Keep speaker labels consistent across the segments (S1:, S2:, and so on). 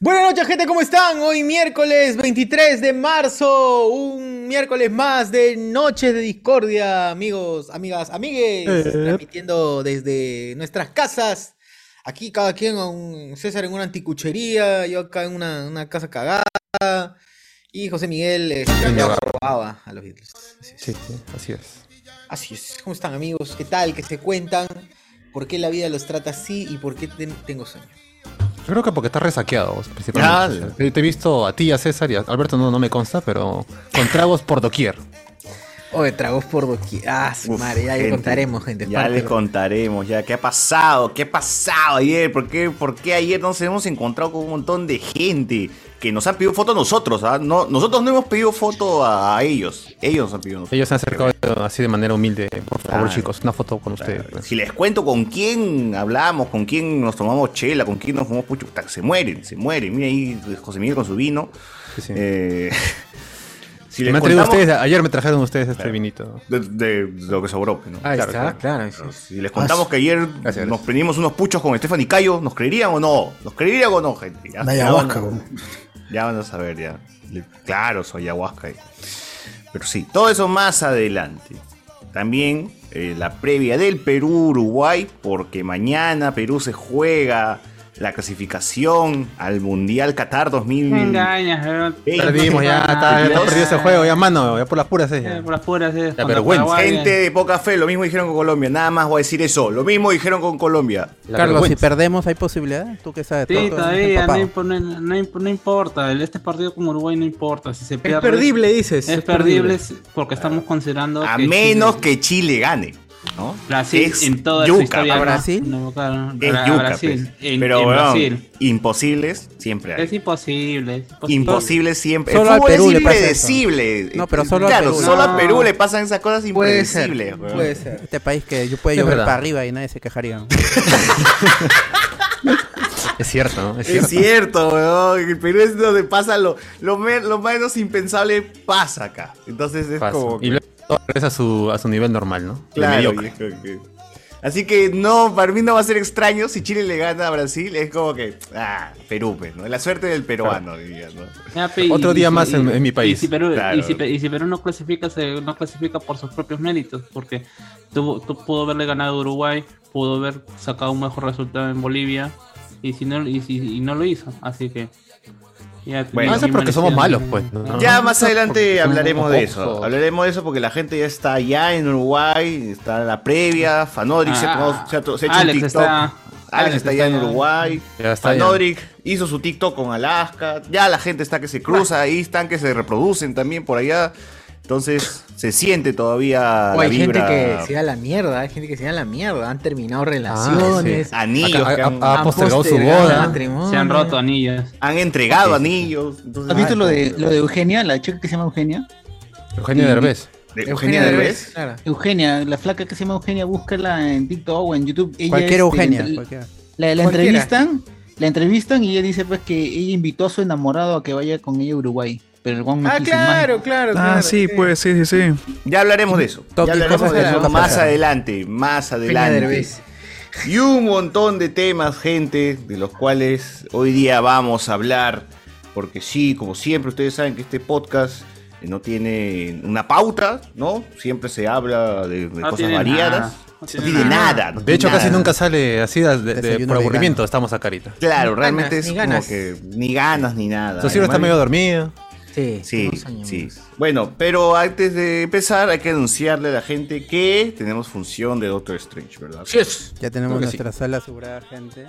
S1: Buenas noches, gente, ¿cómo están? Hoy miércoles 23 de marzo, un miércoles más de Noches de Discordia, amigos, amigas, amigues,
S2: Eh.
S1: transmitiendo desde nuestras casas. Aquí cada quien, un- César en una anticuchería, yo acá en una, una casa cagada, y José Miguel eh, robaba a los Beatles.
S2: Sí, sí, así es.
S1: Así es, ¿cómo están, amigos? ¿Qué tal? ¿Qué se cuentan? ¿Por qué la vida los trata así y por qué ten- tengo sueño?
S2: Yo creo que porque estás resaqueado, principalmente.
S3: Ya.
S2: Te, te he visto a ti, a César y a Alberto, no, no me consta, pero con tragos por doquier.
S1: Oye, tragos por doquier. Ah, su
S3: Uf,
S1: madre, ya le
S3: gente,
S1: contaremos, gente. es
S3: Ya
S1: parte
S3: les
S1: de-
S3: contaremos, ya, ¿qué ha pasado? ¿Qué ha pasado ayer? ¿Por qué, ¿Por qué ayer nos hemos encontrado con un montón de gente que nos han pedido fotos nosotros? ¿ah? No, nosotros no hemos pedido foto a, a ellos, ellos nos han pedido nosotros.
S2: Ellos se han acercado así de manera humilde. Por favor,
S3: Claro.
S2: chicos, una foto con ustedes.
S3: Si les cuento con quién hablamos, con quién nos tomamos chela, con quién nos fumamos pucho, puta, se mueren, se mueren. Mira ahí José Miguel con su vino.
S2: Sí, sí.
S3: Eh, si
S2: me han traído ustedes, ayer me trajeron ustedes este vinito.
S3: De, de- de lo que sobró, pues, ¿no?
S1: Ah,
S2: Ahí está,
S1: claro, sí.
S3: Si
S2: Ah,
S3: les contamos que ayer
S2: gracias.
S3: nos prendimos unos puchos con Estefan y Cayo, ¿nos creerían o no? ¿Nos creerían o no, gente? Ya,
S4: La
S3: ya
S4: ayahuasca,
S3: van,
S4: como.
S3: ya van a saber, ya. Le- Claro, soy ayahuasca. eh. Pero sí, todo eso más adelante. También eh, la previa del Perú-Uruguay, porque mañana Perú se juega la clasificación al Mundial Qatar 2000.
S5: Me engañas, weón.
S3: Ey,
S2: Perdimos, ya
S3: ah,
S2: está, ya está
S3: Dios.
S2: perdido ese juego, ya mano, ya por las puras. eh, ya.
S5: Eh, Por las puras, eh, contra
S2: vergüenza.
S5: Paraguay,
S3: Gente
S5: eh.
S3: de poca fe, lo mismo dijeron con Colombia. Nada más voy a decir eso. Lo mismo dijeron con Colombia.
S2: La
S4: Carlos, si
S2: vergüenza.
S4: perdemos, ¿hay posibilidad? ¿Tú qué sabes?
S5: Sí,
S4: Todo- todo es
S5: todavía no,
S4: empapado.
S5: impo- no- no imp- no importa. El- Este partido como Uruguay no importa. Si se pierde,
S1: Es perdible, dices.
S5: Es perdible si- porque estamos considerando.
S3: A
S5: que
S3: menos
S5: Chile-
S3: que Chile gane, ¿no?
S5: Brasil
S3: Es
S5: en toda
S3: yuca.
S5: su historia.
S4: ¿A
S5: ¿no?
S4: Brasil?
S5: No, claro,
S3: Es
S5: a
S3: yuca,
S5: Brasil.
S3: pues.
S5: En,
S3: Pero,
S5: en
S3: weón,
S5: Brasil.
S3: imposibles siempre hay.
S5: Es imposible. es
S3: Imposible siempre.
S4: Solo
S3: el
S4: al
S3: fútbol
S4: Perú
S3: es
S4: le pasa eso.
S3: impredecible.
S4: No, pero solo al
S3: claro,
S4: Perú.
S3: solo a
S5: No.
S3: Perú le pasan esas cosas
S1: Puede ser.
S3: impredecibles. weón.
S1: Puede ser.
S4: Este país que yo puede
S2: Es
S4: llover
S2: verdad.
S4: para arriba y nadie se quejaría.
S2: Es cierto, ¿no? Es
S3: Es
S2: cierto.
S3: cierto, weón. El Perú es donde pasa lo, lo, me- lo menos impensable pasa acá. Entonces es
S2: Pasa.
S3: como.
S2: Y luego regresa a su, a su nivel normal, ¿no? De
S3: Claro,
S2: mediocre.
S3: y es como que- Así que no, para mí no va a ser extraño si Chile le gana a Brasil. Es como que, ah, Perú, pues, ¿no? La suerte del peruano, diría, ¿no?
S5: Ya, pe, y-
S2: Otro
S5: Ah, y
S2: día
S5: si-
S2: más en- en mi
S5: Y
S2: país.
S5: si Perú,
S3: Claro.
S5: y si, Pe- y si Perú no clasifica, se, no clasifica por sus propios méritos, porque tuvo, tu- pudo haberle ganado a Uruguay, pudo haber sacado un mejor resultado en Bolivia, y si no, y si, y no lo hizo, así que. Ya,
S3: Bueno.
S2: Ah, eso es porque somos malos,
S5: merecían-
S2: pues, ¿no?
S3: Ya
S2: Ah,
S3: más
S2: eso porque
S3: adelante
S2: son
S3: hablaremos de eso.
S2: pocos.
S3: Hablaremos de eso porque la gente ya está allá en Uruguay, está la previa, Fanodric se, ha
S5: Ah,
S3: tomado- se ha, se ha hecho
S5: Alex
S3: un TikTok.
S5: está-
S3: Alex,
S5: Alex
S3: está allá en
S5: está allá.
S3: Uruguay.
S2: Ya está allá.
S3: Fanodric hizo su TikTok con Alaska. Ya la gente está que se cruza, ahí están que se reproducen también por allá. Entonces se siente todavía
S1: O
S3: la
S1: hay gente
S3: vibra.
S1: que se da la mierda, hay gente que se da la mierda. Han terminado relaciones.
S2: sí.
S3: Anillos
S2: Acá-
S3: que han,
S2: ah, ah,
S1: han
S2: postergado su
S1: postergado
S2: boda.
S1: matrimonio.
S5: Se han roto anillos.
S3: han entregado anillos. Entonces,
S6: ¿Has visto
S3: ah,
S6: lo de,
S3: como-
S6: lo de Eugenia, la chica que se llama Eugenia?
S2: Eugenio Derbez.
S3: de
S1: Eugenia Derbez. Claro.
S6: Eugenia, la flaca que se llama Eugenia, búscala en TikTok o en YouTube. Ella,
S4: Cualquier
S6: este,
S4: Eugenia.
S6: entre-
S4: cualquiera.
S6: La, la
S1: Cualquiera.
S6: entrevistan, la entrevistan y ella dice pues que ella invitó a su enamorado a que vaya con ella a Uruguay. Pero el guan no
S1: Ah,
S6: quiso
S1: claro, claro.
S7: Ah, sí, pues, sí, sí, sí.
S3: Ya hablaremos de eso.
S4: Top
S3: ya
S4: diez
S3: hablaremos
S4: cosas
S3: de
S4: que
S3: eso
S4: nunca
S3: más
S4: pasaron.
S3: adelante, más
S1: Peña
S3: adelante.
S1: Derbez.
S3: Y un montón de temas, gente, de los cuales hoy día vamos a hablar. Porque sí, como siempre, ustedes saben que este podcast eh, no tiene una pauta, ¿no? Siempre se habla de, de
S5: No
S3: cosas
S5: tiene
S3: variadas.
S5: nada,
S3: No tiene nada. no
S2: De hecho,
S3: tiene
S2: casi
S3: nada.
S2: nunca sale así de, de-
S4: Desayuno
S2: por
S4: vegano.
S2: aburrimiento. Estamos acá ahorita.
S3: Claro,
S1: Ni
S3: realmente
S1: ganas,
S3: es
S1: ni
S3: como
S1: ganas.
S3: que ni ganas ni nada.
S2: Su sirve está
S3: Además,
S2: medio dormida.
S1: Sí,
S3: Sí,
S1: tengo sueño,
S3: sí.
S1: amigos.
S3: Bueno, pero antes de empezar hay que anunciarle a la gente que tenemos función de Doctor Strange, ¿verdad?
S4: Ya
S3: Creo
S4: tenemos
S3: que
S4: nuestra sala asegurada, gente.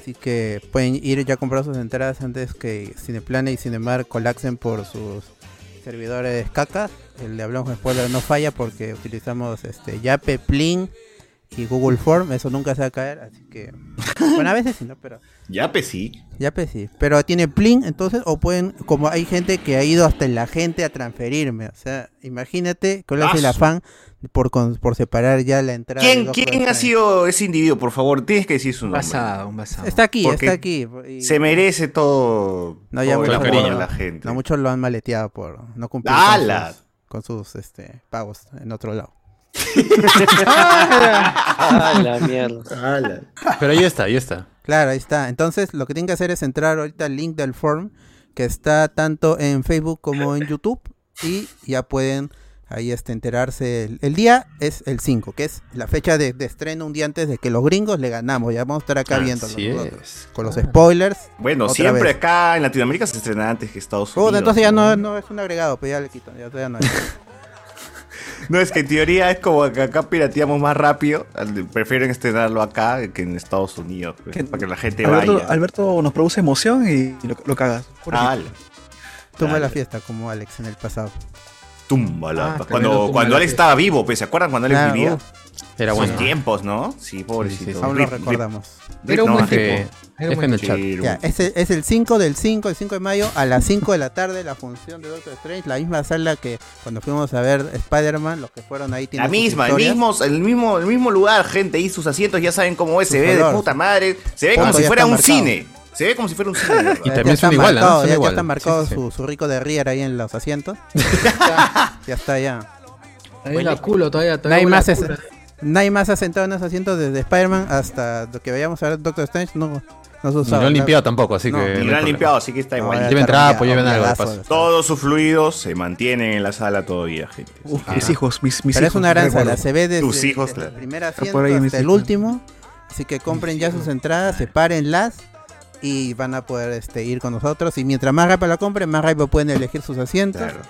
S4: Así que pueden ir ya a comprar sus entradas antes que Cineplane y Cinemar colapsen por sus servidores cacas. El de Hablamos con Spoiler no falla porque utilizamos este Yape, Plin y Google Form. Eso nunca se va a caer, así que... Bueno, a veces sí, ¿no? Pero...
S3: Ya, pues sí.
S4: Yape sí. Pero tiene Plin, entonces, o pueden... Como hay gente que ha ido hasta la gente a transferirme. O sea, imagínate que
S3: Ah,
S4: hace el
S3: su-
S4: afán por, con- por separar ya la entrada. de
S3: ¿Quién,
S4: Doctor
S3: quién ha
S4: Strange.
S3: sido ese individuo? Por favor, tienes que decir su
S1: Un
S3: nombre.
S1: basado, un basado.
S4: Está aquí,
S3: Porque
S4: está aquí. y-
S3: Se merece todo,
S4: No, ya
S3: todo el
S4: mucho
S3: amor
S2: cariño.
S3: de la gente.
S4: no, muchos lo han maleteado por no cumplir
S3: ¡Hala!
S4: con sus, con sus, este, pagos en otro lado.
S8: Ah, la mierda.
S2: Pero ahí está, ahí está.
S4: Claro, ahí está. Entonces, lo que tienen que hacer es entrar ahorita al link del form que está tanto en Facebook como en YouTube y ya pueden ahí este, enterarse. El, el día es el 5, que es la fecha de, de estreno un día antes de que los gringos le ganamos. Ya vamos a estar acá viendo
S2: Así es.
S4: con los spoilers.
S3: Bueno,
S4: Otra
S3: siempre
S4: vez.
S3: acá en Latinoamérica se estrena antes que Estados Unidos.
S4: Puta, entonces ya no, no es un agregado, pues ya le quito. Ya, todavía no es.
S3: No, es que en teoría es como que acá pirateamos más rápido. Al- Prefieren estrenarlo acá que en Estados Unidos. pues,
S7: Que-
S3: para que la gente
S7: Alberto,
S3: vaya.
S7: Alberto nos produce emoción y lo, lo cagas. Por
S3: Ah,
S7: ejemplo.
S3: la-
S4: Toma la fiesta como Alex en el pasado.
S3: Túmbala.
S1: Ah, tremendo
S3: cuando
S1: túmbala,
S3: cuando Alex
S1: sí.
S3: estaba vivo, pues, ¿se acuerdan cuando Alex
S4: Claro,
S3: vivía?
S4: uf,
S2: Era
S3: Buenos
S2: bueno.
S3: tiempos, ¿no? Sí, pobrecito.
S2: sí, sí.
S4: aún lo
S3: Rip- rip-
S4: recordamos.
S3: rip
S1: Era un
S3: nomás.
S1: buen tipo.
S2: que-
S1: Era
S2: F
S1: muy
S2: en el
S3: Sí,
S2: chat.
S3: era un-
S4: Ya, es el, es el 5 del 5, el 5 de mayo a las 5 de la tarde la función de Doctor Strange, la misma sala que cuando fuimos a ver Spider-Man, los que fueron ahí tienen
S3: La
S4: sus
S3: misma, el
S4: historias.
S3: mismo, el mismo, el mismo lugar, gente, y sus asientos ya saben cómo es, se
S4: Su
S3: ve de
S4: color.
S3: puta madre, se ve
S4: Punto,
S3: como si
S4: ya
S3: fuera
S4: está
S3: un
S4: marcado.
S3: cine, se ve como si fuera un cine. de verdad.
S2: Y
S4: Ya-
S2: también
S4: ya
S2: son
S4: está
S2: igual, ¿ah?
S4: marcado,
S2: Son
S4: ya, ya
S2: igual.
S4: está marcado
S2: Sí, sí, sí.
S4: Su, su rico de Rier ahí en los asientos. ya está ya.
S1: Ahí la culo todavía. todavía
S4: Nadie
S1: huele a
S4: más, es-
S1: culo.
S4: nadie más ha sentado en los asientos desde Spider-Man hasta lo que vayamos a ver Doctor Strange, no, no se
S2: Y no
S4: usaba.
S2: han limpiado tampoco, así
S4: No.
S2: que.
S4: Ni
S3: Y
S2: no
S3: lo
S2: hay
S3: han
S2: problema.
S3: limpiado, así que está
S4: No,
S3: igual.
S4: ya
S2: Lleven
S4: está
S2: trapo,
S4: horneado,
S2: lleven algo, de
S4: horneadazo.
S2: paso.
S3: Todos sus fluidos se mantienen en la sala todavía, gente.
S7: Uf,
S3: Ah.
S7: mis hijos, mis, mis
S4: Pero
S7: hijos.
S4: es una gran
S7: recuerdo.
S4: sala, se ve desde,
S3: Tus hijos,
S4: desde
S3: claro.
S4: el primer
S7: Está
S4: asiento
S7: por ahí,
S4: hasta
S7: mis
S4: el
S7: hijos.
S4: último. Así que compren ya sus entradas, sepárenlas y van a poder este, ir con nosotros. Y mientras más rápido la compren, más rápido pueden elegir sus asientos.
S3: Claro.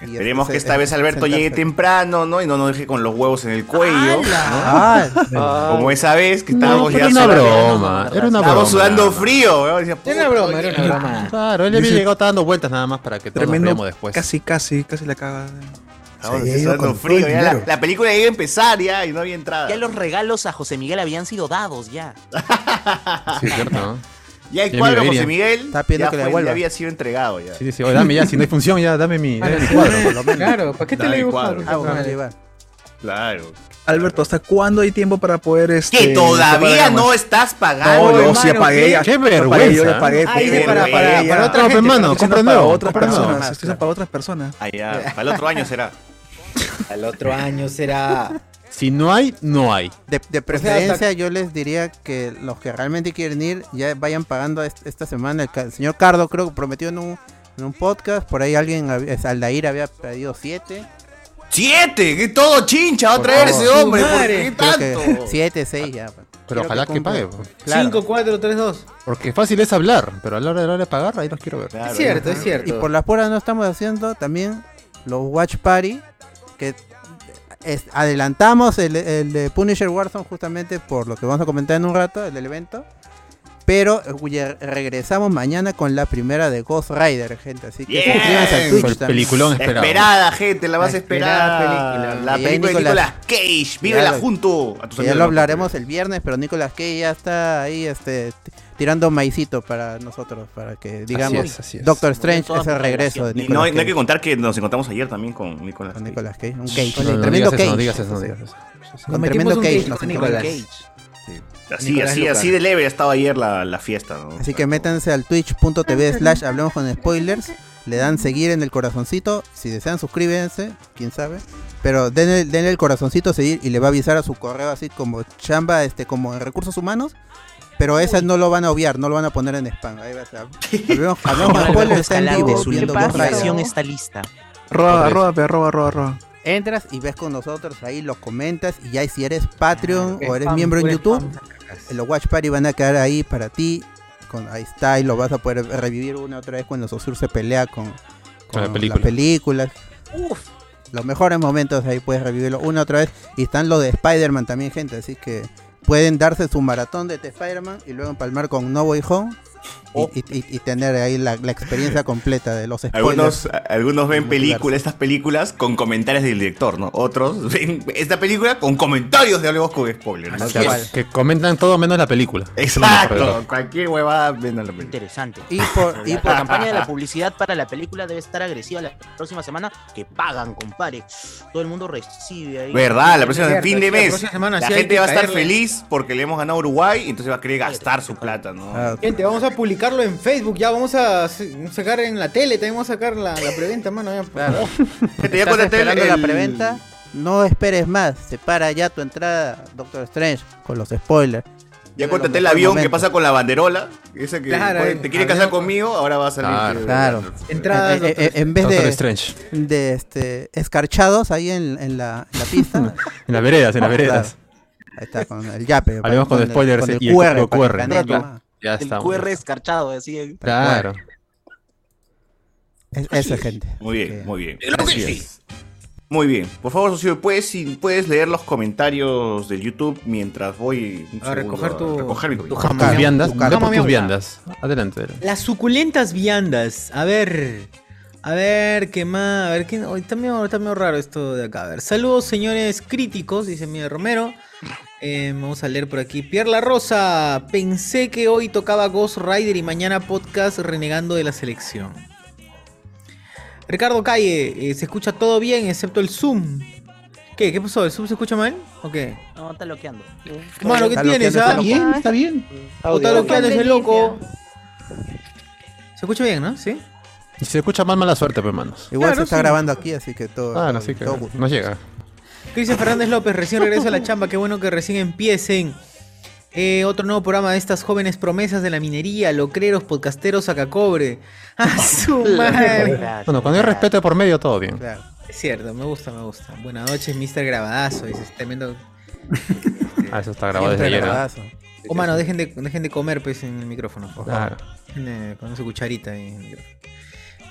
S4: Y
S3: Esperemos
S4: este
S3: que
S4: se-
S3: esta vez Alberto
S4: sentarse.
S3: llegue temprano, ¿no? Y no nos deje con los huevos en el cuello.
S4: Ah,
S3: Como esa vez que
S2: No,
S3: estábamos
S2: pero
S3: ya
S2: era una
S3: sudando-
S2: broma. Era una broma.
S3: Estábamos sudando frío, weón. Decía,
S1: Era una
S3: puta,
S1: broma, era una broma.
S2: Claro, él había
S7: Dice-
S2: llegado dando vueltas nada más para que todos nos
S7: Tremendo.
S2: veamos después.
S7: Casi, casi, casi la cagas.
S3: estábamos
S9: Se ha ido
S3: sudando
S9: con todo el
S3: frío. ya la,
S9: dinero.
S3: la película iba a empezar ya y no había entrada.
S10: Ya los regalos a José Miguel habían sido dados ya.
S2: Sí, cierto, ¿no?
S3: Ya el
S2: Ya
S3: cuadro de
S2: me vería.
S3: José Miguel
S4: Está pidiendo
S3: ya,
S4: que le
S3: fue- ya
S4: devuelva.
S3: había sido entregado ya.
S2: Sí, dice, oye, dame ya, si no hay función, ya dame mi, dame mi cuadro, por lo menos.
S1: Claro, ¿para qué te
S3: Dale
S1: le
S3: cuadro.
S4: ah, bueno, ahí va.
S3: Claro.
S7: Alberto, ¿hasta cuándo hay tiempo para poder este?
S3: Que todavía
S7: separar
S3: no
S7: más?
S3: estás
S7: No,
S3: pagando.
S7: no,
S1: hermano,
S7: sí apagué.
S1: qué-
S7: ya-
S2: qué
S7: ya apagué,
S2: vergüenza.
S7: Yo ya apagué.
S3: Ay,
S7: pe,
S3: de para-
S7: ya.
S3: para- para
S2: otra gente,
S7: hermano,
S2: no,
S7: estoy haciendo
S2: compra
S7: para
S2: nuevo,
S7: otras
S2: compra nuevo.
S7: personas. Estoy haciendo para otras personas.
S3: Allá, ah, para el otro año será.
S1: Al otro año será.
S2: Si no hay, no hay.
S4: De, de preferencia, yo les diría que los que realmente quieren ir ya vayan pagando est- esta semana. El, ca- el señor Cardo creo que prometió en un, en un podcast. Por ahí alguien, hab- es Aldair había pedido siete.
S3: ¡Siete! ¡Que todo chincha! Va a
S4: Por
S3: traer
S4: favor.
S3: ese hombre.
S1: Su
S3: ¿Por
S1: madre.
S3: qué
S4: Creo que
S3: tanto?
S4: 7, 6 ya. pues.
S2: Pero
S4: Quiero
S2: ojalá que,
S4: compren.
S2: pague. pues.
S4: Claro.
S1: 5, 4, 3, 2.
S2: Porque fácil es hablar, pero a la hora de, la hora de pagar, ahí los quiero ver.
S3: Claro,
S1: Es cierto,
S3: ¿no?
S1: es cierto.
S4: Y por las puras no estamos haciendo también los Watch Party, que es- adelantamos el, el de Punisher Warzone justamente por lo que vamos a comentar en un rato, el del evento. Pero eh, ya regresamos mañana con la primera de Ghost Rider, gente. Así que
S3: Bien.
S4: suscríbanse al
S2: Fue
S4: Twitch
S2: el
S4: también.
S2: peliculón
S3: La
S2: esperado.
S3: esperada, gente, la más esperada.
S1: esperada película.
S3: La
S4: Y ahí
S3: película de Nicolas
S4: Nicolas-
S3: Cage. Vívela
S4: Claro.
S3: junto a
S4: Que
S3: tus
S4: ya
S3: amigos.
S4: lo hablaremos el viernes, pero Nicolas Cage ya está ahí este, t- tirando maicito para nosotros, para que digamos
S2: es, así es.
S4: Doctor
S10: Murió
S4: Strange
S10: toda
S4: es
S10: mi
S4: el regreso de
S3: Y no,
S4: Nicolas
S3: hay- no hay
S4: Cage.
S3: que contar que nos encontramos ayer también con Nicolas.
S4: Con
S3: Cage.
S4: Nicolas Cage, un Cage,
S2: No, no,
S4: un
S2: no
S4: tremendo
S2: digas eso, no
S4: Cage.
S2: digas eso, no digas eso.
S4: Con
S1: metimos
S4: tremendo
S1: un
S4: Cage.
S1: Cage
S4: nos
S1: con
S4: encontramos.
S1: Nicolas.
S3: Así,
S1: Nicolas
S3: así,
S1: Lucas.
S3: así de leve ha estado ayer la, la fiesta, ¿no?
S4: Así que métanse al twitch.tv slash hablemos con spoilers, le dan seguir en el corazoncito, si desean suscríbanse, quién sabe, pero denle, denle el corazoncito seguir y le va a avisar a su correo así como chamba, este, como en recursos humanos, pero esas no lo van a obviar, no lo van a poner en spam, ahí va a estar. Hablemos, hablemos con spoilers está en vivo,
S10: su
S4: viendo
S10: lista.
S4: Ghost Rider.
S10: Acción está lista.
S7: Arroba, arroba, pe, arroba, arroba, arroba.
S4: Entras y ves con nosotros, ahí lo comentas y ya si eres Patreon o eres miembro en YouTube, los Watch Party van a quedar ahí para ti. Con, ahí está, y lo vas a poder revivir una otra vez cuando Sosur se pelea con,
S2: Con la película.
S4: las películas. Los mejores momentos ahí puedes revivirlo una otra vez. Y están los de Spider-Man también, gente. Así que pueden darse su maratón de The Spider-Man y luego empalmar con No Way Home. Y, y- y- y tener ahí la, la experiencia completa de los spoilers.
S3: Algunos,
S2: eh,
S3: a- algunos ven
S4: Multiverso.
S3: películas, estas películas, con comentarios del director, ¿no? Otros ven esta película con comentarios de Hablemos con Spoilers.
S4: Así
S3: ¿no?
S4: es.
S2: Que, que comentan todo menos la película. Eso es lo mejor de todo.
S3: Exacto, cualquier huevada ven a la película.
S10: Interesante.
S4: Y por, y
S10: La,
S4: por-
S10: la campaña de la publicidad para la película debe estar agresiva la próxima semana. Que pagan, compadre. Todo el mundo recibe ahí.
S3: ¿Verdad? La próxima
S1: Cierto,
S3: fin de
S1: sí, la
S3: mes.
S1: próxima semana
S3: La
S1: sí hay
S3: gente
S1: que
S3: va a estar
S1: caerle.
S3: feliz porque le hemos ganado a Uruguay y entonces va a querer gastar su plata, ¿no?
S4: Ah,
S1: Gente, vamos a publicarlo en Facebook, ya vamos a se- sacar en la tele, también vamos a sacar la, la preventa, mano. ya, por
S4: Claro.
S1: favor.
S2: eh,
S3: Gente,
S4: ¿Estás
S3: contraté el-
S4: esperando la
S3: el-
S4: preventa? no esperes más, separa ya tu entrada, Doctor Strange, con los spoilers.
S3: Ya
S4: Uno de los
S3: contaste el
S4: mejores
S3: avión que
S4: momentos.
S3: pasa con la banderola. Esa que
S1: Claro,
S3: pone,
S1: eh,
S3: te quiere
S1: hablemos-
S3: casar conmigo, ahora va a salir.
S2: Claro.
S3: eh,
S4: Claro.
S1: Entradas,
S4: Eh, eh,
S1: Doctor
S4: eh, en vez
S2: Doctor
S4: de,
S2: Strange.
S4: de este, escarchados ahí en, en la, en la pista.
S2: En las veredas, en las
S4: Claro.
S2: veredas.
S4: Ahí está, con el yape.
S2: Hablemos con
S4: el-
S2: spoilers
S4: con el
S2: y el
S4: QR,
S2: código
S4: para que
S2: QR.
S4: caneen
S10: Claro.
S4: nomás.
S2: Ya
S10: El
S2: está.
S10: QR escarchado, así. eh.
S2: Claro.
S4: Es- esa gente.
S3: Muy
S4: Que-
S3: bien, muy bien. Muy bien. Por favor, socio, puedes, si puedes leer los comentarios del YouTube mientras voy un
S1: A recoger
S3: a
S1: tu-
S3: recoger mi
S1: tu
S3: comida.
S1: jamón.
S2: Tus
S1: Vamos,
S2: viandas.
S1: vamos,
S2: ve por
S1: vamos.
S2: Tus viandas. Adelante. adelante.
S1: Las suculentas viandas. A ver. A ver, ¿qué más? A ver, ¿qué? hoy está, medio, está medio raro esto de acá. A ver. Saludos, señores críticos, dice Miguel Romero. Eh, vamos a leer por aquí. Pierla Rosa. Pensé que hoy tocaba Ghost Rider y mañana podcast renegando de la selección. Ricardo Calle. eh, se escucha todo bien, excepto el Zoom. ¿Qué? ¿Qué pasó? ¿El Zoom se escucha mal? ¿O qué?
S10: No, está loqueando.
S1: Mano, ¿qué
S4: Está
S1: tienes?
S6: Está
S4: bloqueando
S1: ah?
S6: bien, está bien.
S1: O está
S8: Audio,
S1: bloqueando
S8: audio.
S1: ese loco. Se escucha bien, ¿no? Sí.
S2: Y si se escucha mal, mala suerte, pues, manos.
S4: Igual
S1: Claro,
S4: se está
S1: sí.
S4: grabando aquí, así que todo.
S2: Ah,
S4: todo-
S2: así que
S4: todo-
S2: no llega.
S1: Cristian Fernández López, recién regreso a la chamba, qué bueno que recién empiecen. Eh, otro nuevo programa de estas jóvenes promesas de la minería, locreros, podcasteros, sacacobre. ¡A su madre!
S2: Bueno, cuando hay respeto de por medio, todo bien.
S4: Claro.
S1: Es cierto, me gusta, me gusta. Buenas noches, Mr. Grabadazo, dices, tremendo.
S2: Ah, eso está grabado desde
S4: Siempre
S2: ayer. ¿no?
S4: grabadazo.
S1: Oh, mano, dejen de, dejen de comer pues, en el micrófono, por favor.
S2: Claro.
S1: Eh, con su cucharita ahí en el micrófono.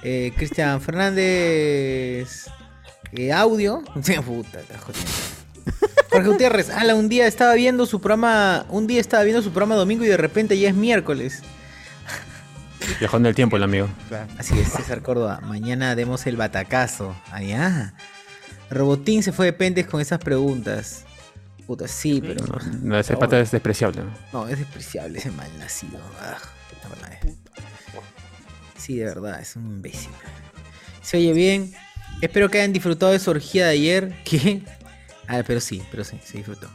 S1: Eh, Cristian Fernández. eh, audio. Sí, puta, la jodida. Jorge Gutiérrez, ala, un día estaba viendo su programa. Un día estaba viendo su programa domingo y de repente ya es miércoles.
S2: Viajó en el tiempo el amigo.
S4: Claro.
S1: Así es, César Córdoba. Mañana demos el batacazo. Allá. Robotín se fue de pendes con esas preguntas. Puta, sí, pero.
S2: No, no, ese pata es despreciable. ¿no?
S1: No, es despreciable ese malnacido. Ah, la verdad es- Sí, de verdad, es un imbécil. Se oye bien. Espero que hayan disfrutado de su orgía de ayer. ¿Qué? Ah, pero sí, pero sí, se disfrutó.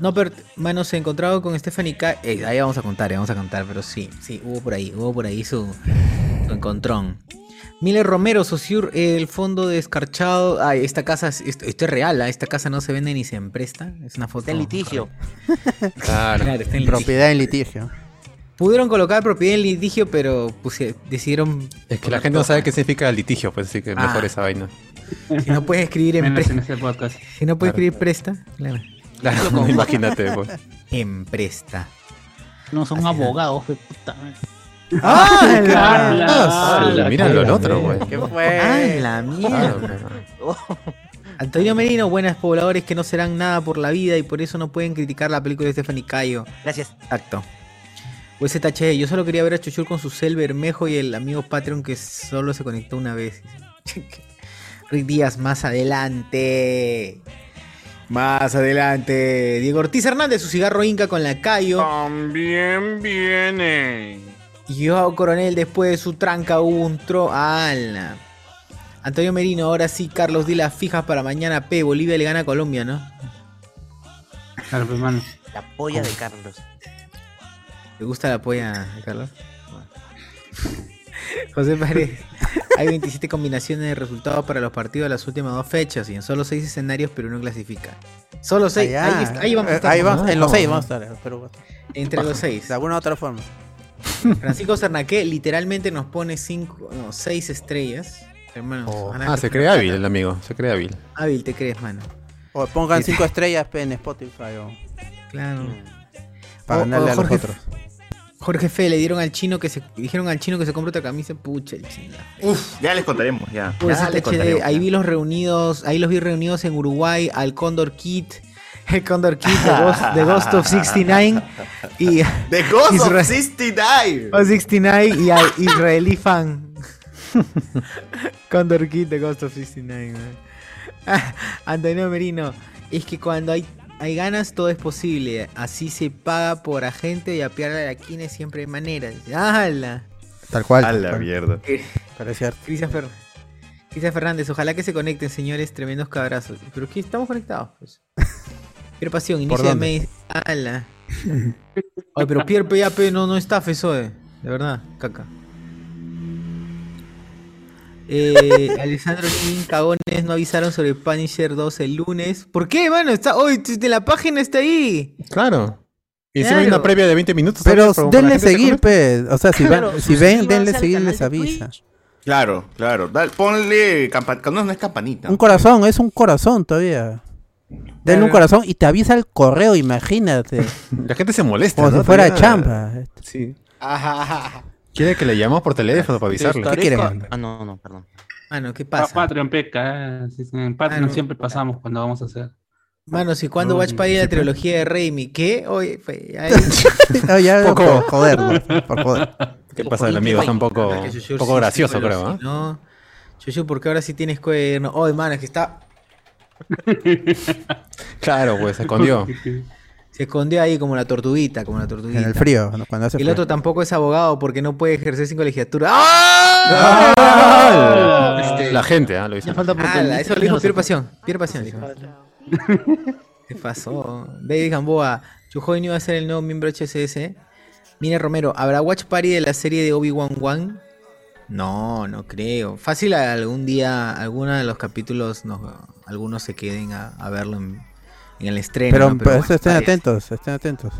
S1: No, pero, mano, se encontrado con Stephanie K. Eh, ahí vamos a contar, ahí vamos a contar, pero sí, sí, hubo por ahí, hubo por ahí su, su encontrón. Miller Romero, Sociur, eh, el fondo descarchado. Ay, esta casa, es- esto, esto es real, ¿ah? esta casa no se vende ni se empresta. Es una foto.
S10: Está en litigio.
S2: Claro.
S1: Claro, está en litigio.
S4: Propiedad en litigio.
S1: Pudieron colocar propiedad en litigio, pero pusie- decidieron.
S2: Es que la gente no sabe qué significa litigio, pues así que mejor
S1: Ah.
S2: esa vaina.
S1: Si no puedes escribir en
S5: Menos en
S1: presta.
S5: ese podcast.
S1: Si no puedes escribir presta, claro.
S2: Claro, imagínate, pues.
S1: En presta.
S6: No son abogados, fe, puta madre.
S5: ¡Hala!
S2: Ah, míralo al otro, güey.
S4: ¿Qué
S1: ¡Ay,
S4: fue?
S1: la
S2: Claro,
S1: mierda! Oh.
S2: pues.
S1: Antonio Merino, buenas pobladores que no serán nada por la vida y por eso no pueden criticar la película de Stephanie Cayo.
S10: Gracias.
S1: Exacto. ZH, E, yo solo quería ver a Chuchur con su cel bermejo y el amigo Patreon que solo se conectó una vez. Rick Díaz, más adelante. Más adelante. Diego Ortiz Hernández, su cigarro inca con la Cayo.
S9: También viene.
S1: Y Joao Coronel después de su tranca hubo un tro... ¡Ala! Antonio Merino, ahora sí, Carlos, di las fijas para mañana P. Bolivia le gana a Colombia, ¿no?
S5: Claro, pues, mano.
S10: La polla de Carlos.
S1: ¿Te gusta la polla, Carlos? Bueno. José Paredes, hay 27 combinaciones de resultados para los partidos de las últimas dos fechas y en solo 6 escenarios Perú no clasifica. Solo 6,
S4: Allá.
S1: ahí, está- ahí vamos a
S4: Eh,
S1: estar.
S4: ahí vamos, en los
S2: No.
S4: seis vamos a estar. Pero,
S1: Entre los 6.
S4: de alguna u otra forma.
S1: Francisco Cernaqué literalmente nos pone 5, no, 6 estrellas. Hermanos, ojalá
S2: Ah,
S1: que-
S2: se cree hábil el amigo, se cree hábil.
S1: Hábil te crees, mano.
S4: O pongan
S1: Sí.
S4: cinco estrellas pe, en Spotify o
S1: Claro.
S4: para
S1: Mm. O-
S4: ganarle
S1: o
S4: a los
S1: Jorge-
S4: otros.
S1: Jorge Fe le dieron al chino que se dijeron al chino que se compró otra camisa, pucha el chino.
S3: Uf, ya les contaremos, ya.
S1: Pues
S3: Ya les
S1: HD,
S3: contaremos.
S1: ahí vi los reunidos, ahí los vi reunidos en Uruguay al Condor Kid, el Condor Kid de Ghost, de Ghost of 69 y
S3: The Ghost
S1: Israel.
S3: of 69.
S1: of 69 y a Israelí fan. Condor Kid de Ghost of 69. man. Ah, Antonio Merino, es que cuando hay hay ganas todo es posible, así se paga por agente y apiar a la quine siempre hay maneras. ¡Hala!
S4: Tal cual.
S3: A
S4: tal
S3: la
S4: cual.
S3: mierda.
S4: Pero es cierto.
S1: Eh, Cristian Fer- Cristian Fernández, ojalá que se conecten, señores, tremendos cabrazos. Pero que estamos conectados, pues. Pierre Pasión, inicio de
S4: dónde?
S1: mes. Ala. Ay, pero Pierre E PAP no, no está feso, eh. De verdad, caca. Eh, Alessandro Lin, cagones, no avisaron sobre Punisher 2 el lunes. ¿Por qué, mano? Está hoy, de la página está ahí.
S2: Claro. Y si hay
S1: Claro.
S2: una previa de 20 minutos.
S1: Pero
S2: ¿sabes? Para
S4: Denle
S2: la gente
S4: seguir,
S2: que
S4: pues. O sea, si, van-
S2: Claro,
S4: si ven,
S2: suscríbanse
S4: denle
S2: al
S4: seguir,
S2: canal
S4: les
S2: de
S4: avisa.
S3: Claro, claro. Dale, ponle campanita. No, no es campanita.
S4: Un corazón, es un corazón todavía. Denle un
S3: Claro.
S4: corazón y te avisa el correo, imagínate.
S2: come- La gente se molesta.
S4: Como
S2: ¿no?
S4: si fuera
S2: Todavía-
S4: chamba.
S2: Sí. Quiere que le llamemos por teléfono para avisarle.
S5: ¿Qué quiere?
S10: Ah, no, no, perdón.
S2: Ah,
S1: Mano, ¿qué pasa?
S5: Pa- Patreon peca, eh. Sí, sí, En Patreon siempre pasamos cuando vamos a hacer.
S1: Mano, si cuando Watch Party la trilogía de Raimi, ¿qué? Oye, fue. ay.
S4: No, ya
S1: Poco.
S4: por joderlo, por joder.
S2: ¿Qué pasa, el amigo? Está un poco,
S1: Porque Yushur
S2: un poco
S1: sí,
S2: gracioso,
S1: pero
S2: creo.
S1: si
S2: ¿ah?
S1: No, Yushur, porque ahora sí tienes cuerno. Oh, hermano, es que está.
S2: Claro, pues se escondió.
S1: Se escondió ahí como la tortuguita, como la tortuguita.
S4: En el frío, ¿no? cuando hace
S1: El
S4: frío.
S1: otro tampoco es abogado porque no puede ejercer sin colegiatura.
S2: ¡Ah!
S1: ¡Ah!
S2: Este- La gente, ¿ah? Lo hizo.
S1: Ya falta
S2: Ala,
S1: oportunidad.
S2: eso
S1: eso
S2: lo
S1: lo dijo
S2: dijo
S1: Pier Pasión. Pier Pasión dijo. ¿Qué pasó? David Gamboa, Chujoy va a ser el nuevo miembro HSS. Mire Romero, ¿habrá Watch Party de la serie de Obi-Wan One? No, no creo. Fácil algún día, alguno de los capítulos, nos- algunos se queden a, a verlo en, en el estreno.
S4: Pero,
S1: ¿no?
S4: pero
S1: Watch
S2: eh.
S4: estén
S1: Party-
S4: atentos, estén atentos.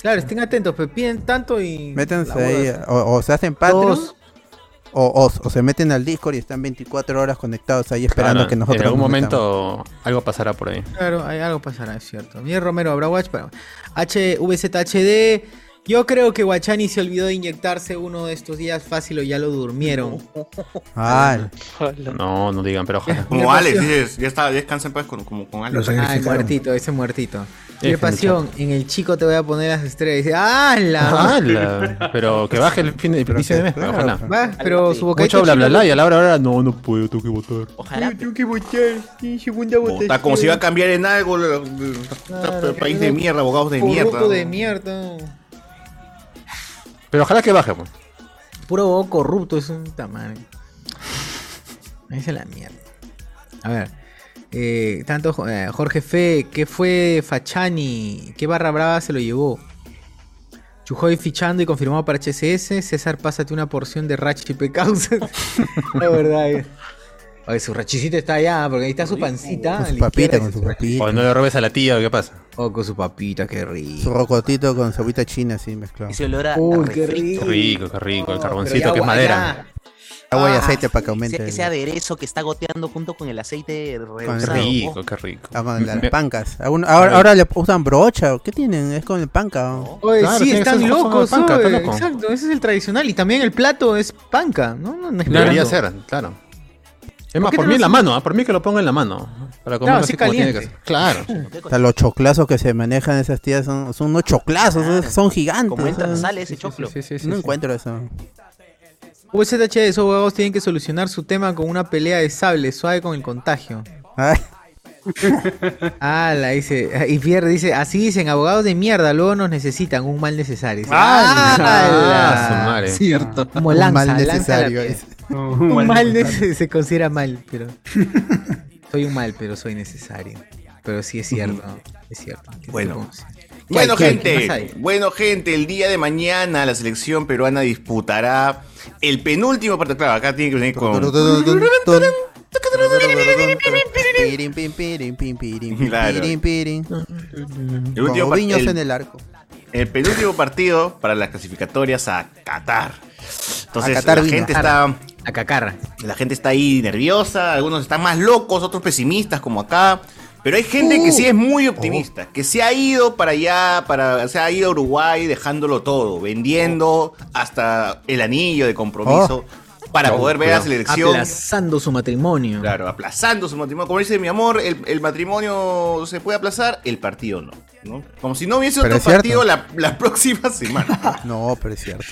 S1: Claro, estén atentos, pero piden tanto y...
S4: Métanse
S1: la boda
S4: ahí,
S1: se-
S4: o, o se hacen Patreon,
S1: Dos.
S4: o, o, o se meten al Discord y están 24 horas conectados ahí esperando
S2: Claro,
S4: que nosotros.
S2: Ah, En algún
S4: nos metamos.
S2: momento algo pasará por ahí.
S1: Claro, hay algo pasará, es cierto. Mire Romero, habrá Watch para HVZHD. Yo creo que Guachani se olvidó de inyectarse uno de estos días fácil o ya lo durmieron.
S4: Ah.
S2: No, no digan, pero ojalá.
S3: Como Alex, dices, ya está, ya descansa en paz con, como con Alex.
S1: Ah, el muertito, ese muertito. Mire
S2: Déjenlo,
S1: pasión, en el chico te voy a poner las estrellas. Dice, ¡ah, la!
S2: Ala, Pero que baje el fin de inicio de mes,
S1: claro,
S2: ojalá.
S1: Va, pero su boca
S2: Mucho bla bla bla y a la hora ahora no, no puedo, tengo que votar.
S10: Ojalá.
S1: Tengo que bochar, sí, segunda
S3: Está como si iba a cambiar en algo. la- la- la- País de mierda, abogados de mierda.
S1: Corrupto de mierda.
S2: Pero ojalá que baje, pues.
S1: Puro abogado corrupto, es un tamaño. Esa es la mierda. A ver. eh, tanto Jo- eh, Jorge Fe, ¿qué fue Fachani? ¿Qué barra brava se lo llevó? Chujoy fichando y confirmado para HSS. César, pásate una porción de Rachi Pecausas. La verdad. eh. Oye, su rachicito está allá, porque ahí está su pancita. a
S4: Con
S1: la
S4: su papita,
S1: izquierda,
S4: con
S1: ese-
S4: su papita.
S2: O no le robes a la tía, ¿o ¿qué pasa?
S1: Oh, con su papita, qué rico.
S4: Su rocotito con su agüita china así mezclado.
S10: Ese olor a, a
S1: Uy, qué
S10: refrito.
S2: Qué
S1: rico.
S2: rico, qué rico, el carboncito
S1: ya
S2: que es
S1: gua-
S2: madera.
S4: Agua y
S10: Ah,
S4: aceite para que aumente.
S10: Ese,
S4: el-
S10: ese aderezo que está goteando junto con el aceite
S2: Qué
S10: rehusado.
S2: rico, qué rico.
S4: Ah, con las
S2: Me-
S4: pancas. Algunos- ahora, ahora le usan brocha. ¿Qué tienen? Es con el panca. ¿o?
S1: Oye,
S2: Claro,
S1: sí,
S2: tiene que
S1: están
S2: ser ojo de
S1: locos.
S2: panca,
S1: oye,
S2: está loco.
S1: Exacto, ese es el tradicional. Y también el plato es panca, ¿no? no, no es
S2: Debería
S1: plato.
S2: ser, claro. Es más,
S1: qué
S2: por
S1: no
S2: mí en la
S1: lo-
S2: mano, ¿ah? por mí que lo ponga en la mano. Para comerlo
S1: así
S2: así como tiene que
S1: caliente.
S2: ser. Claro.
S4: O sea, los choclazos que se manejan esas tías son, son unos choclazos. son- Son gigantes.
S10: Como entra,
S4: ¿sabes?
S10: sale ese choclo.
S2: Sí, sí, sí,
S4: no
S2: sí.
S4: encuentro eso.
S1: UZH de esos abogados tienen que solucionar su tema con una pelea de sable suave con el contagio.
S4: Ay,
S1: Ah, la dice. Y Pierre dice: Así dicen, abogados de mierda, luego nos necesitan un mal necesario.
S2: Ah, su
S1: ¡Ah!
S2: madre.
S6: Cierto.
S1: Como
S4: un
S1: lanza,
S4: mal
S1: lanza la
S4: necesario.
S1: piedra.
S4: es.
S1: Un mal nece- se considera mal, pero. Soy un mal, pero soy necesario. Pero sí es cierto, es cierto.
S3: Bueno.
S1: ¿Qué hay,
S3: Bueno,
S1: qué hay, qué más
S3: gente,
S1: hay?
S3: bueno, gente, el día de mañana la selección peruana disputará el penúltimo partido. Claro, acá tiene que venir con.
S4: Pirin, pin, pirin, pin, pirin, pin,
S3: Claro.
S4: pirin, pirin.
S3: El, último
S4: Con
S3: par-
S4: viños
S3: el-
S4: en el arco.
S3: el penúltimo partido para las clasificatorias a Qatar. Entonces,
S4: A Qatar
S3: la
S4: vino.
S3: gente está.
S1: A cacarra.
S3: La gente está ahí nerviosa, algunos están más locos, otros pesimistas como acá. Pero hay gente
S4: Uh.
S3: que sí es muy optimista, que se ha ido para allá, para, se ha ido a Uruguay dejándolo todo, vendiendo hasta el anillo de compromiso para
S2: Oh,
S3: poder ver a la
S2: cuidado.
S3: selección.
S1: Aplazando su matrimonio.
S3: Claro, aplazando su matrimonio. Como dice mi amor, el, el matrimonio se puede aplazar, el partido no. ¿no? Como si no hubiese
S4: Pero es
S3: otro
S4: cierto.
S3: partido la, la próxima semana.
S4: No, pero es cierto.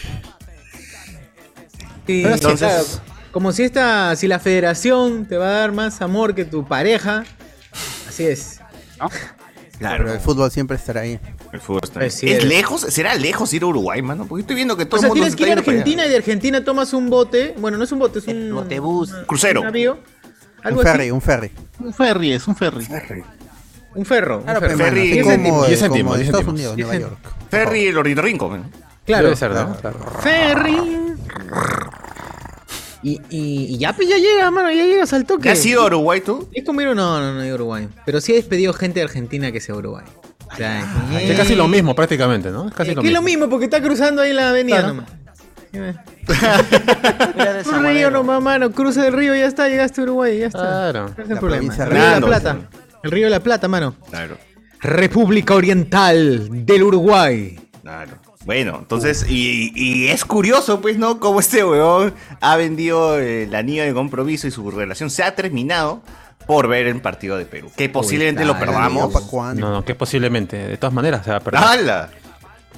S1: Sí,
S2: Pero
S1: entonces,
S3: entonces-
S1: claro, como si esta, si la federación te va a dar más amor que tu pareja, así es.
S4: Pero el fútbol siempre estará ahí.
S3: El fútbol está-
S4: Eh,
S1: Pues sí,
S3: ¿Es
S1: es.
S3: lejos? ¿Será lejos ir a Uruguay, mano? Porque estoy viendo que todo
S1: O
S3: el
S1: sea,
S3: mundo
S1: tienes
S3: se
S1: que ir
S3: está
S1: a
S3: yendo para allá.
S1: Argentina y de Argentina tomas un bote, bueno, no es un bote, es un
S10: El botebús.
S3: Crucero.
S1: un navío, algo
S4: Un ferry,
S1: así,
S4: un ferry.
S6: Un ferry, es un ferry.
S1: un ferro, un
S4: Claro,
S1: ferro.
S4: pero
S3: ferry.
S4: hermano, así
S3: Diez
S4: como,
S2: céntimos,
S4: como
S2: diez céntimos,
S4: en
S2: diez
S4: Estados
S2: céntimos.
S4: Unidos,
S1: Diez
S4: Nueva York.
S3: Ferry el ornitorrinco. ¿no?
S1: Claro,
S2: Debe ser, ¿no?
S1: ferry. Y, y- y ya, pues, ya llega, mano, ya llegas al toque.
S3: ¿Ya has ido a Uruguay tú?
S1: Es como ir, no, no, no he ido a Uruguay. Pero sí he despedido gente de Argentina que sea Uruguay. O sea,
S2: Es casi lo mismo prácticamente, ¿no? Es casi
S1: Es
S2: lo
S1: que es lo
S2: mismo.
S1: mismo porque está cruzando ahí la avenida
S2: Claro.
S1: nomás. Un río nomás, mano, cruza el río, ya está, llegaste a Uruguay, ya está.
S2: Claro.
S1: No es el
S2: La
S1: problema.
S2: provincia
S1: El río de la
S2: Grande,
S1: Plata. El río de la Plata, mano.
S3: Claro.
S1: República Oriental del Uruguay.
S3: Claro. Bueno, entonces, y, y es curioso, pues, ¿no? Cómo este weón ha vendido eh, el anillo de compromiso y su relación se ha terminado por ver el partido de Perú. Que posiblemente lo perdamos.
S2: No, no, que posiblemente. De todas maneras se va a perder.
S3: ¡Hala!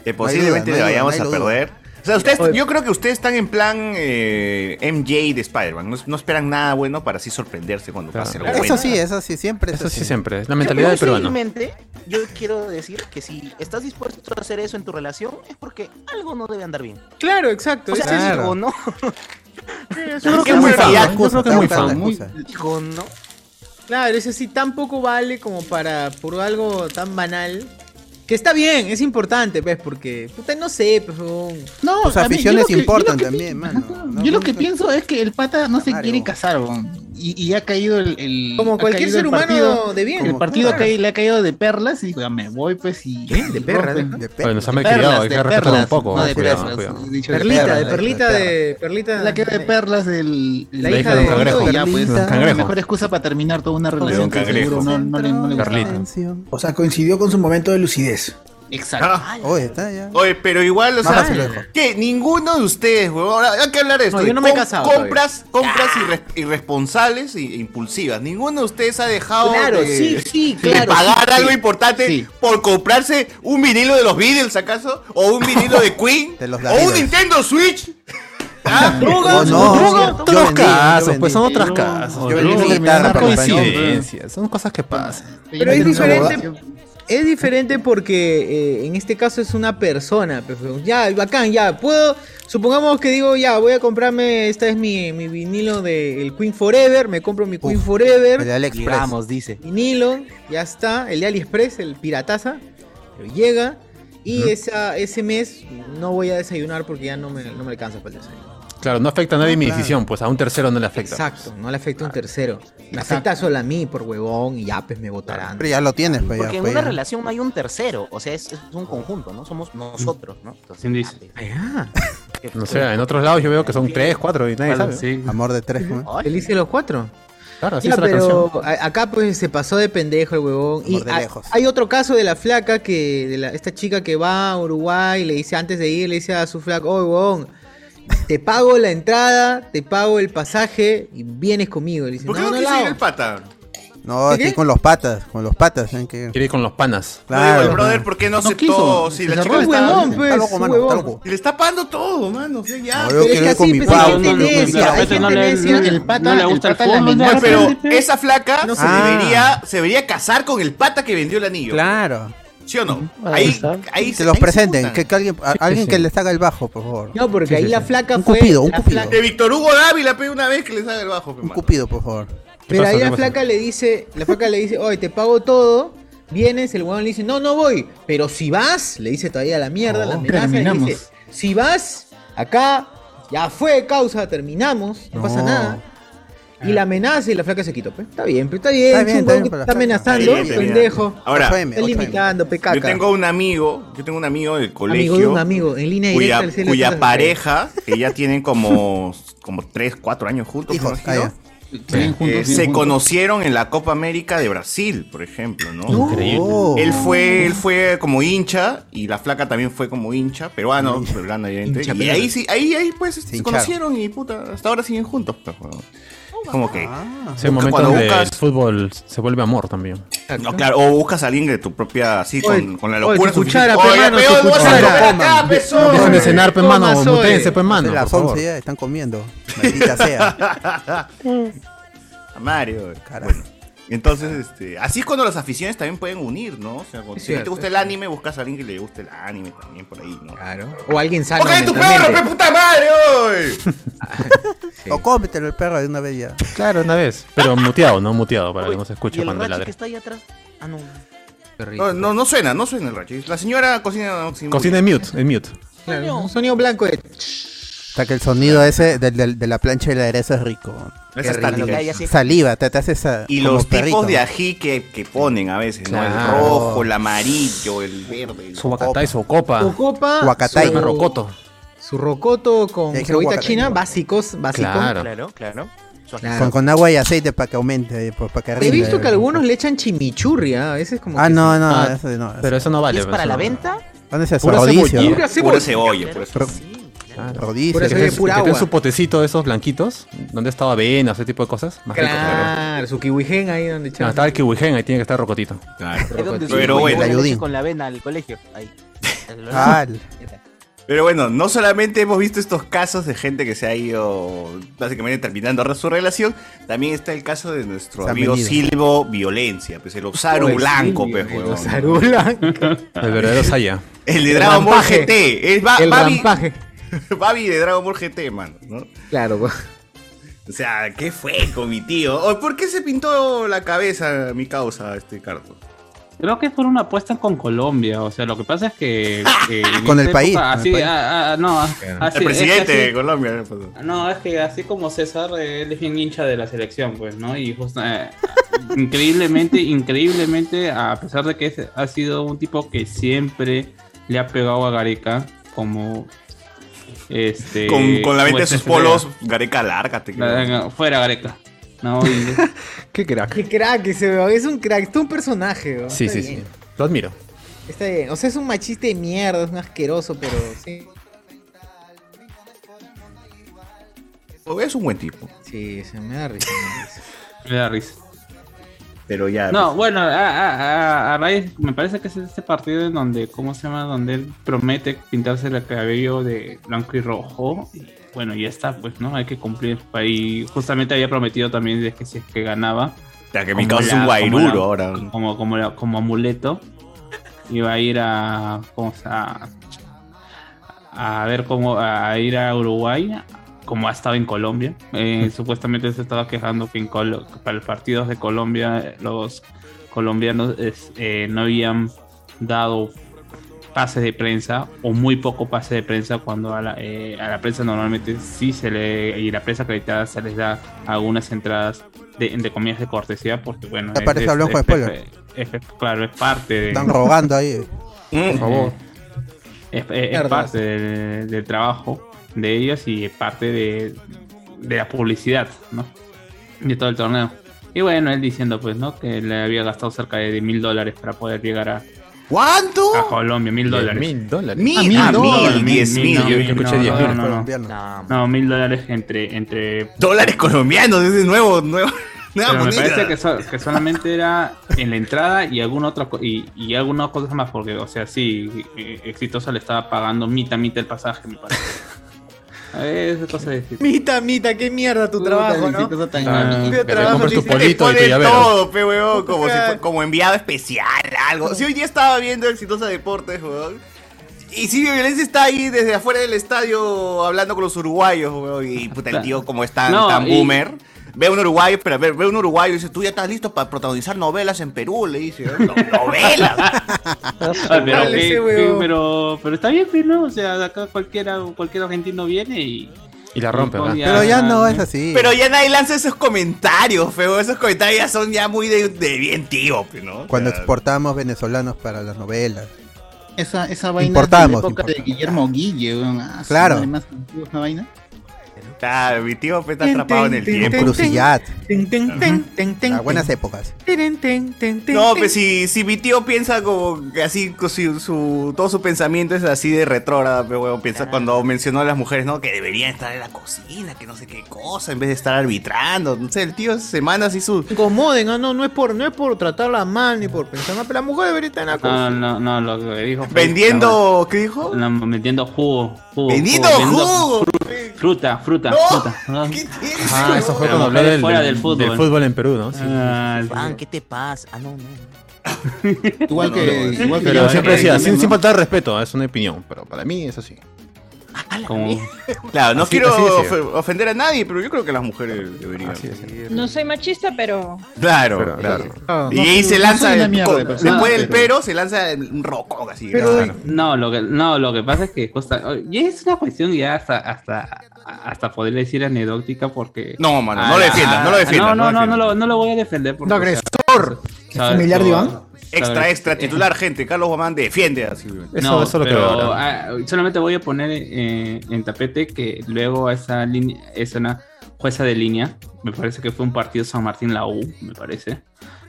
S3: Que posiblemente
S2: duda, no hay
S3: le vayamos
S2: duda, no hay
S3: a
S2: duda.
S3: perder. O sea, ustedes,
S2: Oye.
S3: yo creo que ustedes están en plan eh, MJ de Spider-Man. No, no esperan nada bueno para así sorprenderse cuando pase algo bueno.
S4: Eso sí, eso sí, siempre.
S2: Ah, Eso sí siempre. Es la mentalidad del peruano.
S10: Posiblemente, yo quiero decir que si estás dispuesto a hacer eso en tu relación, es porque algo no debe andar bien.
S1: Claro, exacto.
S10: O sea,
S1: exacto.
S10: digo, no.
S1: creo
S2: que es muy
S10: Pero
S2: fan,
S10: ya-
S2: ¿no? Yo creo que es muy fan.
S10: Muy- Digo, no.
S1: Claro, eso sí tampoco vale como para por algo tan banal. Que está bien, es importante, ¿ves? Porque, puta, no sé, pues.
S6: No,
S4: Tus
S6: a mí, yo lo
S4: aficiones
S6: que- yo lo
S4: importan
S6: que-
S4: también, mano.
S6: Yo lo que pienso es que el pata no se quiere casar, weón. Y, y ha caído el. el-
S1: Como
S6: ha
S1: cualquier
S6: caído el
S1: ser humano de bien.
S6: El
S1: Como-
S6: partido
S1: claro.
S6: que le ha caído de perlas y dijo, ya me voy, pues. Y,
S1: De perra, ¿no?
S2: Oye, nos han malcriado, hay que respetarlo un poco.
S6: No,
S2: ¿eh?
S6: de
S2: Cuidado,
S6: perlas.
S2: cuidado.
S6: he dicho
S1: Perlita, de
S6: perlas,
S1: perlita, de perlita.
S6: La que de perlas del.
S1: La hija de un
S2: cangrejo.
S6: y ya, pues,
S2: Un cangrejo.
S6: Mejor excusa para terminar toda una relación que
S3: cangrejo.
S6: seguro no, no le, no le gustaba.
S2: Carlita.
S11: O sea, coincidió con su momento de lucidez.
S6: Exacto.
S4: Oye, está ya.
S3: Oye, pero igual, o sea,
S4: Mamá se lo dejó.
S3: que ninguno de ustedes, weón, ahora hay que hablar de esto.
S1: No, yo no me he casado
S3: Compras, compras irres- irresponsables e impulsivas. Ninguno de ustedes ha dejado
S1: Claro,
S3: de,
S1: sí, sí,
S3: de
S1: claro,
S3: pagar
S1: sí,
S3: algo
S1: sí.
S3: importante
S1: Sí.
S3: por comprarse un vinilo de los Beatles, ¿acaso? O un vinilo de Queen.
S4: De los
S3: o un
S4: Beatles.
S3: Nintendo Switch. ¿Ah?
S4: Oh,
S3: ¿Drogas?
S4: no,
S3: ¿Drogas?
S4: yo
S2: Otros
S4: vendí, yo
S2: casos,
S4: vendí.
S2: pues son otros
S4: Yo-
S2: casos.
S4: yo vendí mi
S2: Son
S4: guitarra para comprar-
S2: coincidencias, son cosas que pasan.
S1: Pero es diferente. Es diferente porque eh, en este caso es una persona. pues, weón. ya, bacán, ya. Puedo. Supongamos que digo, ya, voy a comprarme. Esta es mi, mi vinilo del Queen Forever. Me compro mi Queen Forever.
S4: El de AliExpress.
S10: Llegamos, dice.
S1: vinilo, ya está, el de AliExpress, el pirataza, pero llega y esa, ese mes no voy a desayunar porque ya no me, no me alcanza para el desayuno.
S2: Claro, no afecta a nadie mi decisión, pues a un tercero no le afecta.
S1: Exacto, no le afecta a un tercero. Me afecta solo a mí por huevón y ya pues me votarán.
S4: Pero ya lo tienes, pues ya.
S10: Porque en
S4: pues,
S10: una
S4: ya.
S10: relación no hay un tercero. O sea, es, es un conjunto, ¿no? Somos nosotros, ¿no? Entonces,
S5: ¿Quién dice?
S1: Ah,
S2: No sé, en otros lados yo veo que son tres, cuatro y nadie sabe.
S5: Sí.
S4: Amor de tres, ¿no?
S10: ay,
S1: felices los cuatro.
S2: Claro, así
S1: Ya,
S2: es la canción.
S1: pero a- acá pues se pasó de pendejo el huevón. Y
S4: Amor de
S1: hay-
S4: lejos.
S1: hay otro caso de la flaca que, de la- esta chica que va a Uruguay, le dice antes de ir, le dice a su flaca, oh huevón, te pago la entrada, te pago el pasaje y vienes conmigo. Le dice,
S3: ¿Por qué
S1: no,
S3: no,
S1: no,
S3: quiso
S1: lao".
S3: ir el pata?
S4: No,
S1: ¿Qué?
S4: aquí con los patas, con los patas. ¿saben qué?
S2: Quiere ir con los panas.
S3: no digo,
S4: Claro.
S3: el brother, ¿por qué no,
S6: No
S3: aceptó?
S6: quiso.
S3: Si
S6: Se
S3: la
S6: cerró el
S3: chica le
S1: Huevón,
S3: está,
S1: pues,
S4: Está loco, mano, está
S1: huevón.
S4: loco.
S3: le está pagando todo, mano. o sea, ya.
S4: No,
S1: Pero
S4: yo
S1: es que
S4: quiero ir
S1: así,
S4: con mi
S1: pues,
S4: pavo.
S1: hay
S3: ¿eh?
S1: tendencia,
S5: no,
S1: hay
S5: no, no, no,
S1: tendencia.
S5: no, no,
S6: El pata,
S5: no le gusta el
S6: pata la
S5: fútbol,
S6: menor-
S5: no,
S3: Pero
S5: Pepe.
S3: esa flaca
S1: No se
S3: se,
S4: Ah.
S3: debería, se debería casar con el pata que vendió el anillo.
S4: Claro.
S3: ¿Sí o no?
S8: Ahí
S3: Ahí,
S8: está.
S3: ahí
S4: Que los
S3: ahí se
S4: presenten.
S3: juntan.
S4: Que, que alguien, a- alguien
S2: sí.
S4: que les haga el bajo, por favor.
S1: No, porque
S2: Sí, sí,
S1: ahí la
S2: sí.
S1: flaca
S4: Un
S1: fue.
S4: cupido, un
S1: la
S4: cupido.
S1: flaca-
S3: De Víctor Hugo Dávila pedí una vez que le salga el bajo, pe,
S4: Un
S3: mano.
S4: cupido, por favor.
S1: Pero
S2: pasa?
S1: ahí
S2: ¿Qué
S1: la
S2: pasa?
S1: flaca le dice, la flaca le dice, oye, te pago todo. Vienes, el huevón le dice, no, no voy. Pero si vas, le dice todavía la mierda, la amenaza. y le
S6: terminamos.
S1: dice, si vas, acá, ya fue causa, terminamos, no,
S4: No.
S1: pasa nada. Y la amenaza y la flaca se quitó. pe. Está bien, pero está bien,
S4: Está
S1: es
S4: bien,
S1: un
S4: está bien
S1: huevón que te
S4: para la
S1: está
S4: flaca.
S1: amenazando,
S3: Está bien, está bien.
S1: pendejo.
S3: Ahora,
S4: 8M,
S1: Está
S4: 8M.
S1: limitando, pecaca.
S3: Yo tengo un amigo, yo tengo un amigo del colegio.
S1: amigo de un amigo, en línea directa
S3: Cuya,
S1: al cielo
S3: cuya
S1: estás-
S3: pareja, que ya tienen como, como 3, 4 años juntos, me
S4: Hijos,
S3: imagino,
S4: ah,
S6: Siguen
S3: eh,
S6: juntos,
S3: se
S6: siguen juntos.
S3: conocieron en la Copa América de Brasil, por ejemplo, ¿no?
S2: Increíble.
S4: Oh.
S3: Él fue, él fue como hincha y la flaca también fue como hincha, peruano, peruano evidente.
S1: Hincha
S3: y
S1: peruano.
S3: ahí sí, ahí, ahí pues se,
S4: hincharon.
S3: conocieron y puta, hasta ahora siguen juntos. pues, weón. como que
S1: Ah.
S4: Ah,
S2: Ese momento
S3: cuando
S2: donde
S3: buscas-
S2: el fútbol se vuelve amor también.
S1: Exacto.
S3: no, claro, o buscas a alguien de tu propia, así con,
S1: Oye,
S3: con la
S1: oye,
S3: locura
S1: tu cuchara,
S3: suficiente.
S1: pe, mano,
S3: Oye,
S1: tu
S3: pe, vas a
S1: cuchara.
S3: comer acá, pues, pe,
S1: No,
S3: zorro.
S2: Dejen de
S1: hombre.
S2: cenar, pues, pe
S1: Toma,
S2: mano.
S1: soy.
S2: Mutense, pe,
S4: De
S2: mano. por
S4: las
S2: favor.
S4: 11 ya están comiendo. Maldita sea.
S3: A Mario.
S4: Carajo.
S3: Entonces, este, así es cuando las aficiones también pueden unir, ¿no? O sea, cuando-
S1: Es
S3: si no te
S1: cierto,
S3: gusta
S1: es
S3: el anime, buscas a alguien que le guste el anime también por ahí, ¿no?
S1: Claro. O alguien sano.
S3: ¡Ojalá tu perro,
S1: mentalmente.
S3: pe puta madre! oy!
S4: O cómetelo el perro de una vez ya.
S2: Claro, una vez. Pero muteado, no muteado, para que no
S10: ¿Y
S2: se escuche
S10: el
S2: cuando
S10: rachi que
S2: ladre.
S10: está ahí atrás? Ah, no.
S1: Perrito.
S3: No, no, no suena, no suena el rachi. La señora cocina. sin-
S2: Cocina en mute, en mute.
S1: Claro, un sonido blanco de
S4: Hasta que el sonido ese del- del- de la plancha de la aderezo es rico.
S3: Es
S4: Qué
S3: estático.
S4: rico. Saliva, te, te hace esa.
S3: Y
S4: como
S3: los
S4: perrito.
S3: tipos de ají que, que ponen a veces, ¿no? El
S4: Claro.
S3: rojo, el amarillo, el verde. el
S2: Su huacatay, su copa.
S1: Su copa,
S2: Huacatay.
S1: su-
S2: Su rocoto.
S1: Su rocoto con
S4: Ya dije
S1: cebollita
S4: guacatay,
S1: china, básicos, básicos.
S4: Claro.
S10: Claro, claro. Su ají.
S1: Claro.
S4: Con, con agua y aceite para que aumente, eh, pa- para que
S1: He
S4: rinda,
S1: visto que
S4: eh.
S1: algunos le echan chimichurri, ¿ah? a veces como
S4: Ah,
S1: que-
S4: no, no,
S2: Ah,
S4: eso no.
S2: pero eso no vale, ¿Y es pues, para eso la no.
S10: venta?
S4: ¿Dónde se hace
S2: Pura
S4: rodicio?
S2: cebollita.
S4: ¿no?
S3: Pura cebolla, pues. por eso.
S4: Rodicio.
S1: Pura
S2: Que
S1: cebolla
S2: tienen-
S1: pura
S2: que tienen
S1: agua.
S2: su potecito de esos blanquitos, donde estaba avena, ese tipo de cosas. Más rico, claro.
S1: Claro, su kiwijen ahí donde
S2: No,
S1: echan.
S2: estaba el kiwijen, ahí tiene que estar rocotito.
S10: Es donde
S3: Pero
S10: se llevó
S3: bueno.
S10: la
S4: Ayudín.
S10: leche con la avena al colegio. Ahí.
S4: Ah,
S3: Pero bueno, no solamente hemos visto estos casos de gente que se ha ido básicamente terminando su relación, también está el caso de nuestro
S4: Se han
S3: amigo
S4: venido.
S3: Silvo Violencia, pues el Osaru
S1: Oye,
S3: Blanco,
S1: sí,
S3: pues,
S1: el
S3: huevón.
S1: Osaru Blanco.
S2: El verdadero Saya.
S3: El de
S1: El
S3: Dragon Ball
S1: rampaje.
S3: GT, es Ba-
S1: El
S3: Babi,
S1: rampaje.
S3: Babi de Dragon Ball GT, mano, ¿no?
S1: Claro, pues.
S3: O sea, ¿qué fue con mi tío? Oh, ¿Por qué se pintó la cabeza mi causa, este Carlos?
S5: Creo que fue una apuesta con Colombia, o sea, lo que pasa es que...
S3: Ah,
S5: que en
S4: Con el
S5: esta
S4: país,
S5: época,
S4: con el
S5: Así,
S4: país.
S5: ah, ah, no, ah, así-
S3: el
S5: es que
S3: presidente
S5: así-
S3: de Colombia, ¿qué pasó?
S5: No, es que así como César, eh, él es bien hincha de la selección, pues, ¿no? Y justo, eh, increíblemente, increíblemente, a pesar de que es- ha sido un tipo que siempre le ha pegado a Gareca, como... Este,
S3: Con, con la venta de
S5: pues,
S3: sus
S5: es una-
S3: polos, Gareca, lárgate.
S5: la-
S3: creo.
S5: la- Fuera Gareca. No, y-
S2: Qué crack.
S1: Qué crack ese, weón. Es un crack, es un personaje, weón.
S2: Sí,
S1: Está
S2: sí, sí.
S1: bien,
S2: Lo admiro.
S1: Está bien. O sea, es un machiste de mierda, es un asqueroso, pero sí.
S3: Es un buen tipo.
S1: Sí, se me da risa.
S5: me da risa.
S3: Pero ya. pues,
S5: No, bueno, a, a- a- a raíz, me parece que es este partido en donde, ¿cómo se llama? Donde él promete pintarse el cabello de blanco y rojo. Y, bueno, ya está, pues, ¿no? Hay que cumplir. Y justamente había prometido también de que si es que ganaba,
S3: O sea, que mi
S5: como
S3: causa es
S5: la-
S3: un
S5: como
S3: guairuro
S5: la-
S3: ahora.
S5: como, como, la- como amuleto, iba a ir a, ¿cómo se llama? a ver cómo a ir a Uruguay, como ha estado en Colombia. Eh, supuestamente se estaba quejando que en Colo- para los partidos de Colombia los colombianos es- eh, no habían dado pases de prensa o muy poco pase de prensa cuando a la, eh, a la prensa normalmente sí se le y la prensa acreditada se les da algunas entradas de, entre comillas de cortesía porque bueno
S4: Ya parece
S5: es-
S4: Hablón
S5: es-
S4: con spoiler.
S5: es- es- claro es parte de
S4: Están rogando ahí.
S3: Mm.
S5: por favor. Es, es- es
S1: Mierda.
S5: parte del, del trabajo de ellos y es parte de, de la publicidad, ¿no? De todo el torneo. Y bueno, él diciendo, pues, ¿no? Que le había gastado cerca de mil dólares para poder llegar a,
S3: ¿Cuánto?
S5: a Colombia, mil dólares.
S2: Mil dólares.
S3: Mil,
S5: Ah,
S3: ah, mil,
S5: dólares,
S3: diez mil.
S5: no,
S2: yo- yo escuché
S5: no,
S2: diez
S5: no,
S2: mil.
S5: no, no.
S4: Colombiano.
S5: No, mil dólares entre, entre
S3: Dólares colombianos, ese es nuevo, nuevo. Nueva
S5: Pero me
S3: moneda.
S5: parece que, so- que solamente era en la entrada y alguna otra co- y, y algunas cosas más, porque, o sea, sí, eh, Exitosa le estaba pagando mitad, mitad el pasaje, me parece. Eh, Esa cosa de Exitosa.
S1: Mita, mita, qué mierda tu trabajo, ¿no?
S5: Ah,
S1: Mira,
S2: que te
S1: trabajo
S2: compres tu
S1: difícil.
S2: polito y
S3: pone
S2: tu llavero.
S3: todo, pe, huevón, como, si
S1: Ajá.
S3: fue- como enviado especial, algo. Si hoy día estaba viendo Exitosa Deportes, huevón. Y Silvio Violencia está ahí desde afuera del estadio hablando con los uruguayos, huevón. Y puta, el tío como es tan,
S5: No,
S3: tan
S5: y-
S3: boomer. Ve a un uruguayo, espera, ve, ve a un uruguayo y dice, tú ya estás listo para protagonizar novelas en Perú, le dice. "No- ¿Novelas?
S5: Ah, pero,
S1: Dale
S5: que-
S1: ese
S5: que-
S1: huevo.
S5: pero, pero está bien, pues, ¿no? O sea, de acá cualquiera, cualquier argentino viene y.
S2: Y la rompe,
S5: y
S2: ¿verdad?
S5: podía-
S4: Pero ya no es así.
S3: Pero ya nadie lanza esos comentarios, feo. Esos comentarios ya son ya muy de, de bien tío, pe, ¿no?
S4: Cuando
S3: O sea,
S4: exportamos venezolanos para las novelas.
S6: Esa, esa vaina
S4: Importamos,
S6: de la época de
S4: importamos.
S6: Guillermo Guille, weón. Ah, su
S4: Claro.
S6: madre, más antigua esa vaina.
S3: está- mi tío pe, está atrapado en el
S1: Ten, ten,
S3: tiempo.
S1: ten,
S4: Crucillat.
S1: Ten, ten, ten, ten, ten,
S4: Las buenas
S1: ten.
S4: épocas.
S1: Ten, ten, ten, ten,
S3: No,
S1: ten.
S3: pues si, si mi tío piensa como que así, co- si su, todo su pensamiento es así de retrógrada, pero huevón, piensa cuando mencionó a las mujeres, ¿no? Que deberían estar en la cocina, que no sé qué cosa, en vez de estar arbitrando. No sé, el tío semanas y su...
S1: Incomoden, ah, no, no es por, no es por tratarla mal ni por pensar mal, pero la mujer debería estar en la
S4: Ah,
S5: No,
S1: cosa.
S5: Ah, no, no, lo que dijo. fue-
S3: pues, Vendiendo, ¿qué dijo?
S5: No, vendiendo jugo. jugo
S3: Vendiendo
S5: vendo
S3: jugo.
S5: Fruta, fruta,
S3: No.
S5: fruta.
S3: ¿Qué tiene?
S2: Ah, eso fue
S5: Pero
S2: cuando habló
S5: mujeres
S2: del,
S5: fuera
S2: del-
S5: del fútbol.
S2: del fútbol en Perú, ¿no? Sí.
S5: Ah,
S10: Juan, ¿qué te pasa? Ah, no, no.
S6: Igual que. igual que
S2: Pero
S6: yo,
S2: siempre
S6: eh,
S2: decía,
S6: también,
S2: sin, sin
S6: ¿no?
S2: faltar respeto, es una opinión, pero para mí es así.
S5: Como-
S3: Claro, no
S5: Así-
S3: quiero
S5: así de
S3: ofe-
S5: feo.
S3: ofender a nadie, pero yo creo que las mujeres deberían.
S12: No soy machista, pero.
S3: Claro,
S2: Pero,
S3: claro.
S2: claro.
S3: Y
S5: No,
S3: ahí
S5: no,
S3: se
S5: no
S3: lanza
S5: soy una
S3: el-
S5: mierda de
S3: con-
S5: persona,
S3: después del
S5: pero-
S3: pero se lanza el- un rocón así.
S5: Claro. no, lo que, no, lo que pasa es que cosa- y es una cuestión ya hasta, hasta, hasta poder decir anecdótica porque... Ah,
S3: No, mano, no lo defiendas, no lo defiendas,
S5: No,
S3: no
S5: no, no,
S3: lo
S5: no lo, no lo voy a defender. Porque, ¡Agresor!
S3: ¿Familiar de Iván? Extra, extra, titular, gente. Carlos Guamán defiende así.
S5: Eh, no, pero, ah, solamente voy a poner eh, en tapete que luego esa línea, es una jueza de línea, me parece que fue un partido San Martín la U, me parece.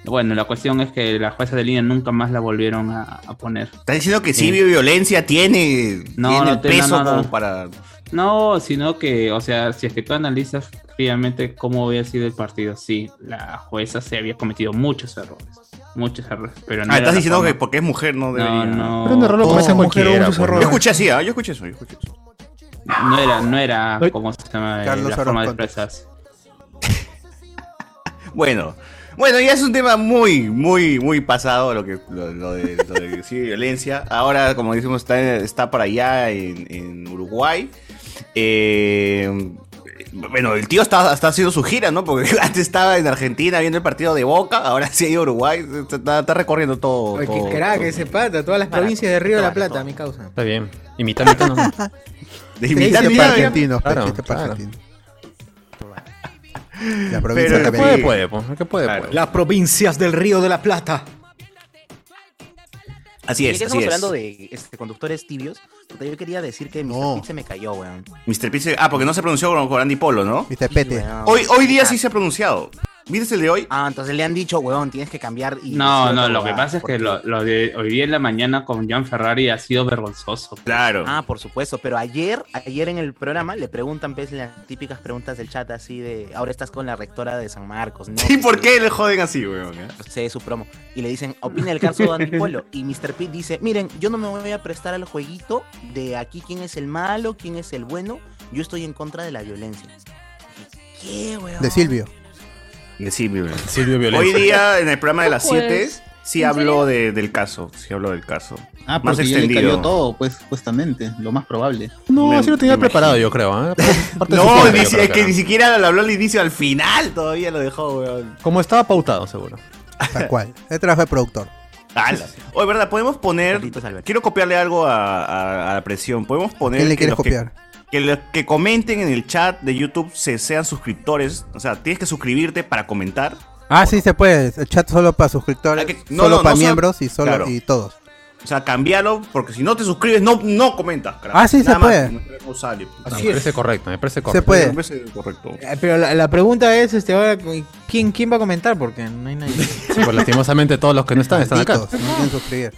S5: Bueno, la cuestión es que la jueza de línea nunca más la volvieron a, a poner.
S3: Está diciendo que sí, violencia tiene, tiene el
S5: te-
S3: peso
S5: no, no.
S3: como para.
S5: No, sino que, o sea, si es que tú analizas fríamente cómo había sido el partido, sí, la jueza se había cometido muchos errores, muchos errores, pero no
S3: ah,
S5: era
S3: estás
S5: la
S3: diciendo que
S5: forma.
S3: porque es mujer no
S5: No,
S3: debería.
S5: no. Pero un error lo comete
S3: mujer,
S5: cualquiera,
S3: muchos
S5: pues.
S3: errores. Yo escuché así, ah, yo escuché eso, yo escuché eso.
S5: No era, no era
S3: Ay.
S5: como se llama Eh,
S3: Carlos
S5: la
S3: Arroz
S5: forma de
S3: Conte.
S5: expresarse.
S3: Bueno, bueno, ya es un tema muy, muy, muy pasado lo que lo, lo de, lo de sí, violencia. Ahora, como decimos, está, está para allá en, en Uruguay. Eh, bueno, el tío está, está haciendo su gira, ¿no? Porque antes estaba en Argentina viendo el partido de Boca, ahora sí ha ido a Uruguay, está, está recorriendo todo.
S1: Oye,
S3: todo-
S1: qué crack
S3: todo.
S1: ese pata, todas las provincias de Río de la Plata, mi causa.
S2: Está bien. Imitando todo nomás.
S3: De
S2: imitar
S1: Chiste
S2: bien.
S1: para argentinos,
S2: Claro,
S1: chiste para
S2: claro.
S4: La
S1: provincia
S2: Pero el que
S1: también.
S2: puede, puede, pues, el que puede, puede.
S1: Las provincias del Río de la Plata.
S3: Así
S10: Ya
S3: es,
S10: que
S3: así
S10: estamos
S3: es.
S10: hablando de este, conductores tibios, puta, yo quería decir que mi Pete se me cayó, weón.
S3: Mr. Pizzi- ah, porque no se pronunció con, con Andy Polo, ¿no?
S4: Mr. Pete.
S3: Hoy, hoy día sí se ha pronunciado. ¿Viste el de hoy?
S10: Ah, entonces le han dicho, weón, tienes que cambiar. Y
S5: No,
S10: decir
S5: no,
S10: otra
S5: lo que
S10: huevada.
S5: pasa es que lo, lo de hoy día en la mañana con John Ferrari ha sido vergonzoso.
S3: Claro.
S10: Ah, por supuesto, pero ayer, ayer en el programa le preguntan, ves, las típicas preguntas del chat así de, ahora estás con la rectora de San Marcos, ¿no?
S3: ¿Y por qué le joden así, weón? eh?
S10: sé su promo. Y le dicen, opina el caso de Andy Polo. Y Mr. Pete dice, miren, yo no me voy a prestar al jueguito de aquí quién es el malo, quién es el bueno. Yo estoy en contra de la violencia. ¿Qué, weón?
S4: De Silvio.
S3: De Silvio Violencia.
S2: Silvio
S3: Hoy día, Ah, en el programa de las
S10: Pues,
S3: 7, sí
S10: ¿en
S3: habló de- del caso. Sí habló del caso.
S6: Ah,
S3: Más
S6: porque ya le
S3: extendido.
S6: cayó todo, pues, supuestamente. Lo más probable.
S2: No,
S3: Me-
S2: así lo tenía
S3: me
S2: preparado, yo creo. ¿eh? Parte de su
S3: No,
S2: cuenta,
S3: ni
S2: yo
S3: si-
S2: creo
S3: es que
S2: era.
S3: ni siquiera lo habló al inicio, al final todavía lo dejó, weón.
S2: Como estaba pautado, seguro.
S4: Tal cual. Él trabaja de productor.
S3: Ala. Oye, ¿verdad? Podemos poner. Quiero copiarle algo a, a- a la presión. Podemos poner.
S4: ¿Qué le
S3: que
S4: quieres
S3: los que-
S4: copiar?
S3: Que los que comenten en el chat de YouTube se sean suscriptores. O sea, tienes que suscribirte para comentar.
S4: Ah, sí, se puede. El chat solo para suscriptores,
S3: Ah, que- no,
S4: solo
S3: no,
S4: para
S3: no,
S4: miembros
S3: solo-
S4: y solo
S3: claro.
S4: y todos.
S3: O sea, cambiarlo, porque si no te suscribes, no, no comentas. carajo.
S4: Ah, sí, se puede.
S3: No sale.
S2: Me parece correcto, me parece correcto.
S4: puede.
S3: Me parece correcto.
S1: Eh, Pero la, la pregunta es, este, ahora, ¿quién, ¿quién va a comentar? Porque no hay nadie.
S2: Pues lastimosamente todos los que no están están acá.
S4: Malditos, no quieren suscribir.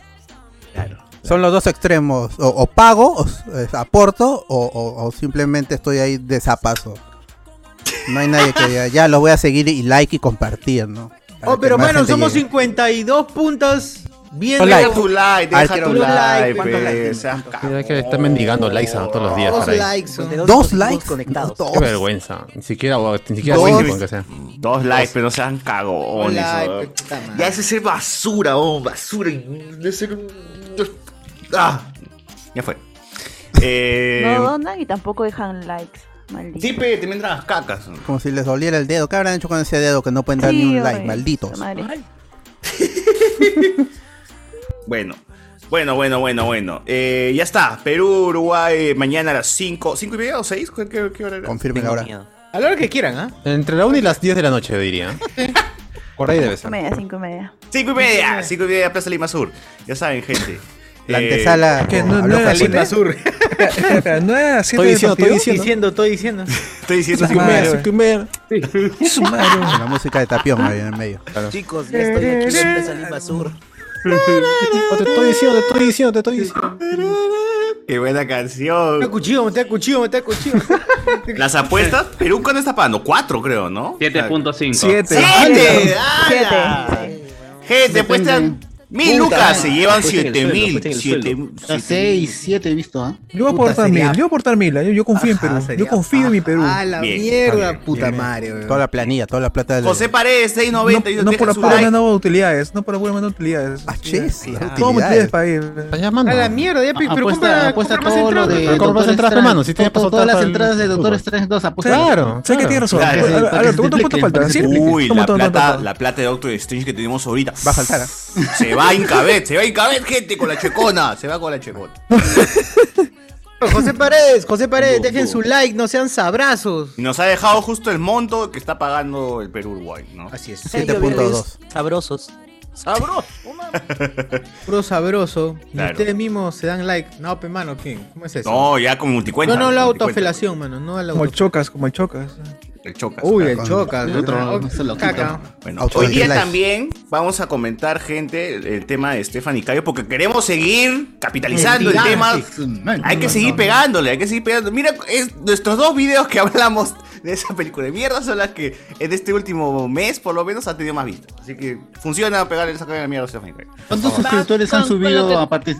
S4: Son los dos extremos. O, o pago, o, s- eh, aporto, o, o- o simplemente estoy ahí de zapazo. No hay nadie que diga, ya lo voy a seguir y like y compartir, ¿no? Para
S1: Oh,
S4: que
S1: pero
S4: más
S1: mano,
S4: gente
S1: somos
S4: llegue.
S1: 52 puntos. Bien,
S4: Un
S3: Deja tu like, deja
S1: Quiero
S3: tu
S1: un like,
S3: like,
S2: pues?
S1: ¿cuántos
S3: pe,
S1: likes tiene?
S3: seas ca-
S2: Hay que estar mendigando likes a todos los días.
S1: Dos
S2: caray.
S1: likes. son-
S4: Dos likes. Dos.
S2: Qué vergüenza. Ni siquiera, ni siquiera
S3: Dos.
S2: Windows, aunque sea.
S3: Dos likes, pero no sean cagones.
S1: Un like,
S3: weón.
S1: puta madre.
S3: Ya ese es ser basura, oh, basura. De ser un- Ah, ya fue. Eh,
S13: No donan y tampoco dejan likes. Maldito.
S3: Sí, pe, te vendrán las cacas.
S4: Como si les doliera el dedo. ¿Qué habrán hecho con ese dedo que no pueden dar ni
S13: Sí,
S4: un like?
S13: oye,
S4: Malditos.
S13: madre.
S3: Bueno, bueno, bueno, bueno, bueno. Eh, ya está. Perú, Uruguay, mañana a las 5. ¿5 y media o 6? ¿Qué, qué- qué hora era?
S4: Confirmen Tengo ahora. miedo.
S1: A la hora que quieran, ¿ah?
S2: Entre la 1 y las 10 de la noche, yo diría. Por ahí debe
S13: Cinco y
S2: ser.
S13: media, cinco y media.
S3: 5 y media, 5 y media, Plaza Lima Sur. Ya saben, gente. Eh,
S4: La antesala.
S7: que no-
S4: a
S7: no
S4: los
S7: era
S4: japoneses.
S7: Lima Sur. ¿eh? Espera, ¿no era así
S4: Estoy
S7: de
S4: diciendo,
S7: partido?
S4: estoy diciendo.
S1: Estoy diciendo.
S3: Estoy diciendo
S4: Su madre, su
S7: Su madre.
S4: Con La música de Tapión ahí en el medio.
S10: Chicos, ya estoy aquí en Plaza Lima Sur.
S2: Oh, Te estoy diciendo, te estoy diciendo, te estoy diciendo.
S3: Qué buena
S1: Mete a
S3: canción.
S1: cuchillo, mete a cuchillo, mete a cuchillo.
S3: Las apuestas, Perú, ¿cuándo está pagando? 4, creo, ¿no?
S5: 7.5.
S3: Siete.
S1: Siete.
S3: ¡Ala! Gente, apuestan Mil
S6: Puta
S3: lucas,
S6: madre.
S3: se llevan
S6: Fuiste en el suelo,
S3: 7000.
S6: fuiste en el suelo. Hasta seis, siete he visto, ¿ah?
S7: Yo voy a aportar mil, yo voy a aportar mil, ¿eh? yo, yo confío en Perú, yo confío en mi Perú.
S3: Ah,
S1: A la mierda, puta madre. weón.
S4: Toda la planilla, toda la plata del.
S3: José Paredes, 690. y
S7: No, no
S3: deja
S7: por
S3: su
S7: apuro
S3: like.
S7: me han dado utilidades, no por apuro me han dado utilidades. Ah,
S4: chis,
S7: Todo me
S4: utilidades.
S7: utilidades para ir.
S2: llamando.
S1: A la mierda, ya, pe-
S6: Ah,
S1: pero
S6: apuesta-
S1: compra,
S6: apuesta
S1: compra más
S6: todo lo
S1: entradas.
S6: de
S1: pe.
S6: Doctor
S1: Compra más entradas,
S6: Strange.
S1: mano, si tienes
S6: Todo-
S1: pasado
S6: Todas
S1: para
S6: las
S1: el
S6: entradas de Doctor
S1: fútbol.
S6: Strange 2 apuesta.
S7: Claro, sé que tienes razón.
S3: Claro.
S7: A- a- a- Alberto, ¿cuánto- ¿cuánto falta? Siempre-
S3: Uy,
S7: toma,
S3: la
S7: toma, toma,
S3: plata,
S7: toma.
S3: la plata de Doctor Strange que tenemos ahorita.
S4: Va a faltar. ¿ah?
S3: Se va a Incabet, se va a Incabet, gente, con la checona. Se va con la checona.
S1: José Paredes, José Paredes, dejen su like, no sean sabrazos.
S3: Y nos ha dejado justo el monto que está pagando el Perú-Uruguay, ¿no?
S1: Así es.
S10: Sabrosos.
S3: Sabroso.
S1: Puro sabroso. Y
S3: Claro.
S1: ustedes mismos se dan like. No, pe mano, ¿quién? ¿Cómo es eso?
S3: No, ya con multicuenta.
S1: No, no, la
S3: multicuenta.
S1: autofelación, mano. No la
S7: Como el
S1: auto...
S7: chocas, como el chocas.
S3: El chocas.
S1: Uy, el
S3: Claro.
S1: chocas.
S3: El otro,
S1: ¿verdad?
S3: no se lo
S1: Caca.
S3: quita. Bueno, hoy día también vamos a comentar, gente, el- el tema de Stephanie Cayo, porque queremos seguir capitalizando el
S1: Mentira.
S3: tema.
S1: Sí,
S3: Hay que
S1: no,
S3: seguir
S1: no.
S3: pegándole, hay que seguir pegando. Mira, es- nuestros dos videos que hablamos de esa película de mierda son las que en este último mes, por lo menos, ha tenido más vistas. Así que funciona pegarle esa cara de la mierda a Stephanie Cayo.
S6: ¿Cuántos
S3: Por favor.
S6: suscriptores han
S12: Con- con lo que-
S6: subido a partir?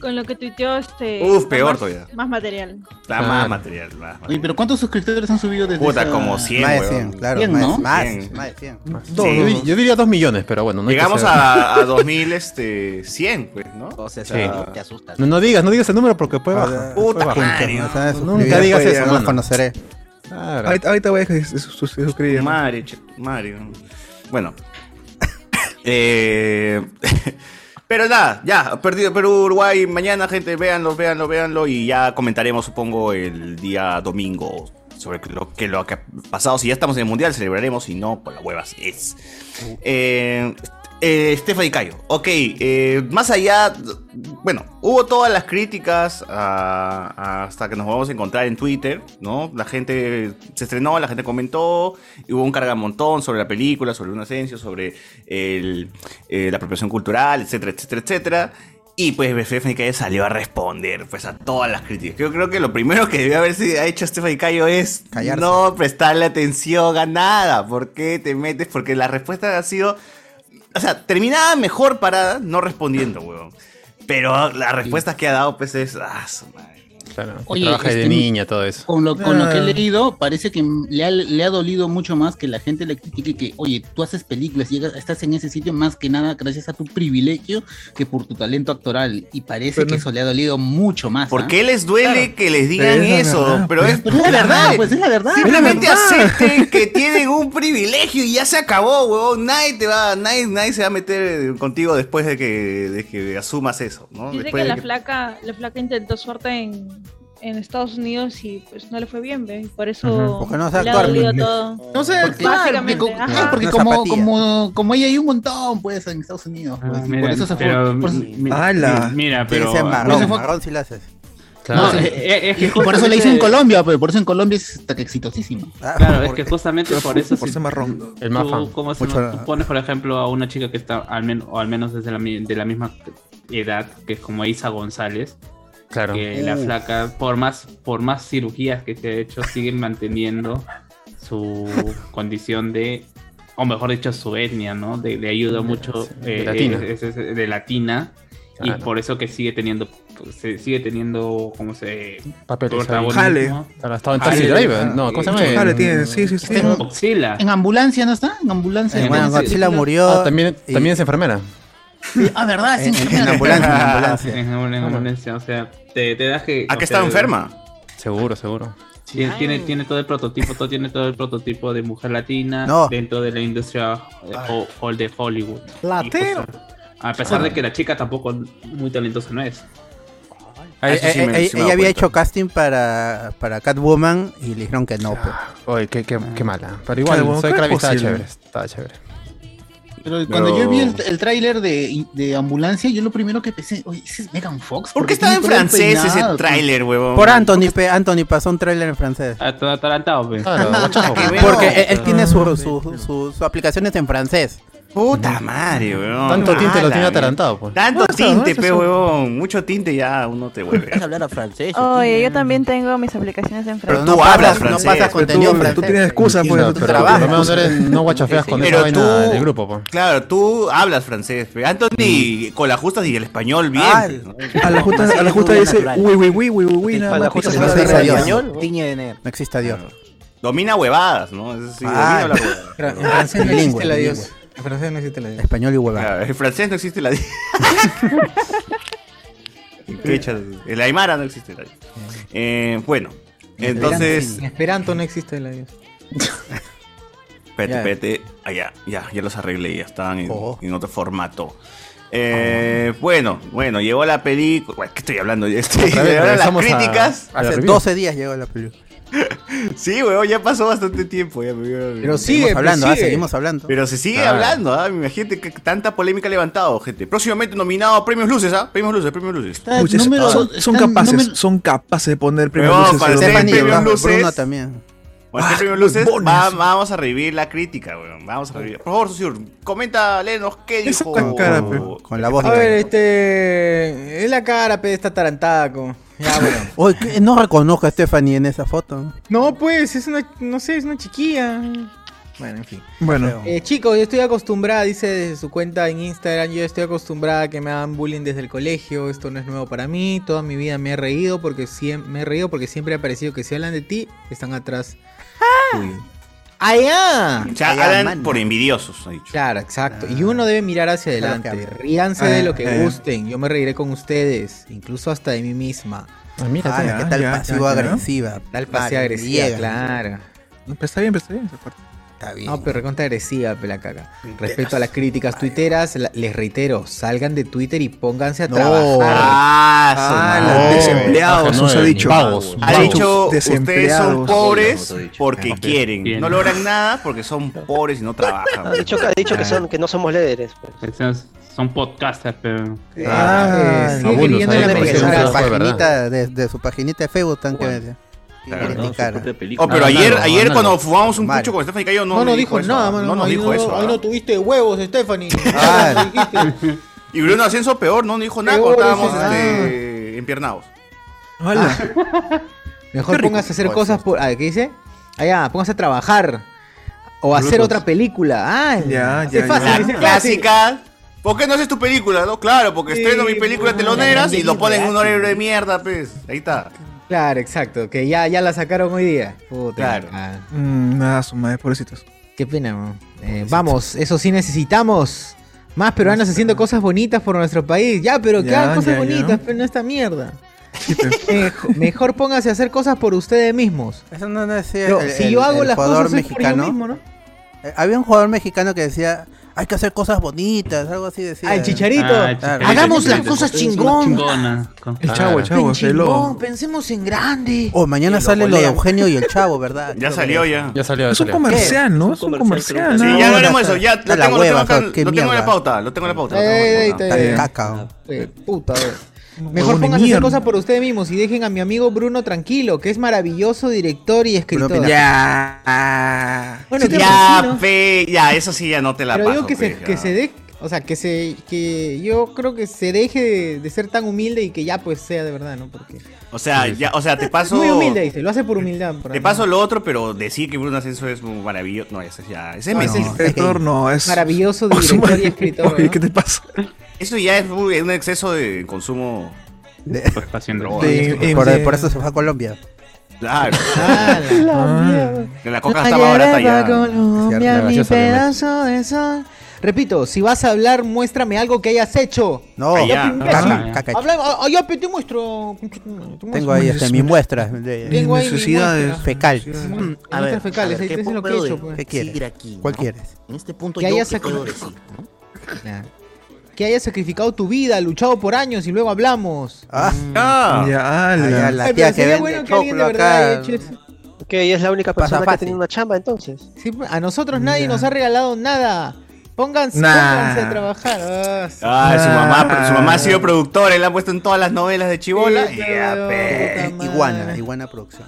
S12: Con lo que tuiteó este.
S3: Uf, peor
S12: más-
S3: todavía.
S12: Más material.
S3: Está
S1: Ah.
S3: más material, más material.
S6: Oye, pero ¿cuántos suscriptores han subido desde
S3: Puta,
S6: esa-
S3: como 100,
S4: Más de
S3: weón.
S4: 100, claro.
S6: 100,
S4: más,
S6: ¿no?
S4: más,
S3: 100.
S4: más de 100.
S2: Dos,
S3: Sí.
S2: dos, Yo diría 2 millones, pero bueno. No hay que
S3: Llegamos
S2: ser-
S3: a, a 2000, este, 100, pues, ¿no? O sea,
S2: Sí. No, no digas, no digas el número porque puede bajar.
S3: Puta
S2: Puede bajar.
S3: madre,
S2: No
S3: ¿no?
S2: sabes,
S7: Nunca
S2: Nunca digas
S7: puede,
S2: eso,
S7: no
S2: mano.
S4: conoceré.
S2: Claro.
S7: Ahorita ahorita voy a dejar de sus- sus- suscribirme.
S3: Madre, ch- madre. Bueno. Eh, pero nada, ya, perdido Perú, Uruguay, mañana, gente, véanlo, véanlo, véanlo y ya comentaremos, supongo, el día domingo sobre lo que, lo que ha pasado. Si ya estamos en el Mundial, celebraremos, si no, por las huevas es. Eh, eh, Stephanie Cayo, ok, eh, más allá, bueno, hubo todas las críticas a- a- hasta que nos vamos a encontrar en Twitter, ¿no? La gente se estrenó, la gente comentó, y hubo un cargamontón sobre la película, sobre un ascenso, sobre el- eh, la apropiación cultural, etcétera, etcétera, etcétera. Y pues Stephanie Cayo salió a responder pues a todas las críticas. Yo creo que lo primero que debió haber sido- ha hecho Stephanie Cayo es
S4: Callarse.
S3: no prestarle atención a nada. ¿Por qué te metes? Porque la respuesta ha sido... O sea, terminaba mejor parada no respondiendo, weón. Pero la respuesta que ha dado, pues, es. Ah, su madre.
S2: Claro,
S6: Oye,
S2: trabaja de
S6: este-
S2: niña, todo eso.
S6: Con lo, con lo que he
S3: Eh.
S2: Ah.
S6: leído, parece que le ha, le ha dolido mucho más que la gente le critique que, oye, tú haces películas, llegas, estás en ese sitio más que nada gracias a tu privilegio que por tu talento actoral. Y parece
S7: Pero
S6: que
S7: no-
S6: eso le ha dolido mucho más.
S3: ¿Por
S6: ¿ah?
S3: qué les duele que les digan
S6: Pero es la
S3: eso?
S6: verdad,
S3: pero
S6: pues.
S3: es,
S6: Pero es la
S3: puta
S6: verdad,
S3: madre.
S6: pues, es la verdad.
S3: Simplemente
S6: Es la verdad.
S3: acepten que tienen un privilegio y ya se acabó, weón. Nadie te va, nadie, nadie se va a meter eh, contigo después de que, de que asumas eso, ¿no?
S12: Dice
S3: Después
S12: que
S3: de
S12: la
S3: que-
S12: flaca, la flaca intentó suerte en, en Estados Unidos y pues no le fue bien, ¿ve? Y Por eso
S4: Ujú. Porque no sabe
S12: le ha
S4: actuar,
S12: dolido
S4: ¿ve?
S12: todo.
S1: No sé,
S6: Porque,
S12: Pues Básicamente,
S6: porque,
S12: ajá.
S6: ajá, porque
S4: Una
S6: como,
S4: zapatilla.
S6: como, como ella hay un montón, pues, en Estados Unidos. pues, y
S5: Ah, Mira,
S6: por eso se fue.
S5: pero,
S6: por eso-
S5: mi- mi-
S7: ¡Hala!
S5: mi- Mira, pero.
S6: por
S4: Ese
S6: eso
S4: marrón,
S6: fue-
S4: marrón si la haces.
S5: No,
S6: No,
S5: eh,
S6: sí.
S5: eh, es que
S6: y por eso
S5: justamente-
S6: la hizo en Colombia, pues, por eso en Colombia es tan exitosísima.
S4: Ah,
S5: Claro, es
S4: porque-
S5: que justamente por eso.
S7: Por
S5: si
S7: ser marrón.
S2: El
S5: tú,
S2: mafa.
S5: ¿cómo se
S4: Mucho-
S5: llama? Tú pones, por ejemplo, a una chica que está, al menos, o al menos desde la, mi- de la misma edad, que es como Isa González.
S2: Claro.
S5: que la flaca, por más, por más cirugías que se ha hecho, sigue manteniendo su condición de, o mejor dicho, su etnia, ¿no? De, le ayuda mucho
S2: de
S5: eh,
S2: latina.
S5: es- es- es de latina. Y
S2: Claro.
S5: por eso que sigue teniendo, se- sigue teniendo, como se...
S2: Papeles. ahí.
S5: protagonismo.
S7: Jale.
S2: Ahora estaba en Taxi
S5: Jale,
S2: Driver. No, ¿cómo se llama? Este-
S7: Ojalá
S2: En-
S7: tiene, sí, sí, sí.
S5: En Godzilla.
S6: En ambulancia, ¿no está? En ambulancia.
S1: Eh,
S5: En
S4: Bueno,
S5: ambulancia.
S4: Godzilla murió.
S2: Ah, también,
S4: y-
S2: también es enfermera.
S6: Ah, ¿verdad? Es
S4: en, en- en ambulancia, en ambulancia.
S5: En ambul- en ambulancia, o sea, te, te das que...
S3: Ah,
S5: o
S3: que
S5: sea,
S3: estaba enferma.
S2: Seguro, seguro.
S5: Tiene, tiene, tiene todo el prototipo, todo tiene todo el prototipo de mujer latina
S4: No.
S5: dentro de la industria eh, ho- hol- de Hollywood.
S1: Latino.
S5: Y pues, A pesar de que la chica tampoco muy talentosa no es.
S4: Eh,
S3: Eso sí
S4: eh,
S3: me-
S4: eh,
S3: sí
S4: ella
S3: me he dado
S4: había
S3: cuenta.
S4: hecho casting para, para Catwoman y le dijeron que no. pues.
S2: Oye, qué, qué, qué mala. Pero igual,
S7: Claro,
S2: soy
S7: ¿cómo
S2: Kravis
S7: es
S2: estaba
S7: posible?
S2: chévere. Estaba chévere.
S1: Eh,
S6: Pero cuando
S3: No.
S6: yo vi el, el tráiler de, de ambulancia, yo lo primero que pensé, oye, ese es Megan Fox.
S3: ¿Por qué
S6: tiene
S3: estaba en
S6: todo el
S3: francés
S6: peinado?
S3: ese tráiler, huevón?
S4: Por Anthony, pe, Anthony pasó un tráiler en francés.
S5: Ah, todo atarantado, pe.
S2: Claro, guachapo.
S3: Ah,
S2: Ah,
S3: que ver.
S4: Porque
S3: no,
S4: él, él tiene sus su, su- su- sus aplicaciones en francés.
S3: Puta madre, weón.
S2: Tanto tinte lo
S3: Ala,
S2: tiene
S3: mierda.
S2: atarantado, pues.
S3: ¿eh? Tanto
S2: No, eso,
S3: tinte,
S2: eso,
S3: pe,
S2: eso.
S3: weón. Mucho tinte ya uno te vuelve.
S10: Vas a hablar a francés.
S13: Oye, yo también tengo mis aplicaciones en
S3: Pero
S13: francés.
S3: tú hablas francés.
S4: pasas
S3: pero
S4: contenido
S3: tú-
S4: francés.
S3: tú tienes excusa,
S2: Entiendo,
S3: pues, tú
S2: pero
S3: trabajas.
S2: por lo menos no eres- no guachafeas con esa vaina del grupo, pues. po.
S3: Claro, tú hablas francés. pe. Anthony, con las justas y el español bien. pe, ¿no?
S7: A la justa, a la justa dice, uy, uy, uy, uy, uy, uy, nada
S3: A la
S7: más.
S3: justa
S7: cosas
S3: se
S7: así.
S3: habla
S7: Dios.
S3: español.
S10: Tiñe de negro.
S4: No existe Dios.
S3: Domina huevadas, ¿no? Es decir,
S4: Ah,
S3: domina la huevada.
S1: En francés no existe la
S4: bilingüe.
S1: Dios. En francés no existe la Dios.
S4: Español y hueva.
S3: Claro, En francés no existe la Dios. En quechua, El Aymara no existe la Dios. Eh, bueno, entonces.
S1: En Esperanto no existe la Dios.
S3: Espérate,
S1: Ya.
S3: espérate. Ah, ya, ya, ya los arreglé, ya estaban en, en otro formato. Eh, Bueno, bueno, llegó la película. Bueno, ¿Qué estoy hablando? Este,
S4: Otra vez,
S3: llegaron las
S4: regresamos a-
S3: críticas.
S4: Hace 12 días llegó la película.
S3: Sí, weón, ya pasó bastante tiempo. Ya, weón.
S4: Pero sigue, Seguimos hablando, pues, sigue. ah, seguimos hablando.
S3: Pero se sigue
S4: Ah.
S3: hablando, ah, imagínate que tanta polémica ha levantado, gente. Próximamente nominado a premios luces, ¿ah? Premios luces, premios luces.
S7: Pucha, son, son capaces, son capaces de poner premios
S3: Huevón,
S7: luces.
S3: para
S7: pero-
S3: ser
S7: Sepan
S3: premios
S7: llevar.
S3: luces.
S7: Bruno
S4: también.
S3: Para ser premios luces, va- vamos a revivir la crítica, weón. Vamos a revivir. Por favor, Susur, comenta, léenos qué dijo.
S2: Oh,
S4: Con la voz
S1: A
S4: de-
S1: ver, este. Es la cara, pe, esta tarantada, como. Ya, bueno.
S4: Oye, ¿qué? no reconozco a Stephanie en esa foto.
S1: No, pues, es una. No sé, es una chiquilla. Bueno, en fin.
S7: Bueno.
S1: Eh, chicos, yo estoy acostumbrada, dice desde su cuenta en Instagram, yo estoy acostumbrada a que me hagan bullying desde el colegio, esto no es nuevo para mí, toda mi vida me he reído porque siempre me he reído porque siempre ha parecido que si hablan de ti, están atrás. tuyo. ¡Allá!
S3: O sea, hablan por Ah. envidiosos, ha dicho.
S1: Claro, exacto. Y uno debe mirar hacia
S3: Claro
S1: adelante.
S3: que hablan.
S1: Ríanse
S3: Ah,
S1: de lo que
S3: eh.
S1: gusten. Yo me reiré con ustedes, incluso hasta de mí misma.
S2: Ah, mira,
S7: Ah, ya,
S1: ¿qué
S7: ya, ya, ya,
S4: pasivo-agresiva?
S1: Tal
S4: Vale,
S1: pasiva agresiva,
S4: niega.
S1: claro.
S7: No, pero está bien, pero está bien esa parte.
S4: Está bien.
S1: No, pero recontra agresiva, pe la caca. Respecto a las críticas tuiteras, la- les reitero, salgan de Twitter y pónganse a
S7: No.
S1: trabajar.
S7: Ah, su madre.
S1: no.
S7: Desempleados,
S1: Baja,
S7: nos ha
S1: nueve,
S7: dicho.
S1: vagos,
S3: Ha
S1: vagos.
S3: dicho, ustedes son
S1: Desempleados.
S3: pobres
S8: Apoyamos, ha dicho.
S3: porque
S8: Ah, ok.
S3: quieren.
S8: Bien.
S3: No logran nada porque son pobres y no trabajan.
S8: Ha dicho, que- ha dicho que,
S3: Ah.
S8: son, que no somos líderes. pues.
S5: Esos son podcasters, pero.
S4: Ah,
S5: Eh,
S4: sí,
S5: abuelos,
S4: queriendo
S5: ahí
S4: de,
S5: apareció
S4: su
S5: un trabajo de
S4: paginita, de, de su paginita de Facebook están que, que
S3: Claro, ¿no?
S4: criticar. Ah,
S3: Oh, pero ayer, ayer cuando fumamos un pucho con Estefan Cayo no,
S1: No,
S3: nos
S1: no dijo nada,
S3: eso,
S1: mano.
S3: No nos
S1: ahí
S3: dijo eso.
S1: Ahí
S3: ¿ah?
S1: no tuviste huevos, Stephanie.
S3: Y Bruno Ascenso peor, no dijo nada
S1: Peor,
S3: cuando estábamos
S1: dices,
S3: este, empiernados.
S1: Mejor póngase a hacer cosas por. ah, ¿Qué dice? Allá, póngase a trabajar. O a hacer
S3: Brutos.
S1: otra película. Ah,
S7: ya,
S1: Es fácil, es fácil.
S3: Clásica. ¿Por qué no haces tu película? No, claro, porque estreno mi película teloneras y lo ponen en un horario de mierda, pues. Ahí está.
S1: Claro, exacto. Que ya, ya la sacaron hoy día. Puta,
S3: Claro.
S1: ah,
S7: Mm, nada, su madre, pobrecitos.
S1: qué pena, man. Eh, vamos, eso sí necesitamos. Más peruanos haciendo cosas bonitas por nuestro país. Ya, pero que
S7: Ya,
S1: hagan cosas
S7: ya, ya.
S1: bonitas, pero no esta mierda. Mej- mejor póngase a hacer cosas por ustedes mismos.
S4: Eso no, no decía
S1: Yo-
S4: el-
S1: si
S4: el-
S1: yo hago
S4: el
S1: las
S4: jugador
S1: cosas es por yo
S4: mexicano.
S1: mismo, ¿no?
S4: Eh, Había un jugador mexicano que decía, hay que hacer cosas bonitas, algo así decía.
S1: Ah, el Chicharito. Ah, el Chicharito. Hagamos las cosas chingón.
S4: El
S7: chavo, el chavo,
S1: Pinche
S7: el
S1: no, pensemos en grande.
S4: O Oh, mañana
S1: Que
S4: sale lo de
S1: golean.
S4: Eugenio y el chavo, ¿verdad?
S3: Ya salió, ya.
S2: Ya salió, ya
S7: Es un
S2: salió.
S7: comercial, ¿no? Es un comercial.
S3: Sí,
S7: ¿no?
S3: ya hablaremos de eso. Ya lo
S4: Da la
S3: tengo, lo tengo
S4: hueva,
S3: acá,
S4: pero qué
S3: lo tengo en la
S4: mierda.
S3: pauta. Lo tengo en la pauta. lo tengo en la
S1: Ey,
S3: pauta.
S1: ey,
S4: Está
S1: ey.
S4: de caca. ¿no?
S1: Eh, puta, a ver. Mejor
S4: huevón de
S1: pónganse a hacer
S4: mierda.
S1: cosas por ustedes mismos y dejen a mi amigo Bruno tranquilo, que es maravilloso director y escritor.
S4: Bruno
S7: Ya.
S1: Bueno, creo
S3: ya,
S1: que sí, ¿no?
S3: fe, ya, eso sí ya no te la
S1: Pero
S3: paso.
S1: digo que se,
S3: pe,
S1: que
S3: ya.
S1: se de, o sea, que se, que yo creo que se deje de, de ser tan humilde y que ya pues sea de verdad, ¿no? Porque
S3: O sea, ya, o sea, te paso.
S1: muy humilde dice, lo hace por humildad. por
S3: Te
S1: ahí.
S3: paso lo otro, pero decir que Bruno Ascenso es un maravilloso. No, ese ya. Ese
S7: No,
S3: es
S7: el director no es.
S1: Maravilloso
S7: Oh, su
S1: director y
S7: madre.
S1: escritor.
S7: Oye,
S1: ¿no?
S7: ¿qué te pasa?
S3: Eso ya es muy- un exceso de consumo.
S4: De-
S3: drogas.
S4: De- por, por eso se fue a Colombia.
S3: Claro.
S1: Ah, mierda.
S3: Que la coca
S1: Allá
S3: estaba barata
S1: va
S3: ya.
S1: Colombia,
S4: Cierto,
S1: mi
S4: gracioso,
S1: pedazo de sol. Repito, si vas a hablar, muéstrame algo que hayas hecho.
S4: No,
S1: Yo, imbécil.
S4: Oh, caca, caca.
S1: Habla- ah, ah, ya, pe, te muestro.
S4: Tengo ahí este, mis muestras. de-
S1: Tengo ahí mis Necesidades. muestras.
S4: Fecal.
S1: Mm,
S10: A ver,
S1: Notas fecales,
S10: a ver,
S1: ahí
S10: ¿qué
S1: es lo que he
S10: puedo
S1: hecho, pues.
S4: ¿Qué
S10: decir
S4: quieres?
S10: aquí,
S4: ¿Cuál
S10: no?
S4: quieres?
S10: En este punto
S1: Que
S10: yo
S1: haya
S10: qué puedo
S1: sacado-
S10: decir, ¿no?
S1: Que hayas sacrificado tu vida, luchado por años y luego hablamos.
S4: Ah,
S3: Ah.
S7: Ya, ala.
S4: ya, la tía
S1: Ay, pero
S4: que
S1: sería
S4: vende
S1: bueno que alguien de
S4: choclo
S1: verdad
S4: acá.
S1: haya hecho eso.
S8: Que ella es la única
S4: Pasa
S8: persona que ha
S4: fácil.
S8: tenido una chamba entonces.
S1: Sí, a nosotros nadie nos ha regalado nada. Pónganse,
S7: Nah.
S1: pónganse a trabajar. Ah, sí.
S3: Ah, su mamá,
S7: Ah.
S3: su mamá ha sido productora y la han puesto en todas las novelas de Chibola.
S1: Sí,
S3: Ya,
S1: pero-
S3: pe.
S1: puta madre.
S4: Iguana, Iguana Producción.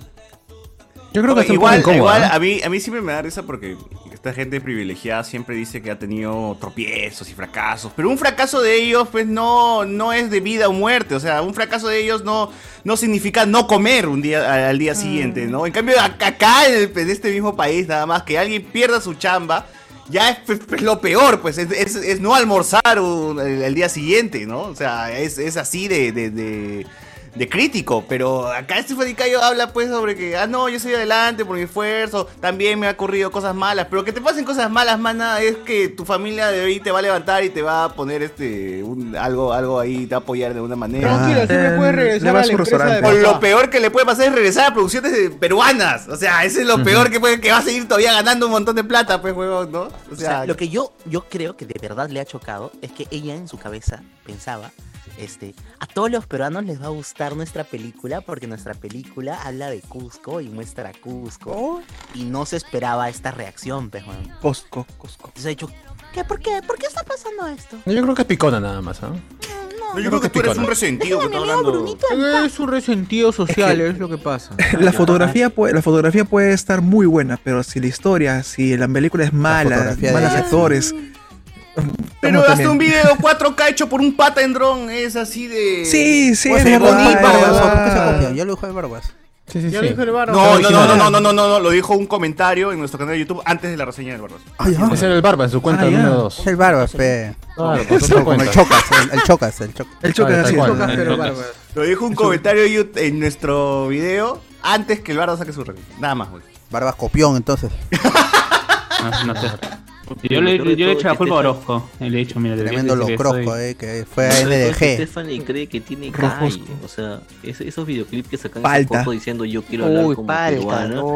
S2: Yo creo
S3: Ok,
S2: que está un poco
S3: igual,
S2: incómodo,
S3: igual
S2: ¿eh?
S3: a, mí, a mí siempre me da risa porque esta gente privilegiada siempre dice que ha tenido tropiezos y fracasos. Pero un fracaso de ellos, pues no, no es de vida o muerte. O sea, un fracaso de ellos no, no significa no comer un día a- al día siguiente, ¿no? En cambio, ac- acá en, el- en este mismo país, nada más que alguien pierda su chamba. Ya es pues, pues, lo peor, pues es, es- es no almorzar un- el, el día siguiente, ¿no? O sea, es, es así de- de- de, de crítico, pero acá este Fadicayo habla pues sobre que, ah, no, yo soy adelante por mi esfuerzo, también me ha ocurrido cosas malas, pero que te pasen cosas malas, mana, es que tu familia de hoy te va a levantar y te va a poner este un- algo algo ahí, te va a apoyar de alguna manera.
S1: Tranquilo, siempre puedes regresar a la empresa de
S3: Con
S1: papá.
S3: lo peor que le puede pasar es regresar a producciones eh, peruanas, o sea, ese es lo
S10: Ujú.
S3: peor que, puede, que va a seguir todavía ganando un montón de plata, pues, huevón, ¿no?
S10: O sea, lo que yo, yo creo que de verdad le ha chocado es que ella en su cabeza pensaba, este, a todos los peruanos les va a gustar nuestra película porque nuestra película habla de Cusco y muestra a Cusco.
S1: Oh.
S10: Y no se esperaba esta reacción, pues, weón.
S2: Cosco, Cosco.
S10: Entonces ha dicho, ¿qué? ¿Por qué? ¿Por qué está pasando esto?
S2: Yo creo que es picona nada más, ¿no?
S3: yo, creo que tú eres
S2: picona.
S3: un resentido que está hablando.
S1: Es un resentido social, es lo que pasa.
S7: La fotografía, puede, la fotografía puede estar muy buena, pero si la historia, si la película es mala,
S4: fotografía de
S7: malos
S4: ella.
S7: actores.
S3: Pero
S7: estamos
S3: hasta
S7: también.
S3: un video 4K hecho por un pata en dron es así de...
S7: Sí, sí,
S3: Pues
S7: es
S3: de
S7: verdad,
S3: bonito,
S7: es verdad.
S3: huevón.
S4: ¿Por qué se copian? Yo lo dijo de Barbas.
S2: Sí, sí,
S4: Ya lo sí. dijo el Barbas.
S3: No, no,
S4: Original.
S3: no, no, no, no, no, no, no, lo dijo un comentario en nuestro canal de YouTube antes de la reseña del Barbas.
S2: Ese era el Barba en su cuenta
S4: Ah, ya.
S2: número 2.
S4: El Barbas, pe.
S2: Claro,
S4: Como
S2: con otra
S4: el
S2: cuenta.
S4: Chocas, el, el Chocas, el Chocas.
S7: El
S2: Chocas, así es.
S4: Chocas,
S2: El
S4: pero
S2: Chocas.
S4: Barbas.
S3: Lo dijo un comentario de YouTube en nuestro video antes que el Barbas saque su review. Nada más, güey.
S4: Barbas copión, entonces.
S5: No sé. Yo le, yo le he hecho la culpa a Orozco. Le he dicho, mira, deberías
S4: Tremendo
S5: decir
S4: los
S5: eso
S4: croscos,
S5: y-
S4: eh, que fue a
S14: Sobre todo que
S4: NDG.
S14: Stephanie cree que tiene
S4: Rojos.
S14: calle. O sea, es- esos videoclips que sacan hace
S4: Palta.
S14: poco diciendo yo quiero hablar
S4: Uy,
S14: como
S4: palta,
S14: peruana.
S4: no.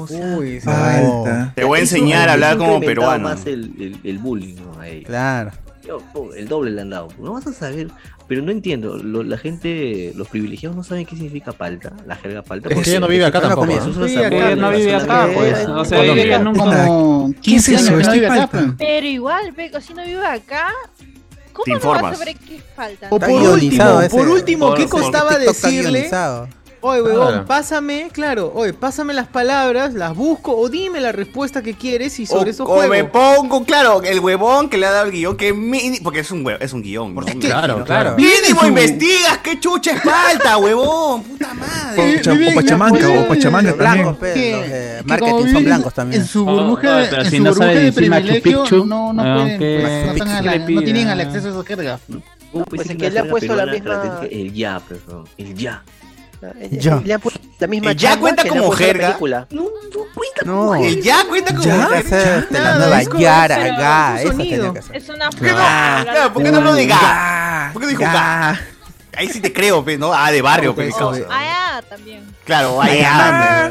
S14: o sea,
S4: Uy, palta.
S3: Te voy a
S14: eso-
S3: enseñar a
S14: eso
S3: hablar
S14: ha
S3: como
S14: incrementado
S3: peruano.
S14: más el, el- el bullying ¿no? a ella.
S4: Claro.
S14: Yo, po, El doble le han dado. No vas a saber. Pero no entiendo. lo- la gente, los privilegiados no saben qué significa palta. La jerga palta.
S2: Es que
S14: porque-
S2: ella no vive acá
S14: porque
S2: tampoco,
S14: es
S2: ¿no?
S14: una
S2: Sí,
S14: zamora,
S2: acá no
S14: es
S2: vive
S14: una
S2: acá,
S14: zamora.
S2: pues, o sea, ella
S14: Colombia.
S2: nunca-
S6: Como
S2: ¿Qué es
S6: 15 años
S2: eso?
S6: que no
S2: Estoy
S6: vive acá,
S2: palta.
S6: pe.
S12: Pero igual, Beco, si no vive acá, ¿cómo
S3: Te
S12: no
S3: informas.
S12: vas a ver qué falta?
S1: O por último, por último, ¿qué costaba decirle? Oye, huevón,
S4: Claro.
S1: pásame, claro, oye, pásame las palabras, las busco o dime la respuesta que quieres y sobre
S3: O,
S1: eso
S3: o
S1: juego.
S3: me pongo, claro, el huevón que le ha dado el guión, que mini- porque es un huevo, es un guión. ¿no?
S2: claro,
S3: ¿no?
S2: claro.
S3: Mínimo investigas qué chucha es falta, huevón. Puta madre.
S7: Cha- o Pachamanca, o Pachamanca también.
S4: eh, marketing son blancos también.
S6: En su
S4: Oh,
S6: burbuja,
S4: oh, pero
S6: en
S4: si
S6: su
S4: no
S6: burbuja
S4: sabe
S6: de
S4: decir Machu
S6: privilegio
S4: Picchu,
S6: no, no
S4: aunque-
S6: pueden, pues, no,
S4: Machu
S6: están
S4: Picchu
S6: a
S4: le
S6: la- no
S4: pida.
S6: tienen al acceso a esa jerga.
S14: Pues
S8: es
S14: es
S8: que
S14: que
S8: le ha puesto la misma-
S14: El ya, pues, no, El ya.
S8: Ya. Le ha puesto la misma
S14: ¿El ya
S8: chamba
S14: cuenta
S8: que le
S14: como
S8: ha puesto a la
S14: jerga?
S8: película.
S4: No.
S3: El ya cuenta como
S4: Ya,
S3: mujer.
S4: esa es de la
S3: Nada,
S4: nueva
S3: es como-
S4: Yara,
S3: pero
S4: Ga,
S3: es un
S4: esa tenía
S3: sonido.
S4: que Ah. ser.
S12: Es una
S3: ¿Por qué no? Claro, ¿por qué no habló de ga? ¿Por qué no dijo ga? Ahí sí te creo, pe, ¿no? Ah, de barrio, pe, causa.
S12: Ah, también.
S3: Claro, ahí ah,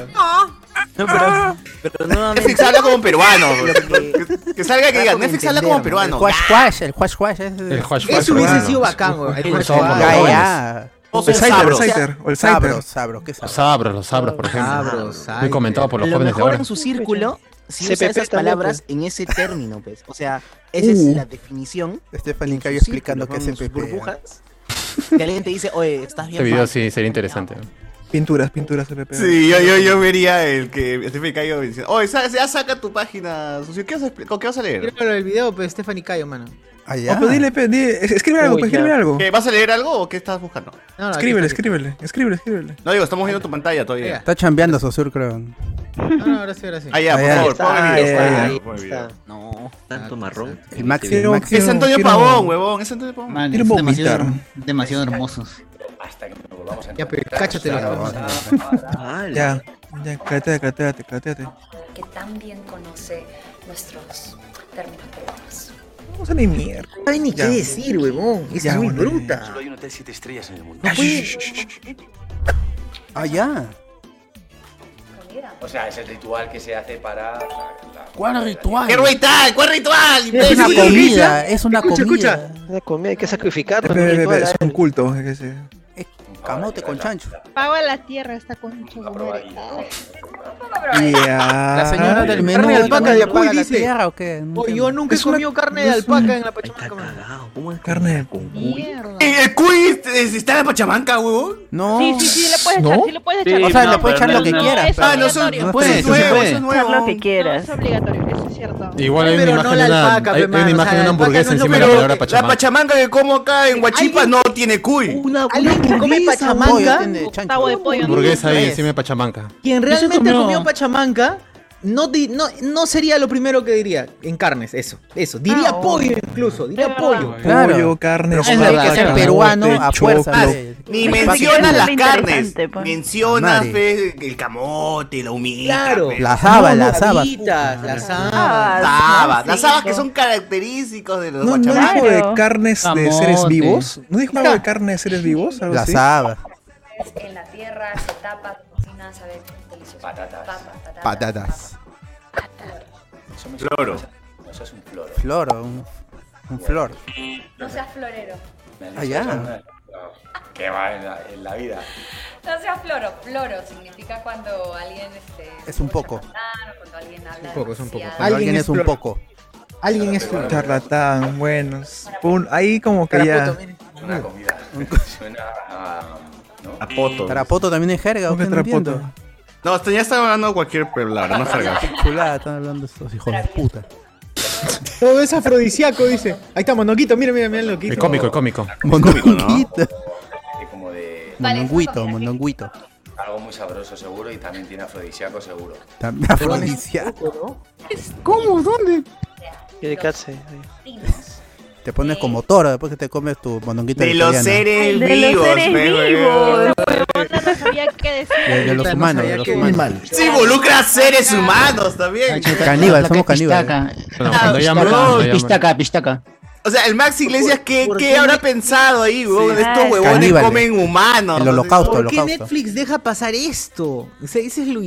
S14: No, pero, pero nuevamente-
S3: Netflix habla como peruano.
S14: Lo
S3: Que, que salga que diga,
S4: Trato de
S3: Netflix habla como
S4: entenderme.
S3: peruano.
S4: El Huash Huash, el Huash Huash. Es,
S2: El Huash Huash Eso hubiese peruano. sido bacán, güey, el Huash Huash.
S4: Gaya.
S3: Todos son sabros.
S4: O el Sabro, sabro, pues ¿qué
S2: Los sabros, los sabros, por ejemplo. Muy comentado por los
S10: lo
S2: jóvenes de
S10: mejor
S2: ahora.
S10: en su círculo, si usa
S8: CPP
S10: esas
S8: también,
S10: palabras en ese término, pues. O sea, esa es
S4: Uh.
S10: la definición.
S4: Stephanie Cayo
S10: Cayo
S4: explicando qué es
S10: sus
S4: CPP.
S10: burbujas. Que alguien te dice, oye, estás bien.
S2: Este video
S10: mal".
S2: sí sería interesante. ¿no?
S7: Pinturas, pinturas CPP.
S3: Sí, yo, yo, yo vería el que Stephen Cayo diciendo, oye, sa- ya Oh, saca tu página, socio, ¿qué vas a, expli- ¿con qué vas a leer?
S1: Quiero el video, pues, Stephanie Cayo, mano.
S7: O, pero dile, pe, dile, es- escribe algo, pues.
S3: Uy,
S7: pe, escribe
S3: ya.
S7: algo.
S3: ¿Qué, ¿Vas a leer algo o qué estás buscando?
S1: No,
S7: Escríbele, escríbele, escríbele, escríbele.
S3: No digo, estamos viendo tu pantalla todavía.
S4: Está chambeando Sosur, creo.
S1: No, no, ahora sí, ahora sí.
S3: Ah, ya, por
S4: Ahí
S3: favor,
S4: está,
S3: ponga el video,
S4: ahí
S3: ponga el video,
S4: está.
S3: ponga el video.
S14: No, tanto marrón.
S4: El Maxi,
S14: Quiero-
S4: el Maxi.
S3: Es Antonio
S4: quiero-
S3: Pavón, huevón, es Antonio Pavón.
S6: Man, es demasiado, demasiado hermosos.
S1: Ya, pero cáchate
S7: Ya, ya, crateate, crateate, crateate.
S15: que tan bien conoce nuestros términos peruanos.
S7: No sabe mierda.
S1: No sabe ni
S7: Ya.
S1: qué decir, huevón. Es
S7: Ya,
S1: muy
S7: bueno,
S1: bruta.
S16: Solo hay un hotel siete estrellas en el mundo.
S1: No puede-
S4: Ah, ya.
S16: O sea, es el ritual que se hace para.
S4: ¿Cuál ritual?
S3: ¿Qué ritual? ¿Cuál ritual?
S4: Es una
S1: imbécil?
S4: comida, es una
S1: Escucha,
S4: comida.
S1: escucha. Una comida hay que sacrificar.
S7: Pe, pe, pe, pe, es un culto. es que sí.
S4: Camote con chancho.
S12: Pago a la tierra está con su madre.
S3: eh,
S7: Ya.
S4: La señora del menú.
S1: Carne de alpaca de Acuy
S4: ¿paga la
S1: dice.
S4: tierra o qué? No
S1: Oh, yo
S4: entiendo.
S1: nunca he comido carne de alpaca en la Pachamama.
S14: ¿Cómo es
S7: Carne.
S14: con
S1: Mierda.
S14: cuy?
S3: el cuy es- está en la pachamanca, huevón.
S4: No.
S12: Sí, sí, sí, le puedes echar,
S3: ¿No?
S12: sí le puedes echar.
S3: Sí, O sea, no, le puedes pero echar lo no, que no. quieras,
S12: es
S3: pero- Ah, no, eso-
S12: obligatorio.
S3: pues, eso se puede.
S13: Echar lo que quieras.
S12: No, es obligatorio, eso es cierto.
S2: Igual hay una imagen de una, hay- hay una imagen de una hamburguesa encima de la palabra
S3: La
S2: pachamanca.
S3: pachamanca que como acá en Huachipa no tiene cuy.
S17: Alguien que come pachamanca,
S12: de pollo.
S2: Hamburguesa ahí encima de pachamanca.
S1: Quien
S17: Yo sí
S1: realmente
S17: comió-
S1: comió pachamanca no, di- no, no sería lo primero que diría en carnes, eso, eso. Diría
S12: Ah,
S1: pollo incluso, diría pollo.
S7: Claro. Pollo, carne,
S1: Pero tiene que
S7: papa,
S1: ser
S7: camote,
S1: peruano a fuerza,
S7: choclo.
S1: sí.
S3: Ni
S1: Papi,
S3: mencionas
S1: es
S3: las
S1: lo
S3: carnes.
S1: interesante, pues.
S3: Mencionas
S1: Madre.
S3: fe, el camote, la humita.
S1: Claro.
S3: fe.
S4: Las habas,
S3: No, no,
S4: las habas.
S1: habitas, las habas.
S3: habas, las habas que
S1: rico.
S3: son característicos de los
S7: No, no
S3: guachamacas.
S7: dijo de carnes de seres
S4: Camote.
S7: vivos. No dijo algo de carne de seres vivos. Algo
S4: Las
S7: así?
S4: habas.
S15: En la tierra se tapa, cocina, sabe, delicioso. Patatas.
S4: Patatas.
S16: Eso me-
S4: Floro.
S16: No, eso es un floro.
S4: Floro. Un, un flor.
S15: No seas florero.
S16: Me han
S4: Ah,
S16: dicho
S4: ya.
S16: eso alguna vez. No, Qué va en la, en la vida.
S15: No seas floro. Floro significa cuando alguien este,
S4: Es un poco.
S15: charlatán o cuando alguien habla
S1: un poco, es un poco.
S15: demasiado.
S7: Cuando alguien es un
S4: poco.
S1: Alguien es flor.
S7: Charlatán, buenos. Pun- ahí como que ya.
S1: Tarapoto,
S16: Una comida. Suena a. ¿no?
S3: A poto.
S4: Tarapoto también es jerga. ¿Qué trapoto?
S3: No, hasta ya estaba hablando cualquier palabra, no salgas.
S4: Chulada, están hablando estos hijos de puta.
S1: Todo es afrodisíaco, dice. Ahí está, Monoquito, mira, mira, mira el loquito.
S2: El cómico, el cómico.
S4: Mondonguito.
S16: Como de.
S4: Mondonguito, mondonguito.
S16: Algo muy sabroso, seguro. Y también tiene afrodisíaco, seguro.
S4: También afrodisíaco.
S17: ¿Cómo? ¿Dónde?
S8: Que de cárcel.
S4: Te pones como toro después que te comes tu mondonguito.
S3: De los seres
S4: vegetariano.
S3: vivos, fe, huevón.
S12: No sabía qué decir.
S4: De, de los
S3: Claro, no
S4: humanos,
S3: sabía
S4: de los
S3: que-
S4: humanos.
S3: Se involucra a seres humanos también.
S4: Caníbal, somos caníbales.
S2: Bueno, cuando
S6: Ah,
S2: llaman,
S6: pistaca,
S2: cuando llaman.
S6: pistaca, pistaca.
S3: O sea, el Max Iglesias, ¿qué, qué habrá pensado ahí, huevón?
S1: Sí.
S3: Estos huevones
S4: Caníbales.
S3: comen humanos.
S4: El holocausto,
S1: ¿Por
S4: el
S1: qué
S4: holocausto.
S1: Netflix deja pasar esto? O sea, ese es lo,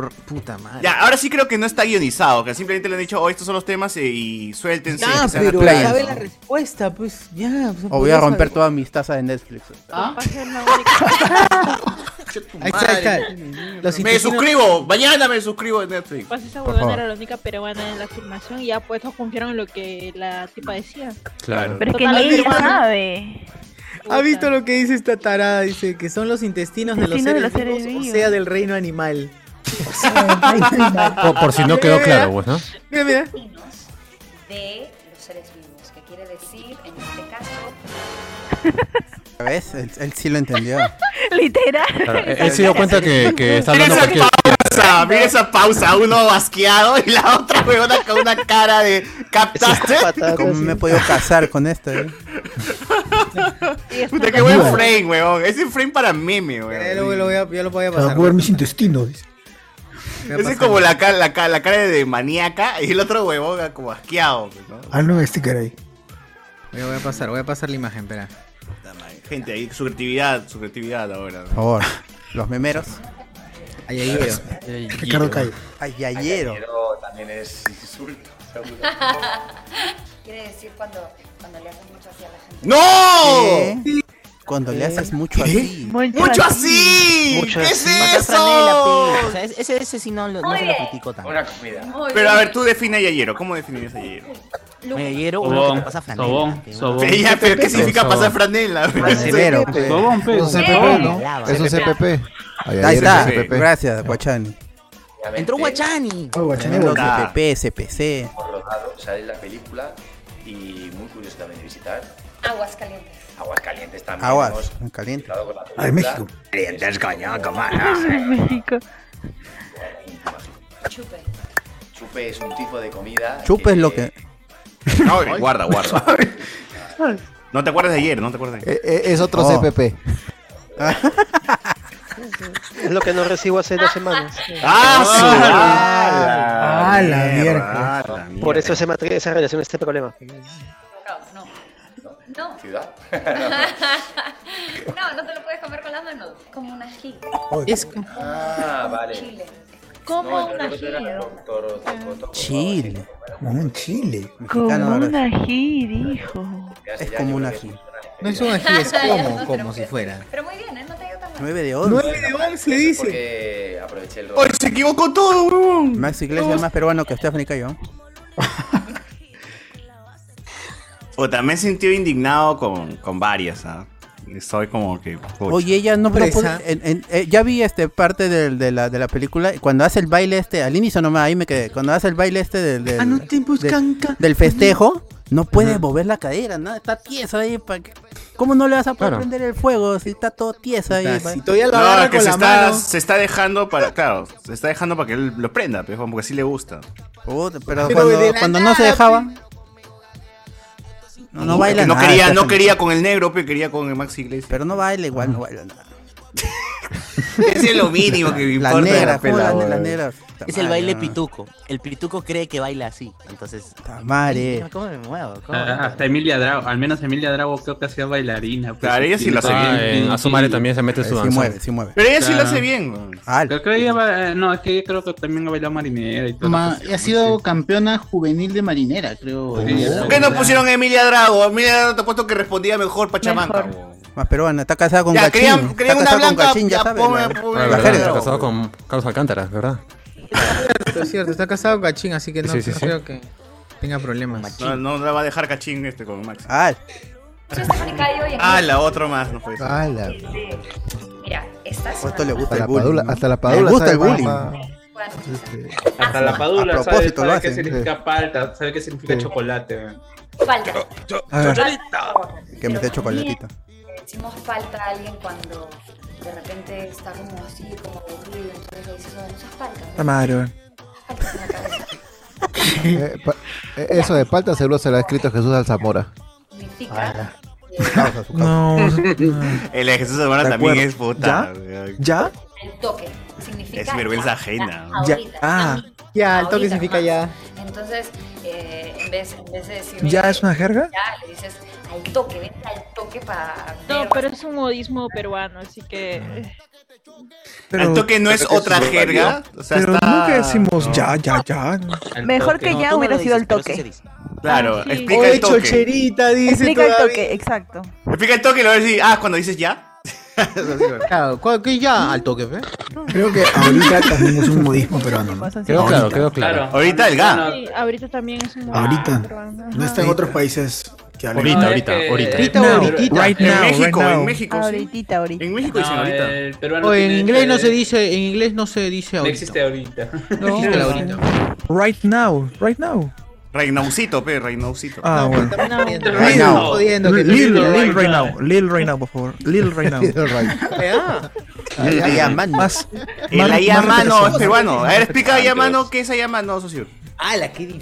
S1: lo- puta madre.
S3: Ya, ahora sí creo que no está guionizado, que simplemente le han dicho, oh, estos son los temas eh, y suéltense.
S1: Ya,
S3: que sean
S1: pero
S3: naturales".
S1: sabe la respuesta, pues ya.
S4: O voy a romper todas mis tazas de Netflix.
S1: Ahí está, ahí está. Los
S3: Me
S1: intestinos-
S3: suscribo, mañana me suscribo en Netflix.
S12: Pues esa
S3: Por
S12: huevona
S3: favor.
S12: era la única peruana en la filmación y ya pues todos confiaron en lo que la tipa decía.
S2: Claro.
S13: Pero es que
S12: Total,
S13: ni ella
S12: peruana.
S13: sabe.
S1: ¿Ha visto lo que dice esta tarada? Dice que son los intestinos de los
S13: Intestinos
S1: seres,
S13: de los seres
S1: vivos,
S13: vivos.
S1: o sea, del reino animal.
S2: Por, por si no quedó claro, pues, ¿no?
S1: Mira, mira.
S15: De los seres vivos. Que quiere decir, en este caso,
S4: ¿Ves? Él, él sí lo entendió.
S13: Literal.
S2: Claro, él se dio cuenta que, que está
S3: Mira
S2: hablando
S3: esa
S2: cualquier...
S3: pausa, mira esa pausa, uno basqueado y la otra huevona con una cara de ¿captaste?
S4: ¿Cómo me he podido casar con esto? eh?
S3: Puta, qué buen frame, huevón. Ese frame para meme,
S1: Ya Eh, lo, lo
S3: huevón.
S1: voy a, ya lo voy a
S11: Para
S1: pasar.
S11: comer mis intestinos. dice.
S3: Ese es como la, ca- la, ca- la cara de maníaca y el otro huevón como asqueado. pues, ¿no?
S11: Ah, no, este caray.
S1: Voy a- voy a pasar, voy a pasar la imagen, espera.
S3: Gente, ahí su creatividad, su creatividad ahora.
S4: Por favor. Los memeros.
S1: Ayayero.
S11: Ricardo Calle.
S4: Ayayero.
S16: Pero también es insulto, seguro.
S15: quiere decir cuando, cuando le haces mucho hacia la gente.
S3: ¡No!
S4: ¿Qué? Cuando le haces mucho así.
S3: ¡Mucho así!
S10: Mucho
S3: ¿Qué
S10: así.
S3: es
S10: Pasar franela,
S3: eso?
S10: pe. O sea, es- ese, ese sí no, lo- no
S15: Muy
S10: se lo
S15: bien.
S10: critico tanto.
S16: Una comida.
S3: Pero a ver, tú define a Yayero. ¿Cómo definirías a Yayero?
S10: Medallero, uno que
S5: Sobón,
S10: pasa franela.
S5: sobón, sobón.
S3: Pero ya, pero ¿qué significa pasar franela?
S5: Brasilero, pe. Sobón, pe.
S3: No
S18: Es un
S3: sé,
S18: CPP,
S3: pe.
S18: ¿no? Es un CPP.
S4: Ahí está.
S18: es un CPP.
S4: Gracias, Guachani.
S10: Entró Guachani.
S4: Memeros,
S16: Ah.
S4: CPP, CPC.
S16: Hemos rodado, sale la película y muy curioso también de visitar.
S15: Aguas calientes.
S16: Aguas calientes también.
S4: Aguas, caliente.
S16: Ay, México.
S3: Calientes coñaco,
S13: México.
S15: Chupe.
S16: Chupe es un tipo de comida.
S4: Chupa es lo que.
S3: No, guarda, guarda. No te acuerdas de ayer, no te acuerdas de ayer.
S1: Eh,
S18: Es otro
S4: Oh.
S18: CPP.
S1: Ah,
S8: Es lo que no recibo hace dos semanas.
S3: ¡Ah,
S11: ¡Ah,
S3: su-
S11: la mierda!
S8: Por eso esa, matri- esa relación está problema.
S15: No, no. No.
S16: Ciudad.
S15: no, no te lo puedes comer con las manos. Como un ají.
S1: Es
S16: Ah, vale.
S15: Chile.
S12: Como
S16: No,
S12: un
S16: yo creo que
S12: ají.
S16: eso era con toro, con toro.
S4: Chile.
S11: Como un chile.
S13: Como
S4: ahora
S13: un
S4: sí.
S13: ají,
S2: Ah,
S13: dijo.
S4: Es como un ají.
S1: No es un ají, es
S15: Ya, ya,
S1: como,
S15: no
S1: como si fuera.
S15: Pero muy bien, ¿eh? No te ha ido tan mal.
S4: 9 de
S1: No
S4: 11.
S1: de 11, dice.
S16: Porque aproveché el
S3: ¡Ay, se equivocó todo, huevón!
S4: Max Iglesias es más peruano que Stephanie Cayo.
S3: Puta, me he sentido indignado con, con varias, ¿ah? Estoy como que. pucha.
S4: Oye, ella no, no puede- en- en- eh, ya vi este parte del- de, la, de la película. y Cuando hace el baile este, al inicio nomás, ahí me quedé. Cuando hace el baile este del,
S3: Ah,
S4: del- del, del festejo, no puede mover la cadera, nada. Está tiesa ahí. pa' que- ¿Cómo no le vas a poder
S3: Claro.
S4: prender el fuego si está todo tiesa ahí?
S19: pues.
S4: pa-
S3: No, que se, está, se está dejando para. Claro, se está dejando para que él lo prenda, pues, porque así le gusta.
S4: pero Pero cuando- de la cuando no se nada, dejaba,
S3: pues.
S4: No, no baila
S3: No
S4: nada,
S3: quería,
S4: está
S3: no
S4: feliz.
S3: quería con el negro, pero quería con el Max Iglesias.
S4: Pero no baila igual, no baila nada.
S3: Ese es lo mínimo que me
S4: La
S3: importa. de
S4: negra,
S3: pela,
S4: joder,
S3: weón.
S4: la negra.
S10: Es el baile
S4: Tamaño.
S10: pituco. El pituco cree que baila así. Entonces.
S4: Tamare.
S10: ¿Cómo me muevo? ¿Cómo me
S5: Ah,
S10: muevo?
S5: Hasta Emilia Drago, al menos Emilia Drago creo que hacía bailarina. pues,
S2: Claro, ella sí lo hace Ah, bien. en A su madre también se mete su Sí danzón. mueve, sí mueve. Pero ella sí lo hace bien,
S5: Ah. Creo que ella va- eh, no, es que ella creo que también ha bailado marinera y todo. pues,
S6: Ma- ha sido campeona juvenil de marinera, creo.
S5: Sí,
S3: ¿Por qué no pusieron a Emilia Drago? Emilia Drago te puesto que respondía mejor Pachamanca. weón.
S4: Más peruana, está casada con
S3: Ya,
S4: Gachín.
S3: querían-
S4: está
S3: querían una
S4: casada con
S3: blanca,
S4: Gachín, ya
S3: ya,
S4: sabes.
S3: ponme-
S4: la-
S3: ponme-
S4: la
S2: Ah, verdad,
S4: jerga.
S2: está casado con Carlos Alcántara, ¿verdad?
S1: Es cierto, está casado con Cachín, así que no,
S2: Sí, sí,
S1: no
S2: sí.
S1: creo que tenga problemas.
S3: No, no la va a dejar cachín este con Max.
S4: Ah.
S3: Ah, la otra más, no fue.
S18: Ah, la-
S15: Mira, esta es
S4: Esto le gusta
S18: Hasta la
S4: el bullying.
S3: Mm.
S18: padula,
S4: ¿no?
S18: hasta la
S4: Le
S18: padula
S4: gusta
S18: sabe
S4: el
S18: más-
S4: bullying.
S18: más- este,
S5: Hasta la padula
S18: a
S5: sabe,
S18: propósito
S5: sabe
S18: lo
S5: qué
S18: hacen.
S5: significa palta, sabe qué significa chocolate. weón.
S15: falta.
S4: A ver.
S15: Chocholita.
S4: Que me dé chocolatita.
S15: Le decimos falta a alguien cuando de repente está como así, como aburrido, entonces le dices, "Oh, no seas falta.
S18: La madre, weón. Eh, pa- eh, Eso de palta seguro se lo ha escrito Jesús Alzamora.
S15: Significa.
S18: No.
S3: El de Jesús Zamora
S18: De
S3: también
S18: acuerdo.
S3: es puta.
S18: ¿Ya?
S15: El toque. Significa.
S3: Es vergüenza ajena.
S15: Ya. ahorita,
S18: Ah,
S1: Ya, el
S15: ahorita
S1: toque significa
S15: nomás.
S1: ya.
S15: Entonces, eh, en, vez, en vez de decirle.
S18: ¿Ya es una jerga?
S15: Ya, le dices al toque, vente al toque para.
S12: No, pero es un modismo peruano, así que. eh,
S3: Al toque no es
S18: pero-
S3: otra jerga. O sea,
S18: pero
S3: está-
S18: nunca decimos ya, ya, ya.
S13: Mejor que ya hubiera sido el toque.
S3: Claro,
S13: Ah, sí.
S3: explica el toque.
S13: Explica el toque, exacto.
S3: Explica el toque y lo vas a decir, ah, cuando dices ya.
S1: Claro, ¿cuál- ¿qué ya? Al toque, ¿ves?
S11: Creo que ahorita también es un modismo peruano. ¿no? Ahorita.
S3: Ahorita el GA.
S12: sí, ahorita también es un modismo
S11: Ahorita.
S12: peruano.
S11: No está en otros países que hablan.
S2: Ahorita, ahorita, ahorita. Ahorita o ahorita.
S11: Right
S2: En
S11: now,
S2: México,
S11: right
S2: en
S11: now.
S2: México.
S13: Ahorita, ahorita.
S3: En México
S5: dicen ahorita.
S19: Eh,
S5: el peruano
S1: O en
S5: tiene
S1: inglés no
S5: que-
S1: se dice, en inglés no se dice
S5: No
S1: ahorita.
S5: existe ahorita.
S1: No existe la ahorita.
S18: Right now, right now.
S3: Reynaucito, pe, Reynaucito.
S18: Ah, bueno.
S3: Right now.
S18: Lil,
S3: Jodiendo que te
S18: Lil,
S3: digo
S18: Lil
S3: right
S18: right
S3: now.
S18: now. Lil right now, por favor. Lil right now.
S3: El
S18: Ayamano. Más- más-
S3: El
S18: más
S3: Ayamano es
S18: representación.
S3: peruano. A ver, explica Ayamano, ¿qué es Ayamano, socio? Ah, la que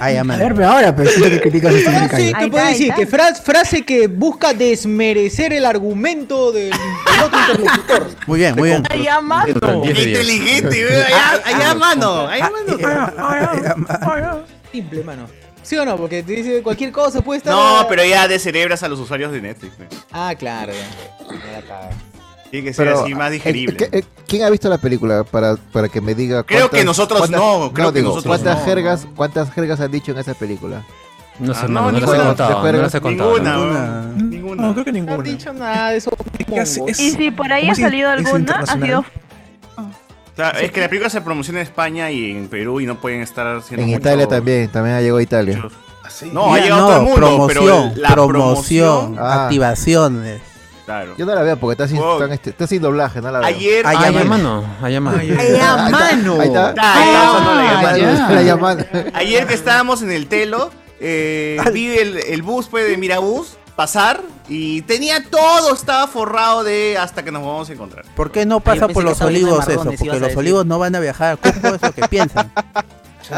S1: Ah,
S11: A ver, pero ahora, pero siento que criticas este
S1: Frase, te
S11: americano.
S1: Ah, puedo decir que fras- frase que busca desmerecer el argumento del, del otro interlocutor.
S4: Muy bien, muy bien.
S1: Ayamano.
S4: Diez de diez.
S1: Inteligente,
S3: güey. Allá- allá,
S1: Ah,
S3: mano. Allá,
S1: ah,
S3: mano.
S1: eh, ah, ah, Simple, mano. ¿Sí o no? Porque te dice cualquier cosa, puede estar.
S3: No, pero ya descerebras a los usuarios de Netflix. pe.
S1: Ah, claro. ya. Ya la cagas.
S3: Tiene que ser
S18: Pero,
S3: así más
S18: eh,
S3: digerible.
S18: eh, eh, ¿Quién ha visto la película para, para que me diga?
S3: Creo
S18: cuántas-
S3: que nosotros
S18: cuántas-
S3: no, creo que
S18: digo,
S3: nosotros
S18: ¿cuántas
S3: no,
S18: jergas, cuántas jergas han dicho en esa película?
S2: No
S3: Ah,
S2: sé, no, no, no las he contado, no las he contado.
S18: Ninguna. No, creo que
S1: No
S18: ninguna.
S1: has dicho nada de eso.
S13: Y si por ahí ha salido alguna, ha sido.
S3: Claro, es que la película se promociona en España y en Perú y no pueden estar haciendo
S18: En
S3: mucho-
S18: Italia también, también ha llegado a Italia.
S3: No, ha
S4: Ya,
S3: llegado a todo el mundo,
S4: promoción,
S3: pero la
S4: promoción,
S3: promoción-
S18: Ah.
S4: activaciones.
S3: Claro.
S18: Yo no la veo porque está sin, están este- está sin doblaje, no la veo.
S3: Ayer-
S2: Ah,
S4: Ay,
S18: Ayer-
S4: hermano,
S2: ay, hermano.
S18: Ayer- Ahí está.
S3: Ahí está usando la
S18: Ah,
S3: llamada.
S18: ya. La llamada.
S3: Ayer que estábamos en el telo, eh, vi el, el bus pues, de Mirabús pasar y tenía todo, estaba forrado de hasta que nos vamos a encontrar.
S4: ¿Por qué no
S3: Ay,
S4: pasa
S3: yo pensé
S4: por
S3: que
S4: los
S3: estaba hablando de
S4: olivos eso?
S3: marrones, ibas
S4: Porque
S3: a
S4: los
S3: decir.
S4: olivos no van a viajar. ¿Cómo es lo que piensan?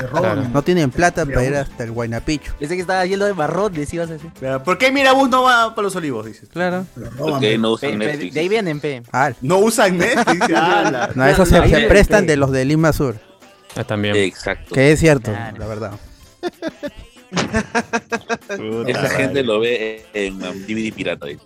S4: Claro, No tienen plata para ir hasta el Guaynapicho.
S10: Pensé que estaba lleno de marrones, ibas a decir.
S3: ¿Por qué Mirabús no va para los olivos? Dices.
S4: Claro.
S10: Porque no usan Netflix. De ahí vienen, pe.
S3: No usan "Ah, Netflix. ala.
S4: No, eso se,
S10: Ahí
S4: se
S10: viene,
S4: prestan
S10: sí.
S4: de los de Lima Sur.
S2: también.
S20: Exacto.
S4: Que es cierto,
S20: Claro.
S4: la verdad.
S20: Esa gente lo ve en en DVD pirata. dice.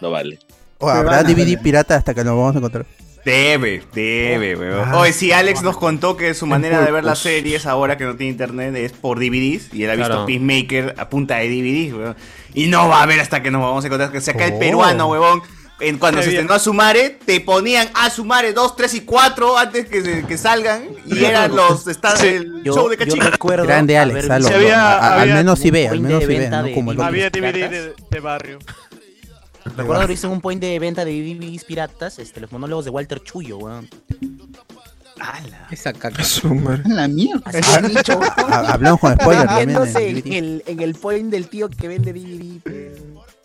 S20: No vale.
S4: O habrá
S3: van a
S4: DVD pirata hasta que nos vamos a encontrar.
S3: Debe, debe, weón.
S4: Ah.
S3: Oye, sí, Alex nos contó que su manera de ver las
S4: pulpos.
S3: series ahora que no tiene internet es por DVDs y él ha visto
S2: Claro.
S3: Peacemaker a punta de DVDs, weón. Y no va a ver hasta que nos vamos a encontrar. Que sea acá el
S2: Oh.
S3: peruano, weón. en cuando se estrenó Azumare, te ponían Azumare 2, 3 y 4 antes que, se- que salgan y eran los está, el
S10: Yo-
S3: show de
S10: yo
S3: Cachín.
S10: recuerdo
S4: Grande Alex,
S10: haber
S4: a lo-
S10: visto-
S4: Si había- a- al había menos si ve, al
S10: point
S4: menos
S10: de
S4: si ve,
S10: venta
S4: ¿no?
S10: de
S4: Como el
S10: DVDs
S4: Había
S10: piratas.
S21: de barrio.
S10: Recuerdo haber visto en un point de venta de DVDs piratas, este, los monólogos de Walter Chuyo, weón.
S1: Esa caca.
S6: La mierda.
S1: Ah,
S10: Así han dicho.
S4: Ha- hablamos con spoiler también en
S10: Metiéndose en,
S4: DVD.
S10: el, en el point del tío que vende DVD. pues.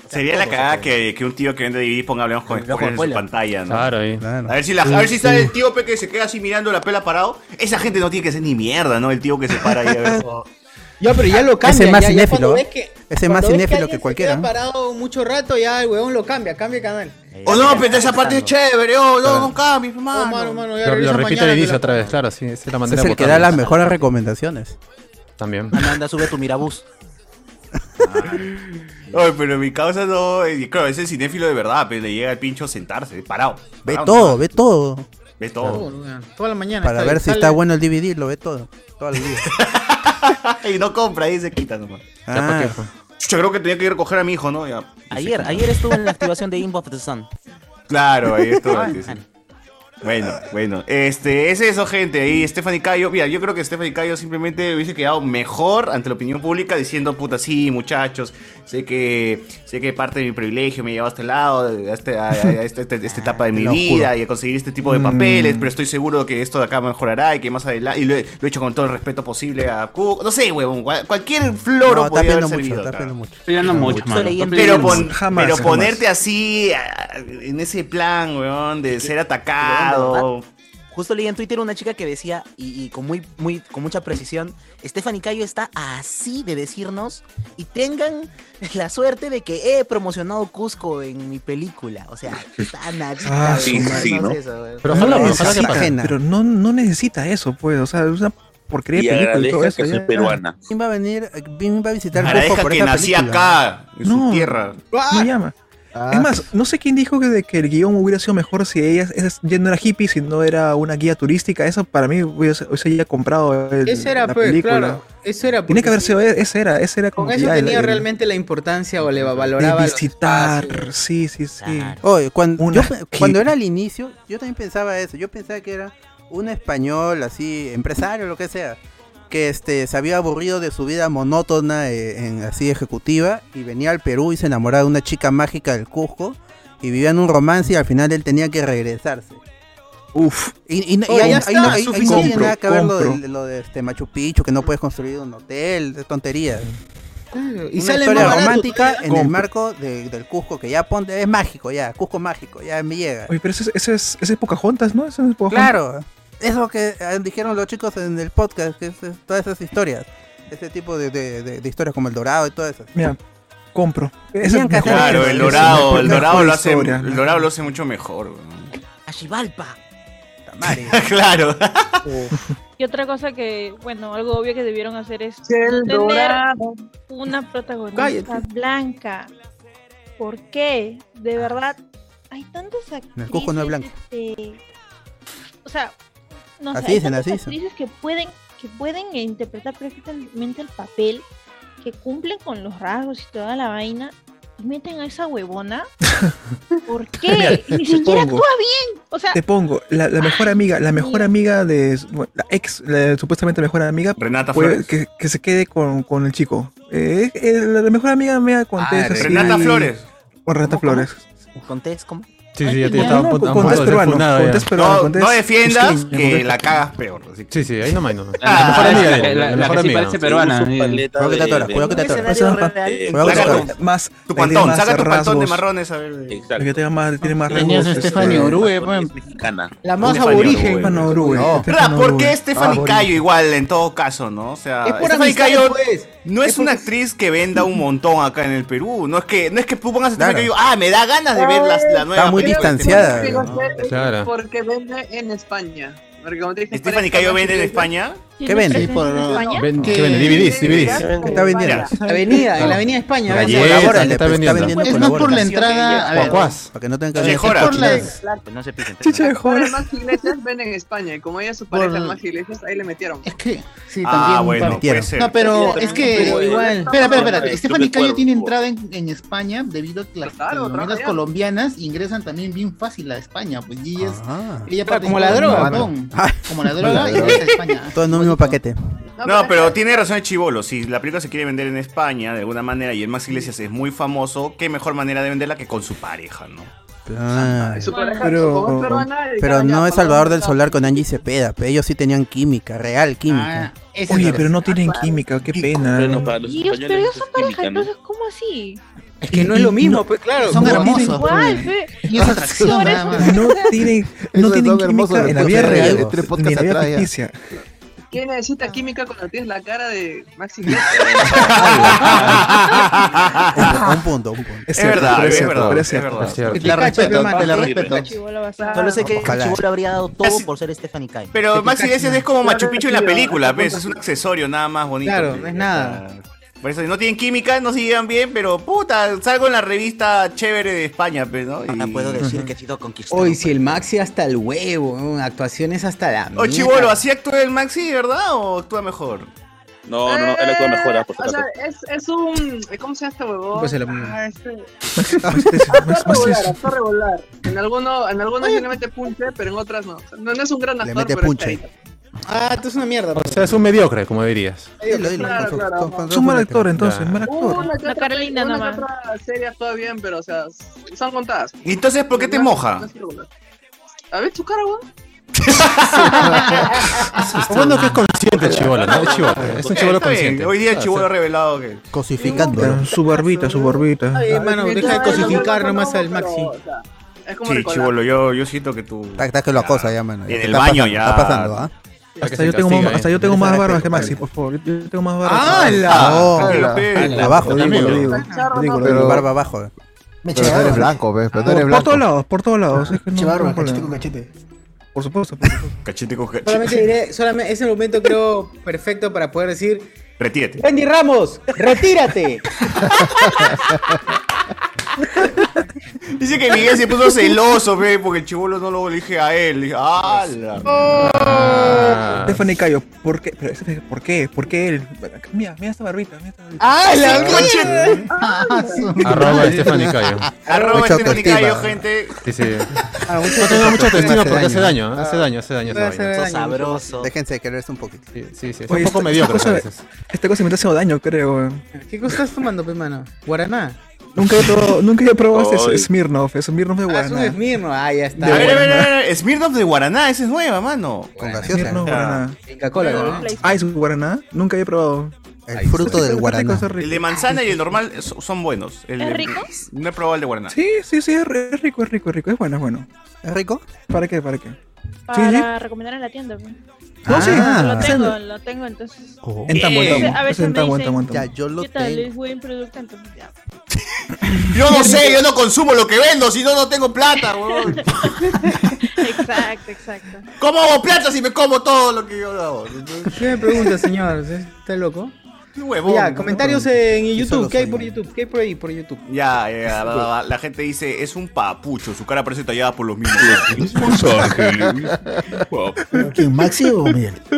S3: Sería la cagada que, que un tío que vende DVD ponga hablemos con spoilers en su
S10: spoiler.
S3: pantalla, ¿no?
S2: Claro, ahí.
S3: A ver si, la- a ver si sale el tío pe, que se queda así mirando la pela parado. Esa gente no tiene que ser ni mierda, ¿no? El tío que se para ahí a ver.
S1: Ya, pero ya lo cambia.
S4: Ese más
S1: ya- ya
S4: cinéfilo.
S1: cuando ves
S4: ¿eh?
S1: que-
S4: Ese
S1: cuando
S4: más
S1: ves que
S4: cinéfilo
S1: alguien
S4: que
S1: se
S4: cualquiera.
S1: queda
S4: ¿no?
S1: parado mucho rato, ya el huevón lo cambia, cambia el canal.
S3: Oh no, pero esa parte es chévere, oh no, no cambies,
S1: hermano. mano, mano, ya
S2: Lo, lo
S1: revisa
S2: repite
S1: mañana
S2: al
S1: que
S2: inicio
S1: la-
S2: otra vez, claro, sí, esa es la
S4: Ese
S2: manera
S4: es el que
S2: votar.
S4: da las mejores recomendaciones.
S2: También.
S10: Amanda, sube tu mirabús.
S3: Oye, pero mi causa no. eh, Claro, ese cinéfilo de verdad, pero le llega el pincho a sentarse, parado.
S4: Ve
S3: parado,
S1: Ah,
S4: todo,
S3: ¿no?
S4: ve todo.
S3: Ve todo.
S1: Toda la mañana.
S4: Para
S1: está
S4: ver
S1: ahí,
S4: si
S1: sale-
S4: está bueno el DVD, lo ve todo. Todo el día.
S3: y no compra, ahí se quita nomás.
S4: Ah.
S3: Yo creo que tenía que ir a recoger a mi hijo, ¿no? Ya.
S10: Ayer, ayer estuvo en la activación de Inbox of the Sun.
S3: Claro, ahí estuvo.
S10: Ah,
S3: antes, sí. Bueno, bueno. Este, es eso, gente. Ahí Stephanie Cayo. Mira, yo creo que Stephanie Cayo simplemente hubiese quedado mejor ante la opinión pública diciendo, puta, sí, muchachos. Sé que, sé que parte de mi privilegio me llevó a este lado, a, este- a- a esta- esta- esta etapa de mi
S4: Ah, Lo
S3: vida
S4: juro.
S3: y a conseguir este tipo de
S4: Mm.
S3: papeles, pero estoy seguro que esto de acá mejorará y que más adelante. Y lo he, lo he hecho con todo el respeto posible a Q. No sé, huevón. cual- Cualquier floro
S4: Mm. No, está
S3: podría haber
S4: pidiendo mucho,
S3: servido
S4: está
S3: acá.
S4: pidiendo mucho.
S5: Pidiendo
S4: Está
S5: mucho, mano.
S4: Estoy
S3: Pero,
S4: leyendo
S3: pon-
S4: mucho. Jamás,
S3: pero
S4: jamás.
S3: ponerte así a- en ese plan, weón, de ser atacado.
S10: Justo leí en Twitter una chica que decía, y, y con, muy, muy, con mucha precisión, Stephanie Cayo está así de decirnos, y tengan la suerte de que he promocionado Cusco en mi película. O sea, tan adicta,
S7: Ah, sí,
S10: weón,
S7: sí,
S10: no
S7: ¿no?
S10: sé eso, weón.
S7: Pero no, lo necesita, pero no, no necesita eso, pues. O sea, es una porquería de película y todo eso. ya.
S4: ¿Quién va a venir? eh, ¿Quién va a visitar
S7: Agradezca
S4: Cusco por
S7: que
S4: esa
S7: nací
S4: película?
S3: acá, en
S7: No.
S3: su tierra.
S1: Ah.
S7: No llama. Es más, no sé quién dijo que, de que el guión hubiera sido mejor si ella es- ya no era hippie, si no era una guía turística. Eso para mí hubiese, hubiese ya comprado el-
S1: Ese era,
S7: la
S1: pues,
S7: película.
S1: claro. Eso era.
S7: Tiene que
S1: porque
S7: haber sido e- ese era, ese era como
S1: Con
S7: que
S1: eso
S7: ya el-
S1: tenía
S7: el-
S1: realmente la importancia o le
S7: de
S1: valoraba. los
S7: visitar. Sí, sí, sí.
S4: Oye, cuando,
S7: Una
S4: yo pe-
S7: hippie.
S4: cuando era al inicio, yo también pensaba eso. Yo pensaba que era un español así, empresario, lo que sea, que este se había aburrido de su vida monótona eh, en, así ejecutiva y venía al Perú y se enamoraba de una chica mágica del Cusco y vivían un romance y al final él tenía que regresarse.
S7: Uf.
S4: Y, y no- y ahí,
S1: Oye, Oh, ya
S4: ahí no,
S1: está,
S4: ahí- ahí no
S1: suficiente.
S4: tiene nada que ver lo
S1: Compro.
S4: de, lo de este Machu Picchu, que no puedes construir un hotel, de tonterías.
S1: Claro,
S4: Y
S1: y
S4: una
S1: sale
S4: historia
S1: más barato
S4: romántica
S1: todavía.
S4: en el marco de- del Cusco, que ya ponte, es mágico, ya, Cusco mágico, ya me llega.
S7: Oye, pero ese, ese es, ese es Pocahontas, ¿no? Ese no es Pocahontas.
S4: Claro, eso que eh, dijeron los chicos en el podcast, que es, es todas esas historias, ese tipo de, de- de- de historias como El Dorado y todo eso.
S7: Mira, compro. Ese
S4: Tenían
S7: es
S4: que
S7: mejor.
S3: Claro, el dorado, el
S7: Mejor
S3: dorado lo hace,
S7: historia.
S3: el dorado lo hace mucho mejor, weón.
S10: Ajibalpa.
S3: claro.
S12: Y otra cosa que, bueno, algo obvio que debieron hacer es
S17: El
S12: tener
S17: dorado.
S12: una protagonista
S17: Cállate.
S12: blanca. ¿Por qué? De verdad, hay tantas
S4: En el
S12: actrices.
S4: Cusco no es blanco.
S12: este, O sea, no sé,
S4: Así
S12: hay
S4: dicen,
S12: tantas
S4: así dicen.
S12: actrices que pueden, que pueden interpretar perfectamente el papel, que cumplen con los rasgos y toda la vaina, y meten a esa huevona. ¿Por qué?
S7: Mira,
S12: Ni siquiera
S7: pongo.
S12: actúa bien. O sea,
S7: Te pongo, la, la mejor amiga, la mejor amiga de. su- bueno, La ex, la supuestamente mejor amiga.
S3: Renata
S7: puede-
S3: Flores.
S7: Que, que se quede con, con el chico. Eh, eh, la la mejor amiga me contesta. así-
S3: Ah, Renata Flores.
S7: Con Renata Flores.
S10: ¿Contés cómo?
S2: Sí, sí, ya te
S7: No,
S2: estaba
S7: no,
S2: a punto- a
S7: con
S2: punto de
S7: test
S2: ser
S7: peruano,
S2: funado
S7: con
S2: ya.
S7: test peruano,
S3: No,
S7: con test-
S3: no defiendas
S7: con
S3: que
S7: test-
S3: la cagas peor. así que-
S2: Sí, sí, ahí no hay, no. no.
S5: Ah, La mejor amiga de- la- la
S2: mejor
S5: que sí
S2: amiga,
S5: parece
S2: ¿no?
S5: peruana,
S2: Sí, su
S5: eh.
S2: paleta
S4: Cuidado que te
S2: de-
S4: atoras,
S2: de-
S4: cuidado que te
S2: de-
S4: atoras.
S7: Pasa,
S4: real.
S7: pa-
S4: Eh,
S7: cuidado que
S4: saca
S7: te-
S4: tu-
S7: más,
S4: tu
S7: la idea
S4: pantón,
S7: más
S4: saca tu
S7: rasgos.
S4: pantón de
S3: marrones, a ver.
S7: La que tenga más, tiene más
S6: Tenías a
S7: rasgos,
S6: Stephanie
S7: este,
S6: Orue,
S20: mexicana.
S1: La más
S3: Stephanie
S1: aborigen.
S7: Stephanie Orue,
S3: Orue.
S4: este
S7: Stephanie
S3: Ra, ¿Por
S7: Orue.
S3: qué Stephanie
S7: Ah,
S3: Cayo igual en todo caso, no? O sea,
S1: Es por
S3: Stephanie
S1: amistad,
S3: Cayo
S1: pues.
S3: no es una actriz que venda un montón acá en el Perú. No es que, no es que tú pongas a Stephanie
S4: Claro.
S3: Cayo, ah, me da ganas de ver las- la, nueva
S4: muy
S3: película de
S4: distanciada,
S3: Stephanie Cayo".
S4: Claro.
S17: Porque vende en España. Porque como te dije,
S3: ¿Stephanie Cayo vende en España?
S4: ¿Qué vende?
S2: Ven- ¿Qué vende? DVDs, DVDs.
S4: ¿Qué está vendiendo?
S21: Avenida, en la Avenida España. vamos a ver.
S2: Galletas,
S21: Colabora.
S2: ¿qué está vendiendo?
S21: Es más por la entrada. a ver,
S2: Cuacuas.
S4: Para que no tengan
S21: Sí, jora.
S10: Pues No se piquen.
S21: Chicha de joven.
S19: Ahora Max Iglesias ven en España y como ella es su pareja en Max Iglesias, ahí le metieron. Es
S21: que.
S6: Sí,
S21: Ah,
S6: también.
S21: bueno,
S6: para-
S21: puede ser.
S6: No, pero
S21: Sí,
S6: es que
S21: pero
S6: igual.
S21: igual.
S6: Espera, espera,
S21: Yo me
S6: espera. Stephanie Cayo
S21: acuerdo.
S6: tiene entrada en, en España debido a que
S19: Pues
S6: las telenovelas
S21: allá.
S6: colombiaanas ingresan también bien fácil a España. Pues y ella es. Ella
S21: Claro, como
S6: participó
S21: la
S6: en
S21: droga,
S6: Maratón.
S19: pues.
S6: Como la droga. y-
S4: Ah. Todo en un mismo paquete.
S3: No, pero tiene razón el chivolo. Si la película se quiere vender en España de alguna manera y el Max Iglesias es muy famoso, ¿qué mejor manera de venderla que con su pareja, no?
S4: Claro.
S19: Su pareja, su voz
S4: Pero,
S19: peruana y
S4: pero
S19: cada
S4: no
S19: ya,
S4: es Salvador del Solar con Angie Cepeda. pe, Ellos sí tenían química, real química.
S19: esa
S7: Oye, pero no tienen química, qué pena.
S4: Pero
S12: Dios, pero ellos son pareja, entonces, ¿cómo así?
S7: Es que no es lo mismo, pues claro.
S12: No,
S7: hermosos.
S12: Igual, pe.
S6: Y es atracción,
S12: Sobre-
S6: nada más.
S7: No tienen, no
S6: Esos
S7: tienen
S6: son hermosos
S7: química en la
S6: recuerdos
S7: vida
S6: de
S7: real,
S6: Diego. Tres
S7: ni en
S6: podcasts
S7: la vida
S6: atrás ya.
S7: ficticia.
S19: ¿Qué necesita química cuando tienes la cara de Max Iglesias?
S4: Un punto, un punto.
S7: Es cierto, verdad, pero es es cierto,
S3: Ah,
S7: verdad, pero es es cierto. verdad.
S4: Es cierto.
S6: Te la respeto, te la respeto.
S10: Solo sé que
S3: Ojalá.
S10: Chibolo habría dado todo por ser Stephanie Kai.
S3: Pero Max Iglesias es como Machu Picchu en la película, ¿ves? Es un accesorio nada más bonito.
S10: Claro,
S3: pues,
S10: no es
S3: ya
S10: nada.
S3: está. Por eso, si no tienen química, no se llevan bien, pero puta, salgo en la revista chévere de España, pues, ¿no? Y...
S10: puedo decir que he sido conquistado.
S21: Hoy, si el Maxi hasta el huevo, weón, actuaciones hasta la.
S3: O
S6: Oh,
S21: mierda.
S3: chivolo, ¿así actúa el Maxi, verdad? ¿O actúa mejor?
S20: No, no, no, él actúa mejor, ah, por si
S19: O sea,
S20: acaso.
S19: es, es un. ¿Cómo se llama este huevón?
S20: Pues el-
S19: Ah, este.
S7: Max-
S19: Actor
S7: Max
S19: regular,
S7: es-
S19: actor regular. En alguno, en algunos sí le mete punche, pero en otras no. O sea, no, no es un gran actor, pero está ahí.
S21: Ah, tú es una mierda.
S2: O sea, es un mediocre, como dirías.
S19: Claro, claro.
S7: Es un mal actor,
S2: entonces, mal
S19: Una que
S12: No,
S19: otra-
S12: Carolina
S19: una
S12: nomás.
S19: que otra serie actúa bien, pero o sea, son contadas.
S3: ¿Y entonces por qué te
S19: No es-
S3: moja?
S19: no es regular. A ver, tu cara, weón.
S2: Lo bueno es que es consciente el chivolo,
S1: Ah,
S2: ¿no? Es chivolo, es un
S3: Ok,
S2: chivolo
S3: está bien.
S2: consciente.
S3: Hoy día el
S2: Ah,
S3: chivolo ha
S2: sí.
S3: revelado que.
S7: Pero Su barbita, su barbita.
S1: Ay, hermano,
S19: Ay,
S1: deja de
S19: no, no,
S1: cosificar
S19: no,
S1: nomás
S19: no,
S1: al Maxi.
S19: pero, o sea, es como
S3: Sí,
S19: Nicolás.
S3: chivolo, yo, yo siento que tú.
S4: Está, está que lo acosa ya, mano.
S3: En el
S4: Está
S3: baño
S4: pasando,
S3: ya.
S4: Está pasando, ¿ah?
S7: Hasta yo, tengo, más- hasta yo tengo más barbas que Maxi, por favor. Yo yo tengo más barbas.
S4: ¡Hala! Ah,
S7: Oh,
S4: ¡Hala!
S7: hala.
S4: Abajo,
S7: Lo digo,
S4: amigo.
S7: lo digo. Lo digo, lo
S4: Pero-
S7: digo.
S4: barba abajo.
S18: Me Pero tú eres blanco, ¿ves? Pero tú eres
S7: Por- Por
S18: blanco.
S7: todos lados, por todos lados. Es que no-
S18: Chebarba,
S7: no hay
S18: cachete con
S7: problema.
S18: cachete.
S7: Por supuesto. por supuesto.
S3: Cachete con
S1: Solamente
S3: cachete.
S1: diré, solamente, es el momento creo perfecto para poder decir,
S3: Retírate.
S1: Wendy Ramos, retírate.
S3: Dice que Miguel se puso celoso, ve, porque el chivolo no lo elige a él. Le dije, ¡Hala!
S1: Oh,
S7: Ah. Stephanie Cayo, ¿por qué? Pero, Stephanie, ¿Por qué? ¿Por qué él? Mira, mira esta barbita, mira esta barbita.
S21: ¡Ah, la
S3: mierda!
S2: Arroba Stephanie Cayo.
S3: Arroba
S2: Mucha
S3: Stephanie
S2: autoestima.
S3: Cayo, gente.
S2: Sí, sí.
S1: Ah,
S2: No tengo mucha autoestima porque hace daño, hace daño, hace daño.
S4: Hace
S2: esa vaina.
S4: daño. Déjense de quererse un poquito.
S2: Sí, sí, sí.
S7: Oye,
S2: un poco
S7: esta-
S2: mediocre
S7: esta
S2: a
S7: cosa-
S2: veces.
S7: Esta cosa me está haciendo daño, creo.
S1: ¿Qué cosa estás tomando, pe, mano? ¿Guaraná?
S7: Nunca he probado, nunca he probado
S1: Ay.
S7: este Smirnoff, es Smirnoff de
S1: Ah, es un
S7: Guaraná.
S1: esmirno, ah, ya
S3: A ver, a ver, a ver,
S1: está.
S3: a ver, Smirnoff de Guaraná, esa es nueva, mano. Con
S7: Smirnoff Guaraná.
S1: Coca-Cola, ¿no?
S7: Ah, es Guaraná, nunca he probado.
S4: El fruto del guaraná.
S3: El de manzana y el normal so- son buenos. El,
S7: ¿Es
S3: el-
S7: rico?
S3: No he probado el de Guaraná.
S7: Sí, sí, sí, es re- es rico, es rico, es rico, es bueno, es bueno.
S4: ¿Es rico?
S7: ¿Para qué? ¿Para qué?
S12: Para
S7: Sí, sí.
S12: recomendar en la tienda. pues.
S7: No, sí.
S12: Lo
S7: Ah.
S12: tengo, lo tengo, entonces.
S7: Oh. En tambo, en tambo.
S12: Entonces, A
S7: Es en
S12: veces me
S7: tambo, en
S12: dicen,
S7: tambo, en tambo.
S4: Ya, yo lo
S12: ¿qué tal?
S4: tengo.
S12: Es buen producto, entonces ya.
S3: Yo no sé, yo no consumo lo que vendo, si no, no tengo plata, weón.
S12: Exacto, exacto.
S3: ¿Cómo hago plata si me como todo lo que yo hago?
S1: ¿Qué me preguntas, señor? ¿Estás loco?
S3: huevón,
S1: ya,
S3: ¿no?
S1: comentarios en
S3: solo
S1: YouTube. ¿Qué hay
S3: soy
S1: por YouTube? ¿Qué hay por ahí por YouTube?
S3: Ya, eh, ya, ya, la, la- la gente dice, es un papucho, su cara parece tallada por los mismos.
S11: ¿Quién, Maxi o Miguel?
S2: Ah,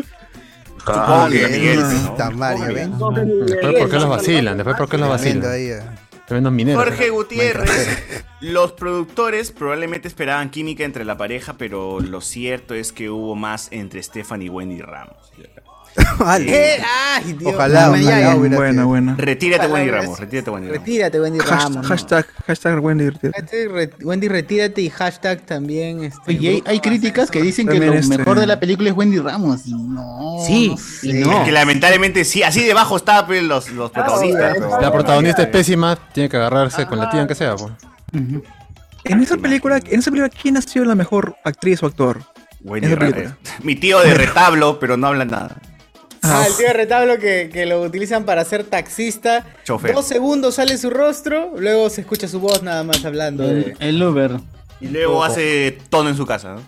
S3: Supongo que Ah, Miguel, ¿no?
S2: Después, ¿por qué los vacilan? Después, ¿por qué los
S4: Tremendo eh.
S2: vacilan? Tremendos mineros.
S3: Jorge Gutiérrez. Los productores probablemente esperaban química entre la pareja, pero lo cierto es que hubo más entre Stefan y Wendy Ramos. Eh,
S6: Eh,
S1: ¿Qué? Ay, Dios.
S7: Ojalá,
S1: Bueno, ya,
S7: ojalá
S1: ya.
S7: hubiera Buena, sido. buena.
S3: Retírate,
S1: Ojalá
S3: Wendy
S1: hubiera
S3: Ramos.
S1: sido.
S3: Retírate, Wendy Ramos.
S1: Retírate, Wendy Ramos.
S7: Hashtag,
S1: no.
S7: hashtag, hashtag Wendy Dirty.
S1: Hashtag re- Wendy, retírate y hashtag también. Este,
S6: Y hay, hay críticas que dicen que lo
S1: También este-
S6: mejor de la película es Wendy Ramos. Y no. no sé.
S3: Es que lamentablemente sí, así debajo está pues, los, los protagonistas. ¿no?
S2: La protagonista es pésima, tiene que agarrarse con la tía que sea, pues.
S7: En esa película, en esa película, ¿quién ha sido la mejor actriz o actor?
S3: Wendy
S7: Esa
S3: Ramos.
S7: película.
S3: Mi tío de retablo, pero no habla nada.
S1: Ah, el tío de retablo que, que lo utilizan para ser taxista.
S3: Chofer.
S1: Dos segundos sale su rostro, luego se escucha su voz nada más hablando. de-
S6: El Uber.
S3: Y luego hace tono en su casa, ¿no?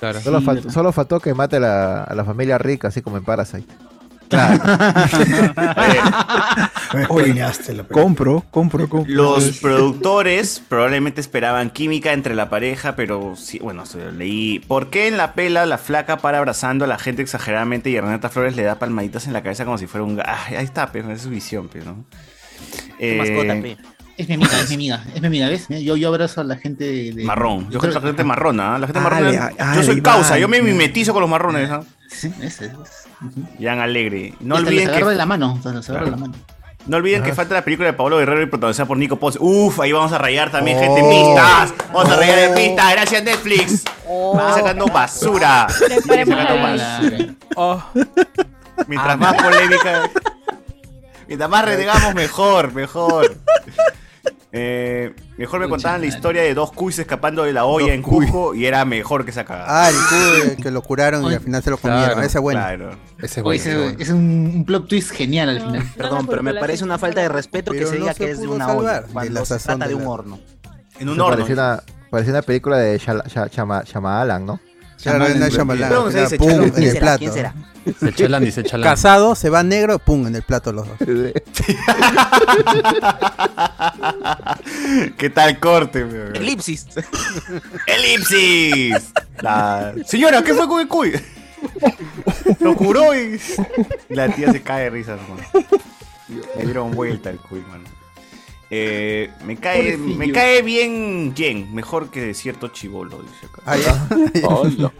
S5: Claro.
S18: Solo,
S5: Sí,
S18: fal-
S5: ¿verdad?
S18: solo faltó que mate a la, a la familia rica, así como en Parasite.
S7: Claro.
S18: Spoileaste la película.
S7: compro, compro, compro.
S3: Los productores probablemente esperaban química entre la pareja, pero sí, bueno, se lo leí. ¿Por qué en la pela la flaca para abrazando a la gente exageradamente y a Renata Flores le da palmaditas en la cabeza como si fuera un... ga- Ah, ahí está, pero es su visión, pero... ¿no? Eh,
S6: Es mi amiga, es mi amiga, es mi amiga, ¿ves? Mira, Yo, yo abrazo a la gente de... de-
S3: Marrón. Yo creo que la gente marrona, ¿ah? la gente
S6: Ah,
S3: marrona.
S6: le- ah,
S3: yo soy
S6: le
S3: causa,
S6: va,
S3: yo me
S6: ya.
S3: mimetizo con los marrones. ¿ah?
S6: Sí, ese, ese.
S3: Jan Alegre. No
S6: Hasta los
S3: olviden que.
S6: agarro de la mano, hasta los agarro de la mano.
S3: No olviden que
S6: Ajá.
S3: falta la película de Pablo Guerrero y protagonizada por Nico Ponce. Uf, ahí vamos a rayar también,
S6: Oh.
S3: gente. Pistas. Vamos a rayar
S6: Oh.
S3: de pistas. Gracias, Netflix. Van sacando basura. Van sacando basura. Oh. Mientras más polémica. Mientras más renegamos, mejor, mejor. Eh, mejor me contaban la historia de dos cuis escapando de la olla en Cusco y era mejor que esa cagada.
S4: Ah, el cuy, el que lo curaron y al final se lo comieron.
S3: Claro,
S4: ese es bueno.
S3: claro.
S4: Ese
S6: Oye, ese- es un, un plot twist genial al final.
S10: Perdón, pero me parece una falta de respeto que
S4: Pero
S10: se
S4: no
S10: diga
S4: se
S10: que es de
S4: pudo
S10: una
S4: salvar
S10: olla
S4: de
S10: cuando
S4: la
S10: se
S4: sazón
S10: trata
S4: de
S10: de un
S4: la-
S10: horno.
S3: En
S18: Se Parecía una, parecía una película de Shala- Sha- Chama- Shyamalan, ¿no?
S4: Claro, en el chamalán.
S18: Pero, o sea,
S4: Era
S18: se
S4: Pum,
S18: echaron-
S4: en
S18: ¿quién
S4: el
S18: será?
S4: plato.
S18: ¿quién será?
S2: Se chelan, dice chelan.
S4: Casado, se va negro, pum, en el plato los dos.
S3: ¿Qué tal corte, weón?
S10: Elipsis.
S3: ¡Elipsis! La- Señora, ¿qué fue con el cuy? Lo curó y. La tía se cae de risa, hermano. Le dieron vuelta al cuy, mano. Eh, me cae,
S6: Pobrecillo.
S3: me cae bien quién, mejor que cierto chivolo, dice acá. Ah, Hola.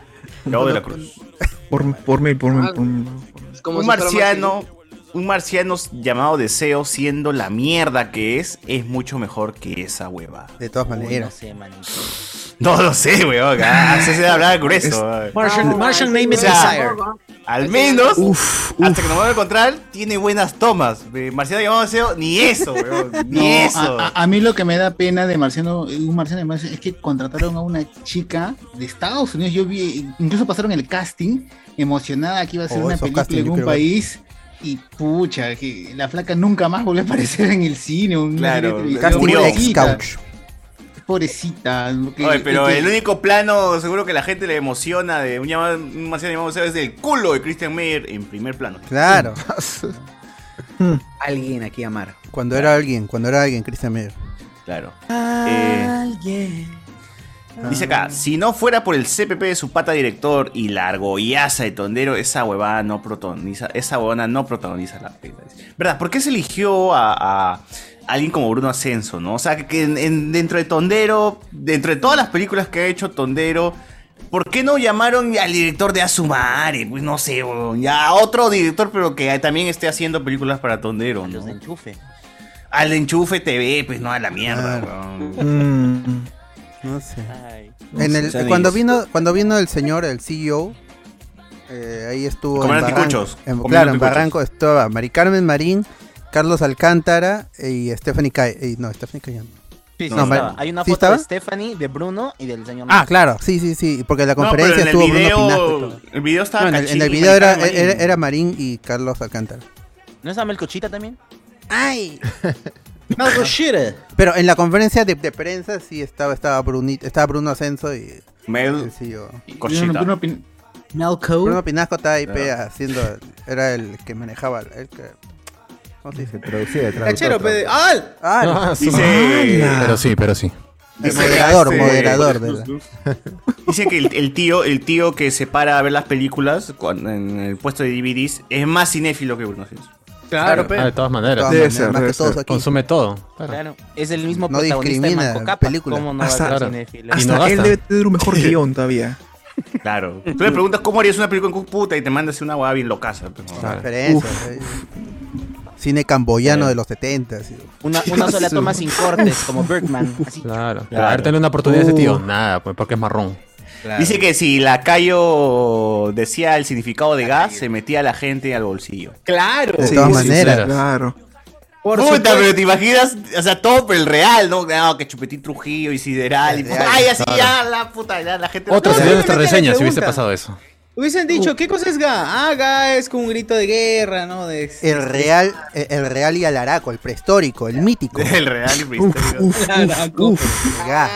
S3: Gabo de la Cruz.
S7: Por, por mil, por
S3: Ah,
S7: mil, por mil.
S3: un
S7: si fuera
S3: marciano, un marciano llamado Deseo, siendo la mierda que es, es mucho mejor que esa hueva.
S4: De todas
S10: Uy, no
S4: maneras.
S10: sé, manito.
S3: No lo sé, weón. Ah, se se hablaba grueso. weón.
S9: Ah,
S1: Martian, Martian Name
S3: O
S1: is
S3: sea,
S1: Desire.
S3: Al menos, hasta que nos vamos a encontrar, tiene buenas tomas. Eh, Marciano llamado Deseo, ni eso, weón. Ni
S6: No,
S3: eso.
S6: A, a- a mí lo que me da pena de Marciano, un Marciano de Marciano, es que contrataron a una chica de Estados Unidos. Yo vi, incluso pasaron el casting, emocionada que iba a ser
S4: Oh,
S6: una
S4: esos
S6: película
S4: castings,
S6: en
S4: yo
S6: un
S4: quiero ver.
S6: país. Y pucha, que la flaca nunca más volvió a aparecer en el cine. una
S3: Claro,
S6: serie de
S3: casting
S6: televisión.
S3: de
S6: Pobrecita. Pobrecita. que-
S3: Oye, pero
S6: que-
S3: el único plano seguro que la gente le emociona de un, llamado, un marciano llamado Deseo es del culo de Christian Meyer en primer plano.
S4: Claro.
S21: Alguien aquí amar.
S4: Cuando era alguien, cuando era alguien, Christian Meyer.
S3: Claro.
S21: Ah.
S3: Eh, Dice acá, si no fuera por el CPP de su pata director y la argollaza de Tondero, esa huevada no protagoniza, esa huevona no protagoniza la pela. Dice, ¿Verdad? ¿Por qué se eligió a, a alguien como Bruno Ascenso, no? O sea, que, que en- en- dentro de Tondero, dentro de todas las películas que ha hecho Tondero, ¿por qué no llamaron al director de Azumare? Pues no sé, huevón, ya otro director, pero que también esté haciendo películas para Tondero, ¿no?
S10: Enchufe.
S3: Al de Enchufe TV, pues no, a la mierda, huevón.
S4: Mm. No sé.
S3: No
S4: En
S3: sé,
S4: el-
S3: o sea,
S4: cuando,
S3: ni-
S4: vino, cuando vino el señor, el CEO, eh, ahí estuvo.
S3: Comer
S4: en Barranco-
S3: anticuchos,
S4: en-
S3: comer
S4: claro, en
S3: anticuchos.
S4: Barranco estaba Mari Carmen Marín, Carlos Alcántara y Stephanie Calle. no, Stephanie Calle. no.
S10: Sí, sí,
S4: No, Mar-
S10: estaba. Hay una
S4: ¿sí
S10: foto
S4: estaba?
S10: de Stephanie, de Bruno y del señor.
S4: Ah, claro, sí, sí, sí, porque en la conferencia
S3: no, pero
S4: estuvo
S3: en el
S4: Bruno Pinasco y
S3: video,
S4: todo.
S3: el video estaba
S4: No, en, el, en el
S3: Cachín y
S4: video era,
S3: Maricarmen.
S4: era, era Marín y Carlos Alcántara.
S10: ¿No es Amel Cochita también?
S4: ¡Ay!
S10: ¡Malco Shire!
S4: Pero en la conferencia de, de prensa sí estaba, estaba, Brunito, estaba Bruno Ascenso y
S3: Mel
S4: el CEO.
S3: Cochita.
S6: Bruno Pin-
S4: Bruno Pinasco estaba ahí pe,
S6: Claro.
S4: haciendo. Era el que manejaba. El que, ¿Cómo se dice?
S18: Traducida de
S1: Cachero,
S18: traductor.
S1: pe. ¡Al!
S4: Ah, eh,
S3: Dice-
S2: Pero sí, pero sí.
S4: el
S3: Dice,
S4: moderador,
S3: este,
S4: moderador. de la-
S3: Dice que el, el tío, el tío que se para a ver las películas cuando- en el puesto de DVDs es más cinéfilo que Bruno Ascenso.
S1: Claro, pe.
S2: Ah, de todas maneras.
S4: Todas Debe maneras, ser, más que debe todos ser. aquí.
S2: Consume todo. Claro.
S10: Claro, es el mismo
S4: No
S10: protagonista de
S4: discrimina
S10: Manco
S4: la
S10: Capa.
S4: película.
S10: ¿Cómo no va a
S7: Hasta,
S10: ser
S2: Claro.
S10: cinéfilo?
S2: Y no
S7: hasta él
S2: gasta.
S7: debe tener un mejor guión todavía.
S3: Claro. Tú le preguntas cómo harías una película en Kung puta y te mandas una hueá bien locaza. pues, ¿no?
S4: Referencias,
S7: Uf.
S4: eh. Cine camboyano de los 70. sí.
S10: Una, una sola toma sin cortes, como Birdman. Así.
S2: Claro.
S3: Claro.
S2: Darle una oportunidad a ese tío.
S4: Uh.
S2: Nada, pues porque es marrón.
S3: Dice que si la Cayo decía el significado de gas, se metía a la gente al bolsillo.
S1: Claro.
S4: De todas maneras.
S7: Claro.
S1: Por
S3: Puta,
S1: supuesto.
S3: pero te imaginas, o sea, todo pero el real, ¿no? No, que Chupetín Trujillo y Sideral. Y,
S4: Sideral,
S3: ay, así
S2: claro.
S3: ya, la puta, ya, la gente.
S2: Otra
S3: no,
S2: sería
S3: no,
S2: nuestra
S3: no, no,
S2: reseña si
S1: pregunta.
S2: hubiese pasado eso.
S1: Hubiesen dicho, ¿qué cosa es Ga? Ah, Ga es como un grito de guerra, ¿no? De,
S21: este,
S4: El real, el, el real y al araco, el prehistórico, el mítico.
S3: El real y prehistórico.
S4: Uf, uf,
S1: Araco.
S4: uf, ya.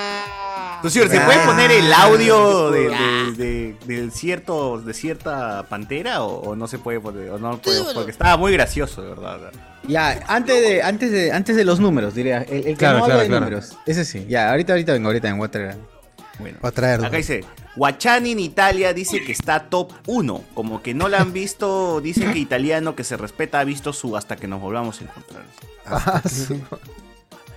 S3: Tú, señor, ¿se
S10: Ya.
S3: puede poner el audio Ah, de,
S10: Ya.
S3: de- de- de cierto, de cierta pantera o, o no se puede poner? O no puede, porque estaba muy gracioso, de verdad.
S21: Ya, antes de, antes de, antes de los números, diría. El, el que
S3: Claro,
S21: no
S3: claro,
S21: habla de
S3: claro.
S21: números. Ese sí. Ya, ahorita, ahorita vengo, ahorita vengo a traer.
S3: Bueno.
S21: A traer.
S3: Acá dice, Guachani en Italia dice que está top 1. Como que no la han visto, dice que italiano que se respeta ha visto su hasta que nos volvamos a encontrar.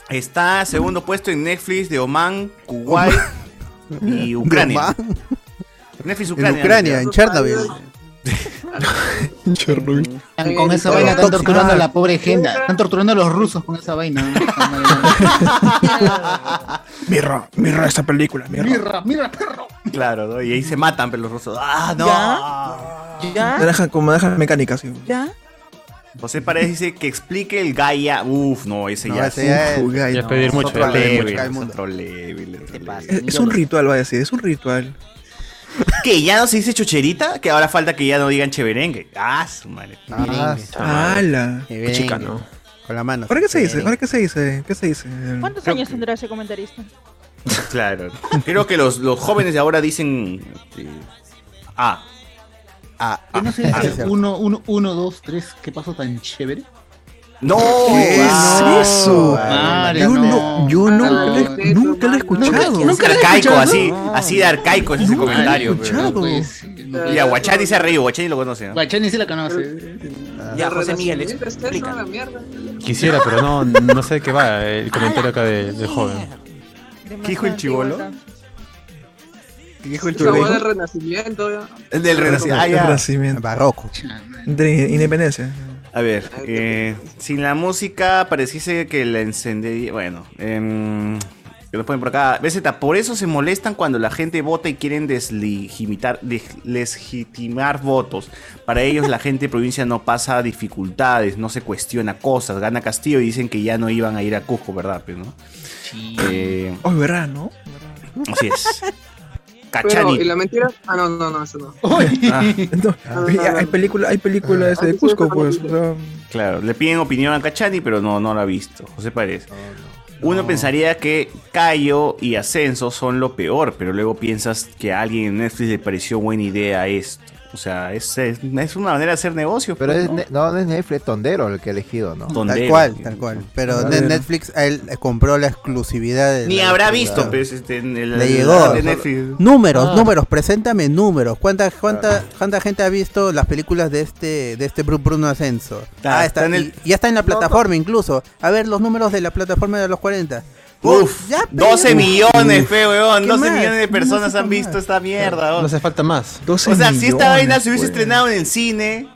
S3: Está segundo puesto en Netflix de Oman, Kuwait y Ucrania. Netflix Ucrania.
S4: En Ucrania, en Chernobyl.
S7: En Chernobyl.
S6: Con esa vaina están torturando a la pobre gente. Están torturando a los rusos con esa vaina.
S7: Mirra, mirra esta película, mirra.
S6: mira,
S3: Claro, ¿no? y ahí se matan, pero los rusos. ¡Ah, no! ¿Ah?
S7: Me dejan con manejas mecánicas. sí.
S13: ¿Ya?
S3: José Paredes dice que explique el Gaia. Uf, no, ese
S7: No,
S3: ya
S7: ese ya es-
S3: Uf,
S7: ya es pedir
S3: es
S7: mucho,
S3: otro
S7: ya es pedir
S3: level,
S7: mucho al
S3: es
S7: mundo.
S3: otro level, otro level.
S7: Es, es un ritual, va a decir, es un ritual.
S3: ¿Que ya no se dice chucherita? Que ahora falta que ya no digan cheverengue. Ah, su madre.
S7: Ah, ¡Hala!
S3: Qué chica, ¿no?
S4: Con la mano.
S7: ¿Ahora qué se dice? ¿Ahora qué se dice? ¿Qué se dice?
S12: ¿Cuántos años tendrá ese comentarista?
S3: Claro. Creo que los, los jóvenes de ahora dicen. este, ah.
S21: Ah,
S6: Yo no sé,
S3: ah,
S6: es uno, uno, uno, dos, tres, ¿qué pasó tan chévere?
S3: ¡No!
S7: ¿Qué es eso? yo no, yo nunca, lo he- nunca lo he escuchado.
S3: arcaico, así, así de arcaico es ese comentario. pero- Y a Guachani se ha reído, Guachani lo conoce. ¿no?
S6: Guachani sí la conoce.
S10: Ya, José Miguel,
S2: Quisiera, pero no, no sé de qué va el comentario acá de- del joven.
S3: ¿Qué dijo el chivolo? ¿Qué dijo el
S19: Esa hueá del
S3: chivolo?
S19: renacimiento. ya.
S3: El del Renacimiento. Ah,
S7: El
S3: ya.
S7: Renacimiento. Barroco. De independencia.
S3: A ver, eh, sin la música pareciese que la encendería. Bueno, em, que lo ponen por acá. BZ, por eso se molestan cuando la gente vota y quieren deslegitimar, des- legitimar votos. Para ellos, la gente de provincia no pasa dificultades, no se cuestiona cosas. Gana Castillo y dicen que ya no iban a ir a Cusco, ¿verdad? Pero, ¿no? Eh,
S7: Oh, ¿verdad, no?
S3: así es.
S19: Pero,
S3: Cachani.
S19: ¿y la mentira? Ah, no, no, no, eso no.
S3: Ah.
S7: No, hay película, hay película ese de Cusco, pues. o sea,
S3: Claro, le piden opinión a Cachani, pero no, no la ha visto. José Párez. Uno pensaría que Cayo y Ascenso son lo peor, pero luego piensas que a alguien en Netflix le pareció buena idea esto. O sea, es, es- es una manera de hacer negocio.
S18: Pero
S3: pues,
S18: es,
S3: ¿no?
S18: ne- no, no es Netflix, Tondero el que ha elegido, ¿no?
S4: Tal cual, tal cual. Pero
S18: Tondero.
S4: Net- Netflix a él le compró la exclusividad. de
S3: Ni
S4: la-
S3: habrá
S4: de la-
S3: visto, pues, este, en el-
S4: Le
S3: el-
S4: llegó.
S3: de Netflix.
S4: Números,
S3: Ah.
S4: números, preséntame números. ¿Cuánta, cuánta, cuánta gente ha visto las películas de este, de este Bru- Bruno Ascenso?
S3: Está-
S4: ah,
S3: está
S4: está,
S3: en el-
S4: y- ya está en la plataforma incluso. A ver los números de la plataforma de los 40.
S3: Uf,
S4: ya, pe,
S3: 12
S4: ya.
S3: millones, fe, weón.
S4: ¿Qué
S3: 12
S4: más?
S3: millones de
S4: No
S3: personas
S4: sé
S3: han
S4: qué
S3: visto
S4: más.
S3: esta mierda,
S2: No
S3: weón.
S2: hace falta más.
S3: O sea, si esta vaina se
S4: pues.
S3: hubiese estrenado en el cine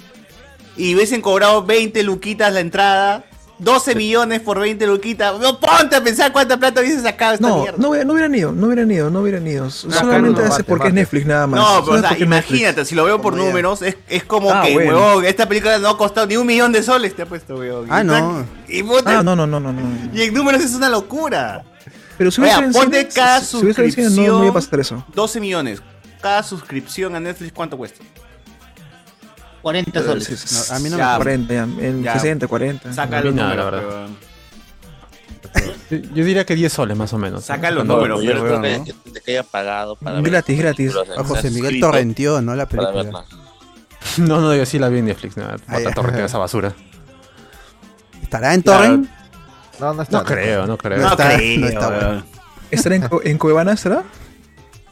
S3: y hubiesen cobrado 20 luquitas la entrada, 12 millones por 20 luquitas, no ponte a pensar cuánta plata hubiese sacado esta
S7: No,
S3: mierda.
S7: no, hubiera- no hubieran ido, no hubieran ido, no hubieran ido. Solamente
S3: acá no,
S7: hace
S3: mate,
S7: porque es
S3: mate.
S7: Netflix nada más.
S3: No, pero o
S7: Solamente
S3: sea,
S7: porque es Netflix.
S3: imagínate, si lo veo por números, es, es como
S7: Ah,
S3: que,
S7: bueno.
S3: weón, esta película no ha costado ni un millón de soles, te ha puesto, weón.
S7: Ah,
S3: Y
S7: no.
S3: tan- Y, puta-
S7: Ah, no, no, no, no, no.
S3: y en números es una locura.
S7: Pero si
S3: Vea,
S7: hubiese en
S3: ponte
S7: cine,
S3: cada
S7: si- si hubiese en cine, no, no iba a pasar eso.
S3: 12 millones. Cada suscripción a Netflix, ¿cuánto cuesta?
S6: 40
S7: No,
S6: soles.
S7: a mí no me 40, ya, en
S3: Ya.
S7: 60, 40.
S3: Saca los
S2: No, la
S3: números,
S2: verdad.
S3: weón.
S2: Yo yo diría que 10 soles más o menos.
S3: Saca los
S2: Cuando-
S3: números,
S2: cuando-
S3: pero-
S2: cuando-
S3: creo
S20: que, que te haya pagado para
S7: Gratis, gratis.
S4: A
S3: Ah,
S4: José Miguel
S2: escrito
S4: torrentió, ¿no? La
S2: para
S4: película.
S2: No, no, yo sí la vi en Netflix. No, Bota torrenteo esa basura.
S4: ¿Estará en torrent?
S18: No, no
S2: No creo, no creo.
S4: No está, no está bueno.
S7: ¿Estará en, Cu- en Cuevana, será?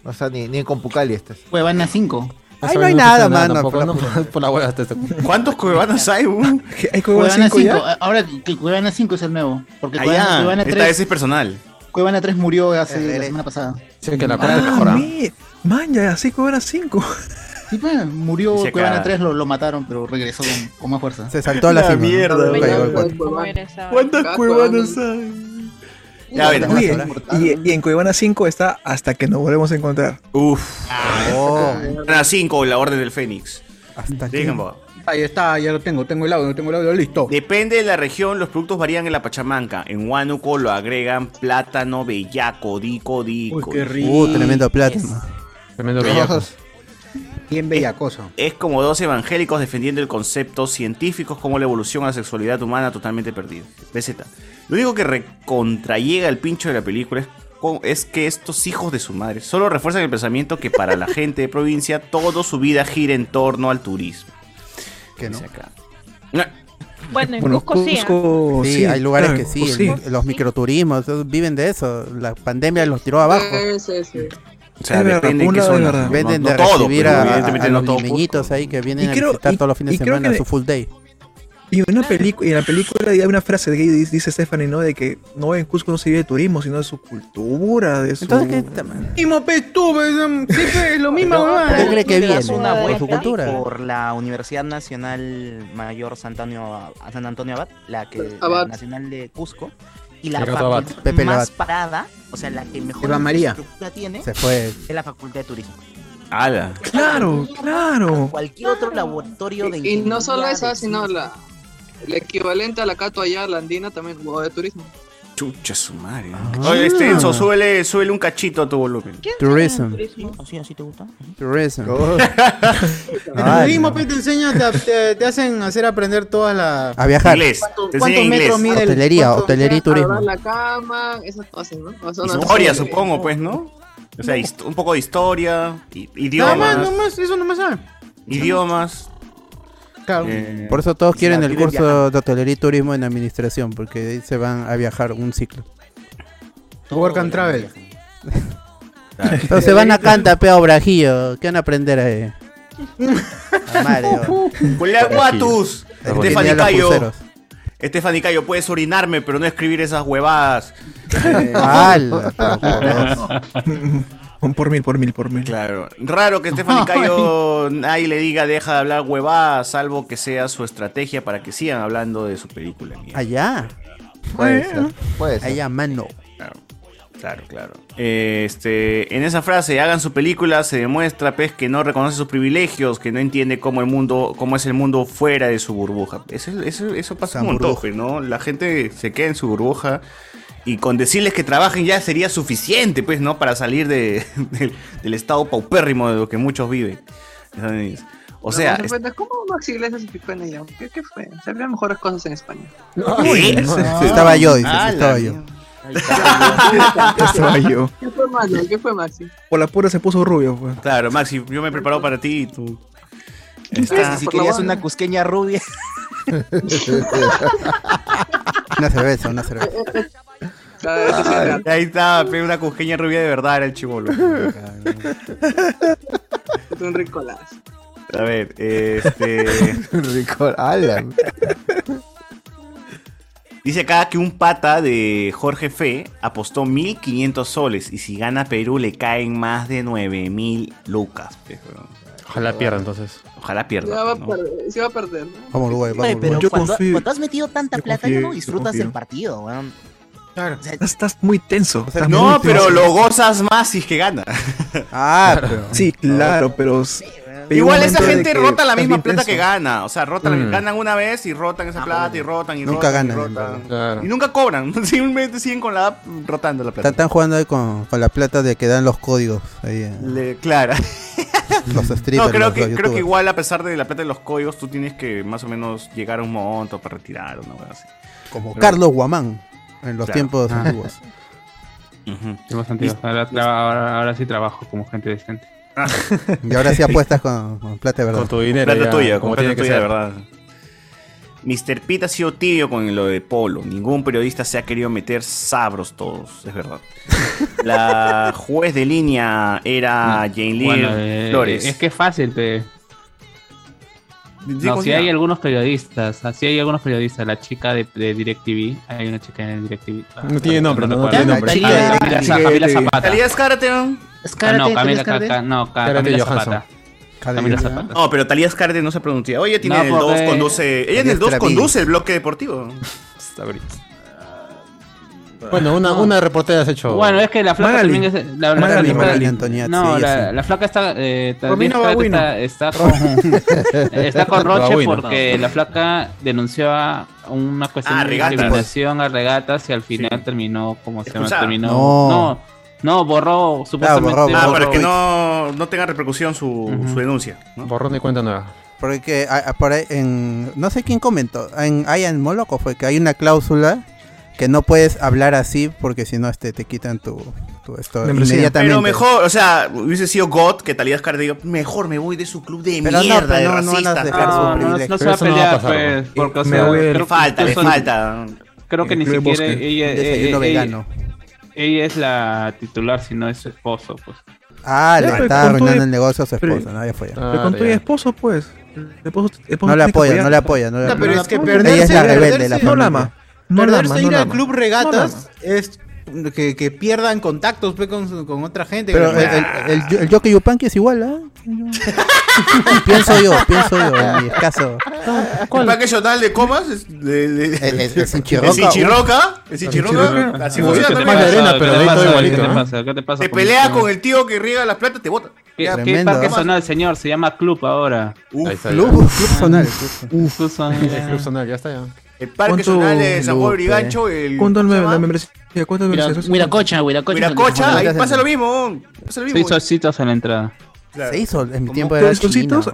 S18: O sea, ni, ni en Compucali este. estás.
S6: Cuevana 5.
S2: Esa vaina cuesta tampoco, ¿no? Por la hueá. te- te-
S3: ¿Cuántos cuevanas hay, weón?
S7: ¿Hay
S6: Cuevana 5,
S1: Ah,
S6: ahora que Cuevana 5 es el nuevo. Porque Cuevana,
S3: Allá,
S6: Cuevana
S3: esta
S6: 3,
S3: vez es personal.
S6: Cuevana 3 murió hace la semana pasada.
S2: Sí, que la
S7: Ah, mi- Man, ya, así Cuevana 5.
S6: Sí, pues, murió
S7: Y se
S6: Cuevana
S7: acaba.
S6: 3, lo, lo mataron, pero regresó con, con más fuerza.
S4: Se saltó a la La cima. mierda, Nunca güey. llegó al cuatro.
S6: ¿Cuántas
S3: cuevanas hay? Ya, a ver.
S7: Oye, y, y en Cuevana 5 está hasta que nos volvemos a encontrar.
S3: Uf.
S21: Oh.
S3: Cuevana 5, Ah, la Orden del Fénix.
S4: Hasta
S21: aquí. Ahí está, ya lo tengo, tengo el audio, tengo el audio, listo.
S3: Depende de la región, los productos varían en la Pachamanca. En Huánuco lo agregan plátano, bellaco, dico, dico.
S4: Uh, tremendo plátano.
S2: Tremendo
S21: Bien bellacoso.
S3: Es como dos evangélicos defendiendo el concepto científicos como la evolución a la sexualidad humana totalmente perdida. BZ. Lo único que recontrallega el pincho de la película es con- es que estos hijos de su madre solo refuerzan el pensamiento que para la gente de provincia toda su vida gira en torno al turismo.
S4: Que no.
S12: Bueno, en
S4: Bueno,
S12: Cusco sí. ¿ah?
S7: Cusco,
S4: sí,
S7: sí,
S4: hay lugares
S7: claro,
S4: que sí,
S7: Cusco
S4: el- los microturismos esos viven de eso. La pandemia los tiró abajo.
S19: Sí, sí.
S3: O sea, depende de qué zona. No-
S4: Venden
S3: no
S4: de
S3: todo,
S4: recibir
S3: pero
S4: a, a-
S3: evidentemente
S4: a
S3: no
S4: los
S3: todo
S4: niñitos ahí que vienen
S7: Y creo-
S4: a visitar
S7: y-
S4: todos los fines
S7: y
S4: de
S7: creo
S4: semana,
S7: que-
S4: su full day.
S7: Y en, una pelicu- y en la película hay una frase que dice, dice Stephanie, ¿no? De que no en Cusco no se vive de turismo, sino de su cultura, de su...
S4: Entonces,
S1: Mismo pez tú, pues, siempre es lo mismo,
S10: ¿Por
S1: mamá.
S10: qué cree que le das viene? una Por vuelta su cultura.
S4: por
S10: la Universidad Nacional Mayor San Antonio, a San Antonio Abad, la que la
S4: Abad.
S10: Nacional de Cusco y la
S4: Ricardo Abad.
S10: facultad
S4: Pepe
S10: más
S4: Abad.
S10: parada, o sea, la que mejor
S4: Eva María.
S10: infraestructura tiene,
S4: Se fue.
S10: es la Facultad de Turismo.
S3: ¡Hala!
S7: Claro, claro.
S10: Cualquier otro laboratorio de
S19: Y, y no solo
S10: ingeniería,
S19: esa,
S10: de
S19: sino la, el equivalente a la Cato allá, la andina también, como de turismo.
S3: Chucha su madre. Oye, este Extenso, súbele, súbele un cachito a tu volumen.
S7: Ah.
S4: Tourism.
S10: ¿Así, así te gusta?
S4: Tourism.
S7: Oh.
S1: En
S4: Ay,
S1: turismo,
S4: no.
S1: pues, te enseñan, te, te- te hacen hacer aprender todas las.
S4: A viajar. Inglés,
S1: ¿Cuánto-
S4: te enseñan
S1: ¿Cuántos
S4: inglés.
S1: metros mide el-
S4: Hotelería,
S1: cuánto-
S4: hotelería y turismo.
S19: Ahorrar la cama, esas cosas, ¿no? O sea, no-
S3: Historia, supongo, pues, ¿no? O sea, hist- un poco de historia, i-
S1: Nada
S3: idiomas,
S1: más, nada más, eso no me sabe.
S3: idiomas.
S1: Claro.
S3: eh,
S4: Por eso todos
S3: y
S4: quieren
S3: la
S4: el
S3: viven
S4: curso
S3: viajando.
S4: de hotelería y turismo en administración, porque ahí se van a viajar un ciclo.
S1: Work and travel.
S4: Pero se van a Canta, pe, a Obrajillo. ¿Qué van a aprender ahí? A Mario.
S3: ¡Huele a guatus!
S4: Ahí
S3: Estefany
S4: tenían los
S3: Cayo.
S4: pulseros.
S3: Estefany Cayo, puedes orinarme, pero no escribir esas huevadas. Eh,
S4: ¡Hala, pero por
S7: Un por mil, por mil, por mil.
S3: Claro. Raro que Stephanie Cayo nadie le diga deja de hablar huevadas, salvo que sea su estrategia para que sigan hablando de su película. mierda.
S4: Allá.
S3: Puede ser,
S4: puede Allá, mano.
S3: Claro, claro, claro. Eh, Este, en esa frase, hagan su película, se demuestra pues, que no reconoce sus privilegios, que no entiende cómo el mundo, cómo es el mundo fuera de su burbuja. Eso, eso, eso pasa un montón, pues, ¿no? La gente se queda en su burbuja. Y con decirles que trabajen ya sería suficiente, pues, ¿no? Para salir de- del, del estado paupérrimo de lo que muchos viven. O
S19: Pero
S3: sea,
S19: no se cuenta, ¿Cómo Max Iglesias se picó en ella? ¿Qué, qué fue? Se habían mejores cosas en España.
S3: ¿Qué?
S4: Sí estaba yo, dice, sí
S3: Ah, la
S4: estaba yo.
S7: Estaba yo.
S19: ¿Qué fue Mano? ¿Qué fue Maxi?
S7: Por la pura se puso rubio, pues.
S3: Claro, Maxi, yo me he preparado para ti y tú.
S10: Ah, si querías una cusqueña rubia.
S4: Una cerveza, una
S3: Eh,
S4: cerveza.
S3: Ay, ahí está, pe, una cusqueña rubia de verdad era el chivolo.
S19: Es un ricolazo.
S3: A ver, este.
S18: Ricor, ala.
S3: Dice acá que un pata de Jorge Fe apostó 1500 soles y si gana Perú le caen más de 9000 lucas. pe, weón.
S2: Ojalá pierda entonces.
S3: Ojalá
S19: Ya
S3: pierda.
S19: va a
S3: ¿no?
S19: perder, se va a perder. ¿no?
S4: Vamos, Uruguay,
S10: Oye,
S4: vamos,
S10: pero
S4: Uruguay.
S10: cuando, cuando has metido tanta
S4: yo
S10: plata,
S4: confío,
S10: no
S4: yo
S10: disfrutas
S4: confío.
S10: el partido, weón.
S1: Claro.
S7: Estás, estás muy tenso. estás muy tenso.
S3: No, pero lo gozas más si es que gana.
S4: Ah,
S7: Sí, claro, pero. s- pero
S3: Igual
S7: un
S3: esa
S7: momento de
S3: gente
S7: que
S3: rota la
S7: estás
S3: misma
S7: bien
S3: plata que
S7: tenso.
S3: gana. O sea, rotan,
S7: Mm.
S3: ganan una vez y rotan esa plata y rotan y
S4: Ah, Nunca
S3: rotan. y
S4: ganan, en
S3: rotan.
S4: verdad.
S3: Y nunca cobran. Simplemente siguen con la rotando la
S4: Están,
S3: plata.
S4: están jugando ahí con, con la plata de que dan los códigos. Ahí, eh,
S3: Le- Clara.
S4: los
S3: No,
S4: streamers.
S3: creo
S4: los-
S3: que,
S4: los
S3: creo que
S4: youtubers.
S3: igual a pesar de la plata de los códigos, tú tienes que más o menos llegar a un monto para retirar una cosa así.
S4: Como
S3: Pero-
S4: Carlos Guamán en los
S3: Claro.
S4: tiempos
S3: Ah.
S4: antiguos.
S5: Tiempos antiguos. Ahora, tra- ahora- ahora sí trabajo como gente decente.
S4: Y ahora sí apuestas con, con plata de verdad.
S2: Con tu dinero.
S3: plata
S2: ya,
S3: tuya, como
S2: como
S3: plata
S2: tiene que
S3: tuya, de
S2: ser.
S3: verdad. Mr. Pete ha sido tibio con lo de Polo. Ningún periodista se ha querido meter sabros todos, es verdad. La juez de línea era Jane Lee
S5: Bueno, eh,
S3: Flores.
S5: es que es fácil, pe. No,
S3: Digo,
S5: sí
S3: ya.
S5: hay algunos periodistas, así hay algunos periodistas. La chica de, de DirecTV, hay una chica en el DirecTV.
S2: No tiene nombre, no, no
S5: recuerdo.
S2: tiene nombre.
S5: Ah, Camila, Za- Camila Zapata.
S3: Talía Escárate, ¿no?
S5: Ah, no, Camila, Ca- Ca- no, Ca- ah, Camila Zapata. Camila Zapata.
S3: No, pero Talía Escárate no se pronuncia. Oye, tiene
S5: No, pues, eh,
S3: el 2
S5: porque-
S3: conduce. Ella en el 2
S2: Stravinsky.
S3: conduce el bloque deportivo.
S2: Bueno, una, una reportera has hecho.
S5: Bueno, es que la flaca
S2: Magali.
S5: también es. La, la-
S2: Magali,
S5: la-
S2: Magali
S5: la-
S2: Antoniazzi,
S5: No,
S2: ella
S5: la,
S2: sí.
S5: la flaca está. Eh, tal vez
S1: Romina Babuino.
S5: está, está con, está con Roche
S2: Babuino.
S5: porque la flaca denunció a una cuestión
S2: Ah,
S5: de
S2: regatas.
S5: discriminación a regatas y al final terminó, como se llama,
S3: Expulsada.
S5: terminó.
S4: No.
S5: No, no, borró supuestamente.
S4: borró,
S3: Ah,
S5: borró
S3: para que
S5: tweets.
S3: no, no tenga repercusión su, su denuncia. ¿no?
S2: Borrón y cuenta nueva.
S4: Porque ah, ah, por ahí en, no sé quién comentó, en Ian Moloco fue que hay una cláusula que no puedes hablar así porque si no este, te quitan tu, tu- esto
S3: Membresía.
S4: inmediatamente.
S3: Pero mejor, o sea, hubiese sido God que Talías Cardi diga, mejor me voy de su club de
S4: Pero no,
S3: mierda, de
S4: pero no, no
S3: racista.
S4: van a dejar su
S5: No, no, no se va a pelear, pues, porque, o
S3: Me
S5: sea,
S3: voy del-
S5: creo-
S3: falta, le
S5: incluso-
S3: falta.
S5: Creo que
S3: El
S5: ni
S3: Club
S5: siquiera
S3: Bosque.
S5: ella, eh,
S3: Un desayuno
S5: ella-
S3: vegano.
S5: ella es la titular, sino es su esposo, pues.
S4: Ah, le
S7: Ya, pero
S4: está
S7: con todo
S4: arruinando
S7: y-
S4: el negocio a su
S7: pero-
S4: esposa. No, ya fue Ah, ya.
S3: Ah,
S7: Pero con tu esposo, pues. El esposo- el esposo
S4: No la
S7: tiene que
S4: apoya,
S7: apoyar.
S4: no la apoya, no la No, apoya. pero es que
S7: Ella es la
S4: perderse-
S7: rebelde, la
S4: perderse-
S7: No la ama. No la
S1: Perderse
S7: ama,
S1: ir
S7: no la
S1: al
S7: ama.
S1: club regatas es que, que pierdan contactos pues, con, con otra gente. pues,
S4: Pero el,
S1: Que-
S4: el, el, el Jockey Yupanqui es igual, ¿ah? pienso yo, pienso yo, en mi escaso.
S3: ¿El paquete total de comas? Es, de, de-
S4: es un
S3: ¿El Sinchiroca? ¿El Sinchiroca? Así funciona
S5: ¿Qué te
S3: también.
S5: pasa? ¿Qué te
S3: ahí todo
S5: pasa?
S3: igualito,
S5: ¿Qué te
S3: ¿no?
S5: pasa? ¿Qué te pasa?
S3: Te
S5: con-
S3: pelea con el tío que riega las plantas, te bota.
S5: ¿Qué,
S3: Ya.
S5: ¿qué parque sonal, señor? Se llama Club ahora. Ah.
S2: Ahí está, Club- ya. Club Zonal.
S5: Club
S2: El Club
S5: Sonal.
S2: Zonal, ya está ya.
S3: El Parque
S7: ¿Cuánto-
S3: Zonal de San Juan
S7: Lupe.
S3: Brigancho, el...
S7: ¿Cuánto
S3: ¿cómo se
S7: me-
S3: llama?
S7: la membresía? ¿Cuánto
S3: Mira-
S7: membresía?
S3: Huiracocha,
S7: Huiracocha.
S3: Huiracocha, ahí pasa lo mismo. Pasa lo mismo.
S5: Seis solcitos en la entrada.
S4: Se hizo, en mi tiempo
S7: Con
S4: era chino.
S7: solcitos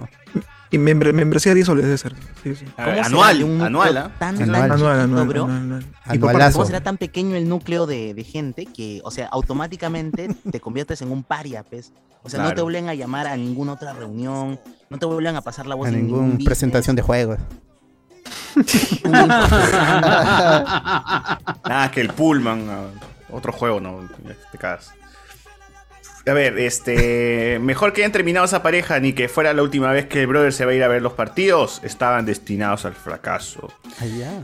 S7: y membre- membresía 10 soles debe ser. Sí, sí.
S3: Ah,
S10: ¿Cómo será de un núcleo Tan, tan
S7: Anual,
S10: chiquito,
S7: anual, anual,
S10: bro?
S7: anual.
S10: ¿Y por-
S4: Anualazo.
S10: ¿Cómo será tan pequeño el núcleo de, de gente que, o sea, automáticamente te conviertes en un paria, pues? O sea, no
S4: Claro.
S10: te vuelven a llamar a ninguna otra reunión, no te vuelven a pasar la voz
S4: A
S10: en ningún
S4: ninguna
S10: business.
S4: presentación de juegos.
S3: Nada, que el Pullman. ah, Otro juego, no. ya Te cagas. A ver, este. Mejor que hayan terminado esa pareja ni que fuera la última vez que el brother se va a ir a ver los partidos. Estaban destinados al fracaso.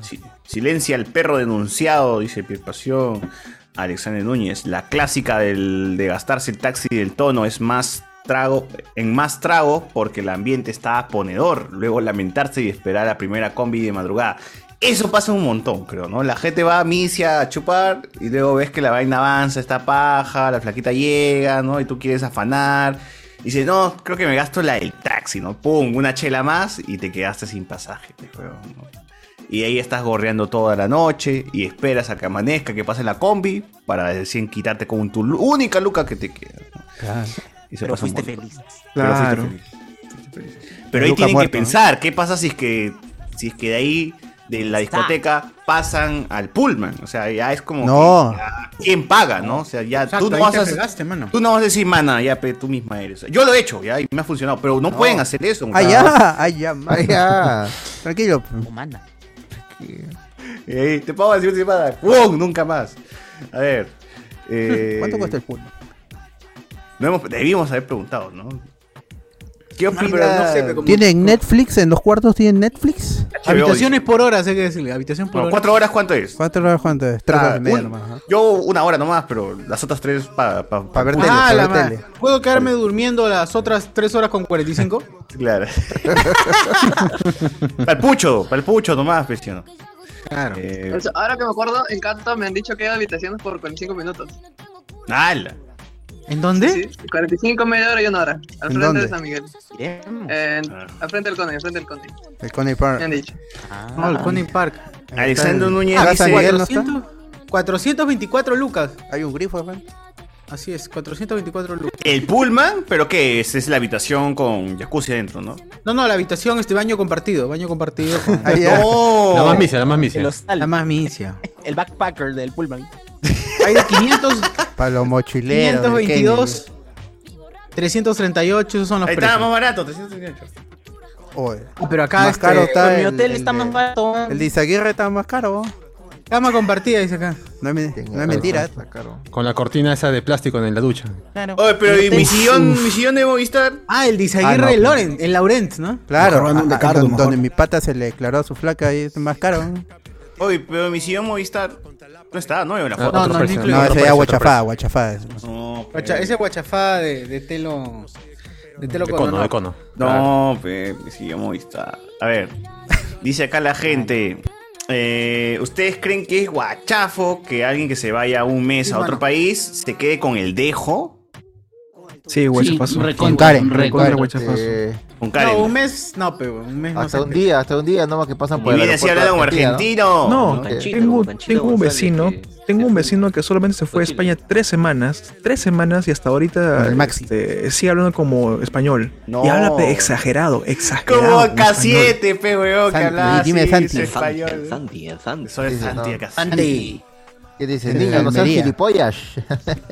S3: Si- silencia el perro denunciado, dice Pierpasión. Alexander Núñez. La clásica del, de gastarse el taxi del tono es más trago, en más trago porque el ambiente está ponedor. Luego lamentarse y esperar la primera combi de madrugada. Eso pasa un montón, creo, ¿no? La gente va a misia a chupar y luego ves que la vaina avanza, está paja, la flaquita llega, ¿no? Y tú quieres afanar. Y dices, no, creo que me gasto la del taxi, ¿no? Pum, una chela más y te quedaste sin pasaje, pues, huevón, ¿no? Y ahí estás gorreando toda la noche y esperas a que amanezca, que pase la combi, para recién quitarte con tu lu- única luca que te queda. ¿no? Y se
S10: Pero
S3: pasa un
S10: fuiste
S3: montón.
S10: feliz.
S3: Pero fuiste
S7: Claro.
S3: feliz. Pero ahí
S7: Luca
S3: tienen
S7: muerto,
S3: que
S7: ¿no?
S3: pensar, ¿qué pasa si es que si es que de ahí de la discoteca pasan al Pullman? O sea, ya es como
S4: No.
S3: que, ya,
S1: Ah,
S3: quién paga, ¿no? O sea, ya
S4: Exacto,
S3: tú no
S4: ahí
S3: vas
S4: te
S3: a
S4: fregaste, mano.
S3: tú no vas a decir, "Mana, ya pe, tú misma eres." Yo lo he hecho, ya y me ha funcionado, pero no, pueden hacer eso.
S4: Ay,
S3: muchachos.
S4: Ah, ya, ay, ya, man. Tranquilo.
S10: Humana.
S3: Y ahí, te pago la siguiente semana. ¡Pum! Nunca más. A ver. eh,
S4: ¿Cuánto cuesta el pullman?
S3: No hemos- debimos haber preguntado, ¿no? ¿Qué opinas?
S4: ¿Tienen Netflix? ¿En los cuartos tienen Netflix?
S1: Habitaciones por hora, sé que decirle. Habitación por
S3: No,
S1: hora.
S3: ¿Cuatro horas cuánto es?
S4: ¿Cuánto horas cuánto es? Tres
S3: Ah,
S4: horas y media
S3: un-
S4: nomás. ajá.
S3: Yo una hora nomás, pero las otras tres para pa, pa-
S4: ver
S3: Ah,
S1: Ah, la
S3: la
S1: madre. ¿Puedo quedarme durmiendo las otras 3 horas con 45?
S3: ma- Claro. para el pucho, para el pucho nomás, pues, Cristiano.
S1: Claro.
S3: Eh,
S19: Ahora que me acuerdo, en Canto me han dicho que hay habitaciones por 45 minutos.
S3: ala.
S1: ¿En dónde?
S19: Sí, 45, media hora y una hora. Al
S4: ¿En
S19: frente
S4: dónde?
S19: de San Miguel. En-
S11: Ah.
S19: al frente del Conde, al frente del Conde.
S4: El Coney Park.
S19: Me han dicho.
S1: No, el Conning Park.
S3: Alexander Núñez
S1: Ah,
S3: dice-
S1: 400, 424 lucas.
S4: Hay un grifo, hermano.
S1: Así es, 424 lucas.
S3: El Pullman, pero qué es, es la habitación con jacuzzi adentro, ¿no?
S1: No, no, la habitación, este baño compartido. Baño compartido. con-
S3: Ah, ya. No.
S4: Oh.
S3: La más misia, la más misia.
S1: El hostal. La más misia.
S10: El backpacker del Pullman.
S1: Hay de 500,
S4: Para los mochileros. del
S1: 522, 338, esos son los
S3: Ahí
S1: precios.
S3: está, más barato, 338.
S4: Kenny. Oye,
S1: Ah, Pero acá
S4: Más
S1: este,
S4: caro está el- el de-
S1: barato.
S4: El de Izaguirre está más caro.
S1: Cama compartida, dice acá. Ah,
S4: No es, me- no es mentira.
S2: Con la cortina esa de plástico en la ducha.
S3: Oye, pero ¿y mi
S1: Uf.
S3: sillón, mi sillón de Movistar?
S1: Este Ah, el de
S4: Ah, no,
S1: Isaguirre
S4: pues.
S1: Loren, el Laurent, ¿no?
S4: Claro,
S1: Mejor van un
S4: ah,
S1: Ricardo,
S4: don-
S1: mejor.
S4: donde mi pata se le declaró a su flaca y es más caro. ¿no?
S3: Oye, pero mi sillón Movistar no está, no hay una foto.
S4: no,
S3: Ah, Otro
S4: no,
S3: precio,
S4: no,
S3: otro
S4: ese
S3: precio,
S4: ya
S3: otro
S4: guachafá,
S3: precio.
S4: guachafá. es. Eh,
S3: No,
S1: Guacha-
S3: pe.
S1: ese guachafá de, de telo. De telo
S3: De
S1: con-
S3: cono, de cono. No, pe, mi sillón Movistar. A ver, dice acá la gente. eh, ¿Ustedes creen que es guachafo que alguien que se vaya un mes
S7: Sí,
S3: a otro
S7: mano.
S3: país se quede con el dejo?
S7: Sí, guachafazo.
S3: recontra, Con Karen, recontra recontra.
S7: guachafazo.
S3: Con Karen.
S1: No, un mes, no, pero un mes
S11: Hasta
S1: no
S11: un día, hasta un día nomás que pasan por
S3: Y viene así hablando como argentino.
S7: No, eh,
S11: Con Panchito,
S7: tengo,
S11: con Panchito
S7: tengo un
S11: González,
S7: vecino, tengo un vecino que solamente se fue a España tres semanas, tres semanas y hasta ahorita este, sigue hablando como español.
S3: No.
S7: Y habla pe- exagerado, exagerado.
S3: Como
S7: en español.
S3: K7, pe, weón, que
S7: Santi,
S3: hablaba
S7: dime
S3: así,
S7: Santi.
S3: español.
S14: Santi, el Santi.
S3: Soy Santi, acá.
S1: Santi.
S18: ¿Qué dice?
S11: En
S18: Niño, no seas
S11: Almería.
S18: gilipollas.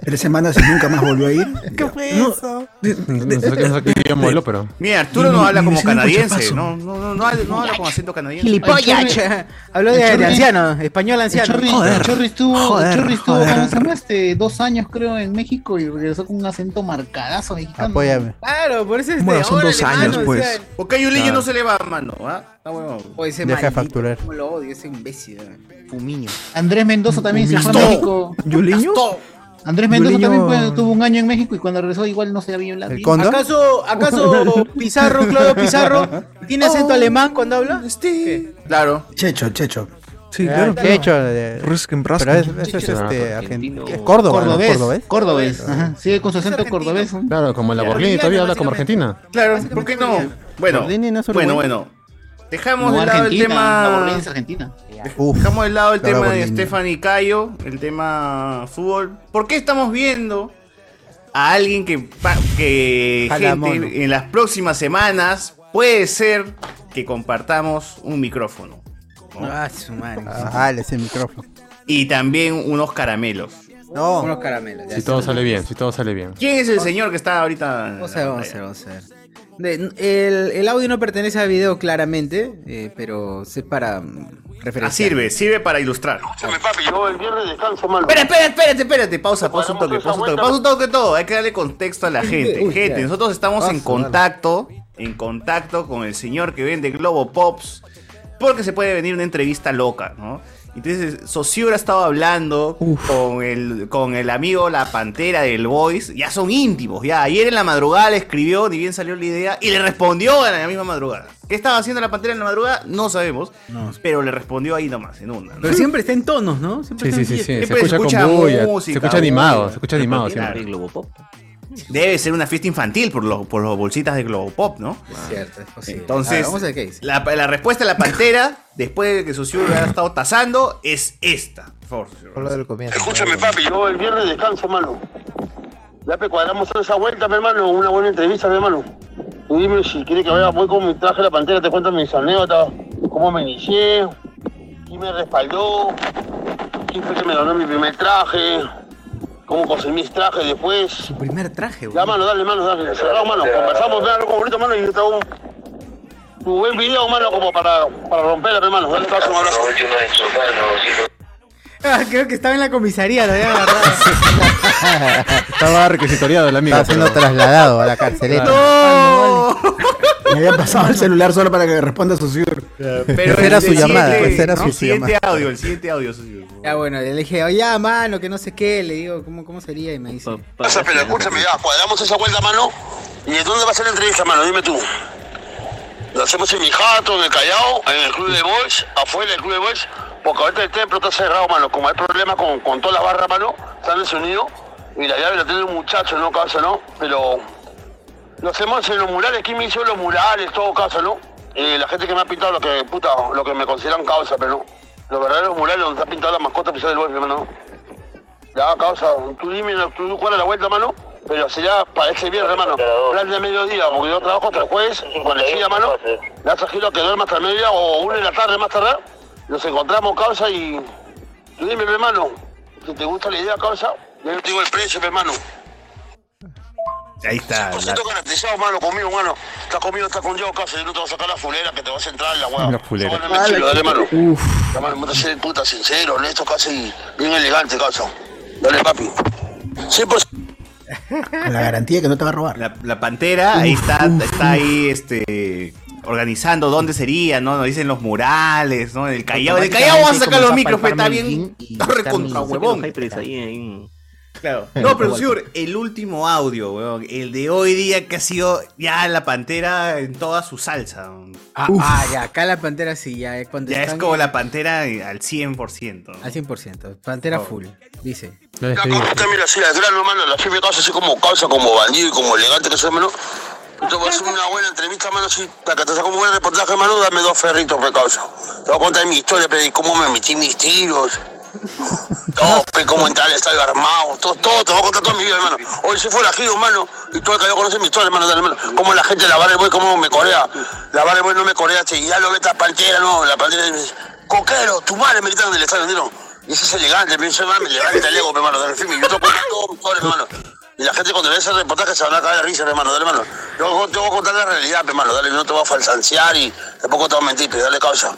S11: Tres semanas y nunca más volvió a ir.
S18: ¿Qué
S11: fue eso?
S3: Mira, Arturo no
S11: Ni-
S3: habla
S11: ni recién
S3: como
S11: un
S3: canadiense,
S11: cochapazo.
S3: no, no, no, no habla, no habla con acento canadiense.
S21: ¡Gilipollas! Habló de, de anciano, español anciano.
S6: Chorri,
S21: Joder.
S6: Chorri estuvo,
S21: Joder,
S6: Chorri estuvo
S21: joder.
S6: ¿cómo se llama este? dos años creo en México y regresó con un acento marcadazo mexicano.
S4: Ah, Apóyame.
S1: Claro, por eso este,
S4: Bueno, son
S1: órale,
S4: dos años,
S1: mano,
S4: pues.
S3: Porque a Yuli
S4: Claro.
S3: no se le va a mano, ¿ah? Está huevón.
S1: O ese
S4: Deja de
S1: maldito,
S4: facturar.
S1: cómo lo odio, ese imbécil.
S10: Fumiño.
S6: Andrés Mendoza también se fue a
S1: Gastó.
S6: México.
S1: ¿Yuliño?
S6: Andrés Mendoza
S1: Yuliño-
S6: también fue- tuvo un año en México y cuando regresó igual no se había hablado. bien.
S1: ¿Acaso, acaso Pizarro, Claudio Pizarro, tiene acento alemán cuando habla? ¿Qué?
S3: Oh. Este. Claro.
S11: Checho, Checho.
S4: Sí, claro. De hecho,
S3: eh.
S4: de-
S11: Ruskin
S4: Ah, pero
S11: Braskin.
S4: es, eso es
S11: Checho.
S4: este argentino. Es Córdoba, ¿no?
S6: Cordobés.
S4: Cordobés.
S6: Cordobés. Ajá. Sigue con su acento cordobés. ¿no?
S2: Claro, como la Borghini todavía habla como argentina.
S3: Claro, ¿por qué no? Bueno,
S6: Jardini no es
S3: bueno,
S6: uruguayo.
S3: bueno. Dejamos
S6: No,
S3: de lado el
S6: Argentina, la
S3: tema.
S6: Borghini es Argentina.
S3: Dejamos de lado el
S6: Claro,
S3: tema de
S6: Borghini.
S3: Stephanie Cayo, el tema fútbol. ¿Por qué estamos viendo a alguien que, pa- que
S4: Jala mono.
S3: gente, en las próximas semanas puede ser que compartamos un micrófono?
S21: Ah, su madre.
S4: Ah, ese micrófono.
S3: Y también unos caramelos.
S21: No. Unos caramelos. ya
S2: Si todo
S3: pues.
S2: sale bien, si todo sale bien.
S3: ¿Quién es el señor que está ahorita?
S21: Vamos a ver, vamos a ver, vamos a ver. De- el, el audio no pertenece al video claramente, eh, pero es para mm, referencia.
S3: Ah, sirve, sirve para ilustrar.
S21: Espera,
S3: espera, espérate, espérate, pausa, pausa un toque, pausa un toque, pausa un toque todo. Hay que darle contexto a la gente.
S21: Uy,
S3: gente,
S21: ya.
S3: nosotros estamos en
S21: Pausa,
S3: contacto, en contacto con el señor que vende Globo Pops, porque se puede venir una entrevista loca, ¿no? Entonces, Sosur ha estado hablando con el, con el amigo La Pantera del Voice. Ya son íntimos, ya. Ayer en la madrugada le escribió, ni bien salió la idea, y le respondió en la misma madrugada. ¿Qué estaba haciendo La Pantera en la madrugada? No sabemos, pero le respondió ahí nomás, en una. ¿no?
S21: Pero siempre está en tonos, ¿no? Siempre
S2: Sí, sí,
S21: está
S2: sí,
S21: en-
S2: sí.
S1: Eh,
S2: Se
S3: Siempre
S2: escucha,
S3: escucha
S2: con bulla, se
S3: música,
S2: escucha animado,
S3: bulla.
S2: se escucha animado
S3: Claro.
S2: siempre.
S3: Debe ser una fiesta infantil por los, por los bolsitas de Globopop, ¿no?
S1: Ah.
S21: Es cierto, es posible.
S3: Entonces,
S21: Ah, vamos a ver qué dice.
S3: La, la respuesta a la pantera, después de que Socio lo ha estado tasando, es esta. Por favor, Socio.
S18: Por lo del comienzo.
S9: Escúchame, papi, yo el viernes descanso, mano. Ya pe, cuadramos toda esa vuelta, mi hermano, una buena entrevista, mi hermano. Tú dime si quieres que vaya, voy con mi traje de la pantera, te cuento mis anécdotas, cómo me inicié, quién me respaldó, quién fue que me donó mi primer traje, cómo conseguí mis trajes después. Su
S21: primer traje,
S9: Ya, mano, dale, mano, dale, cerrado, mano, conversamos, ve algo bonito, mano, y yo te hago un, un buen video, mano, como para, para romperla, mi hermano. Dale, paso, un abrazo.
S21: Ah, creo que estaba en la comisaría, lo había agarrado.
S2: Estaba requisitoriado el amigo.
S4: Está siendo trasladado a la carceleta.
S11: Me había pasado el celular solo para que responda su señor.
S3: Pero
S4: era
S3: el-
S4: su
S3: el
S4: llamada,
S3: siguiente-
S4: pues, era
S3: ¿no?
S4: su
S3: el siguiente
S4: llamada.
S3: audio, el siguiente audio, Socio.
S21: Ya bueno, le dije, oye, mano, que no sé qué, le digo, ¿cómo, cómo sería? Y me dice,
S9: Pasa, pero escúchame ya, cuadramos esa vuelta, mano. ¿Y de dónde va a ser la entrevista, mano? Dime tú. La hacemos en mi jato, en el Callao, en el Club de Boys, afuera del Club de Boys, porque ahorita el templo está cerrado, mano. Como hay problemas con, con todas las barras, mano, están desunidos. Y la llave la tiene un muchacho, ¿no? Caso, ¿no? Pero lo hacemos en los murales, ¿quién me hizo los murales? Todo caso, ¿no? Y la gente que me ha pintado lo que, puta, lo que me consideran causa, pero no. Los verdaderos murales donde está pintada la mascota oficial del Boys, mi hermano. Ya, causa, tú dime tú cuál es la vuelta, mano. Pero sería para ese viernes, hermano. Plan de mediodía, porque yo trabajo hasta el jueves, con decía, mano. Le haces giro que duerma hasta el mediodía o una de la tarde más tarde. Nos encontramos, causa, y. Tú dime, mi hermano, si te gusta la idea, causa. Yo te digo el precio, mi hermano.
S3: Ahí está.
S9: Por cierto, garantizado, mano, conmigo, mano. Está conmigo, está con yo, causa. Yo no te voy a sacar la fulera que te vas a entrar en la hueá.
S2: La fulera.
S9: Bueno, me chilo, dale, mano. Ya, mano, me ser puta sincero, honesto, casi bien elegante, causa. Dale, papi. pues, 100%.
S11: Con la garantía que no te va a robar.
S3: La, la pantera, ahí
S11: Uf,
S3: está,
S11: uf,
S3: está ahí, este. Organizando dónde sería, ¿no? Nos dicen los murales, ¿no? En el Callao. En el Callao vamos a sacar los micros, pero está bien. Está recontra huevón. Claro. No, pero señor, el último audio, weón. El de hoy día que ha sido ya la pantera en toda su salsa. weón.
S21: ah, ah, ya, acá la pantera sí, ya. eh, Cuando
S3: Ya es
S21: están
S3: como la pantera al 100%.
S21: Al 100%, pantera full, dice.
S9: Ahorita, mira, así la grano, hermano, la jefe causa así como causa, como bandido y como elegante que soy, hermano. Yo voy a hacer una buena entrevista, hermano, sí, para que te saco un buen reportaje, hermano, dame dos ferritos, pe causa. Te voy a contar mi historia, pero cómo me metí mis tiros. Todo, pe, cómo entrar al estadio armado, todo, todo, te voy a contar toda mi vida, hermano. Hoy se fue la gira, hermano, y todo el que yo conoce mi historia, hermano, dale, hermano. Cómo la gente de la barra boy, cómo me corea. La barra boy no me corea, che, ya lo ve esta pantera, no, la pantera. Coquero, tu madre me gritan del estadio, ¿no? Y ese es elegante, pienso, me levanta el ego, mi hermano, del filme. Yo toco todo, mi pobre, mi hermano. Y la gente cuando ve ese reportaje se van a caer de risa, mi hermano, dale, hermano. Yo te voy a contar la realidad, mi hermano, dale, no te voy a falsanciar y tampoco te voy a mentir, pe, dale causa.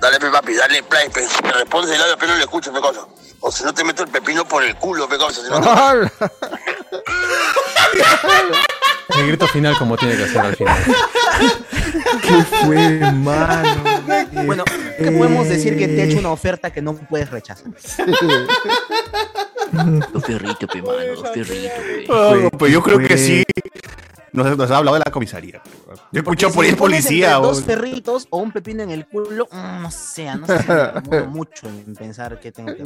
S9: Dale, pe, papi, dale play, pe. Te respondes el labio, pe, no le escucho, pe, causa. O si no te meto el pepino por el culo, pe, causa. Si no te-
S2: El grito final como tiene que ser al final.
S10: ¿Qué fue, mano? Bueno, ¿qué
S4: Eh,
S10: podemos decir que te ha hecho una oferta que no puedes rechazar?
S14: Los perritos, Oh, pe, mano, los perritos, pe.
S3: Ah, pues yo creo que sí. Nos, nos ha hablado de la comisaría. Yo he escuchado por ahí policía.
S10: Dos
S3: vos.
S10: perritos o un pepino en el culo, mm, no sé, no sé. me demoro mucho en pensar que tengo que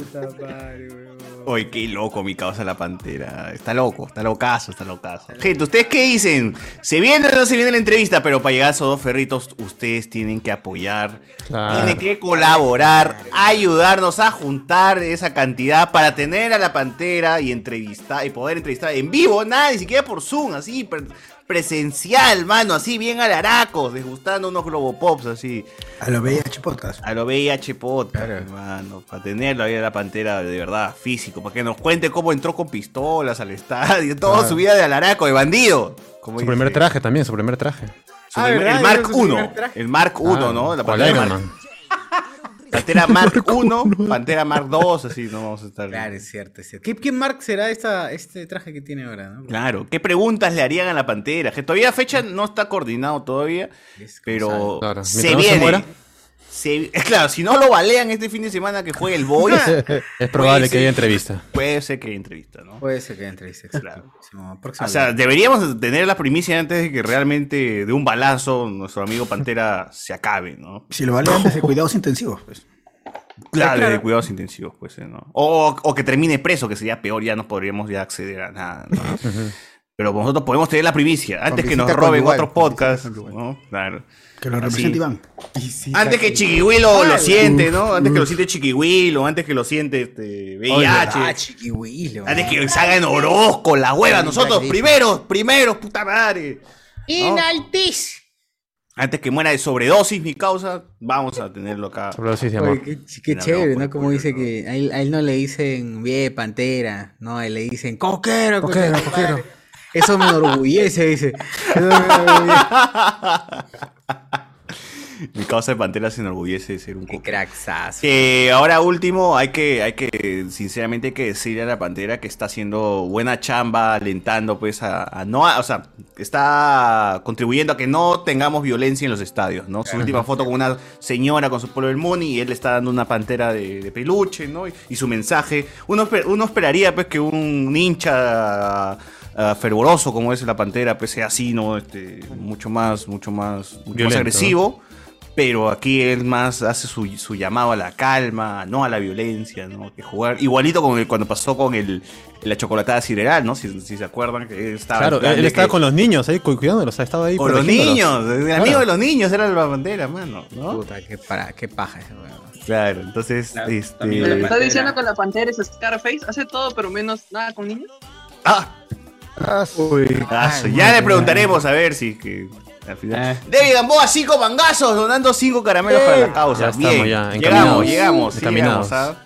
S3: Oye, qué loco mi causa la pantera. Está loco, está locazo, está locazo. Gente, ¿ustedes qué dicen? ¿Se viene o no se viene la entrevista? Pero para llegar a esos dos ferritos, ustedes tienen que apoyar, tienen que colaborar, ayudarnos a juntar esa cantidad para tener a la pantera y entrevistar y poder entrevistar en vivo, nada, ni siquiera por Zoom, así pre- presencial, mano, así bien alaracos, degustando unos globopops así.
S11: A lo VIH Podcast.
S3: A lo VIH Podcast, hermano. Para tenerlo ahí a la pantera de verdad, físico. Para que nos cuente cómo entró con pistolas al estadio. Toda
S2: Ah.
S3: su vida de alaraco, de bandido. Como
S2: Su
S3: dice.
S2: primer traje también, su primer traje.
S3: Su primer- el Mark 1. El Mark 1,
S2: Ah,
S3: ¿no? La
S2: cual
S3: pantera
S2: Iron
S3: Mark.
S2: Man.
S3: Pantera Mark 1, Pantera Mark 2, así no vamos a estar.
S21: Claro, es cierto, es cierto. ¿Qué, qué marca será esta, este traje que tiene ahora? no?
S3: Claro, ¿qué preguntas le harían a la pantera? Que todavía fecha no está coordinado todavía, pero
S2: Claro,
S3: se
S2: mientras no se
S3: viene.
S2: muera.
S3: Se- claro, si no lo balean este fin de semana que juegue el Boys, pues,
S2: Es probable
S3: Puede
S2: que
S3: ser.
S2: haya entrevista.
S3: Puede ser que haya entrevista, ¿no?
S21: Puede ser que haya entrevista.
S3: Claro.
S21: Próximo
S3: O sea,
S21: bloque.
S3: deberíamos tener la primicia antes de que realmente de un balazo nuestro amigo Pantera se acabe, ¿no?
S11: Si lo vale antes de cuidados intensivos, pues.
S3: Claro, de cuidados intensivos, pues, ¿no? O, o que termine preso, que sería peor, ya no podríamos ya acceder a nada, ¿no? Pero nosotros podemos tener la primicia antes que nos
S11: visita con
S3: roben
S11: Duvall,
S3: otros podcasts, ¿no? Claro.
S11: Que lo
S3: Así.
S11: represente Iván.
S3: Antes que Chiquihuil lo, lo siente, ¿no? Antes que lo siente Chiquihuil, o antes que lo siente este, VIH.
S21: Ah, chiquihuilo.
S3: antes que salga en Orozco, la hueva. Nosotros primeros, primeros, puta madre.
S21: ¡Inaltis!
S3: Antes que muera de sobredosis mi causa, vamos a tenerlo acá.
S2: Sobredosis
S21: Oye, qué ch- qué chévere, ¿no? Como dice que a él, a él no le dicen bien pantera, no, a él le dicen coquero, coquero, coquero. Eso me enorgullece, dice. Eso me enorgullece.
S3: Mi causa de Pantera se enorgullece de ser un coco. Que Eh, ahora último, hay que, hay que, sinceramente, hay que decirle a la Pantera que está haciendo buena chamba, alentando, pues, a, a no, a- o sea, está contribuyendo a que no tengamos violencia en los estadios, ¿no? Su última foto con una señora con su polo del Moon y él le está dando una pantera de, de peluche, ¿no? Y, y su mensaje. Uno, esper- uno esperaría, pues, que un hincha... ah, fervoroso como es la pantera, pues sea así, ¿no? Este, mucho más, mucho más, mucho más
S2: Violento,
S3: agresivo. Pero aquí él más hace su, su llamado a la calma, no a la violencia, ¿no? Que jugar. Igualito con el, cuando pasó con el, la chocolatada sideral, ¿no? Si, si se acuerdan que él estaba. en
S2: Claro,
S3: plan
S2: él
S3: de
S2: estaba
S3: Ah, que-
S2: con los niños ahí, cu- cuidándolos, estaba ahí.
S3: con los niños,
S2: protegiéndolos.
S3: el amigo
S2: Claro.
S3: de los niños era la bandera, mano, ¿no?
S21: Puta, qué, para, qué paja ese weón.
S3: Claro, entonces, este.
S19: Lo que está diciendo con la pantera es Scarface, hace todo pero menos nada con niños.
S3: Uy, aso. ya le preguntaremos a ver si que al
S19: Eh.
S3: final. David Gamboa, cinco mangazos, donando cinco caramelos
S2: Eh.
S3: para la causa.
S2: Ya estamos
S3: Bien.
S2: ya,
S3: llegamos,
S2: encaminados.
S3: llegamos, sí
S2: Encaminados.
S3: llegamos, ¿ah?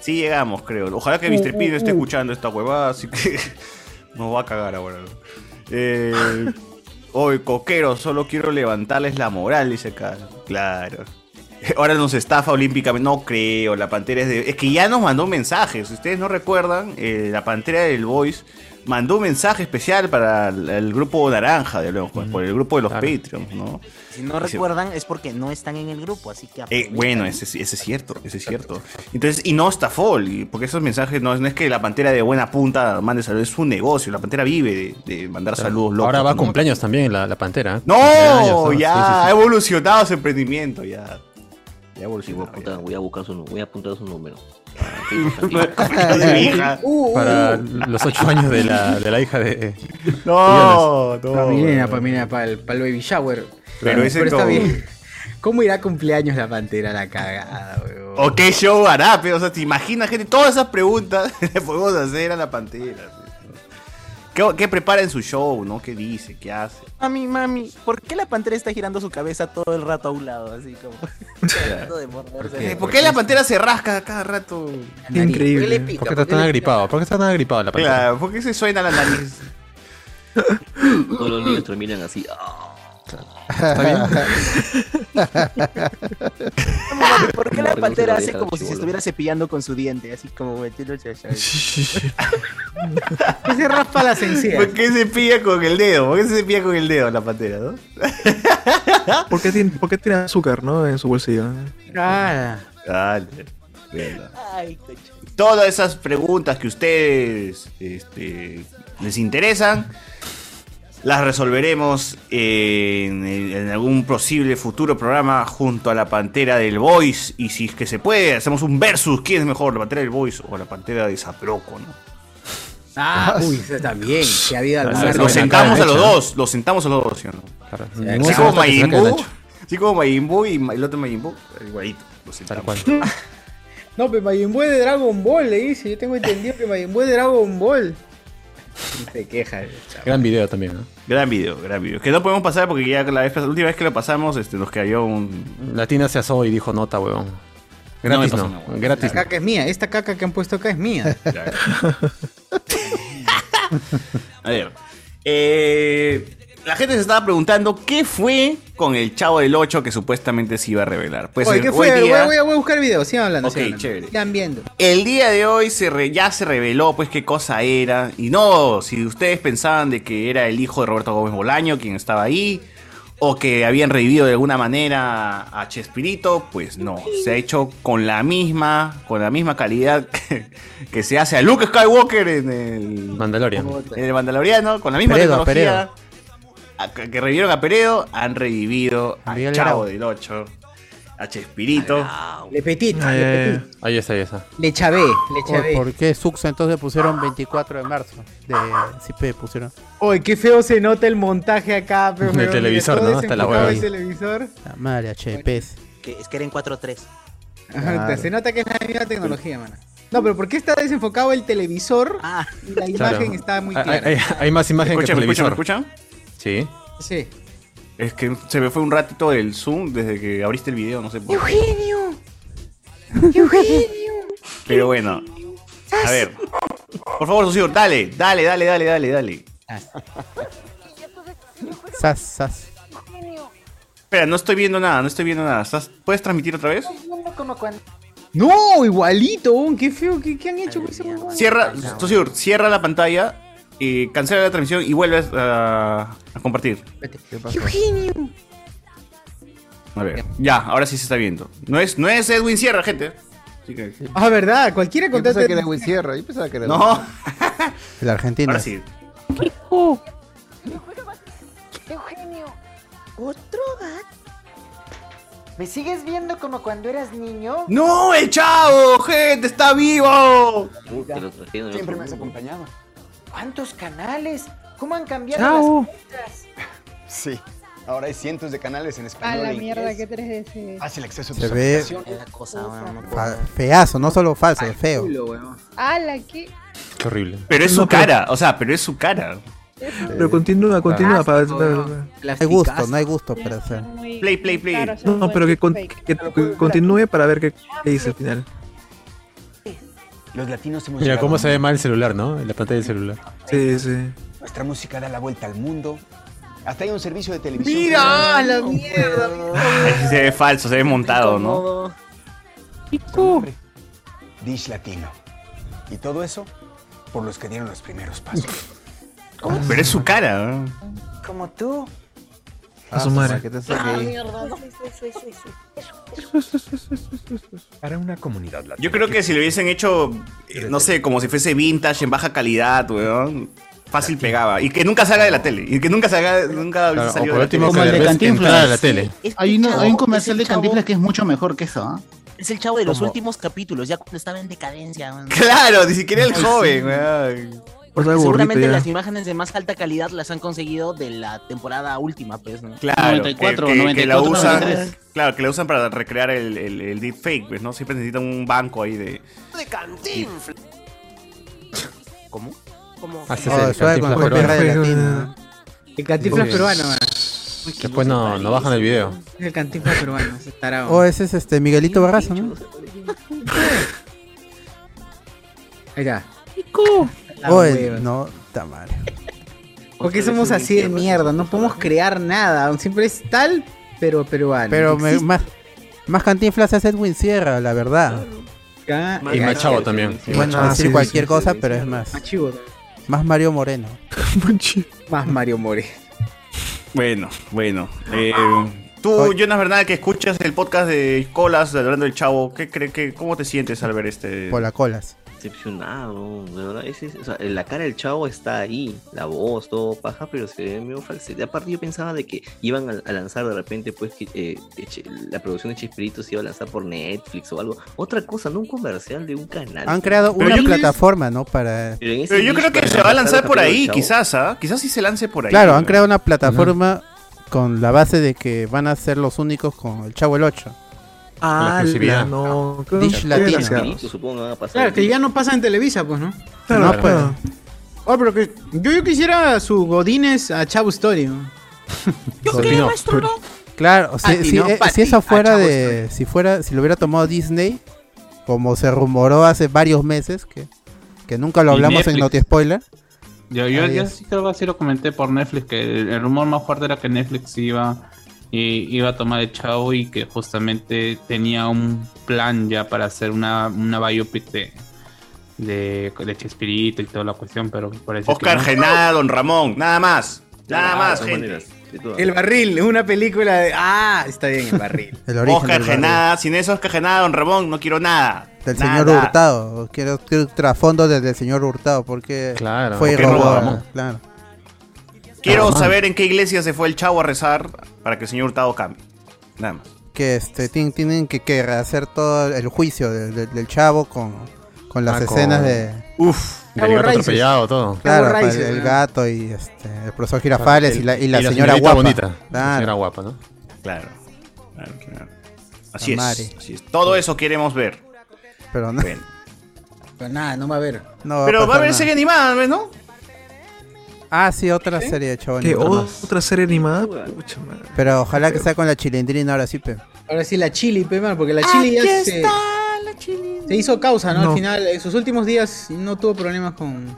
S3: Sí llegamos, creo. Ojalá que
S10: Uh,
S3: Mr. P no esté escuchando esta huevada, así que nos va a cagar ahora. Eh, hoy, coquero, solo quiero levantarles la moral, dice acá. Claro. Ahora nos estafa olímpicamente. No creo, la pantera es de. Es que ya nos mandó un mensaje. Si ustedes no recuerdan, eh, la pantera del Voice mandó un mensaje especial para el, el grupo naranja de los, por el grupo de los Patreons, ¿no?
S10: Si no
S3: Dice,
S10: recuerdan, es porque no están en el grupo, así que
S3: eh, bueno, ese, sí- ese es cierto, ese es cierto. Entonces, y no está full, y- porque esos mensajes no, es- no es que la pantera de buena punta mande saludos, es un negocio, la pantera vive de, de mandar saludos locos.
S2: Ahora va a
S3: ¿no?
S2: cumpleaños también la, la pantera. ¿eh?
S3: No,
S2: Cumpleaños,
S3: ya
S2: sí, sí, sí.
S3: ha evolucionado su emprendimiento, ya. Ya evolucionó.
S14: Puta, Voy a buscar su nu- voy a apuntar su número.
S2: Para
S3: Uh.
S2: los ocho años de la, de la hija de.
S3: No, no.
S21: Para mi nena, para mi nena, para el, para el baby shower.
S3: Pero ese
S21: está
S3: como-
S21: bien. ¿Cómo irá a cumpleaños la pantera la cagada, weón?
S3: ¿O qué show hará? pe? O sea, te imaginas, gente, todas esas preguntas le podemos hacer a la pantera. pe, ¿no? ¿Qué, qué prepara en su show, no? ¿Qué dice? ¿Qué hace?
S10: Mami, mami, ¿por qué la pantera está girando su cabeza todo el rato a un lado? Así como. tratando de morderse.
S3: Eh, ¿Por qué la pantera se rasca cada rato?
S2: Qué increíble. ¿Por qué está tan agripado? ¿Por qué está tan agripado la pantera?
S3: Claro, ¿por qué se suena la nariz?
S14: Todos los niños terminan así. ah.
S2: ¿Está
S10: Como, mami, ¿Por qué la
S14: Mordiendo
S10: pantera
S14: la
S10: hace
S14: oreja
S10: como si se
S14: del chibolo.
S10: estuviera cepillando con su diente? Así como, güey, tú lo chachas.
S21: Que se raspa las encías.
S3: ¿Por qué se pilla con el dedo? ¿Por qué se pilla con el dedo la pantera, no?
S7: ¿Por qué tiene, por qué tiene azúcar, no? En su bolsillo.
S21: Ah,
S3: Dale. Bueno. Todas esas preguntas que ustedes este, les interesan, las resolveremos en, el- en algún posible futuro programa junto a la Pantera del Voice. Y si es que se puede, hacemos un versus. ¿Quién es mejor, la Pantera del Voice o la Pantera de Zaproco? ¿no?
S21: Ah, uy, eso también. Que había
S3: Los sentamos a los dos, los sentamos a los dos, ¿sí o no?
S21: ninguno
S3: Así
S21: se
S3: como
S21: nota que se
S3: Majin
S21: saque de
S3: Buu,
S21: Nacho.
S3: así como Majin Buu y ma- el otro Majin Buu, igualito, los sentamos.
S1: No, pero Majin Buu es de Dragon Ball, le dice. Yo tengo entendido que Majin Buu es de Dragon Ball.
S3: Te quejas.
S2: Gran video también, ¿no?
S3: Gran video, gran video. Que no podemos pasar porque ya la, vez pas- la última vez que lo pasamos este, nos cayó un.
S2: Latina se asó y dijo nota, huevón. Gratis no, gratis.
S21: Esta caca es mía, esta caca que han puesto acá es mía.
S3: A ver. eh, la gente se estaba preguntando qué fue con el chavo del 8 que supuestamente se iba a revelar. Pues
S1: Oye,
S3: el-
S1: ¿qué
S3: hoy
S1: fue?
S3: día-
S1: Voy, voy- voy a buscar videos, sigan hablando.
S3: Ok,
S1: sigan hablando.
S3: chévere.
S1: Sigan viendo.
S3: El día de hoy se re- ya se reveló pues qué cosa era. Y no, si ustedes pensaban de que era el hijo de Roberto Gómez Bolaño quien estaba ahí, o que habían revivido de alguna manera a Chespirito, pues no. Se ha hecho con la misma, con la misma calidad que, que se hace a Luke Skywalker en el
S2: Mandalorian.
S3: En el Mandaloriano, con la misma
S2: Peredo,
S3: tecnología a- que revivieron a Peredo, han revivido a
S2: Miguel
S3: Chavo
S2: Grau.
S3: del 8, a Chespirito.
S21: Le petit,
S2: Ay, ay,
S21: le
S2: ay. Ahí está, ahí está.
S21: Le chavé, le chavé.
S4: ¿Por qué Suxa entonces pusieron 24 de marzo? De sí, pe, pusieron.
S1: Oye, qué feo se nota el montaje acá, pero.
S4: El
S1: pero, mira,
S4: televisor,
S1: todo
S4: ¿no? Hasta la
S1: desenfocado
S4: hueva.
S1: el televisor.
S4: La madre, HPs.
S10: Que, es que era en 4-3.
S1: Ajá, Se nota que es la misma tecnología, mano. No, pero ¿por qué está desenfocado el televisor?
S21: Ah.
S1: y la
S2: Claro.
S1: imagen está muy
S4: Ah.
S2: Hay-
S1: clara.
S2: Hay, hay más imagen que
S3: Escucha, ¿me escucha,
S2: televisor.
S3: me escucha?
S2: Sí.
S1: Sí.
S3: Es que se me fue un ratito del Zoom desde que abriste el video, no sé por qué.
S17: Eugenio. Eugenio.
S3: Pero bueno. A ver. Por favor, socio, dale, dale, dale, dale, dale, dale.
S2: Ah.
S4: Sas, sas.
S3: Espera, no estoy viendo nada, no estoy viendo nada. ¿Estás- ¿Puedes transmitir otra vez?
S15: Como cuando
S1: No, igualito, weón, qué feo, qué, qué han hecho con ese huevón.
S3: Cierra, socio, cierra la pantalla, y cancela la transmisión y vuelves a, a compartir.
S17: Eugenio.
S3: A ver. Ya, ahora sí se está viendo. No es, no es Edwin Sierra, gente. Así que-
S1: Ah, verdad, cualquiera
S18: Yo pensaba
S1: contrata.
S18: que era Edwin Sierra, yo pensaba que era
S3: No.
S18: Edwin.
S4: El argentino.
S3: Ahora sí.
S15: Eugenio. ¿Otro gato? ¿Me sigues viendo como cuando eras niño?
S3: ¡No, el chavo! ¡Gente, está vivo!
S14: Puta, lo trajeron del otro mundo.
S15: acompañado. ¿Cuántos canales? ¿Cómo han cambiado
S8: Chao.
S15: las cosas?
S8: Sí, ahora hay cientos de canales en
S12: A
S8: español.
S12: la
S8: e
S12: mierda,
S8: inglés.
S12: qué 3
S8: Fácil acceso a
S4: Se
S8: tus
S4: ve-
S8: aplicaciones.
S4: Fa- feazo, no solo falso, feo.
S12: A la que.
S2: Qué horrible.
S3: Pero es su
S7: No, pero-
S3: cara, o sea, pero es su cara.
S7: Pero continúa, continúa. para-
S4: No hay gusto, no hay gusto para hacer.
S3: Play, play, play.
S7: No, pero que, con- que- que continúe para ver qué, qué dice al final.
S8: Los latinos hemos
S2: Mira
S8: llegado
S2: cómo se ve
S8: muy
S2: mal el celular, ¿no? La pantalla del celular.
S7: Sí, sí.
S8: lejos. Nuestra música da la vuelta al mundo. Hasta hay un servicio de televisión.
S17: Mira, a la
S8: mierda!
S3: Se ve falso, se ve montado, ¿no?
S8: Dish latino. Y todo eso por los que dieron los primeros pasos.
S3: Pero es su cara. ¿no?
S15: Como tú.
S7: A su madre.
S12: Ah,
S15: mierda, no.
S22: Para una comunidad latina.
S3: Yo creo que si lo hubiesen hecho, eh, no sé, como si fuese vintage, en baja calidad, weón. Fácil pegaba. Y que nunca salga de la tele. Y que nunca salga, nunca
S2: Claro,
S3: salió
S2: o por
S3: de la tele.
S2: último, Como el de que la vez que Cantinflas. entrara a la tele.
S6: Hay, uno- hay un comercial de
S10: ese chavo-
S6: Cantinflas que es mucho mejor que eso, ¿ah?
S10: Es el chavo de los
S6: Como-
S10: últimos capítulos, ya cuando estaba en decadencia. man.
S3: Claro, ni siquiera el
S10: Ay, sí.
S3: joven, weón.
S4: Pues
S7: O sea,
S10: Seguramente
S7: ya.
S10: las imágenes de más alta calidad las han conseguido de la temporada última, pues, ¿no?
S3: Claro,
S6: 94,
S3: que, que- que la
S6: 94,
S3: usan,
S6: 93.
S3: claro, que la usan para recrear el, el, el deepfake, pues, ¿no? Siempre necesitan un banco ahí de...
S10: De Cantinflas. ¿Cómo?
S17: como.
S2: Ah, sí, sí, Oh, suave con la
S21: Por
S2: copia
S21: perra
S2: peruana.
S21: latina. El cantinflas
S2: Sí.
S21: peruano, man.
S2: Después no, no bajan el video.
S21: El cantinflas peruano, ese tarado.
S4: O ese es este Miguelito Barraza, ¿no?
S21: Ahí está. La
S4: O el-
S21: hueva.
S4: no, está mal.
S21: ¿Por qué somos así de mierda? No podemos crear nada. Siempre es tal, pero peruano.
S4: Pero me- más, más cantinflas es Edwin Sierra, la verdad.
S1: Ah,
S2: Y Machado también. Y
S4: Bueno,
S2: Machado.
S4: decir
S2: Ah, sí,
S4: cualquier
S2: sí,
S4: cosa,
S2: sí,
S4: pero
S2: sí.
S4: es más.
S21: Machivo.
S4: Más Mario Moreno.
S21: más Mario Moreno.
S3: Bueno, bueno.
S2: Ah.
S3: eh, tú, Jonas Bernal, que escuchas el podcast de Colas, de hablando del Chavo, ¿qué cree que, ¿cómo te sientes al ver este?
S4: Polacolas.
S14: Decepcionado, de verdad. ese es- o sea, la cara del chavo está ahí, la voz, todo paja, pero se ve medio falsete. Aparte, yo pensaba de que iban a, a lanzar de repente, pues, que eh, de Che- la producción de Chespirito se iba a lanzar por Netflix o algo. Otra cosa, no un comercial de un canal.
S4: Han creado
S14: Pero
S4: una
S14: yo-
S4: plataforma, ¿no? Para.
S14: Pero en ese
S3: Pero yo creo
S14: nicho
S3: que
S14: van
S3: se va a lanzar
S14: los
S3: por
S14: capítulos
S3: ahí,
S14: del Chavo.
S3: quizás, ¿ah? Quizás sí se lance por ahí.
S4: Claro, han creado una plataforma con la base de que van a ser los únicos con el Chavo el 8.
S7: Ah,
S4: exclusividad.
S14: Ah,
S7: no.
S4: Dish
S7: qué
S4: Latina.
S7: desgraciado.
S14: Supongo van a pasar.
S21: Claro, que ya no pasa en Televisa, pues, ¿no?
S7: Claro,
S21: no,
S7: claro.
S21: pues. Oh, pero que yo, yo quisiera su Godines a Chavo Story. ¿no?
S4: Yo Claro, o sea,
S21: Pati,
S4: si,
S21: ¿no?
S4: eh,
S21: Pati,
S4: si
S21: ah,
S4: eso fuera
S21: chavo,
S4: de. Si fuera, si lo hubiera tomado Disney, como se rumoró hace varios meses, que, que nunca lo
S5: Y
S4: hablamos en
S5: Netflix.
S4: Noti Spoiler.
S5: Yo, yo, yo
S4: Adiós.
S5: sí creo que así lo comenté por Netflix, que el, el rumor más fuerte era que Netflix iba, i- iba a tomar el chavo y que justamente tenía un plan ya para hacer una, una biopic de, de, de Chespirito y toda la cuestión, pero parece
S3: Oscar
S5: que no.
S3: Genada, Don Ramón, nada más. Nada
S5: Claro,
S3: más,
S5: de
S3: gente.
S5: maneras,
S21: El barril, una película de. Ah, está bien, el barril.
S4: El origen del
S3: Oscar
S4: barrio.
S3: Genada, sin eso Oscar Genada, Don Ramón, no quiero nada.
S4: Del
S3: Nada.
S4: señor Hurtado. Quiero, quiero trasfondo desde el señor Hurtado, porque
S2: Claro,
S4: fue
S2: porque robó
S4: robado.
S2: a Ramón.
S4: Claro.
S3: Quiero
S4: Ramón.
S3: saber en qué iglesia se fue el chavo a rezar para que el señor Hurtado cambie. Nada más.
S4: Que este, tienen, tienen que, que hacer todo el juicio del- del- del chavo con, con las
S2: Ah, con-
S4: escenas de.
S3: Uf,
S2: del gato atropellado, todo.
S4: Claro,
S2: Cabo
S4: para el,
S2: Raíces,
S4: el
S2: ¿no?
S4: gato y este, el profesor Girafales y la, y la
S2: y la
S4: señora guapa.
S2: señorita
S4: Ah,
S2: bonita. La
S4: Claro.
S2: señora guapa, ¿no?
S3: Claro. Claro, claro. Así
S4: Amare.
S3: es, así es. Todo eso queremos ver.
S4: Pero no.
S21: Pero nada, no va a haber.
S4: no
S3: Pero va a
S4: pasar
S3: haber
S4: nada.
S3: serie animada, ¿no?
S4: Ah, sí, otra serie de chavales.
S7: ¿Qué? ¿Otra serie animada? Pucha madre.
S4: Pero ojalá que sea con la chilindrina ahora sí, pe.
S21: Ahora sí, la chili, pe, mano, porque la chili ya se, se hizo causa, ¿no?
S4: No.
S21: Al final, en sus últimos días no tuvo problemas con.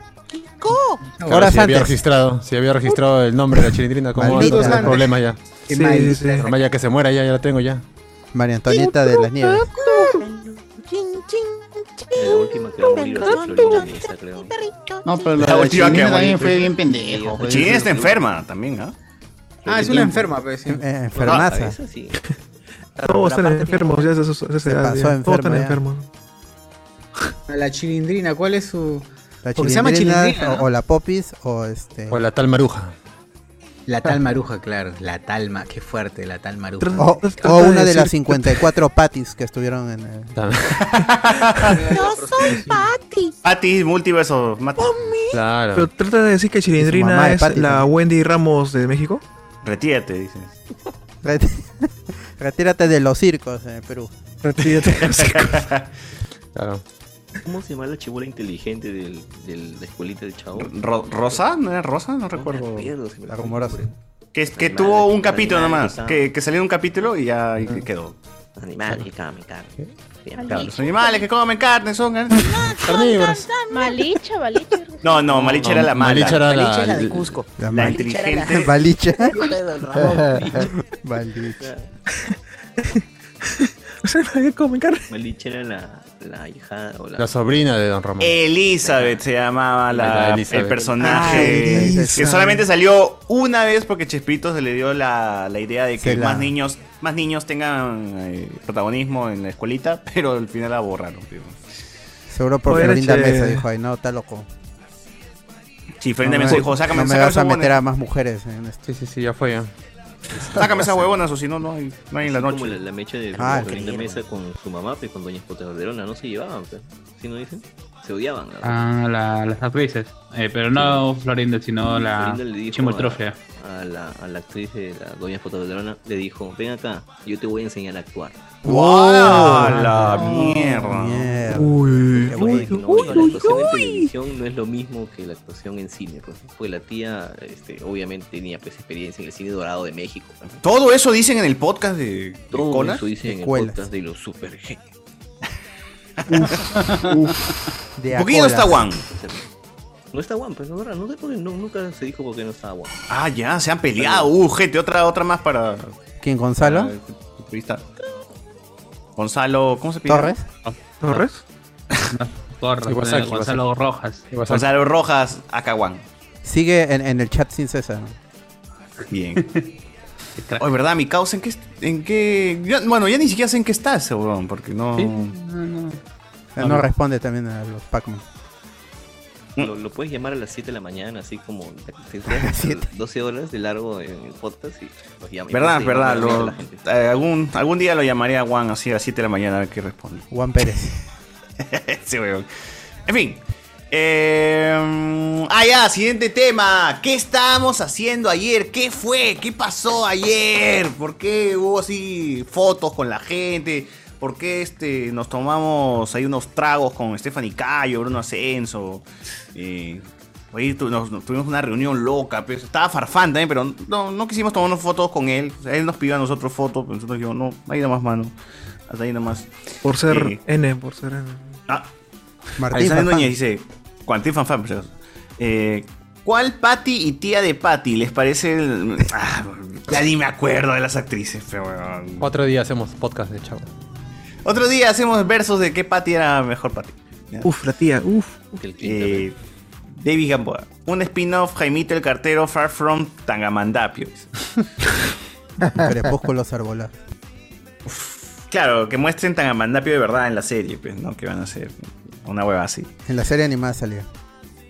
S2: Claro, si había registrado, si había registrado el nombre de la chilindrina, como
S4: Maldito
S2: no tengo
S4: antes.
S2: problema ya.
S4: Qué maldita.
S2: Además, ya que se muera ya, ya la tengo ya.
S4: María Antonieta de las Nieves.
S14: Eh, La última que va a morir va a ser Florinda Mesa, creo.
S6: No, pero
S3: La
S6: la, de
S3: última que
S6: Chinina
S3: morí,
S6: también fue
S3: pues.
S6: bien pendejo. pues.
S3: Chilindrina está enferma también, ¿ah?
S21: Ah, es una enferma, pues. sí.
S4: Eh,
S1: Ah,
S4: enfermaza.
S7: Todos están enfermos, ya es de esa
S4: Se
S7: edad,
S4: pasó
S7: ya.
S4: enfermo
S7: Todos están
S4: ya.
S7: enfermos.
S21: A la chilindrina, ¿cuál es su.
S4: La
S21: Porque se llama
S4: chilindrina,
S21: chilindrina,
S4: o- o, la popis o este
S2: O la tal maruja.
S21: La tal maruja, claro. La talma, qué fuerte, la tal maruja.
S1: Oh,
S4: o, o una de las 54 patis que estuvieron en el...
S17: No soy Patty.
S3: Pati, multiverso, mata.
S7: Pero
S2: Claro.
S7: trata de decir que
S4: Y su mamá
S7: Chilindrina
S4: de
S7: es
S4: Patty
S7: la Wendy Ramos de México.
S3: Retírate, dices.
S4: Ret- Retírate de los circos en el Perú.
S7: Retírate de los
S4: circos.
S2: Claro.
S14: ¿Cómo se llama la chibola inteligente del, del- la escuelita del chavo?
S3: Ro- ¿Rosa? ¿No era Rosa? No recuerdo.
S4: La rumorosa.
S3: Que, es- que
S14: Animal,
S3: tuvo un
S14: animal,
S3: capítulo
S14: animal,
S3: nomás.
S14: quizá.
S3: Que, que salió un capítulo y ya y quedó.
S14: Animal, que come carne. Bien,
S3: Claro,
S14: claro.
S3: los animales que comen carne son ¿eh? carnívoros.
S12: Malicha, Malicha.
S3: No, no, Malicha era la mala.
S2: Malicha era la-
S10: Malicha era la de Cusco.
S3: La,
S4: mala.
S3: inteligente.
S4: Balicha.
S14: Malicha.
S4: Balicha.
S14: Malicha era la, la hija o la...
S2: La sobrina de Don Ramón.
S3: Eh, Elizabeth se llamaba la-
S2: La Elizabeth.
S3: el personaje.
S2: Ah,
S3: que
S2: Elizabeth.
S3: solamente salió una vez porque Chespirito se le dio la, la idea de que
S4: Se la-
S3: más niños más niños tengan eh, protagonismo en la escuelita, pero al final la borraron. tío.
S4: Seguro por
S7: Oye,
S4: Florinda
S7: che.
S4: Mesa dijo, ay no, está loco.
S3: Sí, Florinda
S4: No me-
S3: Mesa dijo, sácame,
S4: No me
S3: sácame
S4: vas
S3: esa
S4: a meter
S3: huevona.
S4: a más mujeres en este esto.
S2: Sí, sí, sí, ya fue ya.
S3: Sácame esas huevonas o si no, no hay, no hay en la
S14: Así
S3: noche.
S14: Como la, la mecha de
S4: Ah,
S14: Florinda
S4: qué
S14: Mesa con su mamá, pues, con Doña Escoterderona, no se llevaban, pues. ¿Sí no dicen? Se odiaban. ¿no?
S5: Ah, la- las actrices. Eh, pero no Florinda, sino la
S14: Florinda le dijo A,
S5: chimoltrofia.
S14: a la, a la actriz de la Doña Escoterderona le dijo, ven acá, yo te voy a enseñar a actuar.
S3: ¡Wow! la mierda!
S4: Claro.
S7: Uy.
S4: Qué
S14: Uy,
S4: bueno.
S14: no,
S4: Uy,
S14: la actuación
S4: uy,
S14: en
S4: uy.
S14: televisión no es lo mismo que la actuación en cine, pues, pues la tía, este, obviamente tenía pues experiencia en el cine dorado de México. ¿no?
S3: Todo eso dicen en el podcast de, de
S14: Todo
S3: Conan.
S14: eso dicen en el
S3: Escuelas.
S14: podcast de los super genios.
S3: De ¿Por qué ya no Acola. está Juan?
S14: No está Juan, pues no, ¿verdad? no sé por qué no- nunca se dijo por qué no estaba Juan.
S3: Ah, ya, se han peleado. Uh, gente, otra, otra más para.
S4: ¿Quién, Gonzalo?
S3: Entrevista. Gonzalo, ¿cómo se pide?
S4: ¿Torres?
S7: ¿Torres?
S5: Corre,
S3: Iwasaki,
S5: Ah, Gonzalo
S3: Iwasaki.
S5: Rojas.
S3: Gonzalo Rojas, Acahuán.
S4: Sigue en, en el chat sin cesar.
S3: Bien. Oye, ¿verdad, mi causa? ¿En qué? En qué ya- bueno, ya ni siquiera sé en qué estás, weón, porque Oh. no.
S4: No, no responde también a los Pac-Man.
S14: Lo, lo puedes llamar a las 7 de la mañana, así como te- te- 12 horas de largo en el podcast y pues, los llamas.
S3: Verdad,
S14: Y
S3: verdad.
S14: llamas
S3: lo-
S14: a la gente.
S3: eh, algún, algún día lo llamaré a Juan así a las 7 de la mañana a ver qué responde.
S4: Juan Pérez.
S3: Ese weón. En fin. Eh, ah, ya, siguiente tema. ¿Qué estábamos haciendo ayer? ¿Qué fue? ¿Qué pasó ayer? ¿Por qué hubo así fotos con la gente? ¿Por qué este, nos tomamos ahí unos tragos con Stephanie Cayo, Bruno Ascenso? Eh, oye, tu- nos- nos tuvimos una reunión loca. Pues, estaba farfán también, pero no, no quisimos tomarnos fotos con él. O sea, él nos pidió a nosotros fotos, pero nosotros dijimos, no, ahí nomás, mano. Hasta ahí nomás.
S7: Por ser
S3: Eh,
S7: N, por ser N.
S3: Ah.
S7: Martín Fanfan.
S3: Alexander Núñez dice, Cuantín Fanfan, por si acaso. Eh, ¿Cuál Patty y tía de Patty les parece el... Ah, ya ni me acuerdo de las actrices, pero bueno.
S2: Otro día hacemos podcast de chavo.
S3: Otro día hacemos versos de qué Patty era mejor Patty.
S7: Uf, la tía, uf.
S3: Eh, David Gamboa. Un spin-off, Jaimito el cartero, Far From Tangamandapio. dice.
S4: Crepúsculos arbolas.
S3: Claro, que muestren Tangamandapio de verdad en la serie, pues, ¿no? Que van a hacer una hueva así.
S4: En la serie animada salió.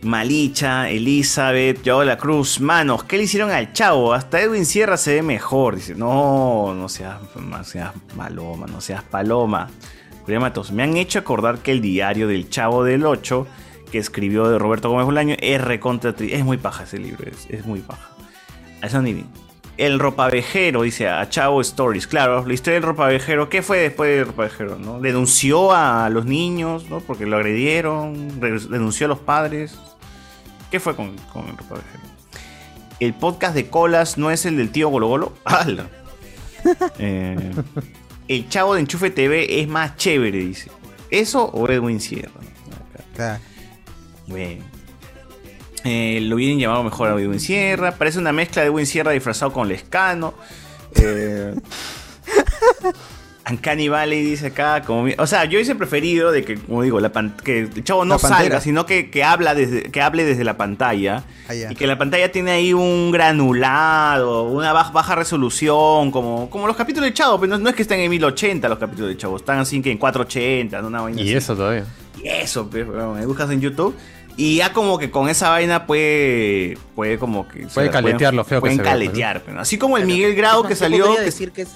S3: Malicha, Elizabeth, Joao de la Cruz, manos, ¿qué le hicieron al chavo? Hasta Edwin Sierra se ve mejor. Dice, no, no seas, no seas maloma, no seas paloma. Julián Matos, me han hecho acordar que el diario del chavo del 8 que escribió de Roberto Gómez Bolaño es recontra tri- Es muy paja ese libro, es, es muy paja. A eso ni- El ropavejero, dice a Chavo Stories. Claro, la historia del ropavejero. ¿Qué fue después del ropavejero? ¿no? Denunció a los niños, ¿no? Porque lo agredieron. re- Denunció a los padres. ¿Qué fue con, con el ropavejero? El podcast de colas no es el del tío Golo Golo. ¡Hala! Eh, el chavo de Enchufe TV es más chévere, dice. ¿Eso o Edwin Sierra? Bien. Eh, lo hubieran llamado mejor a Edwin Sierra. Parece una mezcla de Edwin Sierra disfrazado con Lescano. Eh, Uncanny Valley dice acá. Como, mi- o sea, yo hice preferido de que, como digo, la pan- que el chavo no
S4: La pantera.
S3: salga, sino que, que habla desde, que hable desde la pantalla.
S4: Allá.
S3: Y que la pantalla tiene ahí un granulado, una baj- baja, resolución, como, como los capítulos de Chavo, pero no, no es que estén en 1080 los capítulos de Chavo, están así que en 480, ¿no? una vaina
S2: Y
S3: así.
S2: eso todavía.
S3: Y eso, pues, weón, me buscas en YouTube. Y ya como que con esa vaina puede, puede como que...
S2: Puede caletear lo feo que
S3: pueden
S2: se ve,
S3: caletear.
S2: pues,
S3: pero Así como el Miguel Grau
S10: Tampoco
S3: que salió...
S10: voy a
S3: que-
S10: decir que es.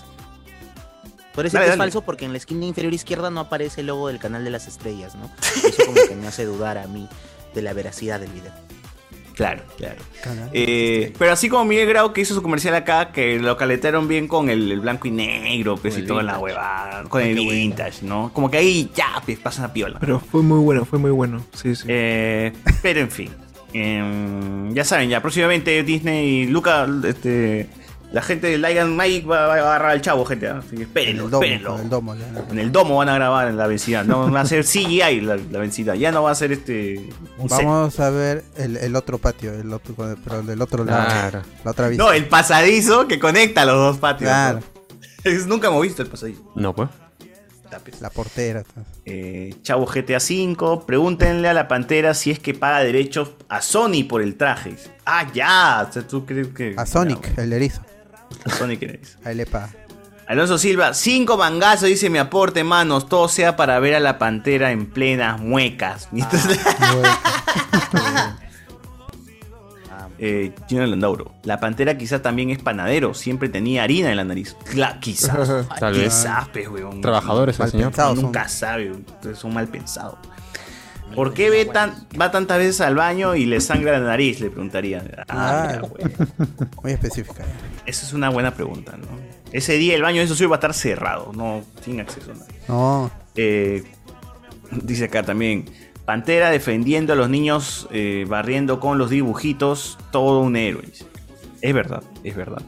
S10: Por eso
S3: Dale,
S10: que es
S3: dale.
S10: falso, porque en la esquina inferior izquierda no aparece el logo del canal de las estrellas, ¿no? Eso como que me hace dudar a mí de la veracidad del video.
S3: Claro, claro. Eh, pero así como Miguel Grau que hizo su comercial acá, que lo caletearon bien con el, el blanco y negro, pues y toda la huevada, con el vintage, ¿no? Como que ahí ya, pues pasan a piola.
S7: Pero fue muy bueno, fue muy bueno. Sí, sí.
S3: Eh, pero en fin. Em, ya saben, ya próximamente Disney y Luca, este, la gente de Lion Mike va, va a agarrar al chavo, gente. ¿ah? Así que espérenlo,
S4: El domo,
S3: espérenlo.
S4: el domo, ya.
S3: En el domo van a grabar en la vencida. No va a ser CGI la, la vencida. Ya no va a ser este. un set.
S4: Vamos a ver el, el otro patio, el otro, pero el del otro lado.
S3: Claro.
S4: La otra vista.
S3: No, el pasadizo que conecta los dos patios. pues.
S4: Claro.
S3: Es- Nunca hemos visto el pasadizo.
S2: No, pues.
S4: La portera.
S3: Eh, Chavo GTA V, pregúntenle a la pantera si es que paga derechos a Sony por el traje. Ah, ya. O sea, tú crees que.
S4: A Sonic, el erizo.
S3: A Sonic eres.
S4: A Elepa.
S3: Alonso Silva, cinco mangazos, dice mi aporte, manos. Todo sea para ver a la pantera en plenas
S2: Ah,
S3: muecas. Eh, Gino Landauro, la pantera quizás también es panadero, siempre tenía harina en la nariz. Cla- quizás,
S2: Tal vez.
S3: quizás, pues, weón.
S2: Trabajadores, el
S3: Mal
S2: señor.
S3: pensado,
S2: Son-
S3: Nunca sabe, weón. Entonces son mal pensados.
S2: Mm.
S3: ¿Por qué ve tan- va tantas veces al baño y le sangra la nariz? Le preguntaría. Ah, mira,
S4: Claro. Muy específica.
S3: Esa es una buena pregunta, ¿no? Ese día el baño de esos va a estar cerrado, no sin acceso a nada.
S4: No.
S3: Eh, Dice acá también. Pantera defendiendo a los niños, eh, barriendo con los dibujitos, todo un héroe. dice. Es verdad, es verdad.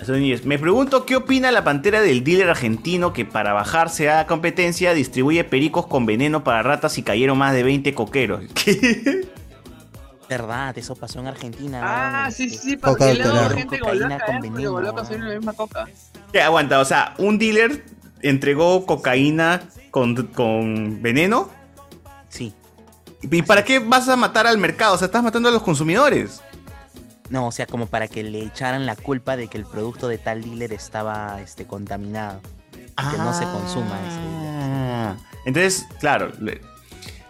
S3: Antonio Núñez, Me pregunto qué opina la pantera del dealer argentino que para bajarse a competencia distribuye pericos con veneno para ratas y cayeron más de 20 coqueros.
S10: Verdad, eso pasó en Argentina.
S19: Ah, sí, sí,
S3: Coca
S19: porque le ha dado
S3: doctorado.
S19: gente
S10: Cocaína
S19: goloca,
S10: con
S19: ¿eh? Porque
S10: veneno.
S19: goloca soy la misma coca.
S3: Ya, aguanta, o sea, un dealer entregó cocaína con, con veneno.
S10: Sí.
S3: ¿Y para qué vas a matar al mercado? O sea, estás matando a los consumidores.
S10: No, o sea, como para que le echaran la culpa de que el producto de tal dealer estaba este, contaminado. Y Que no se consuma ese
S3: Ah, Entonces, claro. le-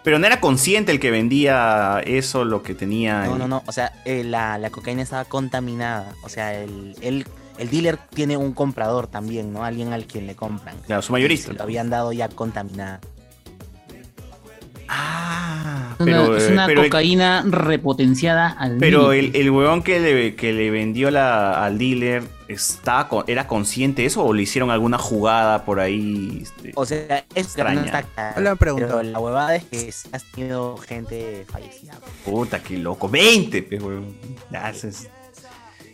S3: Pero no era consciente el que vendía eso, lo que tenía.
S10: No,
S3: el-
S10: no, no. O sea, eh, la, la cocaína estaba contaminada. O sea, el, el, el dealer tiene un comprador también, ¿no? Alguien al quien le compran.
S3: Claro, su mayorista.
S10: Y se Lo habían dado ya contaminada.
S3: Ah,
S6: Es una-
S3: pero,
S6: es
S3: eh,
S6: una
S3: pero el-
S6: cocaína repotenciada al
S10: Mm.
S3: Pero
S6: límite.
S3: el, el huevón que le, que le vendió la, al dealer, ¿estaba con- ¿era consciente de eso o le hicieron alguna jugada por ahí? este,
S10: O sea, es que
S3: Extraña.
S10: no está claro,
S3: Hola, pregunta.
S10: Pero la huevada es que sí has tenido gente fallecida.
S3: Puta, qué loco. 20, pues, huevón. Ya, eso es-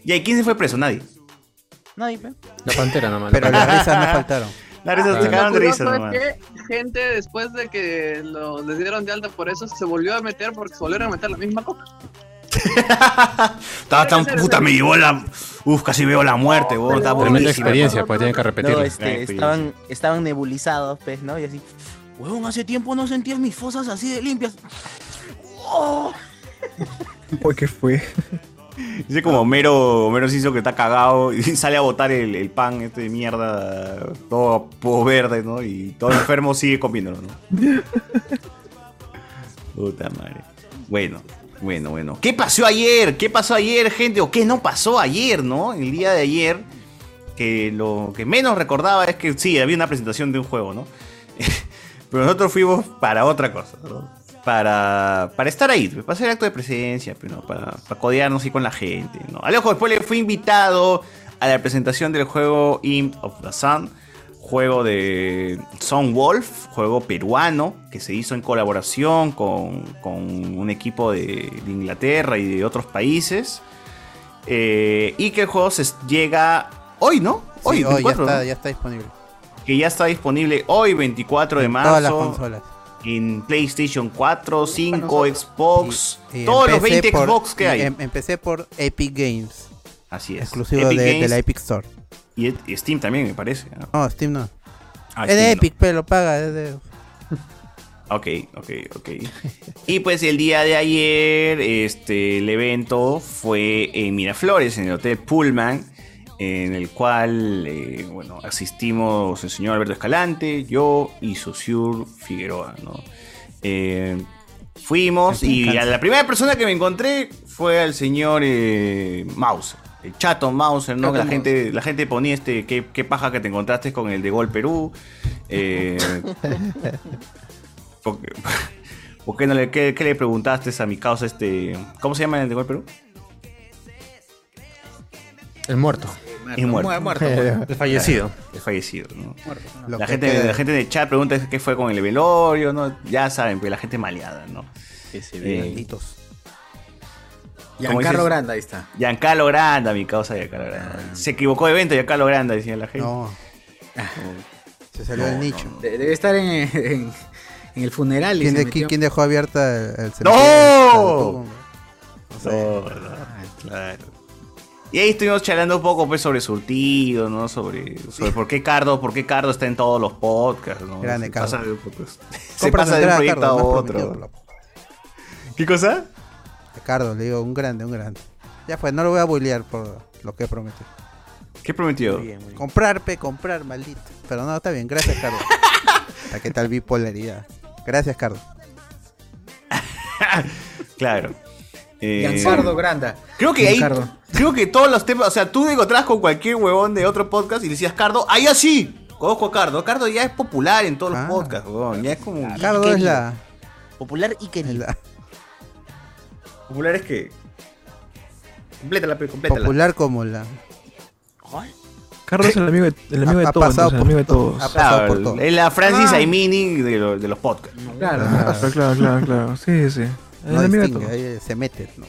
S3: ¿Y ahí quién se fue preso? Nadie.
S10: No, dime.
S2: La pantera nomás.
S4: Pero las risas no faltaron.
S3: Las risas
S2: Ah.
S3: se cagaron de risa
S19: Curioso
S3: nomás.
S19: es que gente después de que los les dieron de alta por eso se volvió a meter porque se volvieron a meter la misma coca.
S3: Estaba tan puta, me llevó la. Uf, casi veo la muerte, huevón. Estaba
S2: Tremenda
S3: buenísima.
S2: experiencia, pues tienen que repetirlo.
S10: No, este, estaban, estaban nebulizados, pues, ¿no? Y así, huevón, hace tiempo no sentías mis fosas así de limpias. ¡Oh!
S7: Uy, ¿Qué fue?
S3: Dice como Homero, Homero Simpson que está cagado y sale a botar el, el pan este de mierda, todo, todo verde, ¿no? Y todo enfermo sigue comiéndolo, ¿no? Puta madre. Bueno, bueno, bueno. ¿Qué pasó ayer? ¿Qué pasó ayer, gente? ¿O qué no pasó ayer, no? El día de ayer, que lo que menos recordaba es que sí, había una presentación de un juego, ¿no? Pero nosotros fuimos para otra cosa, ¿no? Para, para estar ahí, pues, para hacer acto de presencia, pero no, para, para codearnos y con la gente. ¿no? Alejo después le fue invitado a la presentación del juego Imp of the Sun, juego de Son Wolf, juego peruano, que se hizo en colaboración con, con un equipo de, de Inglaterra y de otros países. Eh, y que el juego se llega hoy, ¿no? Hoy,
S4: Sí, hoy ya
S3: 24,
S4: está,
S3: ¿no?
S4: ya está disponible.
S3: que ya está disponible hoy 24 de marzo
S4: Todas las consolas.
S3: en PlayStation 4, 5, Xbox,
S4: Y
S3: todos los
S4: empecé
S3: 20
S4: por-
S3: Xbox que hay.
S4: em- empecé por Epic Games.
S3: Así es.
S4: Exclusivo
S3: Epic
S4: de, de
S3: Games
S4: la Epic Store.
S3: Y, et- y Steam también, me parece. ¿no?
S4: No, Steam no.
S3: Ah,
S4: es de
S3: Steam no.
S4: Epic, pero lo paga. Es de...
S3: Ok, ok, ok. Y pues el día de ayer, este, el evento fue en Miraflores, en el Hotel Pullman, en el cual, eh, bueno, asistimos el señor Alberto Escalante, yo y Susur Figueroa, ¿no? Eh, fuimos y a la primera persona que me encontré fue al señor eh, Mouse. El chato Mauser, ¿no?
S19: Chato
S3: La
S19: Mauser.
S3: gente, la gente ponía este, qué, qué paja que te encontraste con el de Gol Perú. Eh, ¿Por qué, por qué no le, qué, qué le preguntaste a mi causa este. ¿Cómo se llama el de Gol Perú?
S2: El muerto.
S3: El muerto.
S2: Mu- muerto, muerto. El Eh, fallecido.
S3: El fallecido, ¿no?
S2: Lo
S3: La
S2: que
S3: gente,
S2: queda.
S3: la gente en el chat pregunta qué fue con el velorio, ¿no? Ya saben, pues la gente maleada, ¿no? Eh,
S21: Malditos.
S3: Como
S21: Giancarlo
S3: dices-
S21: Granda, ahí está.
S3: Giancarlo Granda, mi causa Giancarlo Granda. Se equivocó de evento Giancarlo Granda, decía la gente.
S21: No.
S4: Se salió del nicho.
S21: De- Debe estar en, en- en el funeral. y
S4: ¿Quién,
S21: se
S4: de-
S21: metió.
S4: quién dejó abierta el, el
S3: ¡No!
S4: No
S3: No, claro. Y ahí estuvimos charlando un poco pues sobre surtido, ¿no? Sobre, sobre por qué Cardo, por qué Cardo está en todos los podcasts, ¿no?
S4: Grande,
S3: se
S4: Cardo.
S3: Pasa de, un poco- se
S4: Compra
S3: pasa
S4: tu
S3: de un
S4: entrada,
S3: proyecto
S4: Cardo,
S3: a
S4: más
S3: otro.
S4: prometido, la
S3: ¿Qué cosa?
S4: Ricardo, le digo, un grande, un grande. Ya fue, no lo voy a bullear por lo que prometió.
S3: ¿Qué prometió?
S4: Comprar, pe, comprar, maldito. Pero no, está bien, gracias, Cardo. Hasta qué tal bipolaridad. Gracias, Cardo.
S3: Claro. Eh,
S21: Giancarlo Granda.
S3: Creo que ahí.
S21: Giancarlo.
S3: Creo que todos los temas. O sea, tú te encontrabas con cualquier huevón de otro podcast y le decías, Cardo, ahí así. Conozco a Cardo. Cardo ya es popular en todos los podcasts, huevón. Ya es como.
S4: Ah. Cardo es la.
S10: Popular y querido.
S3: Popular es que. Complétala, pe, complétala.
S4: Popular como la.
S7: Carlos es el amigo de, el amigo
S4: Ha-
S7: de
S4: ha
S7: todos.
S4: pasado
S7: entonces, el amigo de
S4: por-
S7: todos.
S3: Claro, es la Francis Aimini de, lo- de los podcasts.
S7: Claro, Ah, claro, claro, claro, claro. Sí, sí. El
S4: No
S7: amigo
S4: distingue,
S7: de
S8: eh.
S7: todos.
S4: ahí se mete, ¿no?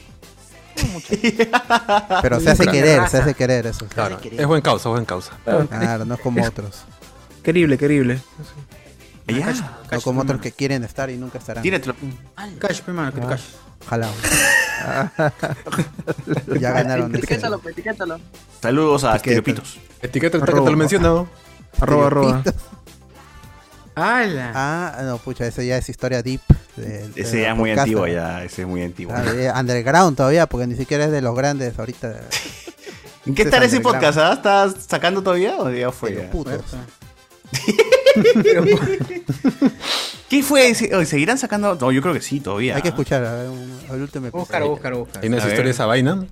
S4: Pero se hace querer, se hace querer eso.
S2: Claro, es buen causa, buen causa.
S4: Claro, no como otros.
S7: Querible, querible.
S4: No como otros que quieren estar y nunca estarán.
S3: Tíratelo.
S1: Cash, pe, mano, que te
S4: Ah,
S1: cash.
S4: Ojalá. ya ganaron. dice.
S19: Etiquétalo, pe, etiquétalo.
S3: Saludos a Estereopitos.
S2: Etiqueta que te lo menciono.
S4: Arroba, arroba.
S1: ¡Hala!
S4: Ah, no, pucha, esa ya es historia deep. de- de
S3: Ese ya es
S4: los
S3: muy
S4: podcasters.
S3: antiguo, ya. Ese es muy antiguo.
S4: Ah, de underground todavía, porque ni siquiera es de los grandes ahorita.
S3: ¿En
S4: Este
S3: qué
S4: es
S3: estará ese
S4: underground.
S3: podcast? ah? ¿Estás sacando todavía o ya fue? ya? ¿Qué fue? ese? Oye, ¿Seguirán sacando? No, yo creo que sí, todavía. ¿eh?
S4: Hay que escuchar, a ver, un- al último episodio.
S1: Búscalo, búscalo, búscalo.
S2: Hay una
S3: A ver.
S2: historia de esa vaina.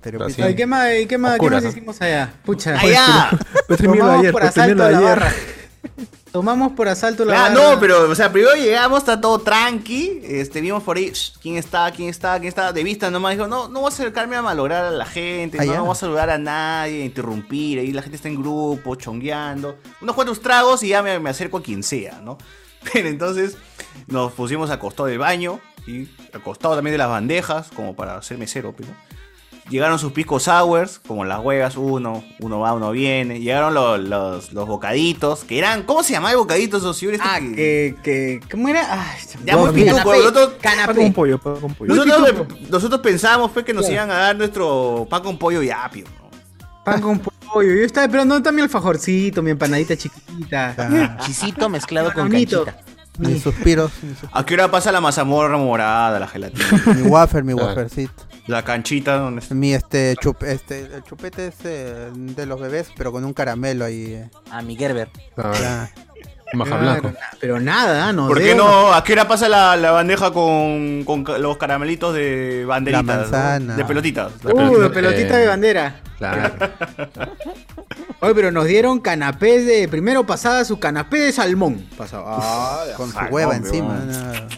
S1: Ay, ¿Qué más, eh, qué más, qué
S2: Oscura,
S1: más
S2: ¿no?
S1: hicimos allá? Pucha.
S3: ¡Allá!
S1: Tomamos
S7: de ayer,
S1: por
S7: pues,
S1: asalto
S7: terminó
S1: la
S7: de ayer.
S1: barra. Tomamos por asalto la
S3: Ah,
S1: barra.
S3: no, pero, o sea, primero llegamos, está todo tranqui. Este, vimos por ahí, "Shh, ¿quién está? ¿Quién está? ¿Quién está? De vista nomás dijo, no, no voy a acercarme a malograr a la gente,
S4: Ah,
S3: no,
S4: ya.
S3: no voy a saludar a nadie, a interrumpir. Ahí la gente está en grupo, chongueando. Unos cuantos tragos y ya me, me acerco a quien sea, ¿no? Pero entonces nos pusimos acostado del baño y acostado también de las bandejas, como para ser mesero, pero. Llegaron sus picos sours, como las huevas, uno, uno va, uno viene. Llegaron los, los, los bocaditos, que eran, ¿cómo se llamaba el bocadito, socio? Este
S1: Ah,
S3: que-
S1: que, que, ¿cómo era? Ay,
S3: Ya muy
S1: canapé,
S3: pituco, nosotros-
S7: Paga un
S1: Canapé.
S7: pollo, paga un pollo.
S3: Nosotros, nosotros pensábamos pues, que nos
S1: Claro.
S3: iban a dar nuestro pan con pollo y apio.
S1: Pan con pollo. Yo estaba esperando ¿dónde está mi alfajorcito, mi empanadita chiquita.
S3: Ah,
S23: Chisito mezclado con
S1: Bonito.
S23: canchita.
S4: Mis suspiros, mi su-
S3: ¿A qué hora pasa la mazamorra morada, la gelatina?
S4: mi wafer, mi
S3: Claro.
S4: wafercito.
S3: la canchita donde está.
S4: Mi este, chup- este, el chupete es eh, de los bebés, pero con un caramelo ahí. eh. Ah,
S23: A Ah, mi Gerber.
S4: Ya.
S2: Maja
S4: Claro.
S2: blanco.
S1: Pero nada, ¿ah? no
S3: ¿Por
S1: sé,
S3: qué no? ¿A qué hora pasa la, la bandeja con, con ca- los caramelitos de banderitas?
S4: La
S3: no?
S4: manzana.
S3: De pelotitas.
S1: Uh, pelotita, de bandera.
S2: Claro.
S1: Oye, pero nos dieron canapés de. Primero pasaba su canapé de salmón. Pasaba. Ah,
S4: Con su
S3: Salmón,
S4: hueva
S3: weón.
S4: encima. nada.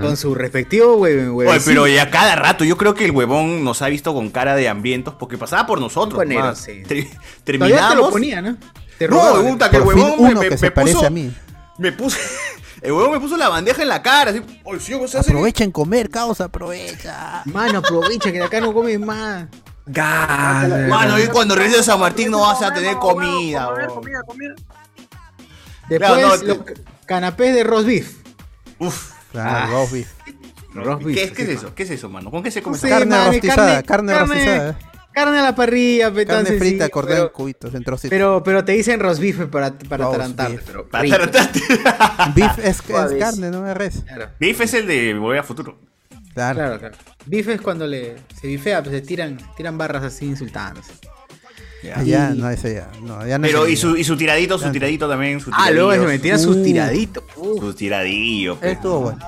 S1: Con su respectivo hue-
S3: Oye,
S1: huevecito.
S3: pero ya cada rato, yo creo que el huevón nos ha visto con cara de hambrientos porque pasaba por nosotros.
S1: Con
S3: nomás.
S1: negro, sí.
S3: Te-
S1: Todavía te lo
S3: terminamos.
S1: ponía, ¿no? Te
S3: No,
S1: robaba.
S3: puta, que el
S4: Por fin
S3: huevón me,
S4: uno
S3: me-
S4: que se
S3: me
S4: parece
S3: puso.
S4: a mí.
S3: Me puso. El huevón me puso la bandeja en la cara. Así, "Oye, sí, ¿cómo se hace?"
S4: Aprovechen comer, caos, aprovecha.
S1: Mano, aprovecha que de acá no comes más.
S7: Gas.
S3: Mano, y cuando regreses a San Martín no vas a tener comida,
S19: Comer,
S3: bro.
S19: comida, comida.
S1: Después,
S3: Claro, no,
S1: los ca- canapés de roast beef.
S3: Uf.
S4: Claro,
S1: Ah.
S4: Rosby.
S1: Roast beef,
S3: ¿Qué, qué es
S1: así,
S3: eso? ¿Qué es eso, mano? ¿Con qué se
S1: No
S3: come
S1: sé,
S3: esa-
S4: Carne
S1: man,
S4: rostizada, carne rostizada. eh.
S1: Carne a la parrilla, pe, tan
S4: Carne frita,
S1: sencillo,
S4: cordero en
S1: pero,
S4: cubitos, en trocitos.
S1: pero, pero te dicen roast beef para, para
S4: Roast
S1: atarantarte,
S4: beef.
S1: pero
S3: Para
S1: rico.
S3: tarantarte.
S4: Beef es, es
S1: Suaves.
S4: carne, no es res.
S1: Claro,
S3: Beef es el de volver a futuro.
S4: Claro.
S1: claro, claro. Beef es cuando le, se bifea, pues se tiran, tiran barras así insultándose.
S4: Allá, no, ese ya. No, Ah, ya no
S3: Pero,
S4: es-
S3: y su, y su tiradito, su tiradito también. Su
S1: Ah, luego se
S3: tiradillo,
S1: metían
S3: su-
S1: sus tiraditos. Uf,
S3: Su tiradillo, pe.
S4: Uh, Estuvo bueno.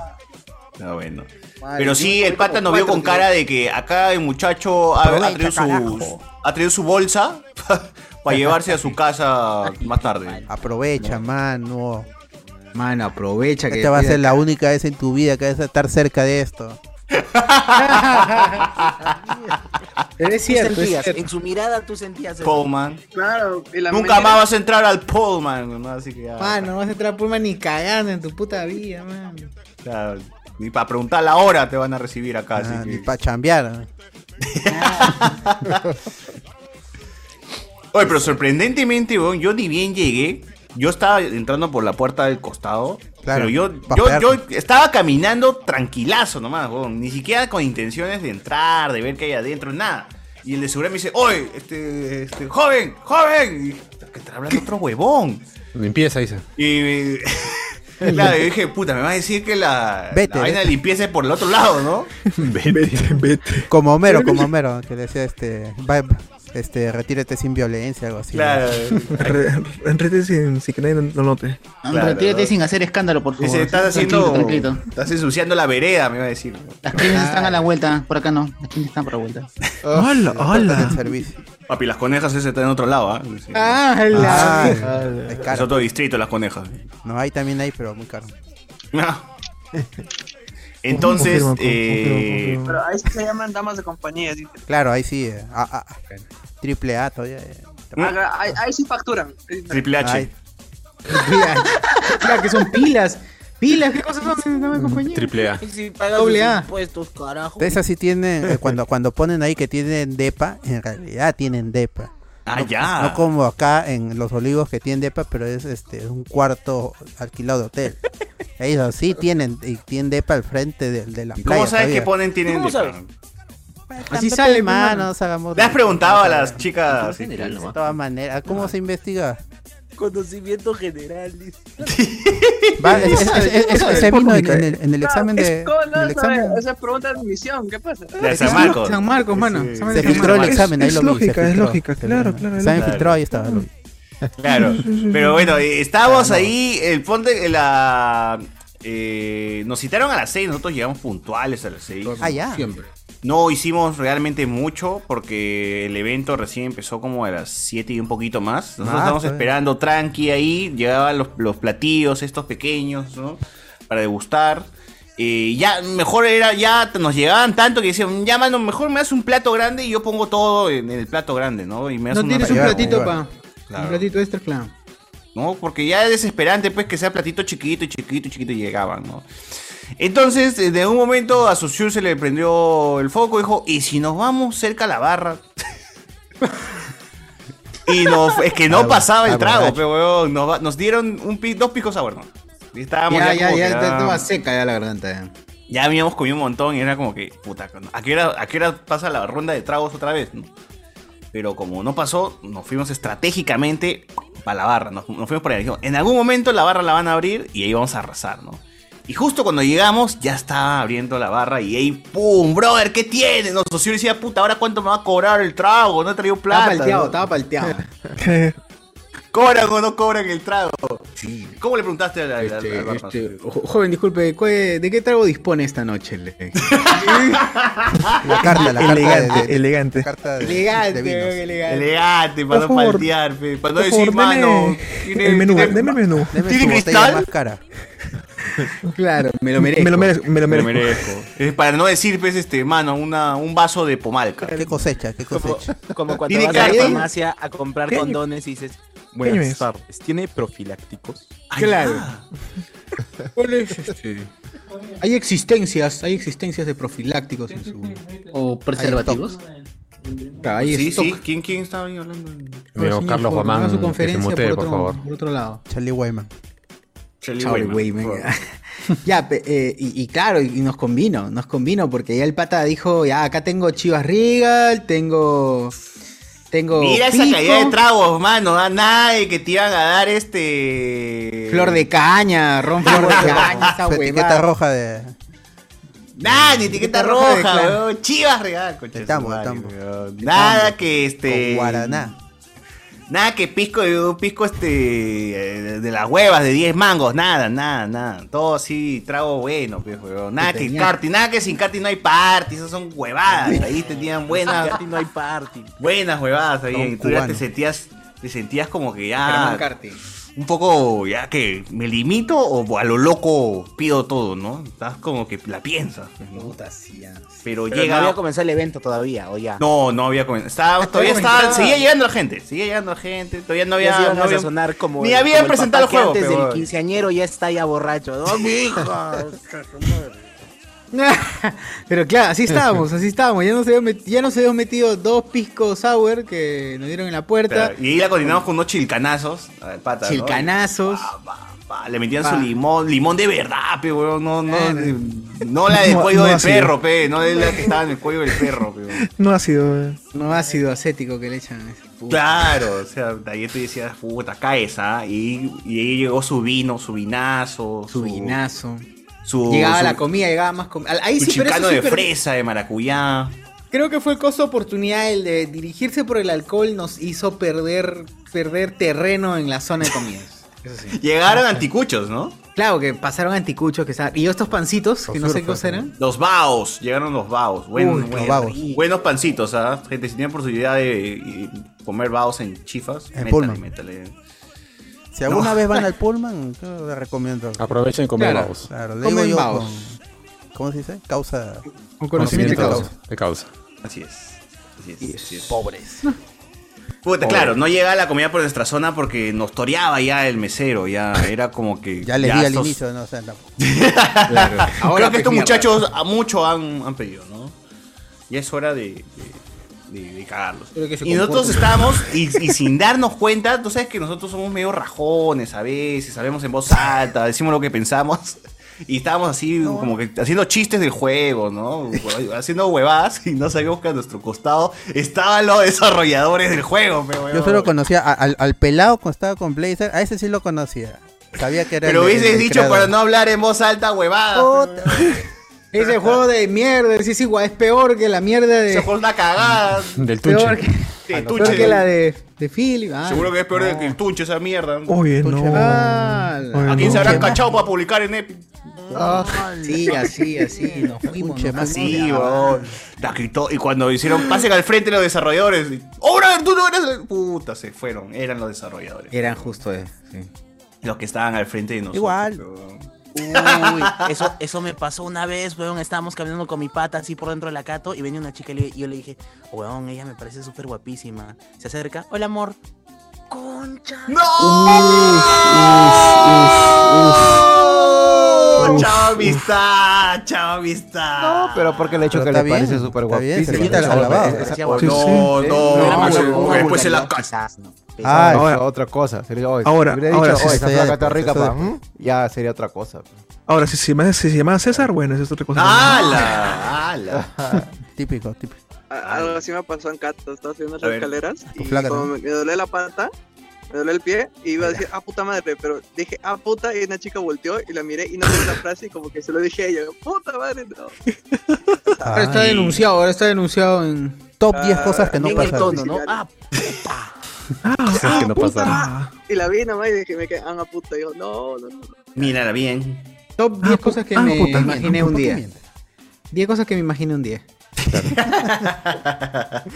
S3: Está bueno.
S1: Madre,
S3: Pero
S1: yo
S3: sí,
S1: me
S3: el pata
S1: como
S3: nos vio
S1: cuatro
S3: con
S1: tiros.
S3: cara de que acá el muchacho ha, ha traído,
S4: Aprovecha,
S3: su,
S4: carajo.
S3: ha traído su bolsa para llevarse a su casa más tarde.
S4: Aprovecha, mano.
S1: Mano, aprovecha que
S4: Esta va a
S1: te-
S4: ser la única vez en tu vida que vas a estar cerca de esto.
S1: Pero es
S23: Tú
S1: cierto, es
S23: sentías,
S1: cierto.
S23: en su mirada tú sentías eso.
S3: Pullman.
S19: Claro, y la
S3: Nunca más vas a entrar al Pullman, ¿no? Así que ya.
S1: Mano, no vas a entrar a Pullman ni cagando en tu puta vida, mano.
S3: ya, ni para preguntar la hora te van a recibir acá. así
S4: Ah,
S3: que-
S4: Ni para chambear.
S3: Oye, pero sorprendentemente, weón, yo ni bien llegué. Yo estaba entrando por la puerta del costado.
S4: Claro,
S3: pero yo,
S4: pa'
S3: yo, yo
S4: pegarte.
S3: estaba caminando tranquilazo nomás, weón, Ni siquiera con intenciones de entrar, de ver qué hay adentro, nada. Y el de seguridad me dice, oye, este, este, joven, joven. Y, "Puta, que está hablando otro huevón.
S2: Limpieza, dice.
S3: Y me- claro, yo dije, puta, me va a decir que la,
S4: Vete,
S3: la vaina de
S4: vete.
S3: limpieza es por el otro lado, ¿no?
S7: Vete, vete.
S4: Como Homero, como Homero, que decía este. va- este, retírate sin violencia, algo así.
S3: Claro.
S7: Re- Enrete sin, sin que nadie lo note.
S3: Claro,
S24: Retírate
S3: ¿no?
S24: sin hacer escándalo, por favor.
S3: Dice, estás haciendo,
S24: Tranquilo, tranquilo.
S3: estás ensuciando la vereda, me va a decir.
S24: Las clientes están a
S4: Ah.
S24: la vuelta, por acá no. Las clientes están por la vuelta.
S4: Oh,
S7: Hola,
S4: Del
S7: hola.
S4: servicio.
S3: Papi, las conejas ese está en otro lado, ¿ah? Sí.
S1: Ah, la-
S4: Es
S3: Es
S4: caro.
S3: otro distrito las conejas.
S4: No, ahí también hay, pero muy caro.
S3: Entonces,
S7: Confirmo, confirmo,
S3: eh,
S7: confirmo.
S19: Pero a eso se llaman damas de compañía. así.
S4: Claro, ahí sí. eh, ah, ah, ah. Triple A todavía. eh,
S19: Haga- Ahí ahí sí facturan.
S3: Mm. Triple H.
S19: Ay.
S1: Claro, que son pilas. Pilas, ¿qué cosas son? No me acompañé.
S2: Triple A.
S25: Si pagas
S1: Doble
S25: tus
S1: A.
S25: impuestos, carajo.
S4: Esas sí tienen, eh, cuando, cuando ponen ahí que tienen DEPA, en realidad tienen DEPA.
S25: Ah,
S4: No-
S25: ya.
S4: No como acá en Los Olivos que tienen DEPA, pero es este un cuarto alquilado de hotel. Ellos sí tienen, y tienen DEPA al frente de, de la playa.
S3: ¿Cómo sabes
S4: todavía.
S3: que ponen tienen
S4: ¿Cómo
S3: de
S4: sabes?
S3: pan?
S4: Así sale, manos, hagamos.
S3: ¿Le has preguntado a las
S4: De
S3: chicas?
S4: todas maneras, ¿cómo se investiga?
S25: Conocimiento general. dice.
S4: Va, es- es- es- es-
S19: Eso es
S4: ese vino en,
S19: pública,
S4: en el, en el examen de.
S19: Es con
S4: en el examen.
S19: Esa es pregunta de admisión, ¿qué pasa?
S4: De San Marcos.
S1: San Marcos, mano.
S4: Sí.
S1: San Marcos.
S4: Se filtró el
S1: Es-
S4: examen, ahí
S1: es
S4: lo vi.
S1: lógica,
S4: se
S1: es
S4: filtró.
S1: lógica,
S4: Se-
S1: claro, claro, es
S4: Se
S1: lógica.
S4: filtró, ahí estaba. lo vi.
S3: Claro. Pero bueno, eh, estábamos ahí. El ponte la. eh, nos citaron a las 6, nosotros llegamos puntuales a las 6.
S4: Ah, ya.
S3: Siempre. No hicimos realmente mucho porque el evento recién empezó como a las 7 y un poquito más. Nosotros
S4: Ah,
S3: estábamos
S1: pues.
S4: está bien.
S3: esperando tranqui ahí. Llegaban los, los platillos, estos pequeños, ¿no? Para degustar. Eh, ya, mejor era, ya nos llegaban tanto que decían, ya mano, mejor me das un plato grande y yo pongo todo en el plato grande, ¿no? Y me das
S1: No
S3: una
S1: tienes un
S3: rayada,
S1: platito,
S3: como-
S1: pa. Un platito extra, claro.
S3: ¿no? Porque ya es desesperante, pues, que sea platito chiquito, y chiquito, y chiquito, y llegaban, ¿no? Entonces, eh, de un momento a Susur se le prendió el foco y dijo, ¿y si nos vamos cerca a la barra? y no, es que no
S26: Ah,
S3: pasaba el
S26: ah,
S3: trago,
S26: borracho.
S3: pero weón, nos, va- nos dieron un, pi- dos picos a bueno. Y estábamos
S1: Ya,
S3: ya,
S1: ya,
S3: como
S1: ya,
S3: que,
S1: está-
S3: ah,
S1: estaba seca ya la garganta. ya.
S3: ya habíamos comido un montón y era como que, puta, ¿a qué hora, a qué hora pasa la ronda de tragos otra vez? no? Pero como no pasó, nos fuimos estratégicamente para la barra, nos, nos fuimos por ahí. Dijimos, en algún momento la barra la van a abrir y ahí vamos a arrasar, ¿no? Y justo cuando llegamos, ya estaba abriendo la barra y ahí, ¡pum! ¡Brother, qué tiene! Nos socio decía, puta, ¿ahora cuánto me va a cobrar el trago? No he traído plata.
S1: Estaba palteado,
S3: ¿no?
S1: estaba palteado.
S3: ¿Cobran o no cobran el trago? ¿Cómo le preguntaste al, al- al barman?
S1: Este, jo- joven, disculpe, ¿cu- ¿de qué trago dispone esta noche? Le-
S4: La carta, la carta
S7: Elegante,
S4: de- de-
S7: elegante.
S4: carta de- de
S1: Elegante,
S4: vinos.
S1: elegante.
S3: Elegante, para
S7: Por
S3: no
S7: favor.
S3: paltear, pe, para no
S7: Por favor,
S3: decir, mano.
S7: deme el menú, deme el menú.
S4: Deme
S3: ¿Tiene
S4: su botella
S3: cristal?
S4: más cara.
S1: Claro, me
S7: lo merezco. Me lo merezco, me lo merezco.
S3: Eh, para no decir, pues, este, mano, una, un vaso de pomalca.
S4: ¿Qué cosecha? ¿Qué cosecha?
S25: Como cuando
S3: Tiene
S25: vas a la
S3: carne.
S25: farmacia a comprar
S3: ¿Qué?
S25: condones y dices,
S3: Buenas
S25: buenas
S3: es?
S25: tardes, ¿tiene profilácticos? Ah.
S1: Claro. ¿Cuál es este? Hay existencias, hay existencias de profilácticos en su.
S27: ¿O preservativos?
S1: Ahí
S3: sí,
S1: stock.
S3: sí. ¿Quién, ¿Quién estaba ahí hablando?
S2: Veo
S1: señor
S2: Carlos
S1: Ford, haga su
S2: Guamán, que se
S1: conferencia
S2: mutee,
S1: por
S2: por,
S1: otro-
S2: favor.
S1: por otro lado.
S4: Charlie Wayman.
S1: Charlie Wayman. ya, pe- eh, y, y claro, y, y nos convino, nos convino, porque ya el pata dijo, ya acá tengo Chivas Regal, tengo. Tengo.
S3: Mira esa
S1: pico,
S3: calidad de tragos, mano. da Nada de que te iban a dar este.
S1: Flor de caña, ron flor de caña, esa
S4: Su
S1: huevada.
S4: etiqueta roja de.
S3: Nada, ni etiqueta
S1: roja de
S3: roja,
S1: clan.
S3: weón. Chivas regal, coche.
S4: Del
S3: su
S4: tambo, del
S3: madre,
S4: tambo.
S3: weón. Nada
S4: tambo.
S3: que este.
S4: Con guaraná.
S3: Nada que pisco, un pisco este. eh, De las huevas, de 10 mangos. Nada, nada, nada. Todo así, trago bueno, pues, weón. Nada
S25: Que
S3: que
S25: tenía-
S3: carti, nada que sin carti no hay party. Esas son huevadas. Ahí tenían buenas.
S25: Carti no hay party.
S3: Buenas huevadas ahí.
S25: Don
S3: y Tú ya te
S25: cubano.
S3: sentías, te sentías como que ah,
S1: Germán
S3: ya.
S1: Carti.
S3: Un poco, ya que me limito o a lo loco pido todo, ¿no? Estás como que la piensas. pues, ¿no? Pero,
S25: Pero
S3: llega.
S25: no
S3: No,
S25: había comenzado el evento todavía, o ya.
S3: no, había comenzado. Estaba, todavía
S25: comenzado.
S3: estaba, seguía llegando la gente. Seguía llegando la gente. Todavía no había.
S25: Ya se iban
S3: no
S25: a
S3: había-
S25: sonar como
S3: Ni
S25: el-
S3: habían
S25: como el
S3: presentado el
S25: papá que
S3: juego.
S25: Antes
S3: pero-
S25: del quinceañero ya está ya borracho. ¡No, mijo!
S1: Pero claro, así estábamos, así estábamos. Ya nos habíamos met- ya nos habíamos metido dos pisco sour que nos dieron en la puerta.
S3: Claro, Y ahí la continuamos con unos chilcanazos. al pata, ¿no?
S1: Chilcanazos.
S3: Pa, Le metían
S1: Pa.
S3: su limón, limón de verdad, pe, weón. No, no,
S25: Ah,
S3: no la del
S1: No-
S3: cuello
S1: no
S3: del
S1: ácido.
S3: perro, pe. No es la que estaba en el cuello del perro, pe. weón.
S7: No ha sido. eh.
S1: No ácido acético que le echan. ese puto.
S3: Claro, o sea, de ahí tú decías, puta, caes, ¿ah? Y, y ahí llegó su vino, su vinazo. Su
S1: vinazo.
S3: Su,
S1: llegaba
S3: su-
S1: la comida, llegaba más comida. Ahí
S3: su
S1: sí, pero eso
S3: chicano
S1: sí,
S3: de
S1: pero-
S3: fresa, de maracuyá.
S1: Creo que fue cosa oportunidad el de dirigirse por el alcohol nos hizo perder, perder terreno en la zona de comidas.
S3: Llegaron anticuchos, ¿no?
S1: Claro, que pasaron anticuchos que sa- Y estos pancitos, que no sé qué cosa eran.
S3: Los baos, llegaron los baos. Buen-
S1: Uy, los
S3: buen-
S1: baos.
S3: Buenos pancitos, ¿ah? Gente, si tienen posibilidad de eh, comer baos en chifas,
S4: En
S3: métale,
S4: Pullman.
S3: métale.
S4: Si alguna
S3: No.
S4: vez van al Pullman, yo les recomiendo.
S2: Aprovechen y comen
S4: Claro,
S2: babos.
S4: Claro, le
S2: Comen
S4: digo yo
S2: babos.
S4: con- ¿Cómo se dice? Causa.
S1: Con
S2: Conocimiento de causa. De causa.
S3: Así es. Así es.
S25: Pobres.
S3: Puta, claro, no llegaba la comida por nuestra zona porque nos toreaba ya el mesero, ya era como que...
S4: Ya le di al
S3: estos-
S4: inicio, no, o sea, tampoco.
S3: Ahora Creo que
S4: pues,
S3: estos
S4: mierda.
S3: muchachos a mucho han, han pedido, ¿no? Ya es hora de, de, de- de cagarlos.
S28: que se
S3: Y nosotros
S28: comporten.
S3: estamos, y, y sin darnos cuenta, tú sabes que nosotros somos medio rajones a veces, sabemos en voz alta, decimos lo que pensamos. Y estábamos así, como que haciendo chistes del juego, ¿no? Haciendo huevadas y no sabíamos que a nuestro costado estaban los desarrolladores del juego, pero
S4: Yo solo conocía a- al, al pelado cuando estaba con Blazer, a ese sí lo conocía. Sabía que era
S3: Pero
S4: el-
S3: hubieses
S4: el
S3: dicho
S4: creador.
S3: para no hablar en voz alta, huevadas.
S1: Ese juego de mierda, ese es igual, es peor que la mierda de.
S3: Ese juego es una cagada.
S2: Del
S1: Peor
S2: Tunche.
S1: que,
S3: Del
S1: peor
S3: Tunche.
S1: que la de, de Philip. ah.
S3: Seguro que es peor que el tunche esa mierda.
S29: Oye, no.
S3: ¿A quién se
S29: habrá
S3: habrán cachado para publicar en Epic?
S1: Ah, Sí, así, así. Nos fuimos.
S3: Che, más sí, weón. La quitó. Y cuando hicieron, pasen al frente los desarrolladores. y, ¡Oh, brother, tú no eres! el-". Puta, se fueron. Eran los desarrolladores.
S1: Eran justo, eh. sí.
S3: Los que estaban al frente de nosotros.
S7: Igual.
S3: weón.
S7: Uy, eso, eso me pasó una vez, weón. Estábamos caminando con mi pata así por dentro de la cato y venía una chica y le- y yo le dije, weón, ella me parece súper guapísima. Se acerca, hola amor. ¡Concha!
S3: ¡No!
S7: uf.
S3: ¡Chao, amistad! ¡Chao, amistad! No,
S30: pero porque le he hecho
S4: Pero
S30: que
S4: está
S30: le
S4: bien,
S30: parece súper guapo.
S4: bien, se quita la lavada. Sí, sí.
S3: No, no,
S4: Sí, sí.
S3: porque después se la casa.
S7: Pues,
S30: Ah,
S29: Ahora-
S30: eso es otra cosa. Sería, oye,
S29: Ahora-
S30: si hubiera dicho,
S29: ahora sí
S30: oye, esa
S29: está
S30: placa
S29: ya
S30: está
S29: de-
S30: rica,
S29: está de-
S30: pa, ¿m? ya sería otra cosa.
S29: Ahora, si se, llama- si se llamaba César, bueno, esa es otra cosa.
S3: ¡Hala! ¡Hala!
S4: típico, típico.
S19: A- Algo así me pasó en Cato, estaba subiendo
S29: A
S19: las
S29: ver.
S19: escaleras
S4: Tu
S19: y
S4: flaca,
S19: como
S4: ¿no?
S19: me, me dolé la pata, me dolé el pie y iba a decir, ah, puta madre, pero dije, ah, puta, y una chica volteó y la miré y no me la frase y como que se lo dije a ella, puta madre, no.
S1: Ahora está denunciado, ahora está denunciado en.
S4: Top
S7: Ah,
S19: 10 cosas que no
S1: pasan.
S19: bien Ah, el tono, ¿no? Ah,
S2: Cosas
S7: Ah,
S2: que no pasaron.
S19: Y la vi nomás y dije, me quedé, ah, una puta, y yo, no, no, no.
S3: Mírala bien.
S1: Top 10 cosas que
S19: ah,
S1: me
S19: puta,
S1: imaginé
S19: ¿por
S1: un
S19: qué
S1: día.
S19: mientes?
S1: 10 cosas que me imaginé un día.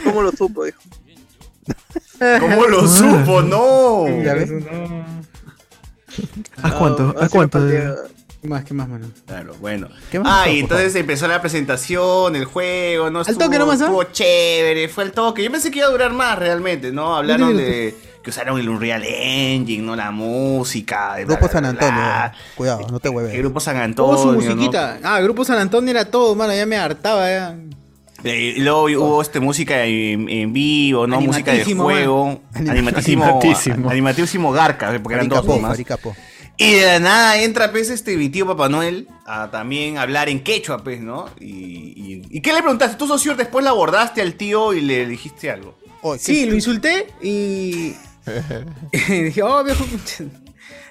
S19: ¿Cómo lo supo? Dijo.
S3: ¿Cómo
S19: Ah.
S3: lo supo? ¡No!
S1: Ah. Ya ves.
S29: ¿A cuánto? ¿A cuánto?
S1: ¿Qué más, qué más, mano?
S3: Claro, bueno.
S1: ¿Qué más
S3: Ah,
S1: pasó,
S3: y
S1: por
S3: entonces empezó la presentación, el juego, ¿no? Estuvo-
S1: toque nomás, ah? ¿no?
S3: Estuvo chévere, fue al toque. Yo pensé que iba a durar más realmente, ¿no? Hablaron de que usaron el Unreal Engine, ¿no? La música. eh, de bla,
S4: Grupo
S3: bla,
S4: San
S3: bla,
S4: Antonio,
S3: bla.
S4: cuidado, no te hueves.
S3: El grupo San Antonio.
S1: Todo su
S3: ¿no?
S1: musiquita. Ah, Grupo San Antonio era todo, mano. Ya me hartaba, ya.
S3: Eh, y luego hubo este, música en, en vivo, ¿no? Música del
S1: Animatísimo,
S3: juego.
S1: man.
S3: Animatísimo.
S2: Animatísimo.
S3: Animatísimo. Garca, eh, porque eran dos
S4: Aricapo,
S3: nomás.
S4: Aricapo.
S3: Y de la nada entra pues este mi tío Papá Noel a también hablar en quechua, pues, ¿no? Y, y- ¿y qué le preguntaste? Tú, socio, después la abordaste al tío y le dijiste algo.
S1: Oh, Sí,
S3: Este
S1: lo insulté y. y dije, oh, viejo.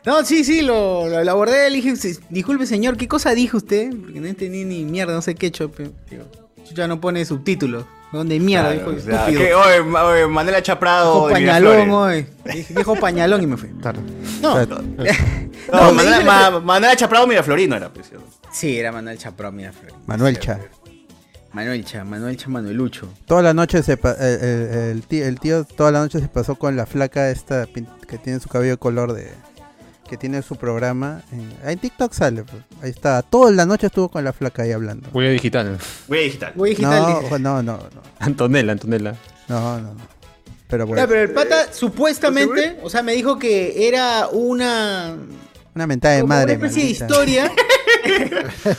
S1: No, sí, sí, lo, lo, lo abordé. Le dije, "Sí, disculpe, señor, ¿qué cosa dijo usted? Porque no entendí ni mierda, no sé qué chope. Ya no pone subtítulos. ¿Dónde mierda?
S3: Claro,
S1: dijo,
S3: o sea,
S1: estúpido.
S3: que, oye, ma- oye, Manuela Chaprado.
S1: Dijo
S3: de
S1: pañalón,
S3: Miraflores.
S1: oye. Dije, Viejo pañalón y me fui. No,
S3: No,
S1: No, me
S3: Manuela,
S1: dice-
S3: ma- Manuela Chaprado Miraflorino era, pues. ¿no?
S1: sí, era Manuel Chapró, mira, Fred.
S4: Manuel Cha.
S1: Manuel Cha, Manuel Cha, Manuelucho.
S4: Toda la noche se pa- el, el- el tío, el tío toda la noche se pasó con la flaca esta pin- que tiene su cabello de color de que tiene su programa en, ahí en TikTok sale pues. ahí está toda la noche estuvo con la flaca ahí hablando
S2: Huella digital.
S3: Voy a digital.
S1: Voy digital,
S4: no,
S1: dije.
S4: jo- no no no
S2: Antonella, Antonella.
S4: no no, no. pero bueno
S1: Ya, pero el pata supuestamente, o sea, me dijo que era una,
S4: una mentada de
S1: como
S4: madre
S1: una especie
S4: maldita.
S1: de historia.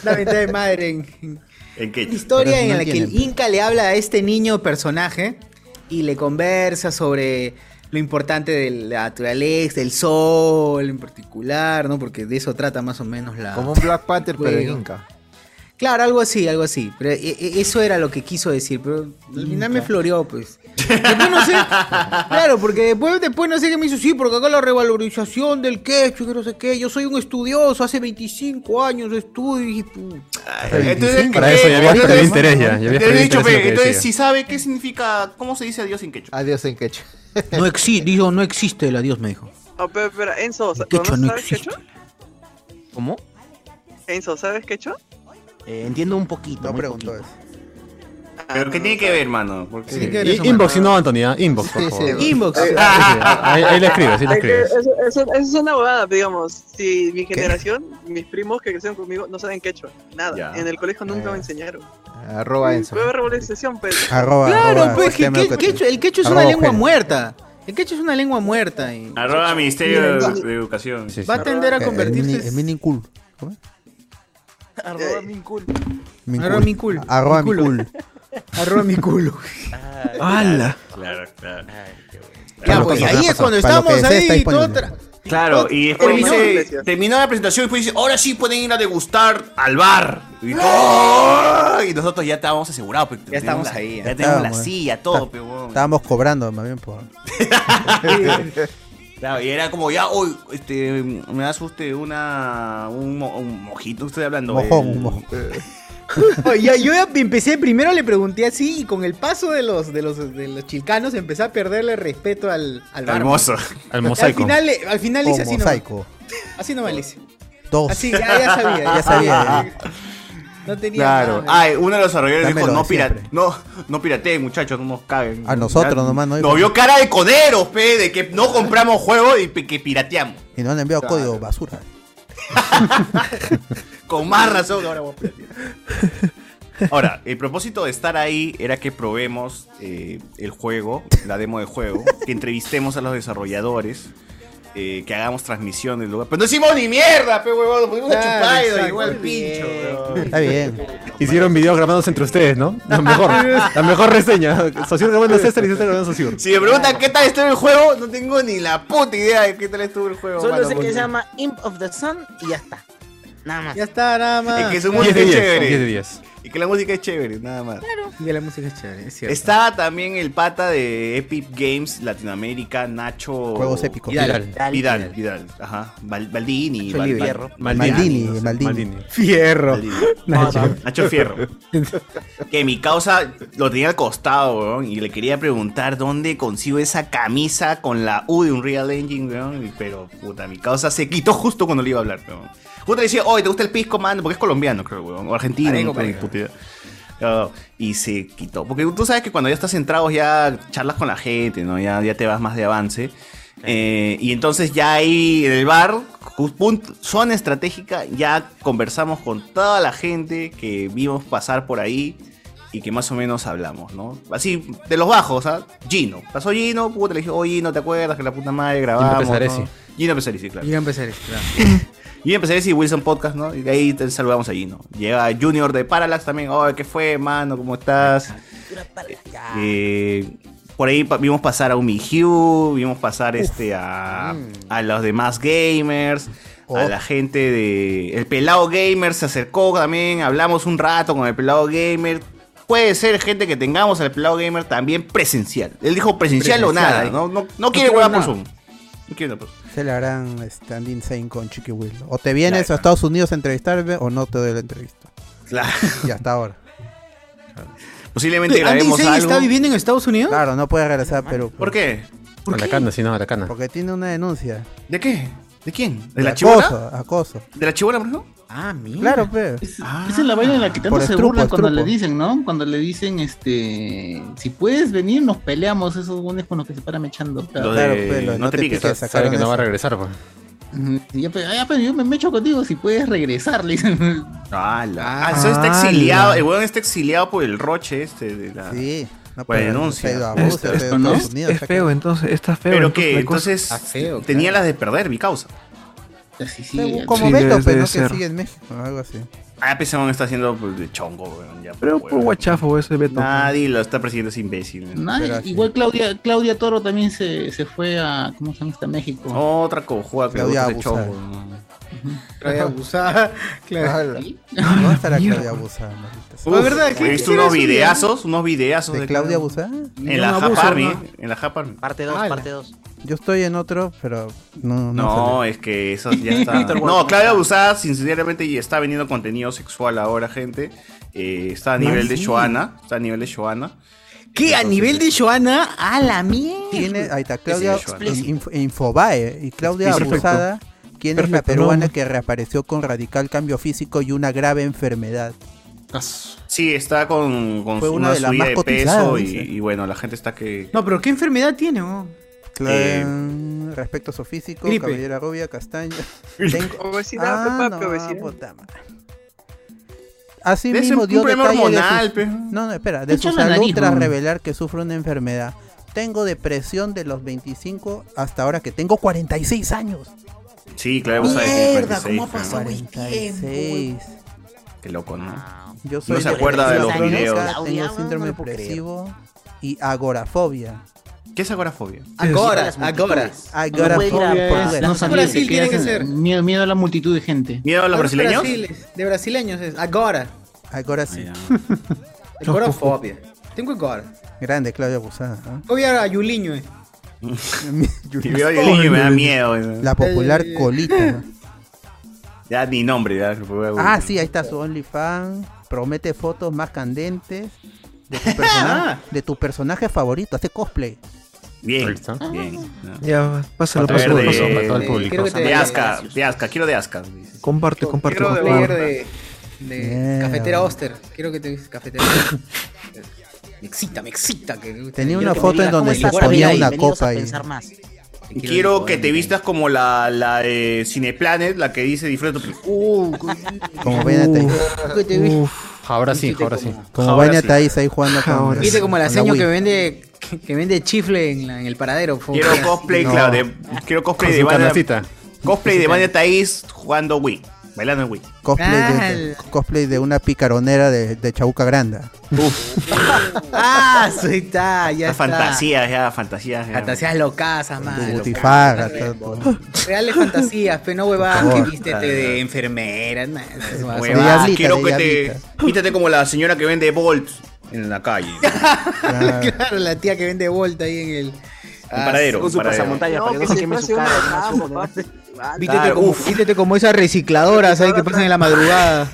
S1: una mentada de madre. en-
S3: En
S1: Una
S3: quechua.
S1: historia en la que el
S4: entienden,
S1: Inca le habla a este niño personaje y le conversa sobre lo importante de la naturaleza, del sol en particular, ¿no? Porque de eso trata más o menos la.
S30: Como un Black Panther, pero en
S1: Juego.
S30: Inca.
S1: Claro, algo así, algo así. Pero e- e- eso era lo que quiso decir, pero al final me floreó, pues. Después no sé. Claro, porque después, después no sé qué me hizo, sí, porque acá la revalorización del quechua, que no sé qué. Yo soy un estudioso, hace 25 años estudio y dije,
S3: Ay,
S2: Para
S3: Entonces,
S2: eso
S3: ¿qué?
S2: ya habías perdido
S3: Entonces-
S2: interés ya. ya habías
S3: Te
S2: perdido
S3: he dicho,
S2: interés en lo que
S3: pe, entonces,
S2: decía.
S3: si sabe qué significa, ¿cómo se dice adiós en quechua?
S30: Adiós en quechua.
S1: No existe, dijo, no existe el adiós, me dijo.
S19: No, pero, pero, Enzo, ¿sa-
S1: quechua
S19: ¿conoces-
S1: no
S19: ¿sabes quechua?
S2: ¿Cómo?
S19: Enzo, ¿sabes quechua?
S7: Eh, entiendo un poquito.
S4: No
S7: muy
S4: pregunto
S7: poquito.
S3: ¿Pero qué tiene que ver, mano? Porque...
S2: Ah, Sí, i- inbox, no, Antonia, inbox, por
S3: Sí, sí,
S2: favor.
S1: inbox.
S2: Sí, sí, Ahí, ahí la escribes, ahí la
S19: Ay, que
S2: escribes.
S19: Eso, eso- eso es una bobada, digamos. Si mi generación, mis primos que crecieron conmigo, no saben quechua, nada.
S30: Ya.
S19: En el colegio nunca me enseñaron.
S30: Arroba Enzo.
S19: Fue revalorización, pero.
S4: Arroba,
S1: Claro,
S4: arroba,
S1: pues, que-
S4: sistema
S1: que-
S4: educativo.
S1: quechua- el quechua es una
S4: Arroba
S1: lengua
S4: Ojeda.
S1: muerta. El quechua es una lengua muerta. y-
S3: Arroba Ministerio de,
S1: Mira,
S3: de Educación.
S1: Va a tender
S2: Eh,
S1: a convertirse.
S4: El mini cool.
S19: Eh,
S10: Arroba Mincul.
S1: Arroba mi culo.
S4: Arroba mi
S1: culo.
S4: culo.
S1: Arroba mi culo.
S4: ¡Hala!
S3: Claro, claro.
S1: Ya, pues ahí es cuando estamos ahí. todo tra-
S3: Claro, y después
S1: Terminó.
S3: dice, terminó la presentación y después dice, ahora sí pueden ir a degustar al bar. Y, ¡Oh! Y nosotros ya estábamos asegurados. pues, tenemos
S1: estamos
S3: la-
S1: ahí,
S3: Ya
S1: ¡Ah! ya
S3: tenemos la
S4: estábamos. eh.
S3: silla, todo, pues, pero bueno.
S4: Estábamos cobrando más bien por.
S3: Claro, y era como ya, uy, este, me das usted una, un, mo- un mojito, estoy hablando. eh.
S4: Mojón,
S3: el-
S4: un mojón.
S1: Oye, ya- yo ya empecé, primero le pregunté así y con el paso de los, de los, de los chilcanos empecé a perderle respeto al, al barman.
S3: mozo.
S2: Al
S1: Al
S2: mosaico.
S1: final, le- al final le hice
S4: O
S1: así
S4: Oh, mosaico.
S1: nomás. Así nomás le hice.
S4: Dos.
S1: Así, ya, ya sabía.
S4: Ya sabía.
S1: No tenía
S3: Ah. Claro,
S1: nada.
S3: ah, uno de los desarrolladores dijo,
S4: Dámelo
S3: no,
S4: de
S3: pirate, no, no pirateen, muchachos, no nos caguen.
S4: A nosotros nomás, ¿no?
S3: Nos vio cara de coderos, pe, de que no compramos juegos y pe- que pirateamos.
S4: Y nos han enviado
S3: Claro.
S4: código basura.
S3: Con más razón ahora voy a piratear. Ahora, el propósito de estar ahí era que probemos eh, el juego, la demo de juego, que entrevistemos a los desarrolladores, eh, que hagamos transmisión del lugar. Pero no hicimos ni mierda, pe huevón, nos pusimos
S1: Claro,
S3: a chupar y nos
S1: exacto,
S3: llegó al
S1: muy
S3: pincho, huevón.
S4: Está bien.
S2: Hicieron videos grabados entre ustedes, ¿no? La mejor, la mejor reseña. Sociur grabando a César y César grabando a Sociur.
S3: Si me preguntan qué tal estuvo el juego, no tengo ni la puta idea de qué tal estuvo el juego.
S10: Solo
S3: mano,
S10: sé que
S3: porque-
S10: se llama Imp of the Sun y ya está. Nada más.
S1: Ya está, nada más.
S3: Y que su
S1: Claro.
S3: música es
S2: 10,
S3: chévere.
S2: 10 de 10.
S3: Y que la música es chévere, nada más. Claro.
S1: Y que la música es chévere, es cierto.
S3: Está también el pata de Epic Games Latinoamérica, Nacho.
S4: Juegos épicos.
S3: Vidal. Vidal,
S4: Vidal.
S3: Vidal. Ajá. Val- Baldini.
S4: Nacho
S3: Val-
S4: Libre.
S3: Fierro.
S4: Maldini,
S3: no sé.
S4: Maldini.
S1: Fierro.
S3: Nacho. Nacho Fierro. Que mi causa lo tenía al costado, weón. Y le quería preguntar dónde consigo esa camisa con la U de Unreal Engine, weón. y- Pero, puta, mi causa se quitó justo cuando le iba a hablar, weón. Justo le decía, oye, ¿te gusta el pisco, man? Porque es colombiano, creo, weón. O argentino,
S1: Parejo,
S3: no tengo ni
S1: parejo.
S3: puta idea. Ah, y se quitó. Porque tú sabes que cuando ya estás centrado, ya charlas con la gente, ¿no? Ya, ya te vas más de avance. Eh, y entonces ya ahí en el bar, ju- punt- zona estratégica, ya conversamos con toda la gente que vimos pasar por ahí y que más o menos hablamos, ¿no? Así, de los bajos, ¿ah? Gino. Pasó Gino, puta, le dije, oye, Gino, ¿te acuerdas que la puta madre grabamos?
S2: Pesaresi.
S3: ¿no? Gino Pesaresi, claro.
S1: Y ya empezaré, claro.
S3: Y empecé a decir Wilson Podcast, ¿no? Y de ahí te saludamos allí, ¿no? Llega Junior de Parallax también. Oh, ¿qué fue, mano? ¿Cómo estás? Eh, por ahí pa- vimos pasar a Umi Hugh, vimos pasar este a, a los demás gamers, a la gente de... El pelado gamer se acercó también, hablamos un rato con el pelado gamer. Puede ser gente que tengamos al pelado gamer también presencial. Él dijo presencial, o
S4: Presencial,
S3: nada,
S4: ¿eh?
S3: ¿no? No, no
S4: No
S3: quiere
S4: quiero
S3: hueá por
S4: nada.
S3: Zoom. No quiere nada por Zoom.
S4: Se le harán standing sane con Chiqui Will. O te vienes a Estados Unidos a entrevistarme o no te doy la entrevista.
S3: Claro.
S4: Y hasta ahora.
S3: Posiblemente grabemos algo.
S1: en Estados Unidos?
S4: Claro, no puede regresar a Perú.
S3: ¿Por qué?
S2: A la cana, sí, no, a la cana.
S4: Porque tiene una denuncia.
S3: ¿De qué? ¿De quién? ¿De la
S4: Acoso, acoso.
S3: ¿De la chibola, por ejemplo?
S1: Ah, mira.
S4: Claro, pe.
S3: Ah.
S6: Esa es la vaina en la que tanto
S4: Por
S6: se
S4: estrupo,
S6: burlan cuando
S4: estrupo.
S6: le dicen, ¿no? Cuando le dicen, este, si puedes venir, nos peleamos esos buenos con los que se paran echando.
S2: Lo
S4: Claro,
S2: de-
S4: pues, lo de
S2: no,
S4: no
S2: te
S4: te
S2: piques,
S4: piques,
S2: sabe
S4: sacaron
S2: que no va a
S4: eso.
S2: regresar, pues.
S6: Ujú. Y Ya, pe- ah, ya, pero yo me me echo contigo si puedes regresar, le dicen.
S3: Ah, eso está exiliado. El weón está exiliado por el roche este de la.
S4: Sí. No
S3: por la
S4: puede, se
S3: denuncia.
S4: ha ido a Rusia, se ha ido a Estados Unidos,
S7: Es
S4: saca-
S7: feo, entonces, está feo.
S3: Pero
S7: entonces,
S3: que
S7: la cosa-
S3: entonces tenía las de perder mi causa.
S4: Según Como
S7: Sí,
S4: Beto,
S7: debe-
S4: pero
S7: debe
S4: no que
S7: ser.
S4: sigue en México o algo así.
S3: Ah, pues ese weón está haciendo pues, de chongo, weón. Ya,
S7: Pero
S3: pues,
S7: por guachafo ese Beto.
S3: Nadie lo está persiguiendo ese imbécil. weón.
S6: Nadie- igual Claudia, Claudia Toro también se, se fue a, ¿cómo se llama? Hasta México.
S3: Otra cojuda que le gusta
S4: Claudia
S3: ese
S4: abusada.
S3: chongo. weón.
S1: Claudia abusada. Claro.
S4: ¿Dónde está la Claudia Abusada? maldita sea?
S1: Uf, verdad,
S3: Pues, He
S1: ¿qué-
S3: visto
S1: qué era
S3: unos
S1: eso de-
S3: videazos, unos videazos
S4: ¿De Claudia Abusada?
S3: En la
S1: Un abuso,
S3: Japarmi.
S1: ¿no?
S3: En la Japarmi.
S10: Parte 2, parte 2.
S4: Yo estoy en otro, pero no, no,
S3: No,
S4: sale.
S3: es que eso ya está. No, Claudia Abusada, sinceramente, y está vendiendo contenido sexual ahora, gente. Eh, está a nivel de
S1: sí.
S3: Joana. Está a nivel de Joana.
S1: ¿Qué? ¿A nivel de Joana? ¡A la mierda!
S4: Tiene, ahí está Claudia
S3: Sí, sí,
S4: Inf- Infobae y Claudia
S7: Perfecto.
S4: Abusada, quien es la
S7: Perfecto,
S4: peruana
S7: no.
S4: que reapareció con radical cambio físico y una grave enfermedad.
S3: Sí, está con, con
S4: Fue
S3: su-
S4: una
S3: una,
S4: de las
S3: subida
S4: más
S3: de
S4: cotizadas,
S3: peso. Y,
S4: dice.
S3: y bueno, la gente está que.
S1: No, pero ¿qué enfermedad tiene? weón?
S4: Clan- respecto Eh, a su físico,
S1: Gripe.
S4: cabellera rubia, castaña.
S19: Obesidad, pe, papi, obesidad.
S4: puta madre. Así
S3: Debe ser
S4: mismo
S3: un
S4: dio
S3: problema
S4: detalle de
S3: hormonal,
S4: sus-
S3: pe.
S4: No, no, espera, de
S6: Escucha
S4: su
S6: la
S4: salud
S6: nariz,
S4: tras
S6: ¿no?
S4: revelar que sufre una enfermedad. tengo depresión de los 25 hasta ahora que tengo 46 años.
S3: Sí, claro, vos sabés que
S4: Mierda,
S3: 46,
S4: ¿cómo ha pasado
S3: claro.
S4: el tiempo?
S3: Qué loco, ¿no?
S4: Yo
S3: no
S4: soy
S3: se acuerda de los
S4: depresiva
S3: videos.
S4: crónica, Tengo síndrome depresivo y agorafobia.
S3: ¿Qué es agorafobia?
S1: Agora, agora.
S6: Agorafobia es- No sabía
S1: Brasil
S6: que
S1: tiene que
S6: hacen-
S1: ser.
S6: Miedo, miedo a la multitud de gente.
S3: ¿Miedo a
S1: brasileños? De brasileños es agora.
S4: Agora sí.
S1: Agorafobia. Tengo agora.
S4: Grande, Claudia Gusada. ¿eh?
S1: Voy a Yuliño. eh.
S3: Si veo a Yulinho me da miedo. eh. ¿no?
S4: La popular colita.
S3: Ya ni nombre, ya.
S4: Ah, sí, ahí está su OnlyFans. Promete fotos más candentes de tu, persona- de tu personaje favorito. Hace cosplay.
S3: Bien, bien. ¿no?
S7: Ya, pásalo,
S3: Para
S7: pásalo,
S3: ver de-
S7: pásalo.
S3: de-
S7: Para todo el público.
S3: quiero que te- De Asca, de Asca, quiero de Asca.
S7: Comparte, comparte.
S1: Quiero de
S7: comparte.
S1: player de, de
S7: Mierda.
S1: Cafetera Oster. Quiero que te digas Cafetera Me excita, me excita. Que,
S4: Tenía
S1: quiero
S4: una
S1: que me
S4: foto en
S1: digas
S4: donde
S1: cómo
S4: se
S1: estás,
S4: ponía
S1: Gabriel.
S4: una
S1: Bienvenidos
S4: copa
S1: a
S4: ahí.
S1: pensar más.
S3: Y quiero que te vistas como la, la de Cineplanet, la que dice disfruta. Uh,
S4: Como Benete.
S2: Ahora sí, ahora sí.
S4: Como
S2: Ahora
S4: Vania
S2: sí.
S4: Thais ahí jugando con.
S1: Viste como la
S4: con la
S1: seño
S4: Wii.
S1: que vende, que, que vende chifle en, la- en el paradero. po.
S3: quiero cosplay,
S1: No.
S3: claro, de- quiero cosplay
S2: Con
S3: de
S2: su
S3: Vania.
S2: canastita.
S3: Cosplay de Vania Thais jugando Wii, bailando en Wii.
S4: Cosplay de, de- cosplay de una picaronera de, de Chabuca Granda.
S1: Ah, sí, está, ya
S3: Las
S1: está.
S3: fantasías, ya, fantasías. ya.
S1: Fantasías locas,
S4: Tu
S1: man.
S4: butifarra. todo.
S1: Reales fantasías, pero no huevadas
S4: Por
S1: Ah, que
S4: favor.
S1: vístete de enfermera. nah, eso va a ser.
S3: Huevada,
S4: Diablita,
S3: quiero que
S4: diablita.
S3: te. Quítate como la señora que vende Bolt en la calle.
S1: Claro, la tía que vende vuelta ahí en el. Ah,
S3: paradero, un paradero.
S10: No, para que no se queme su cara. ¿no?
S1: Vístete,
S3: Claro,
S1: como, vístete como esas recicladoras ahí que pasan en la madrugada.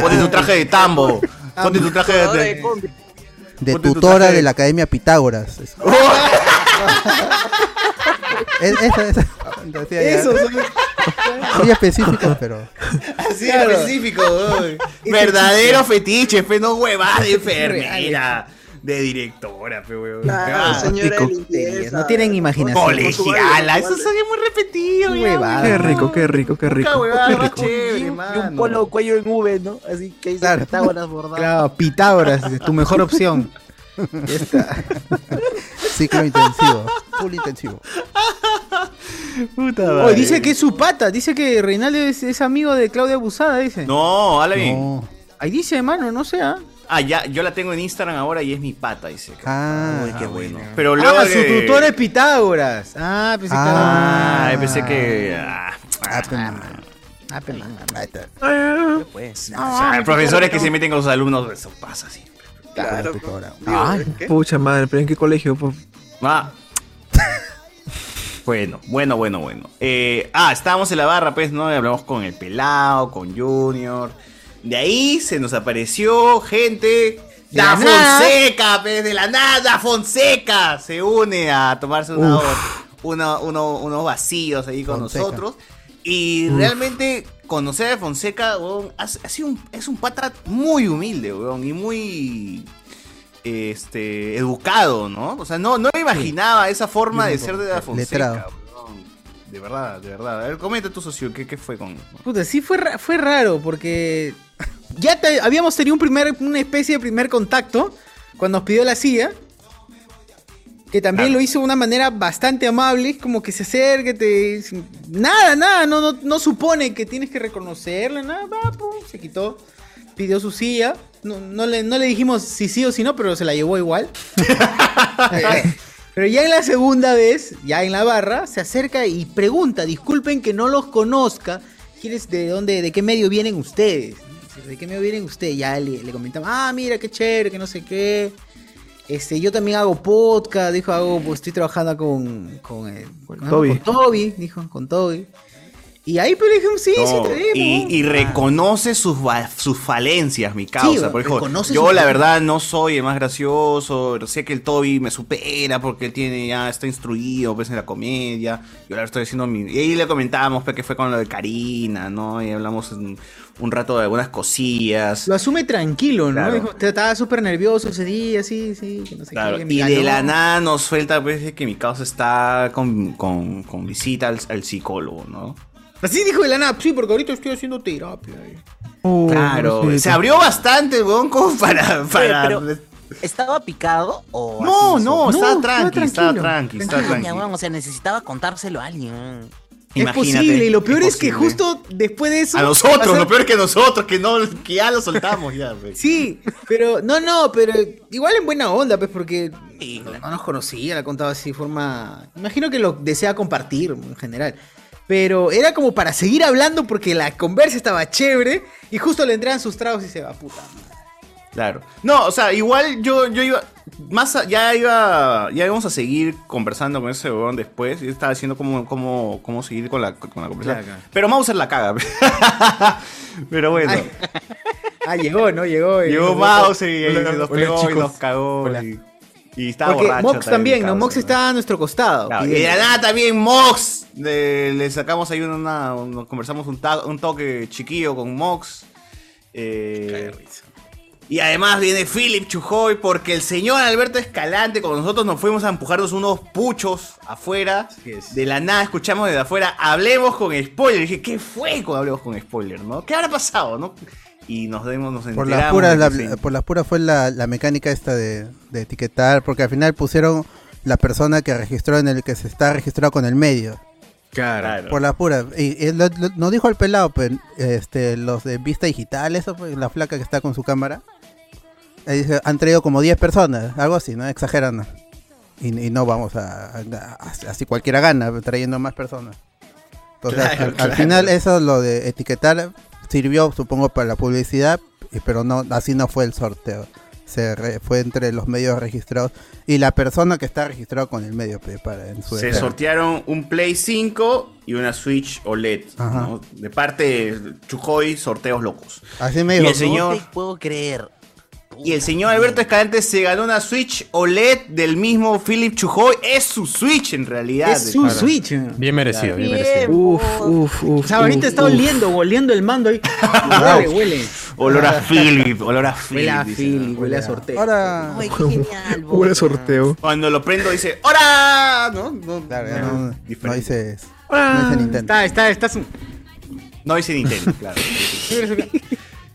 S3: Ponte tu traje de tambo. Ponte tu traje de.
S4: De
S3: Ponte tu
S4: tutora
S3: traje.
S4: de la Academia Pitágoras. Es- es- esa- esa- decía ya.
S1: Eso, son-
S4: Muy específico, pero.
S1: así
S3: Claro.
S1: específico, weón.
S3: Verdadero fetiche, fe, no huevada de enfermera. De directora, pe huevón.
S1: Ah, señora de limpieza. No tienen imaginación.
S3: Colegiala, eso es muy repetido, ya,
S1: Huevada.
S7: Qué rico, qué rico, qué rico. Qué rico.
S3: chévere,
S10: Y un polo cuello en V, ¿no? Así que ahí
S1: Claro.
S10: se Pitágoras bordado.
S1: Claro, Pitágoras, es tu mejor opción. Ya está.
S4: Ciclo intensivo. Full intensivo.
S3: Puta
S1: Oh,
S3: madre.
S1: dice que es su pata, dice que Reinaldo es, es amigo de Claudia Abusada, dice.
S3: No, habla bien.
S1: Ahí dice, hermano, no sé. ¿ah?
S3: Ah, ya, yo la tengo en Instagram ahora y es mi pata, dice.
S4: Ah,
S3: Uy, qué bueno. Pero luego.
S1: ah, su
S3: que-
S1: tutor es Pitágoras. Ah, pensé
S3: Ah, pensé que. ah,
S1: que. Ah, pero-
S3: pues,
S1: no,
S3: o sea,
S1: no,
S3: profesores
S1: no.
S3: que se meten con sus alumnos, eso pasa siempre.
S7: Claro,
S1: Ah,
S3: Ay.
S7: Pucha madre, pero ¿en qué colegio? po?
S3: Ah. Bueno, bueno, bueno, bueno. Eh, ah, estábamos en la barra, pues, ¿no? Y Hablamos con el pelado, con Junior. De ahí se nos apareció gente.
S1: la
S3: La
S1: nada.
S3: Fonseca, pues, de la nada, Fonseca se une a tomarse una,
S1: Uf.
S3: una- uno- unos vacíos ahí con
S1: Fonseca.
S3: nosotros. Y
S1: Uf.
S3: realmente conocer a Fonseca, weón, ha, ha sido un, es un pata muy humilde, weón, y muy este, educado, ¿no? O sea, no, no me imaginaba esa forma de ser de la Fonseca.
S4: Letrado.
S3: weón. De verdad, de verdad. A ver, comenta tú, socio, ¿qué, qué fue con...?
S1: Puta, sí fue, ra- fue raro porque ya te- habíamos tenido un primer, una especie de primer contacto cuando nos pidió la silla. Que también lo hizo de una manera bastante amable, es como que se acerque, te... sin- Nada, nada, no, no, no supone que tienes que reconocerle, nada, va, pum, se quitó, pidió su silla. No, no le, no le dijimos si sí o si no, pero se la llevó igual. Eh, Pero ya en la segunda vez, ya en la barra, se acerca y pregunta, disculpen que no los conozca, ¿quiénes de dónde, de qué medio vienen ustedes? Dice, ¿De qué medio vienen ustedes? Ya le, le comentamos, ah, mira, qué chévere, que no sé qué. Este, yo también hago podcast, dijo, hago, pues, estoy trabajando con, con, eh, con-
S7: Toby.
S1: con Toby, dijo, con Toby. Y ahí pero dijimos, sí, sí,
S3: No,
S1: traemos.
S3: y, y reconoce sus, va- sus falencias, mi causa.
S1: weón,
S3: Por ejemplo,
S1: reconoce
S3: yo
S1: sus-
S3: la verdad no soy el más gracioso, pero sé que el Toby me supera porque él tiene ya está instruido pues, en la comedia. Yo ahora estoy haciendo mi... Y ahí le comentábamos pues, que fue con lo de Karina, ¿no? Y hablamos un, un rato de algunas cosillas.
S1: Lo asume tranquilo, ¿no?
S3: Claro.
S1: Dijo, estaba súper nervioso ese día, sí, sí, que no sé
S3: Claro,
S1: qué. me
S3: y de
S1: ganó.
S3: la nada nos suelta pues, de que mi causa está con, con- con visita al, al psicólogo, ¿no?
S1: Así dijo de la nada, sí, porque ahorita estoy haciendo terapia.
S3: claro,
S1: Oh, sí,
S3: se abrió bastante, weón, como para,
S1: Oye,
S3: para
S1: pero-
S10: ¿Estaba picado o.?
S3: No,
S10: así solo?
S3: no, estaba tranqui, estaba tranqui,
S10: Ah,
S3: estaba
S10: ya,
S3: tranqui.
S10: huevón, o sea, necesitaba contárselo a alguien.
S3: Imagínate,
S1: es posible, y lo peor es que
S3: imposible.
S1: justo después de eso.
S3: A nosotros,
S1: va a ser-
S3: lo peor que nosotros, que no, que ya lo soltamos ya, pues. güey.
S1: Sí, pero no, no, pero igual en buena onda, pues, porque no, no nos conocía, la contaba así de forma. Imagino que lo desea compartir en general. Pero era como para seguir hablando porque la conversa estaba chévere y justo le entraban sus tragos y se va, puta.
S3: Claro. No, o sea, igual yo, yo iba. Más a- ya iba. Ya íbamos a seguir conversando con ese huevón después. Y estaba diciendo cómo, cómo, cómo seguir con la, con la conversación.
S1: Claro, claro.
S3: Pero Mauser la caga. Pero bueno.
S1: Ah, llegó, ¿no? Llegó. eh,
S3: Llegó
S1: nos-
S3: Mauser y,
S1: Hola,
S3: nos
S1: hola,
S3: pegó y
S1: chicos.
S3: nos cagó. Y, y estaba
S1: Porque
S3: borracho.
S1: Mox también, ¿no?
S3: causa,
S1: Mox estaba a nuestro costado.
S3: Claro, y
S1: pidiendo.
S3: de la nada también Mox. Le, le sacamos ahí una, una- un- conversamos un, ta- un toque chiquillo con Mox. Eh, y además viene Philip Chujoy porque el señor Alberto Escalante con nosotros nos fuimos a empujarnos unos puchos afuera. De la nada escuchamos desde afuera, hablemos con spoiler. Y dije, ¿qué fue cuando hablemos con spoiler? ¿no? ¿Qué habrá pasado? ¿no? Y nos demos, nos
S4: Por
S3: enteramos.
S4: las puras,
S3: de
S4: la,
S3: que se-
S4: por las puras fue la, la mecánica esta de, de etiquetar, porque al final pusieron la persona que registró en el que se está registrado con el medio.
S3: Claro.
S4: Por las puras. Y, y lo- lo- no dijo el pelado, pero este, los de vista digital, eso, pues, la flaca que está con su cámara. Ahí dice, han traído como 10 personas, algo así, ¿no? Exagerando. Y, y no vamos a, a- a- Así cualquiera gana, trayendo más personas. Entonces,
S13: Claro,
S4: al- al,
S13: claro.
S4: final, eso lo de etiquetar sirvió, supongo, para la publicidad, y- pero no así no fue el sorteo. Se re- fue entre los medios registrados y la persona que está registrada con el medio pe, para, en su
S3: Se
S4: defensa.
S3: sortearon un Play 5 y una Switch OLED.
S4: Ajá.
S3: ¿no? De parte de Chujoy, sorteos locos.
S4: Así me
S3: y
S4: dijo.
S3: el señor,
S10: No te puedo creer.
S3: y el señor Alberto Escalante se ganó una Switch OLED del mismo Philip Chujoy. Es su Switch en realidad.
S21: Es su
S3: Claro.
S21: Switch.
S2: Bien merecido, bien
S3: Bien.
S2: merecido.
S21: Uf, uf, uf. O sea, ahorita
S3: uf,
S21: está
S3: uf.
S21: oliendo, oliendo el mando ahí. huele, huele.
S3: Olor a Philip, olor a Philip.
S21: Huele a
S3: dice,
S21: Philip,
S3: ¿no?
S21: huele a sorteo.
S4: Ahora.
S7: Huele a sorteo.
S3: Cuando lo prendo dice, ¡Hora! ¿No? Ah, no,
S4: no, no dice.
S3: no dice Nintendo.
S1: Está, está, está su.
S3: No dice Nintendo, claro.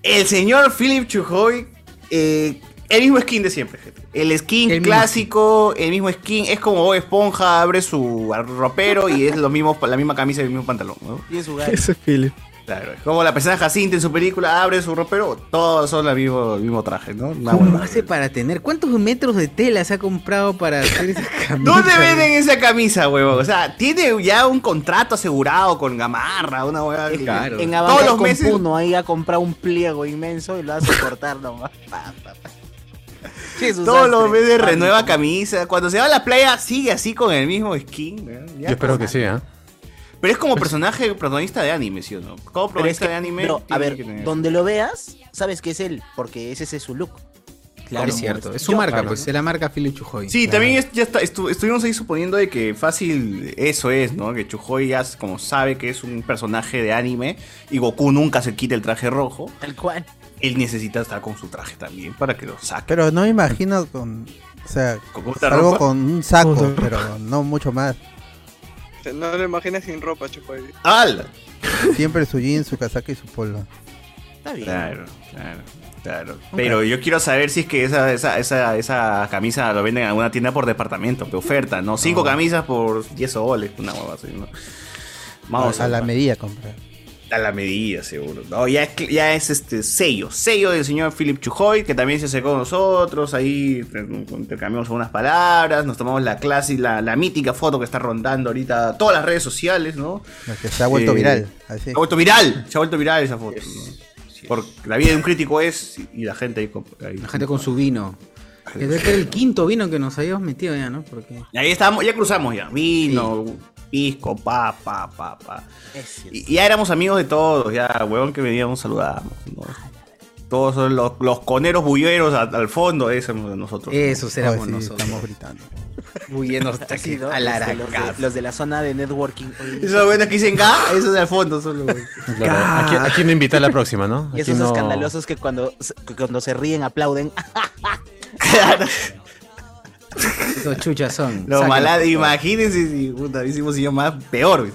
S3: El señor Philip Chujoy, eh, el mismo skin de siempre, gente. El skin
S21: El mismo
S3: clásico, el mismo skin, es como Bob Esponja abre su ropero y es lo mismo, la misma camisa y el mismo pantalón, ¿no?
S10: Y es
S7: Ese es Philip.
S3: Claro, es como la persona Jacinta en su película abre su ropero, todos son el mismo, el mismo traje, ¿no? Una
S21: ¿Cómo
S3: huevada.
S21: hace para tener? ¿Cuántos metros de tela se ha comprado para hacer esa camisa?
S3: ¿Dónde venden esa camisa, huevón? O sea, tiene ya un contrato asegurado con Gamarra, una huevada. que-
S10: En
S3: todos
S10: Avanza
S3: los
S10: con
S3: meses
S10: Puno, ahí ha comprado un pliego inmenso y lo hace cortar nomás. Pa, pa, pa. Sí, es un
S3: Todos los
S10: sastre.
S3: meses
S10: Pa,
S3: renueva camisa. Cuando se va a la playa, sigue así con el mismo skin. weón. Ya.
S2: Yo espero que sí, ¿eh? Pues-
S3: Pero es como personaje protagonista de anime, ¿sí o no? Como
S10: Pero es
S3: protagonista
S10: que,
S3: de este anime.
S10: pero, a
S3: tiene que tener-
S10: ver, donde lo veas, sabes que es él, porque ese es su look.
S21: Claro, es cierto. Es su
S3: Yo-
S21: marca,
S3: claro.
S21: pues. Es la marca Philip Chujoy.
S3: Sí, también es- ya está- estu- estuvimos ahí suponiendo de que fácil eso es, ¿no? Que Chujoy ya es- como sabe que es un personaje de anime y Goku nunca se quita el traje rojo.
S10: Tal cual.
S3: Él necesita estar con su traje también para que lo saque.
S4: Pero no me imagino con. O sea,
S3: ¿Con otra
S4: salvo
S3: ropa?
S4: con un saco, pero no mucho más.
S19: O sea, No lo imaginas sin ropa, chupoy.
S3: ¡Al!
S4: Siempre su jean, su casaca y su polo.
S10: Está bien.
S3: Claro, claro, claro. Pero yo quiero saber si es que esa, esa, esa, esa camisa lo venden en alguna tienda por departamento, de oferta, ¿no? Cinco camisas por 10 soles, una hueva así, ¿no? Vamos
S4: a, a la medida comprar.
S3: a la medida, seguro. No, ya es, cl- ya es este sello, sello del señor Philip Chujoy, que también se acercó a nosotros, ahí eh, intercambiamos algunas palabras, nos tomamos la clase y la, la mítica foto que está rondando ahorita todas las redes sociales, ¿no?
S4: Que se ha vuelto
S3: Eh,
S4: viral.
S3: Se
S4: Así.
S3: ha vuelto viral, se ha vuelto viral esa foto. ¿no? Porque la vida de un crítico es y la gente ahí. comp- ahí-
S21: La gente con su vino. Debe ser el quinto vino que nos habíamos metido ya, ¿no? Porque...
S3: Ahí estamos, ya cruzamos ya. Vino, pisco, pa, pa, pa, pa. Y ya éramos amigos de todos, ya, huevón que veníamos saludábamos. ¿no? Todos son los, los coneros bulleros a- al fondo, esos éramos nosotros.
S21: Esos éramos
S4: Oye, Oh, sí,
S21: nosotros.
S4: Estamos gritando.
S3: Muy llenos de
S10: Sí, ¿no?
S3: a la
S10: Este, los, de, los de la zona de networking. Oye,
S3: Esos buenos que dicen ga, esos de al fondo son los
S2: Claro, aquí, aquí no invita a la próxima, ¿no? Aquí
S10: Y esos
S2: no-
S10: escandalosos que cuando, se- que cuando se ríen aplauden.
S21: Esos chuchas son.
S3: Lo
S21: Sáquenlos,
S3: malado,
S21: por favor.
S3: imagínense si puta, hicimos yo más peor.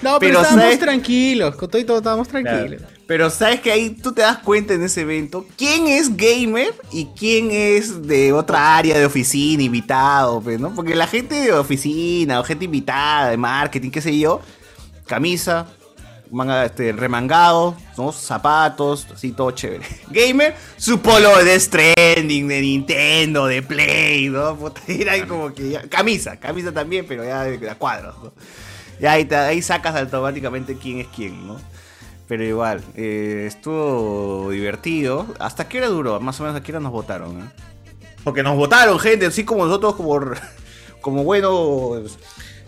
S21: No, pero,
S3: Pero,
S21: estábamos
S3: ¿sabes?
S21: tranquilos. Con todo y todo estábamos
S3: Claro.
S21: tranquilos.
S3: Pero sabes que ahí tú te das cuenta en ese evento quién es gamer y quién es de otra área de oficina, invitado, pues, ¿no? Porque la gente de oficina o gente invitada, de marketing, qué sé yo, camisa, manga, este, remangado, ¿no? zapatos, así todo chévere. Gamer, su polo de trending, de Nintendo, de Play, ¿no? Puta, era ahí como que ya- camisa, camisa también, pero ya de, de a cuadros, ¿no? Y ahí, te- ahí sacas automáticamente quién es quién, ¿no? Pero igual, eh, estuvo divertido. ¿Hasta qué hora duró? Más o menos a qué hora nos votaron, ¿eh? Porque nos votaron, gente, así como nosotros, como, como buenos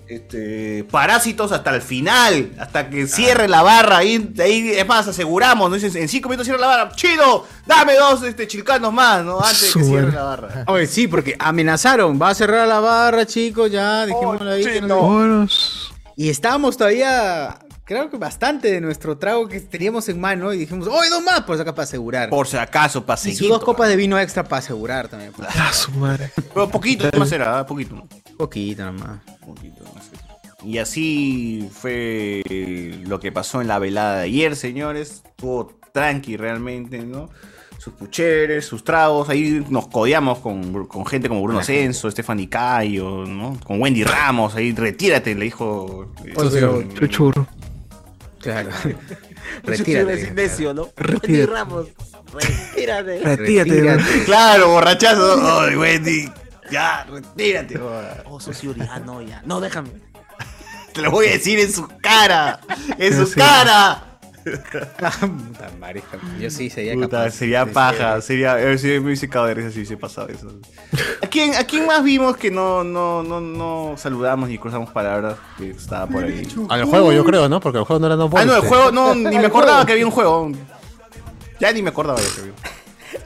S3: este, parásitos hasta el final, hasta que cierre la barra. Ahí, ahí, es más, aseguramos, ¿no? Dicen, en cinco minutos cierra la barra. ¡Chido! ¡Dame dos este, chilcanos más, ¿no? Antes de que cierre la barra.
S1: Oye, sí, porque amenazaron. Va a cerrar la barra, chicos,
S3: Oh,
S1: ya, dejémoslo ahí. que no sé- Y estábamos todavía, creo que bastante de nuestro trago que teníamos en mano. Y dijimos, ¡oye, dos más! Por si acaso para asegurar.
S3: Por si acaso, para
S1: Y sus dos copas de vino extra para asegurar también. pues.
S7: Ah,
S3: Pero poquito más era, ¿eh? poquito.
S1: Poquito nomás.
S3: Poquito más era. Y así fue lo que pasó en la velada de ayer, señores. Estuvo tranqui realmente, ¿no? Sus pucheres, sus tragos. Ahí nos codeamos con, con gente como Bruno Censo, Stephanie Cayo, ¿no? Con Wendy Ramos. Ahí retírate, le dijo. eh,
S7: Oye, pero pues, chuchurro.
S1: Claro.
S9: Es necio, ¿no?
S7: Retírate.
S9: Wendy Ramos, retírate.
S7: Retírate. Retírate.
S3: Claro, borrachazo. Ay, Wendy. Ya, retírate.
S9: Oh, sos Yuri. Ah, no, ya. No, déjame.
S3: Te lo voy a decir en su
S19: Ah,
S3: cara. En su
S1: Sí.
S3: cara.
S1: Puta madre, yo sí sería
S3: Puta,
S1: capaz.
S3: sería
S1: de-
S3: paja, sería, eh, sería muy secado de risa si hubiese pasado eso. ¿A quién, ¿A quién más vimos que no, no, no, no saludamos ni cruzamos palabras que estaba por ahí?
S2: Al juego, yo creo, ¿no? Porque el juego no era no
S3: Ah, no, el juego, no, ni me
S2: Al
S3: acordaba
S2: juego.
S3: que había un juego. Ya ni me acordaba de que había.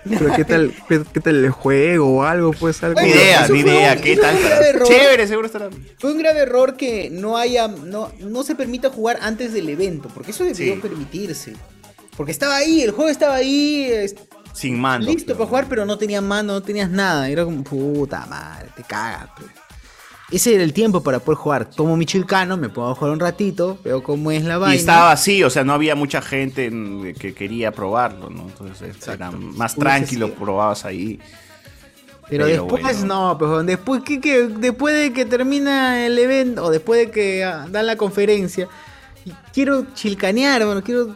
S7: Pero qué tal, qué, qué tal el juego o algo, pues algo.
S3: Ni idea,
S7: Eso
S3: ni
S7: fue
S3: idea,
S7: un-
S3: qué
S7: eso
S3: tal.
S7: fue-
S1: grave error.
S3: Chévere, seguro estará.
S1: Fue un grave error que no haya, no, no se permita jugar antes del evento, porque eso debió permitirse. Porque estaba ahí, el juego estaba ahí, es-
S3: Sin mando.
S1: listo para jugar, pero no tenías mano, no tenías nada. Era como, puta madre, te cagas. pe. Ese era el tiempo para poder jugar. Tomo mi chilcano, me puedo jugar un ratito, veo cómo es la vaina.
S3: Y estaba así, o sea, no había mucha gente mm, que quería probarlo, ¿no? Entonces era más
S1: Uno se
S3: tranquilo, probabas ahí.
S1: Pero, después
S3: bueno.
S1: no, pues weón, después que, que- después de que termina el evento o después de que ah, dan la conferencia, y quiero chilcanear, bueno, quiero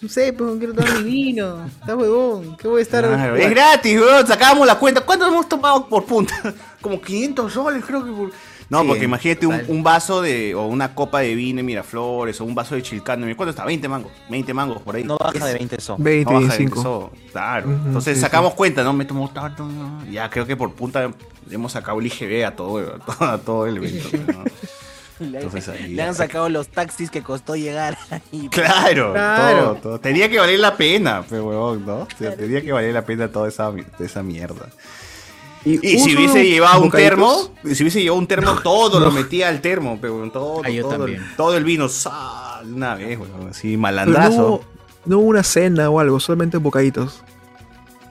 S1: no sé, pues weón, quiero tomar mi vino. Está huevón, ¿qué voy a estar?
S3: Claro, es gratis, weón. Sacábamos la cuenta. ¿Cuánto hemos tomado por punta? Como 500 soles, creo que por. No,
S1: Sí,
S3: porque imagínate un,
S1: total.
S3: un vaso de. o una copa de vino en Miraflores, o un vaso de chilcano. en- ¿Cuánto está? 20 mangos. 20 mangos por ahí. No
S9: baja de 20 so.
S7: 20,
S3: baja de
S7: 25.
S3: so, Claro.
S7: Ujú,
S3: Entonces
S7: sí,
S3: sacamos cuenta, ¿no? Me tomó tanto. ¿no? Ya creo que por punta hemos sacado el IGB a todo, a todo, a todo el evento. ¿no?
S9: Le,
S3: Entonces ahí-
S9: le han sacado los taxis que costó llegar ahí.
S3: Claro, Todo, todo. Tenía que valer la pena, pero huevón, ¿no? O sea, tenía que valer la pena toda esa, esa mierda. Y,
S7: uso
S3: si
S7: de
S3: hubiese
S7: un-
S3: llevado un
S7: bocaditos.
S3: termo, si hubiese llevado un termo, todo lo metía al termo, pero huevón, todo,
S1: Ah, yo
S3: todo,
S1: también.
S3: todo el vino, ¡sa! de una vez, huevón, así
S7: Pero No,
S3: malandrazo.
S7: hubo- no hubo una cena o algo, solamente bocaditos.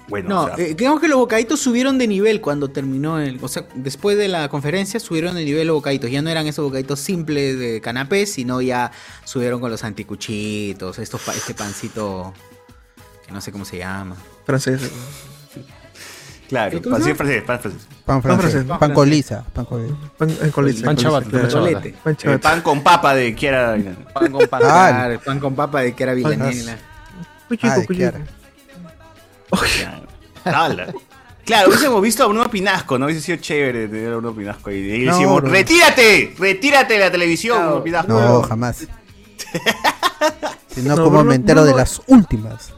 S3: Bueno,
S1: No,
S3: o sea,
S1: eh, digamos que los bocaditos subieron de nivel cuando terminó el. O sea, después de la conferencia subieron de nivel los bocaditos. Ya no eran esos bocaditos simples de canapés, sino ya subieron con los anticuchitos, estos, pa- este pancito que no sé cómo se llama.
S7: Francés.
S3: claro,
S7: ¿Entonces?
S3: pasé francés, pan francés.
S4: Pan francés. Pan, coliza. Pan coliza.
S7: Pan, en coliza, coliza,
S2: Pan chabata,
S7: claro.
S2: pan chabata.
S7: Pan
S3: El
S7: chabata.
S3: pan con papa de Kiara.
S1: Pan con
S7: papa, Claro.
S1: Ah, pan con papa de que era
S7: Villanela. Cuchico,
S1: Ah, de
S7: cuchico.
S3: Ala. Claro, hubiésemos visto a Bruno Pinasco, ¿no? Hubiese sido chévere tener a Bruno Pinasco ahí. Y le
S4: No,
S3: decimos,
S4: Bruno.
S3: retírate, retírate de la televisión, Bruno Pinasco.
S4: No, jamás. Si no,
S7: No,
S4: como
S7: Bruno-
S4: me entero de
S7: Bruno-
S4: las últimas.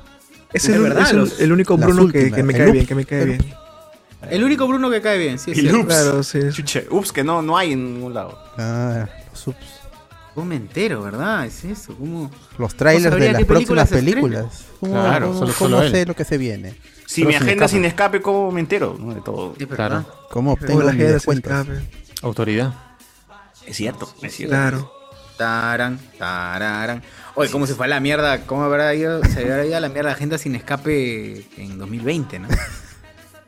S7: Es el- es el- el único Bruno que- que me cae bien, que me cae bien.
S1: El único Bruno que cae bien, sí. es
S3: Y
S1: cierto.
S3: ups, chucha, ups, que no, no hay en ningún lado.
S4: Ah, los, ups.
S1: ¿Cómo me entero, verdad? Es eso, ¿cómo?
S4: los trailers
S1: sabría
S4: de las
S1: qué
S4: próximas
S1: se estrena.
S4: películas. ¿Cómo,
S3: Claro,
S4: cómo-
S3: solo-
S4: cómo
S3: solo él.
S4: sé lo que se viene?
S3: Si mi agenda sin escape, ¿cómo me entero? ¿no? De todo.
S4: Claro.
S3: Ah.
S4: ¿Cómo obtengo
S7: la
S4: mis
S7: agenda sin
S3: pues,
S4: descuentos?
S2: Autoridad.
S3: Es cierto, es cierto.
S7: Claro.
S1: Tarán, tararán. Oye, ¿cómo se fue a la mierda? ¿Cómo habrá ido? Se habrá ido a la mierda la agenda sin escape en 2020, ¿no?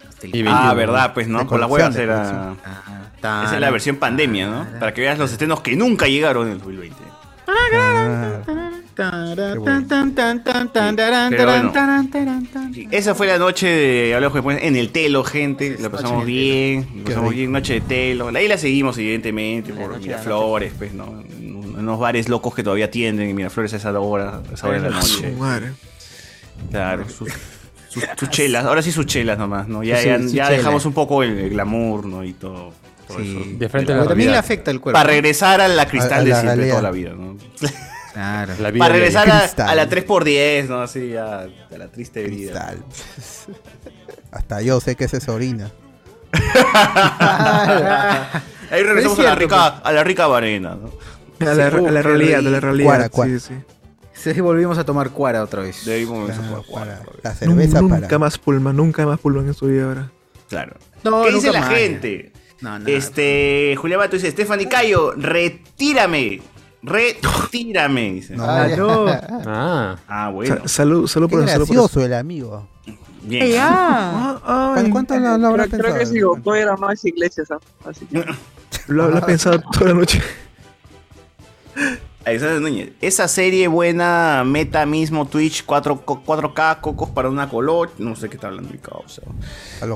S1: Este,
S3: Ah, verdad, pues no,
S1: De
S3: por las
S1: colección,
S3: huevas
S1: de
S3: era.
S1: colección.
S3: Esa es la versión
S7: Ah,
S3: Ah,
S4: Ah.
S3: pandemia, ¿no? Para que veas los estrenos que nunca llegaron en el 2020.
S1: Tarán,
S3: bueno. Pero bueno. Sí, Esa fue la noche de Hablamos Después en el Telo, gente. La pasamos
S21: noche
S3: bien. La pasamos
S21: rico.
S3: bien, noche de Telo. Ahí la seguimos, evidentemente, por Miraflores, pues, ¿no? En un- en unos bares locos que todavía atienden en Miraflores a esa hora, a esa hora de la
S7: A su
S3: noche.
S7: madre.
S3: Claro, sus, sus- sus chelas. Ahora sí sus chelas nomás, ¿no? Ya,
S7: Sí, sí,
S3: ya-
S7: sí,
S3: ya
S7: chela.
S3: dejamos un poco el, el glamour, ¿no? Y todo. todo eso.
S2: de frente a
S1: Pero
S2: la
S1: también le
S2: realidad.
S1: afecta el cuerpo.
S3: Para regresar a la cristal
S1: A- a
S3: de
S1: la
S3: siempre,
S1: galea.
S3: toda la vida, ¿no?
S1: Claro.
S2: La
S3: Para regresar a,
S4: Cristal.
S3: a la 3x10, ¿no? Así, a, a la triste vida.
S4: Hasta yo sé que esa es orina.
S3: Ahí regresamos
S1: Pero
S3: a,
S1: es
S3: la rica, a la rica varena, ¿no?
S7: pues. A la- a la realidad, a la realidad, Cuara, cuara. sí, Ah,
S1: Sí, volvimos a tomar cuara otra vez.
S3: De ahí volvimos a tomar
S1: cuara.
S4: La
S7: Nun- nunca más pulma, nunca más pulma en esta vida ahora.
S3: Claro.
S1: No,
S3: ¿Qué dice
S1: nunca
S3: la
S1: más,
S3: gente? este, Julián Bato dice, Stephanie Cayo, retírame. Retírame, dice.
S4: No. Ah, no.
S2: Ah.
S3: bueno.
S7: Sa- salud, salud
S4: Qué
S7: por salud por
S4: gracioso el amigo.
S3: Bien.
S4: ¿Cuánto lo, lo habrá
S19: Ah, creo, creo
S4: pensado?
S19: que si Goku era más iglesias, ¿ah? así que.
S7: Lo, lo has pensado toda la noche.
S3: Alexander Núñez, esa serie buena, meta mismo, Twitch, 4, k cocos para una color. No sé qué está hablando mi causa.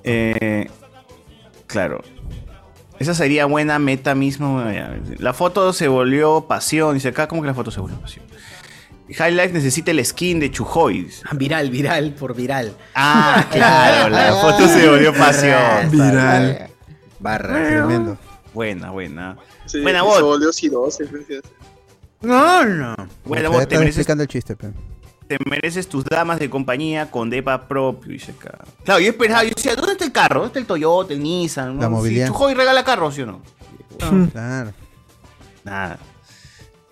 S3: Eh, claro. Esa sería buena meta mismo. ya. La foto se volvió pasión. Dice acá, ¿cómo que la foto se volvió pasión? Highlight necesita el skin de Chujoy. dice.
S1: Ah, Viral, viral, por viral.
S3: Ah, claro, la foto se volvió pasión.
S1: Viral. Barra, tremendo.
S3: Buena, buena.
S19: Sí,
S3: buena
S19: se
S3: bot.
S19: volvió sidoso, gracias.
S1: No, no.
S4: Ustedes
S3: Buena bot. Te
S4: están
S3: mereces,
S4: explicando el chiste, pe.
S3: te mereces tus damas de compañía con depa propio. Dice acá. Claro, yo esperaba. Yo decía, ¿dónde está el carro? ¿Dónde está el Toyota, el Nissan?
S4: La
S3: ¿no? Sí,
S4: movilidad.
S3: Chujoy regala carro, ¿sí o no? Mm. Eh,
S4: Claro.
S3: Nada.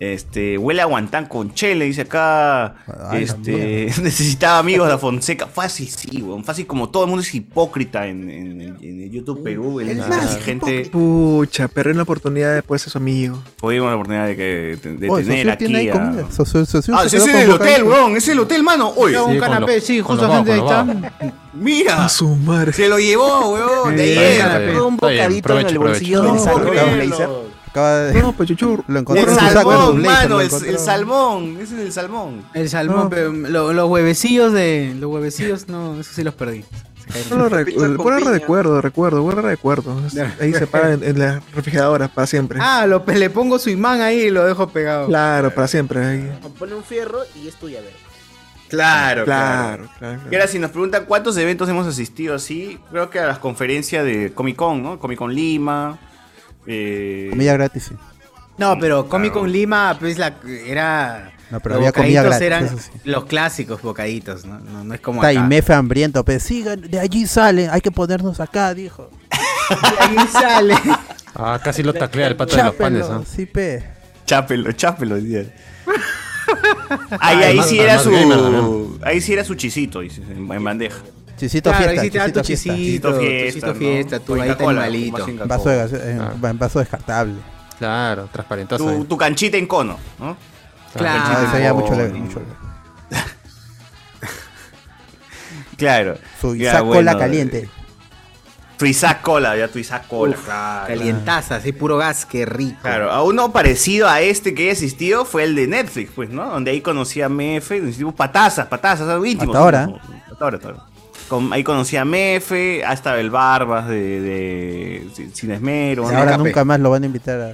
S3: Este, huele a guantán con chele, dice acá.
S4: Ay, la
S3: este, necesitaba amigos la Fonseca. Fácil, sí, weón. Fácil, como todo el mundo es hipócrita en, en- en el YouTube Perú. El,
S7: es
S3: la
S7: más
S3: gente.
S7: Pucha, perdí la oportunidad después de su amigo.
S3: Tuvimos la oportunidad de, que, de- de
S7: Oh, el
S3: tener
S7: socio tiene ahí
S3: aquí. a-
S7: comida.
S4: Socio- socio
S3: Ah,
S4: se quedó
S3: ese es
S4: con
S3: el
S4: boca
S3: hotel,
S4: ahí.
S3: weón. Es el hotel, mano. Oye,
S1: un canapé, sí, justo frente ahí está.
S3: Mira.
S7: su madre.
S3: Se lo llevó, weón.
S4: Sí,
S3: De
S4: está
S3: ahí
S4: bien,
S3: era.
S4: está bien.
S3: Eh, Un
S4: Está bien,
S3: bocadito
S4: provecho,
S3: en el bolsillo
S4: provecho. No,
S3: del saco.
S4: acaba de-
S3: Léelo.
S4: Acaba de.
S7: No, pues chuchu.
S4: Lo encontró
S3: El
S4: en su saco de
S3: salmón,
S4: Blazer,
S3: mano.
S4: lo
S3: "Ah, El,
S4: encontró.
S3: el salmón. Ese es el salmón.
S1: El salmón, pero lo- los huevecillos de. Los huevecillos, no, eso sí los perdí.
S7: Solo recu- puro recuerdo, recuerdo, buen recuerdo. Ahí se para en, en la refrigeradora para siempre.
S1: Ah, lo, le pongo su imán ahí y lo dejo pegado.
S7: Claro, para siempre. ahí.
S10: Ponle un fierro y es tuya, a ver.
S3: Claro,
S7: Claro,
S3: claro.
S7: claro,
S3: Y ahora si nos preguntan cuántos eventos hemos asistido así, creo que a las conferencias de Comic Con, ¿no? Comic Con Lima. eh,
S4: Comida gratis, sí.
S1: No, pero Comic Con Lima, pues la, era.
S4: No, pero
S1: los
S4: había comida
S1: bocaditos
S4: gratis,
S1: eran
S4: eso sí.
S1: los clásicos bocaditos, ¿no? No, no es como.
S4: Está
S1: Acá.
S4: ahí, mefe hambriento, pe. Sigan, de allí salen, hay que ponernos acá, dijo.
S1: Ahí sale.
S2: Ah, casi lo taclea el pato de los
S4: Chápelo,
S2: panes, ¿ah? ¿no?
S4: Sí, pe.
S3: Chápelo, chápelo, dice. Ahí, ahí
S2: Además-
S3: sí era
S2: además gamer también.
S3: su. Ahí sí era su chisito, dice, en, en bandeja.
S4: Chisito
S1: Claro,
S4: fiesta.
S1: ahí sí te da tu
S4: chisito
S1: chisito, tu chisito
S3: ¿no?
S1: fiesta, tú
S3: Con
S1: ahí
S3: Coca-Cola,
S1: tan malito.
S3: con
S4: fiesta.
S3: vaso
S4: Vaso,
S3: de
S4: de
S3: Coca-Cola. Ah.
S4: gas- eh, vaso descartable.
S2: Claro, transparentazo.
S3: Tu,
S2: ahí.
S3: tu canchita en cono, ¿no?
S1: Claro.
S3: Tu canchita en
S4: Ah, sería mucho
S3: cono.
S4: leve, mucho leve.
S3: Claro.
S4: Su
S3: Ya,
S4: sacola
S3: bueno, eh,
S4: caliente.
S3: Tu Isaac Cola, ya tu Isaac Cola.
S1: Uf,
S3: claro.
S1: Calientaza, así puro gas, qué rico.
S3: Claro, a uno parecido a este que he asistido fue el de Netflix, pues, ¿no? Donde ahí conocí a Mefe, nos hicimos patazas, patazas, algo íntimo.
S4: Hasta ahora.
S3: íntimo. Hasta ahora, hasta ahora. Con- ahí conocí a Mefe, hasta el Barbas de, de, Sin Esmero.
S4: Y ahora
S3: Escapé.
S4: nunca más lo van a invitar a.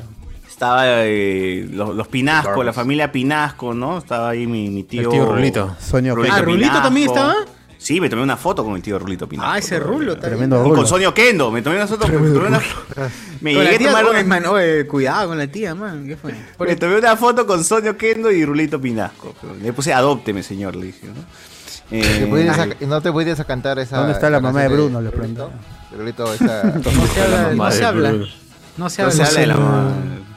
S3: Estaba eh, los, los Pinasco,
S4: Barbas.
S3: la familia Pinasco, ¿no? Estaba ahí mi, mi tío.
S2: El tío Rulito.
S4: Sonia
S1: Ah, ¿Rulito también estaba?
S3: Sí, me tomé una foto con el tío Rulito Pinasco.
S1: Ah, ese rulo también.
S4: Tremendo
S3: Y
S4: rulo.
S3: con Sonio Kendo, me tomé una foto. me tomé una- me
S1: Con la
S3: llegué a
S1: tía,
S3: tomar
S1: oye,
S3: una,
S1: man, oye, cuidado con la tía, man. ¿Qué fue?
S3: Me tomé una foto con Sonio Kendo y Rulito Pinasco. Le puse adópteme, señor, le dije, ¿no?
S18: ¿Te
S3: Eh,
S18: pudieras a- ¿No te pudieras a cantar esa.
S4: ¿Dónde está la mamá de
S18: canción
S4: Bruno? Le pregunto.
S18: de Lolito, esa-
S1: No se habla,
S18: la
S1: no
S18: mamá
S1: se
S18: de
S1: habla.
S18: Bruno.
S1: No se
S3: no
S1: habla.
S3: se habla de la mamá.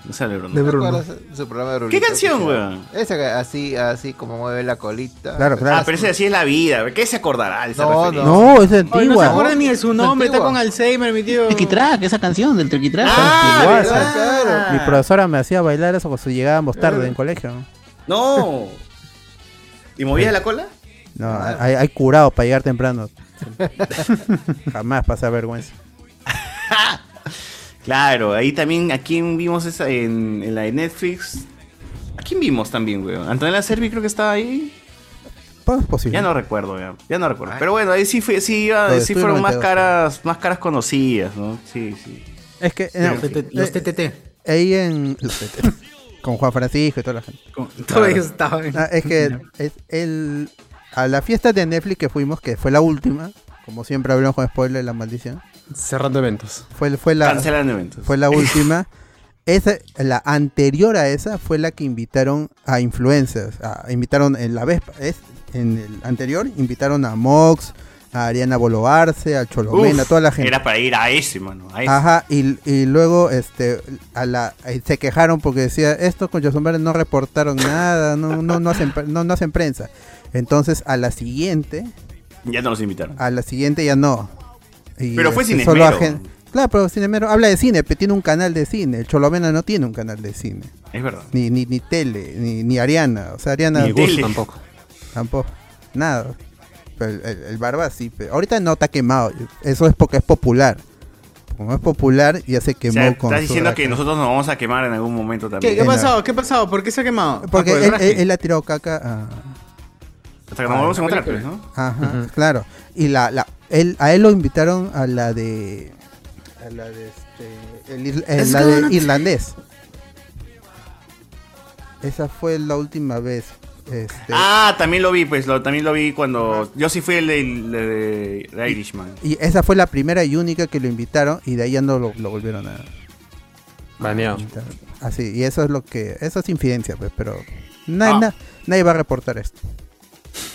S3: No se habla de Bruno.
S18: ¿Te acuerdas de su programa de Lolito?
S3: ¿Qué canción,
S18: Que-
S3: weón?
S18: Esa que así, así como mueve la colita.
S3: Ah, pero ese así es la vida. ¿Qué se acordará? él se
S18: No,
S3: refería?
S4: No, es
S1: Oye, no se
S4: antigua.
S1: acuerda ni de su nombre, está
S18: Antigua.
S1: con Alzheimer, mi tío.
S6: Triquitrack, esa canción del Triquitrack.
S3: Ah,
S4: Igual,
S3: ¿verdad?
S4: ¿sabes? Mi profesora me hacía bailar eso cuando llegábamos tarde en colegio.
S3: No. ¿Y movías la cola?
S4: No,
S1: Ah.
S4: hay, hay curado para llegar temprano. Jamás pasa vergüenza.
S3: Claro, ahí también, aquí vimos esa en, en la de Netflix. ¿A quién vimos también, weón? Antonella Servi creo que estaba ahí.
S4: Pues, posible.
S3: Ya no recuerdo, ya, ya no recuerdo. Pero bueno, ahí sí, fue, sí, iba-
S4: Lo de
S3: sí
S4: Estudio
S3: fueron más
S4: 92.
S3: caras, más caras conocidas, ¿no? Sí, sí.
S4: Es que.
S3: Pero- los
S4: TTT. Ahí en. Los TTT. Con Juan Francisco y toda la gente.
S21: Todo ellos estaban.
S4: Ah, es que es el, a la fiesta de Netflix que fuimos, que fue la última, como siempre hablamos con spoiler de la maldición.
S2: Cerrando eventos.
S4: Fue, fue la,
S2: Cancelando eventos.
S4: Fue la última. Esa, la anterior a esa fue la que invitaron a influencers. a- invitaron en la Vespa. Es, en el anterior invitaron a Mox, a Ariana Boloarse, a Cholomena, a
S3: Uf,
S4: toda la gente.
S3: Era para ir a ese, mano. A ese.
S4: Ajá, y, y luego este a la eh, se quejaron porque decía, estos conchasumbares no reportaron nada, no, no, no hacen pre- no, no hacen prensa. Entonces a la siguiente,
S3: Ya no los invitaron.
S4: a la siguiente ya no. Y,
S3: Pero fue
S4: este,
S3: sin
S4: solo
S3: esmero.
S4: agen- Claro, pero Cinemero habla de cine, pero tiene un canal de cine. El Cholomena no tiene un canal de cine.
S3: Es verdad.
S4: Ni, ni, ni tele, ni, ni Ariana. O sea, Ariana.
S2: Ni Gus Tele. tampoco.
S4: Tampoco. Nada. Pero el, el- el barba sí. pero ahorita no está quemado. Eso es porque es popular. Como es popular, ya se
S3: O
S4: quemó
S3: sea,
S4: con. su
S3: estás diciendo
S4: raca.
S3: que nosotros nos vamos a quemar en algún momento también.
S21: ¿Qué, ha pasado? ¿Qué ha pasado? ¿Por qué se ha quemado?
S4: Porque
S21: Ah, por el
S1: pues,
S4: él,
S21: raje.
S4: él- él ha tirado caca a.
S3: Hasta que nos volvemos a encontrar, pues, ¿no?
S4: Ajá, claro. Y la, la, él, a él lo invitaron a la de. a la de este. el ir- eh,
S21: Es
S4: la
S21: que
S4: de
S21: no te-
S4: irlandés. Esa fue la última vez. Este,
S3: Ah, también lo vi, pues, lo, también lo vi
S21: Ah.
S3: cuando... Yo sí fui el de, el de- de Irishman.
S4: Y esa fue la primera y única que lo invitaron y de ahí ya no lo, lo volvieron a.
S2: Baneado.
S4: Así, y eso es lo que. Eso es infidencia, pues, pero. na- na- nadie va a reportar esto.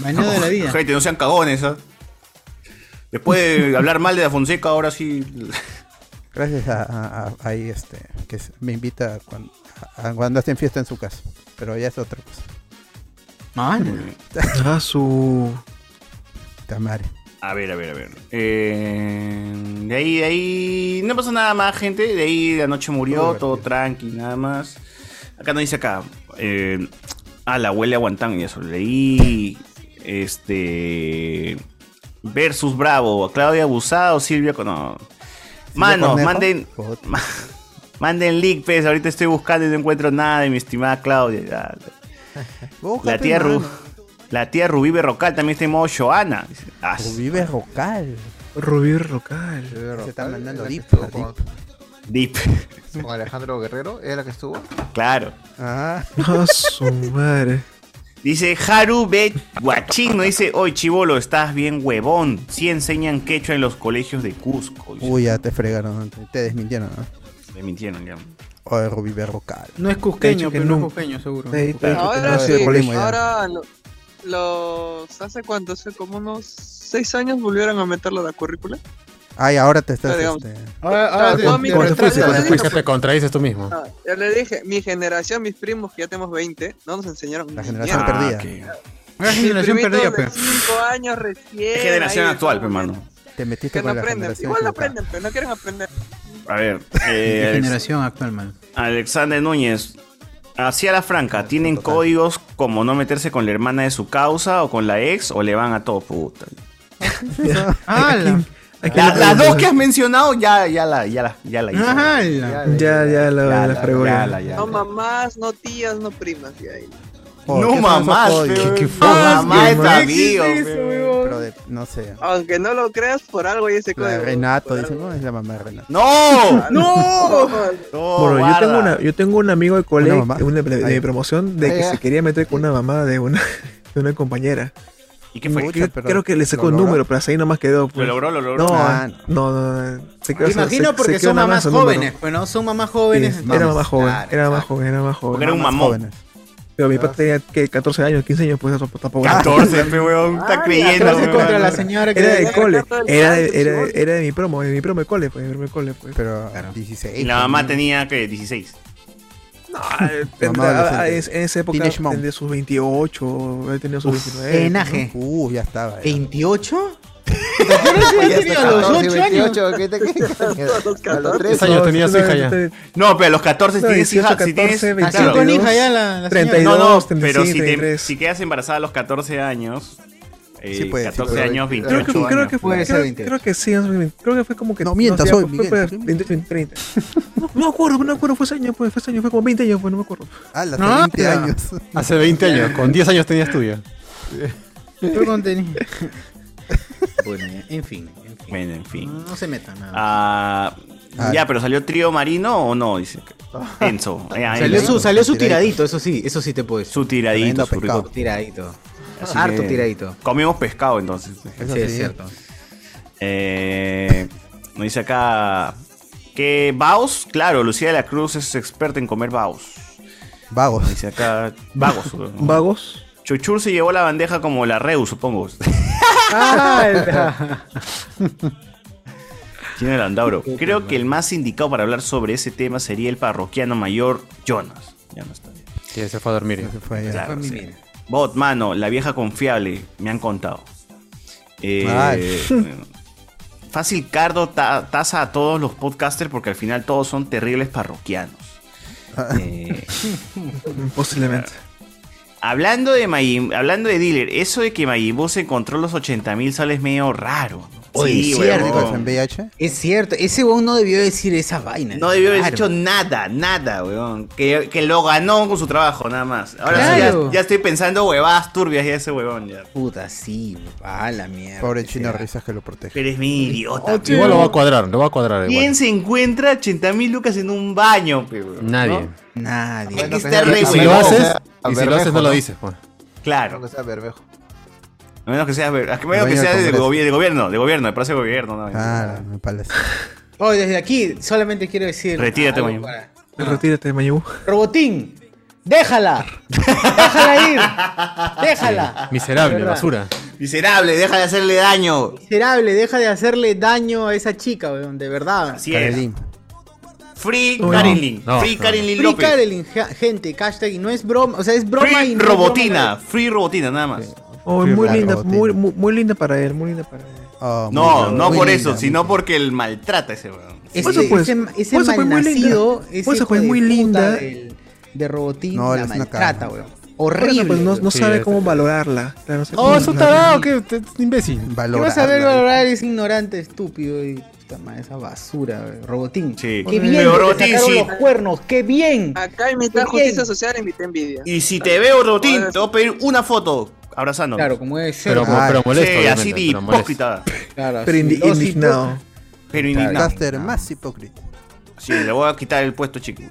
S21: Mañana de la vida.
S3: Gente, no sean cagones, ¿ah? Después de hablar mal de la Fonseca, ahora sí...
S4: Gracias a, a- a- ahí este que s- me invita a cuan- a- a cuando, hacen fiesta en su casa. Pero ya es otra cosa.
S7: Ah, su.
S4: Tamare.
S3: A ver, a ver, a ver. Eh, de ahí, de ahí. No pasó nada más, gente. De ahí la noche murió, todo, tranqui, nada más. Acá no dice acá. Eh, ah, la huele a Guantán, y eso. Leí. Este. Versus Bravo. Claudia Abusado, Silvia con. No. Manos,
S4: Cornejo?
S3: manden. ma- Manden link, pues. Ahorita estoy buscando y no encuentro nada de mi estimada Claudia. Ya, la tía Ru- La tía Rubí Berrocal también está en modo Ah, Joana.
S4: Rubí Berrocal.
S7: Rubí Rocal.
S4: Se está mandando
S18: la que
S4: deep.
S18: estuvo
S4: deep.
S18: con-
S3: Deep.
S18: Con Alejandro Guerrero, ¿era la que estuvo?
S3: Claro.
S7: Ah, su madre.
S3: Dice Haru Bet Guachín, no dice, hoy chivolo, estás bien huevón. Sí enseñan quechua en los colegios de Cusco. Dice,
S4: Uy, ya te fregaron, te, te desmintieron. ¿no?
S3: Me mintieron ya.
S4: Oye, Rubí Berrocal.
S21: No es cusqueño, pero no es cusqueño, seguro.
S4: Te- te- te-
S21: Ahora
S4: no,
S7: sí,
S4: de Colima ya.
S19: Ahora, lo- los. ¿Hace cuánto? Hace como unos seis años volvieron a meterlo a la currícula.
S4: Ay, ahora te estás.
S19: Pero digamos-
S4: este,
S2: Ah,
S21: Ahora, ahora te-
S2: Cuando
S21: te
S2: te fuiste,
S21: retractas,
S2: cuando te
S21: ¿eh?
S2: fuiste, te contradices tú mismo.
S19: Ah, ya le dije, mi generación, mis primos que ya tenemos 20, no nos enseñaron.
S4: La
S19: ni
S4: generación
S19: mierda.
S4: perdida.
S2: Ah,
S4: Ah,
S21: Una generación
S19: Mi primito
S21: perdida,
S4: pues.
S19: de
S21: pe.
S19: cinco años recién.
S3: Es generación
S19: ahí, pues,
S3: actual, pues, hermano.
S4: Te metiste
S19: Que no
S4: con la
S19: aprenden.
S4: generación.
S19: Igual no
S4: equivocada.
S19: aprenden, pero no quieren aprender.
S3: A ver. eh, Alex-
S21: actual, man?
S3: Alexander Núñez. Hacia la franca, ¿tienen códigos como no meterse con la hermana de su causa o con la ex o le van a todo puta?
S21: ¡Hala!
S3: La- las dos que has mencionado ya, ya la, ya la, ya la hice.
S21: ¡Hala!
S7: Ya, ya la,
S3: Ya
S7: la
S3: la-
S7: fregó.
S3: ya la- ya
S19: No mamás, no tías, no primas. ya ahí.
S4: Joder,
S3: No
S4: ¿qué son esos
S3: mamás,
S4: códigos?
S3: pero- ¿Qué- qué fue? Ah, Mamá
S4: qué
S3: es
S4: mal.
S3: amigo,
S4: Sí,
S3: pero-
S4: sí, pero de- No sé.
S19: Aunque no lo creas, por algo hay ese
S4: La de
S19: código.
S4: Renato, dicen, no, es la mamá de Renato.
S3: ¡No!
S19: ¡No!
S7: Bueno, yo tengo, una, yo tengo un amigo de colegio,
S4: mamá.
S7: una de, de
S4: Ahí.
S7: promoción, de
S4: Ahí
S7: que
S4: va.
S7: se quería meter con una mamá de una, de una compañera.
S3: ¿Y qué fue?
S7: Creo-
S3: Pucha, pero
S7: creo que le sacó
S3: ¿lo
S7: un
S3: logró?
S7: número, pero hasta ahí nomás quedó. pues.
S3: ¿Lo logró, lo logró?
S7: No,
S3: Ah,
S7: no, no, no, se quedó-
S21: Me
S7: se-
S21: imagino
S7: se-
S21: porque
S7: se quedó
S21: son
S7: nada
S21: mamás
S7: más su número.
S21: jóvenes, pues no, son mamás jóvenes.
S7: Sí,
S21: entonces,
S7: era más joven,
S21: claro.
S7: era más joven, era más joven.
S3: Porque era un
S7: Más
S3: mamón.
S7: jóvenes. Pero mi papá tenía que 14 años, 15 años, pues eso tampoco.
S3: 14, pe, weón, está creyendo.
S21: atrás es
S3: weón.
S21: Ah, contra la señora que
S7: Era
S21: le
S7: de
S21: dio
S7: cole,
S21: la carta del
S7: era
S21: cáncer,
S7: de, era,
S21: chibolo.
S7: era de mi promo, de mi promo de cole, pues, de mi promo de cole, pues.
S4: Pero 16.
S3: Y la mamá tenía que 16.
S7: Ah, tendrá-
S4: adolescente.
S7: ah, es- en esa época
S4: Teenage mom.
S7: tendría sus 28, haber tenido sus 29.
S21: Enaje.
S4: Uh, ya estaba. ya.
S21: ¿28? Yo no sé,
S18: Ya
S21: yo tenía
S18: está,
S21: los
S18: 14,
S21: 8 años.
S18: 28, ¿qué te- qué te- A los 13
S2: ¿Cuántos años tenía su hija ya?
S3: No, pero a los 14
S7: No,
S3: tienes
S7: 18,
S3: hija. Si tienes
S7: 14,
S3: claro.
S7: 25,
S21: Con hija ya la, la señora.
S3: no, no,
S7: 32,
S3: pero si, te-
S7: 33.
S3: si quedas embarazada a los 14 años, Eh,
S4: Sí puede, sí
S3: 14
S4: puede. Creo
S3: años, 28
S4: que- creo
S3: años.
S7: que fue- creo- Creo que sí, creo que fue como que.
S4: No mientas,
S7: sé,
S4: soy
S7: fue-
S4: Miguel.
S7: fue 28, 30. No, no me acuerdo, no me acuerdo, fue ese año, pues, fue ese año, fue como 20 años, pues, no me acuerdo.
S4: Ah, hace
S7: No,
S4: 20
S7: ya.
S4: años.
S2: Hace 20 años, con 10 años tenías tuya.
S1: Yo contenido.
S31: Bueno, ya, en fin. en fin.
S3: Bueno, en fin.
S1: No se metan nada.
S3: Ah, ya, pero salió trío marino o no, dice. Enzo. eh, Ya,
S1: Salió
S3: Enzo.
S1: su, salió su tiradito, eso sí, eso sí te puedo decir.
S3: Su tiradito, su rico
S1: tiradito.
S3: Así
S1: Harto
S3: que
S1: tiradito.
S3: Comimos pescado entonces.
S1: Eso Sí, es sí. cierto.
S3: Eh, nos dice acá que Baos, claro, Lucía de la Cruz es experta en comer Baos.
S4: Vagos.
S3: Nos dice acá Vagos.
S7: Vagos.
S3: Chuchur se llevó la bandeja como la Reus, supongo.
S21: Ah,
S3: Tiene el andauro. Creo que el más indicado para hablar sobre ese tema sería el parroquiano mayor Jonas. Ya no está.
S2: Sí, se fue a dormir. Se
S4: fue
S3: Claro, sí. Bot, mano, la vieja confiable, me han contado. Eh,
S4: Ay.
S3: fácil Cardo ta- tasa a todos los podcasters porque al final todos son terribles parroquianos.
S4: Ah.
S3: Eh,
S7: Eh, Posiblemente.
S3: hablando de Majin- hablando de dealer, eso de que Mayibu se encontró los 80 mil soles medio raro. ¿no?
S1: Oye, es
S3: huevón.
S1: cierto. Es cierto, ese weón no debió decir esa vaina.
S3: No debió haber
S1: Claro.
S3: hecho nada, nada, weón. Que, que lo ganó con su trabajo, nada más. Ahora sí,
S1: Claro.
S3: ya, ya estoy pensando huevadas turbias y ese huevón ya.
S1: Puta, sí, a la mierda.
S4: Pobre chino risas que lo protege.
S3: Pero es mi idiota.
S1: Ocho.
S2: Igual lo va a cuadrar, lo va a cuadrar igual.
S3: ¿Quién se encuentra 80 mil lucas en un baño, pe, weón?
S2: Nadie.
S3: ¿No?
S1: Nadie.
S3: Hay que estar re
S2: Y si lo
S3: huevón.
S2: haces, y si lo haces no lo dices, pues.
S3: Claro.
S32: No sea Bermejo.
S3: A menos que sea, a menos
S4: Dueño
S3: que
S4: del
S3: sea de,
S4: Congreso.
S3: gobi- de gobierno, de gobierno, de plaza de gobierno. No,
S4: Ah, me parece.
S1: Hoy desde aquí solamente quiero decir.
S3: Retírate,
S1: algo
S3: Mayu.
S1: para-
S7: Ah. Retírate, Mayú.
S1: Robotín, déjala. Déjala ir. Déjala.
S2: Miserable,
S1: ¿Verdad?
S2: basura.
S3: Ah, Miserable, deja de hacerle daño.
S1: Miserable, deja de hacerle daño a esa chica, weón, de verdad.
S3: Así es. Free Karen Lin. Free Karen Lin
S1: Free
S3: López.
S1: Karelin, ja- gente, hashtag, y no es broma, o sea, es broma y
S3: Free
S1: no es broma.
S3: Robotina. Free Robotina, nada más.
S7: Oh,
S3: Sí,
S7: muy
S3: claro,
S7: linda,
S3: tiene.
S7: muy, muy, muy linda para él, muy linda para él.
S4: Ah,
S3: No, no por eso, sino porque el maltrata a ese weón.
S1: Ese,
S7: Por eso, pues,
S1: ese, ese
S7: por eso fue muy
S1: malnacido,
S7: linda.
S1: ese
S7: Por eso
S1: hijo
S7: fue
S1: de
S7: muy
S1: puta
S7: linda.
S1: del- de Robotín,
S7: No,
S1: la
S7: es una
S1: maltrata,
S7: caja.
S1: weón. Horrible.
S7: Pues no, no
S1: weón.
S7: sabe cómo valorarla. Claro, no sé
S1: Oh,
S7: cómo-
S1: es un tarado,
S2: que imbécil.
S1: Que vas a ver valorar es ignorante, estúpido y puta madre, esa basura, weón. Robotín.
S3: Sí.
S1: Qué bien,
S3: Pero
S1: que te
S3: Robotín,
S1: sacaron
S3: sí.
S1: los cuernos, qué bien.
S19: Acá imitar
S1: Qué bien.
S19: justicia social y imitar envidia.
S3: Y si te veo, Robotín, te voy a pedir una foto abrazándonos. Claro,
S1: como es.
S2: Pero- pero molesto,
S3: Sí, así
S2: obviamente,
S3: de
S2: pero molesto.
S3: hipócrita.
S1: Claro,
S7: Pero indi- indignado.
S3: Pero indignado.
S4: Podcaster más hipócrita.
S3: Sí, le voy a quitar el puesto, chico.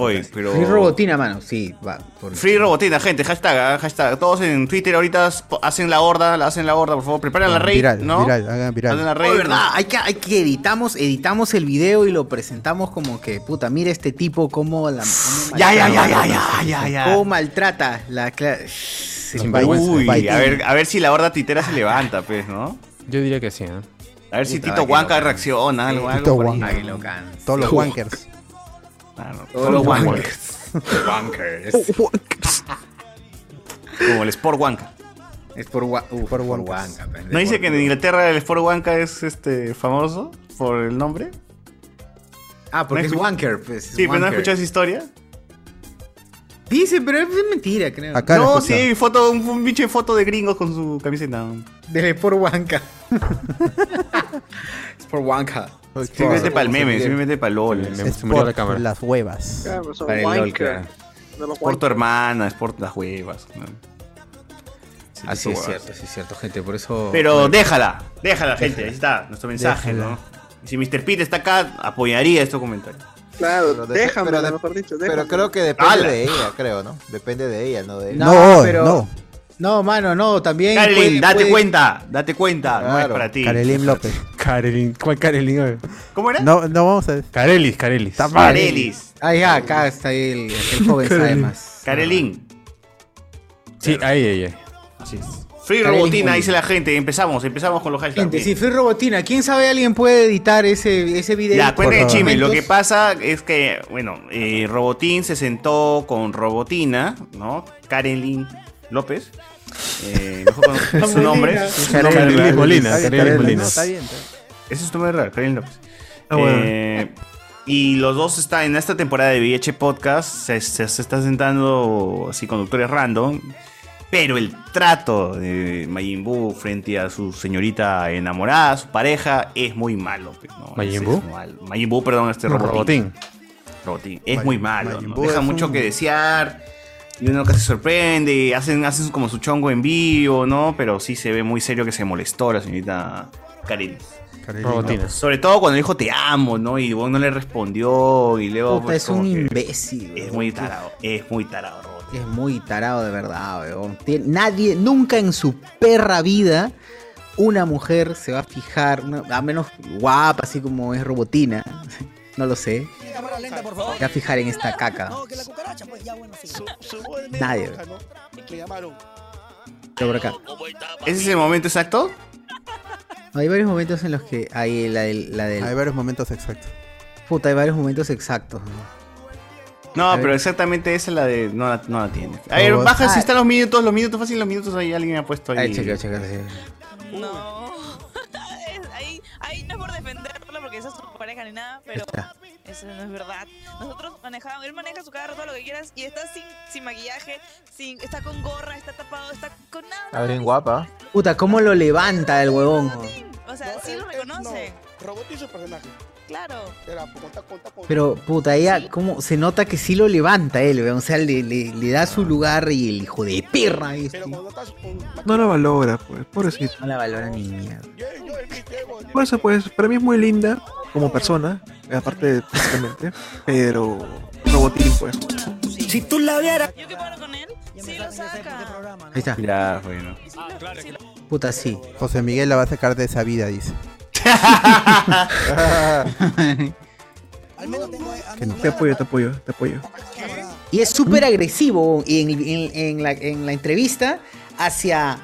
S3: Oye, pero.
S1: Free Robotina, mano, sí, va. por-
S3: Free Robotina, gente, hashtag, ah, hashtag. Todos en Twitter ahorita sp- hacen la horda, la hacen la horda, por favor. Preparen la
S4: Ah,
S3: raid,
S4: viral,
S3: ¿no?
S4: viral, hagan viral.
S3: Hacen la raid.
S1: Oh, verdad, hay que, hay que editamos, editamos el video y lo presentamos como que, puta, mira este tipo cómo la cómo
S3: Ya, ya,
S1: maltrata.
S3: ya, ya, ya, ya, ya.
S1: Cómo maltrata la cla-
S2: Sinvergüenza.
S3: Uy,
S2: Baitín.
S3: a ver, a ver si la horda titera se levanta, pues, ¿no?
S2: Yo diría que sí, ¿eh?
S3: A ver si
S2: Puta,
S3: Tito
S2: que
S3: Huanca
S2: lo-
S3: reacciona, algo, algo.
S2: Tito
S3: por ahí.
S2: Huanca.
S3: Ay, lo can-
S4: Todos los
S3: Uf.
S4: wankers.
S3: Claro, todos los wankers. Wankers.
S1: Oh,
S3: Como el Sport Wanka.
S1: Es por, gua- uh, por guanca. pe,
S3: ¿No
S1: de
S3: dice
S1: por-
S3: que en Inglaterra el Sport Wanka es este famoso por el nombre?
S1: Ah, porque
S3: ¿No
S1: es
S3: escuch-
S1: wanker, pues. es
S3: Sí, pero ¿no
S1: wanker.
S3: escuchas esa historia?
S1: Dice, pero es mentira, creo.
S3: no, sí, hay foto, un, un bicho de foto de gringos con su camiseta.
S1: Del por guanca. es por guanca.
S3: Sí, me mete para el meme, sí, me mete para el LOL.
S4: Es por Las huevas.
S19: Claro,
S1: pues,
S19: son
S3: Para el LOL,
S19: wanker.
S3: claro.
S19: De los
S3: Es por tu hermana, es por las huevas. ¿no? Sí,
S1: Así
S3: tú
S1: es
S3: vas.
S1: cierto, así es cierto, gente, por eso...
S3: Pero déjala, déjala, gente. Ahí está nuestro mensaje,
S1: Déjala.
S3: ¿no? Si Mr. Pete está acá, apoyaría estos comentarios.
S19: Claro,
S32: de-
S19: déjame,
S32: pero
S19: a
S32: de-
S19: lo mejor dicho, déjame.
S32: Pero creo que depende
S19: ¡Hala!
S32: de ella, creo, ¿no? Depende de ella, no de él.
S1: No, pero- No, mano, no, también...
S3: Karelin,
S1: puede-
S3: date
S1: puede-
S3: cuenta, date cuenta. No es
S32: Claro.
S3: para ti.
S4: Karelim López.
S2: Karelin, ¿cuál Karelin?
S3: ¿Cómo era?
S4: No, no vamos a decir.
S2: Karelis, Karelis.
S3: Karelis.
S1: Ah, ya, acá está el, el joven sabe
S2: Karelis.
S1: más.
S3: Karelin.
S2: Sí, ahí, ahí, ahí.
S3: Así es. Free
S1: Karelin,
S3: Robotina,
S1: muy
S3: dice la gente. Empezamos, empezamos con los hashtags.
S1: Gente,
S3: Bien.
S1: si fui robotina, ¿quién sabe alguien puede editar ese, ese video?
S3: Ya, cuenten el
S1: Por
S3: chisme. Lo
S1: momentos.
S3: que pasa es que, bueno, eh, Robotín se sentó con Robotina, ¿no? Karelin López. Eh, mejor con su nombre. su nombre
S2: Karelin
S3: real.
S2: Molina, Está bien, Karelin Karelin, Molina.
S4: No, está bien. está bien.
S3: Ese es tu nombre real, Karelin López.
S2: Ah, bueno.
S3: Eh, y los dos están en esta temporada de VH Podcast. Se, se, se está sentando así conductores random. Pero el trato de Majin Buu frente a su señorita enamorada, su pareja, es muy malo. pe, ¿no?
S2: ¿Majin
S3: Es-
S2: Buu?
S3: es mal. Majin Buu, perdón, este
S2: No,
S3: robotín.
S2: Robotín.
S3: Robotín. Es
S2: Majin-
S3: muy malo.
S2: Majin
S3: ¿no?
S2: Buu
S3: Deja
S2: es
S3: mucho
S2: un-
S3: que desear. Y uno casi se sorprende. Hacen, hacen como su chongo en vivo, ¿no? Pero sí se ve muy serio que se molestó la señorita Karin.
S2: Robotina.
S3: Sobre todo cuando dijo te amo, ¿no? Y vos no le respondió. Y luego.
S1: Puta,
S3: pues,
S1: es
S3: como
S1: un
S3: que-
S1: imbécil.
S3: Es
S1: weón.
S3: muy tarado. Es muy tarado, Robotín.
S1: Es muy tarado de verdad, weón. Tien- Nadie, nunca en su perra vida, una mujer se va a fijar, una- a menos guapa, así como es robotina. No lo sé. Se va a fijar en esta caca. Nadie. weón. Pero por acá.
S3: ¿Ese es el momento exacto?
S1: Hay varios momentos en los que hay la del. La del...
S4: Hay varios momentos exactos.
S1: Puta, hay varios momentos exactos. weón.
S3: No,
S1: A ver.
S3: pero exactamente esa es la de. No la, no la tiene. A ver,
S1: Robots.
S3: baja si
S1: Ah.
S3: están los minutos, los minutos fácil, los minutos ahí alguien me ha puesto ahí.
S1: Ahí, Ah, eh, chequeo, chequeo, sí.
S12: No. Es- ahí, ahí no es por defenderlo porque esa es su pareja ni nada, pero
S1: Está.
S12: eso no es verdad. Nosotros manejamos, él maneja su carro, todo lo que quieras, y está sin, sin maquillaje, sin, está con gorra, está tapado, está con nada.
S1: Está bien guapa. Puta, cómo lo levanta el huevón. weón.
S12: O sea, sí
S19: eh,
S12: lo reconoce.
S19: Robotín su personaje.
S12: Claro.
S1: Pero, puta, ella, cómo se nota que sí lo levanta él, weón. O sea, le, le- le da su lugar y el hijo de perra. este.
S7: No la valora, pues, pobrecito.
S1: No la valora ni mierda.
S7: Por eso, pues, para mí es muy linda como persona, aparte físicamente, pero robotín, pues.
S12: Si tú la vieras. Yo que paro con él, sí lo saca.
S1: Ahí está.
S3: Ya, bueno.
S1: Puta, sí.
S4: José Miguel la va a sacar de esa vida, dice.
S7: Que no. Te apoyo, te apoyo, te apoyo.
S1: Y es súper agresivo y en, en- en la, en la entrevista hacia...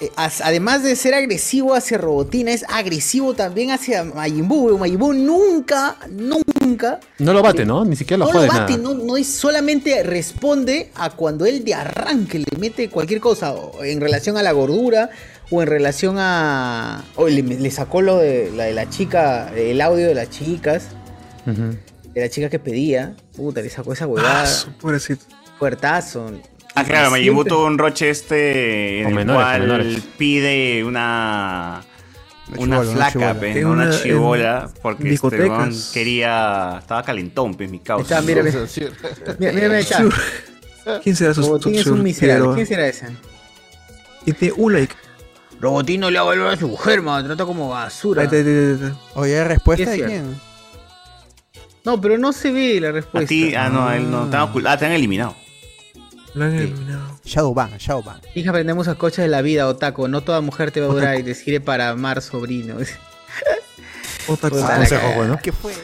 S1: eh, as- además de ser agresivo hacia Robotina, es agresivo también hacia Majin Buu. weón. Majin Buu nunca, nunca...
S2: No lo bate, ¿no? Ni siquiera lo
S1: No lo
S2: jode
S1: bate, no,
S2: nada.
S1: no es- solamente responde a cuando él de arranque le mete cualquier cosa o en relación a la gordura o en relación a... O le, le sacó lo de la de la chica, el audio de las chicas, de la chica que pedía. Puta, le sacó esa huevada.
S7: Ah, Pobrecito.
S1: Fuertazo.
S3: Ah, claro, me
S1: Siempre-
S3: llevó todo un roche este en
S2: Con
S3: el
S2: menores, con
S3: cual
S2: menores.
S3: pide una. Una
S2: chibola, una
S3: flaca,
S2: chibola.
S3: pe,
S2: En
S3: ¿no? una,
S2: una- en
S3: chibola, porque este
S2: discotecas.
S3: weón quería. Estaba calentón, pues, mi causa.
S1: Está, mira, mira. Mira, mira, mira, chat.
S7: ¿Quién será su
S1: Robotín es un miserable. ¿Quién será ese?
S7: Y te un like.
S1: Robotín no le valora a su mujer, mano. Trata como basura.
S7: Ahí está, ahí está, ahí está.
S4: Oye, ¿hay
S1: Sí,
S4: respuesta
S1: es
S4: de
S1: cierto.
S4: quién?
S1: No, pero no se ve la
S3: A
S1: respuesta.
S3: ti, ah, no, él no. Estaba ocult- Ah, te han eliminado.
S7: Lo han
S4: eliminado. Shadowban, Shadowban.
S1: Hija, aprendemos las cosas de la vida, Otaco. No toda mujer te va a durar y te sirve para amar sobrinos.
S7: Otra
S1: Puta,
S2: Esos
S1: la
S2: consejos,
S1: cagada.
S2: bueno.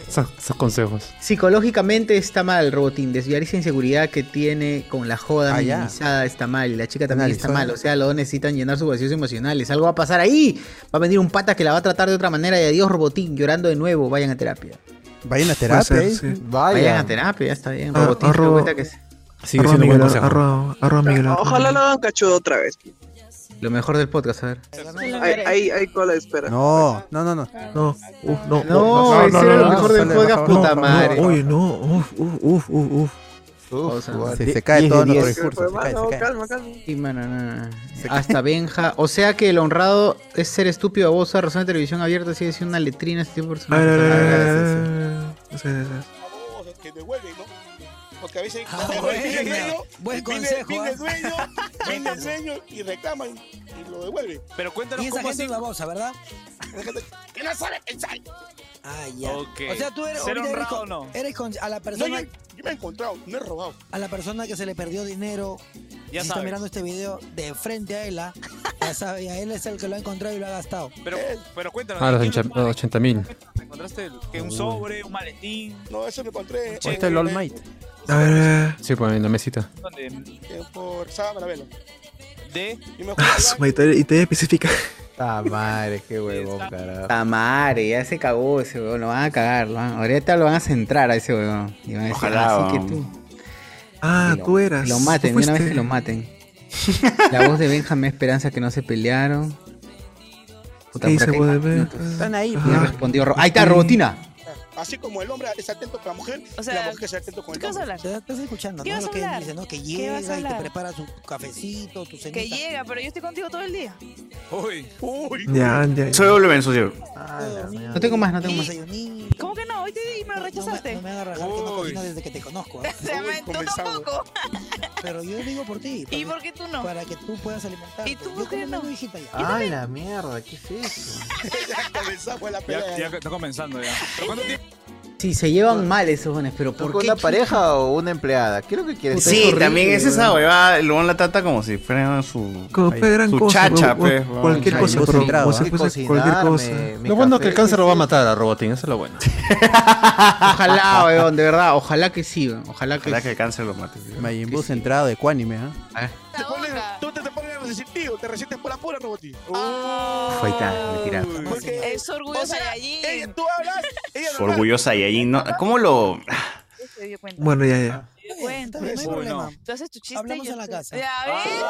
S2: Esos, esos consejos.
S1: Psicológicamente está mal, Robotín. Desviar esa inseguridad que tiene con la joda
S4: Ah, ya.
S1: minimizada está mal. La chica también está
S4: Analizó.
S1: mal. O sea, los dos necesitan llenar sus vacíos emocionales. Algo va a pasar ahí. Va a venir un pata que la va a tratar de otra manera. Y adiós, Robotín, llorando de nuevo. Vayan a terapia.
S4: Vayan a terapia.
S7: Puede
S4: ¿eh?
S7: ser, sí.
S1: Vayan,
S4: Vayan.
S1: a terapia, ya está bien.
S7: Ah,
S1: Robotín,
S7: arroba-
S1: te cuenta que sí.
S7: arroba Miguel, arroba, arroba Miguel.
S33: Ojalá lo hagan cachudo otra vez.
S1: Lo mejor del podcast, a ver.
S33: Ahí, ahí, ahí cola de espera.
S4: No, no, no, no.
S7: No, uf, no.
S1: No, ese era lo mejor del podcast, puta madre.
S7: Oye, no, uf, uf, uf, uf, uf.
S4: se- se cae todo nuestro discurso, se cae,
S1: Hermano,
S4: se cae.
S1: calma, calma. Sí, mano, no, no. Hasta Benja. O sea que el honrado es ser estúpido, babosa, razón de televisión abierta, sigue siendo una letrina. Este tipo de
S7: A ver, a ver, a ver, a
S1: personaje.
S7: ver, no sé, no sé.
S19: Que devuelven, ¿no? Porque a veces
S9: Ah,
S19: viene
S9: bueno.
S19: el dueño,
S9: Buen
S19: viene-
S9: consejo,
S19: viene
S9: ¿ah?
S19: el dueño, viene el dueño y reclaman y lo devuelven. Pero cuéntanos
S9: Y esa gente es babosa, ¿verdad?
S19: que no sabe pensar.
S9: Ah, ya. O sea, tú eres,
S19: Ser
S9: ahorita eres,
S19: honrado,
S9: con-
S19: ¿no?
S9: eres con- a la
S19: No, yo,
S9: persona
S19: yo me he encontrado, no he robado.
S9: a la persona que se le perdió dinero.
S19: Ya
S9: si
S19: sabes.
S9: está mirando este video de frente a él, ah, ya sabe, y a él es el que lo ha encontrado y lo ha gastado.
S19: Pero, pero cuéntanos.
S2: Ah, los 80 mil.
S19: ¿Te encontraste que un sobre, un maletín? No, eso me encontré.
S2: ¿Ahí está el All Might?
S7: A ver, a ver.
S2: Sí, pues en la mesita.
S19: ¿Dónde? Eh, por Sábado la vela. De. Yo me
S7: Ah, su madre, y te- y te especifica.
S1: Ta madre, qué huevón, carajo. Ta madre, ya se cagó ese huevón. Lo van a cagar. lo van- Ahorita lo van a centrar a ese huevón. Y van a decir,
S7: Ojalá,
S1: "Ah, sí que
S7: weón.
S1: tú.
S7: Ah,
S1: Y lo-
S7: tú eras.
S1: y Lo maten,
S7: tú
S1: de una vez
S7: fuiste.
S1: que lo maten. La voz de Benjamín Esperanza que no se pelearon. Puta,
S7: ¿Qué
S1: por
S7: dice
S1: acá hay
S7: voz de
S1: más
S7: Benja?
S1: minutos.
S4: Están ahí.
S1: Me respondió Ro- Ahí está, Robotina.
S9: Así como el hombre es atento con la mujer,
S12: O sea,
S9: la mujer que sea atento con el
S12: ¿qué vas a
S9: hombre.
S12: hablar?
S19: Te estás escuchando,
S12: ¿Qué
S19: ¿no?
S12: vas
S19: Lo
S12: a
S19: que él
S12: hablar?
S19: dice, ¿no? Que
S12: ¿Qué vas
S19: llega
S12: a
S19: y te
S12: hablar?
S19: prepara su cafecito, tu cenita.
S12: Que llega, pero yo estoy contigo todo el día.
S9: Uy. Uy.
S3: Ya, ya. Soy doble menso, señor.
S34: No tengo más, no tengo más.
S12: ¿Cómo que no? Hoy te di y me lo rechazaste. No
S19: me, hagas rajar que no cocino desde que te conozco. ¿ah?
S12: tú tampoco.
S19: Pero yo digo por ti.
S12: ¿Y
S19: para
S12: por qué tú no?
S19: Para que tú puedas alimentarte. ¿Y tú por qué no? Hijita, ya.
S1: Ah,
S5: Ay, Ah, la mierda, ¿qué es eso?
S9: Comenzamos la
S5: Ya, ya está comenzando ya. ¿Pero cuánto tiempo?
S1: Sí, se llevan mal esos buenos, pero
S5: ¿Tú
S1: ¿por
S5: con
S1: qué?
S5: una
S1: pareja
S5: o una empleada? ¿Qué es lo que quieres?
S1: Puta,
S3: Sí,
S1: horrible,
S3: también es esa
S1: weón.
S3: huevada. El huevón la trata como si fuera su,
S7: Como fue gran
S3: su
S7: cosa,
S3: chacha,
S7: weón,
S3: pues,
S7: weón.
S3: weón.
S7: Cualquier
S3: Ay,
S7: cosa,
S3: no
S7: pero
S3: sé.
S7: como
S2: ¿ah?
S7: si fuese cualquier cosa.
S2: Lo bueno es que el cáncer lo va a matar a Robotín, eso es lo bueno.
S1: Ojalá, weón, de verdad, ojalá que sí, weón, ojalá que
S3: Ojalá que el cáncer lo mate.
S4: Majin Buu centrado, ecuánime, ¿ah?
S9: Te pones- tú te, te pones resentido, te resientes por la pura, Robotín.
S12: Ah.
S3: Fue tal, mentira.
S12: Es orgullo allí.
S9: Tú hablas, ella no habla.
S3: Orgullosa y allí no. ¿Cómo lo.?
S12: Se dio cuenta.
S7: Bueno, ya, ya.
S12: Cuenta,
S19: no hay problema.
S12: Tú haces tu chiste.
S19: Hablamos
S12: yo
S19: en la
S12: te-
S19: casa.
S12: Ya ves.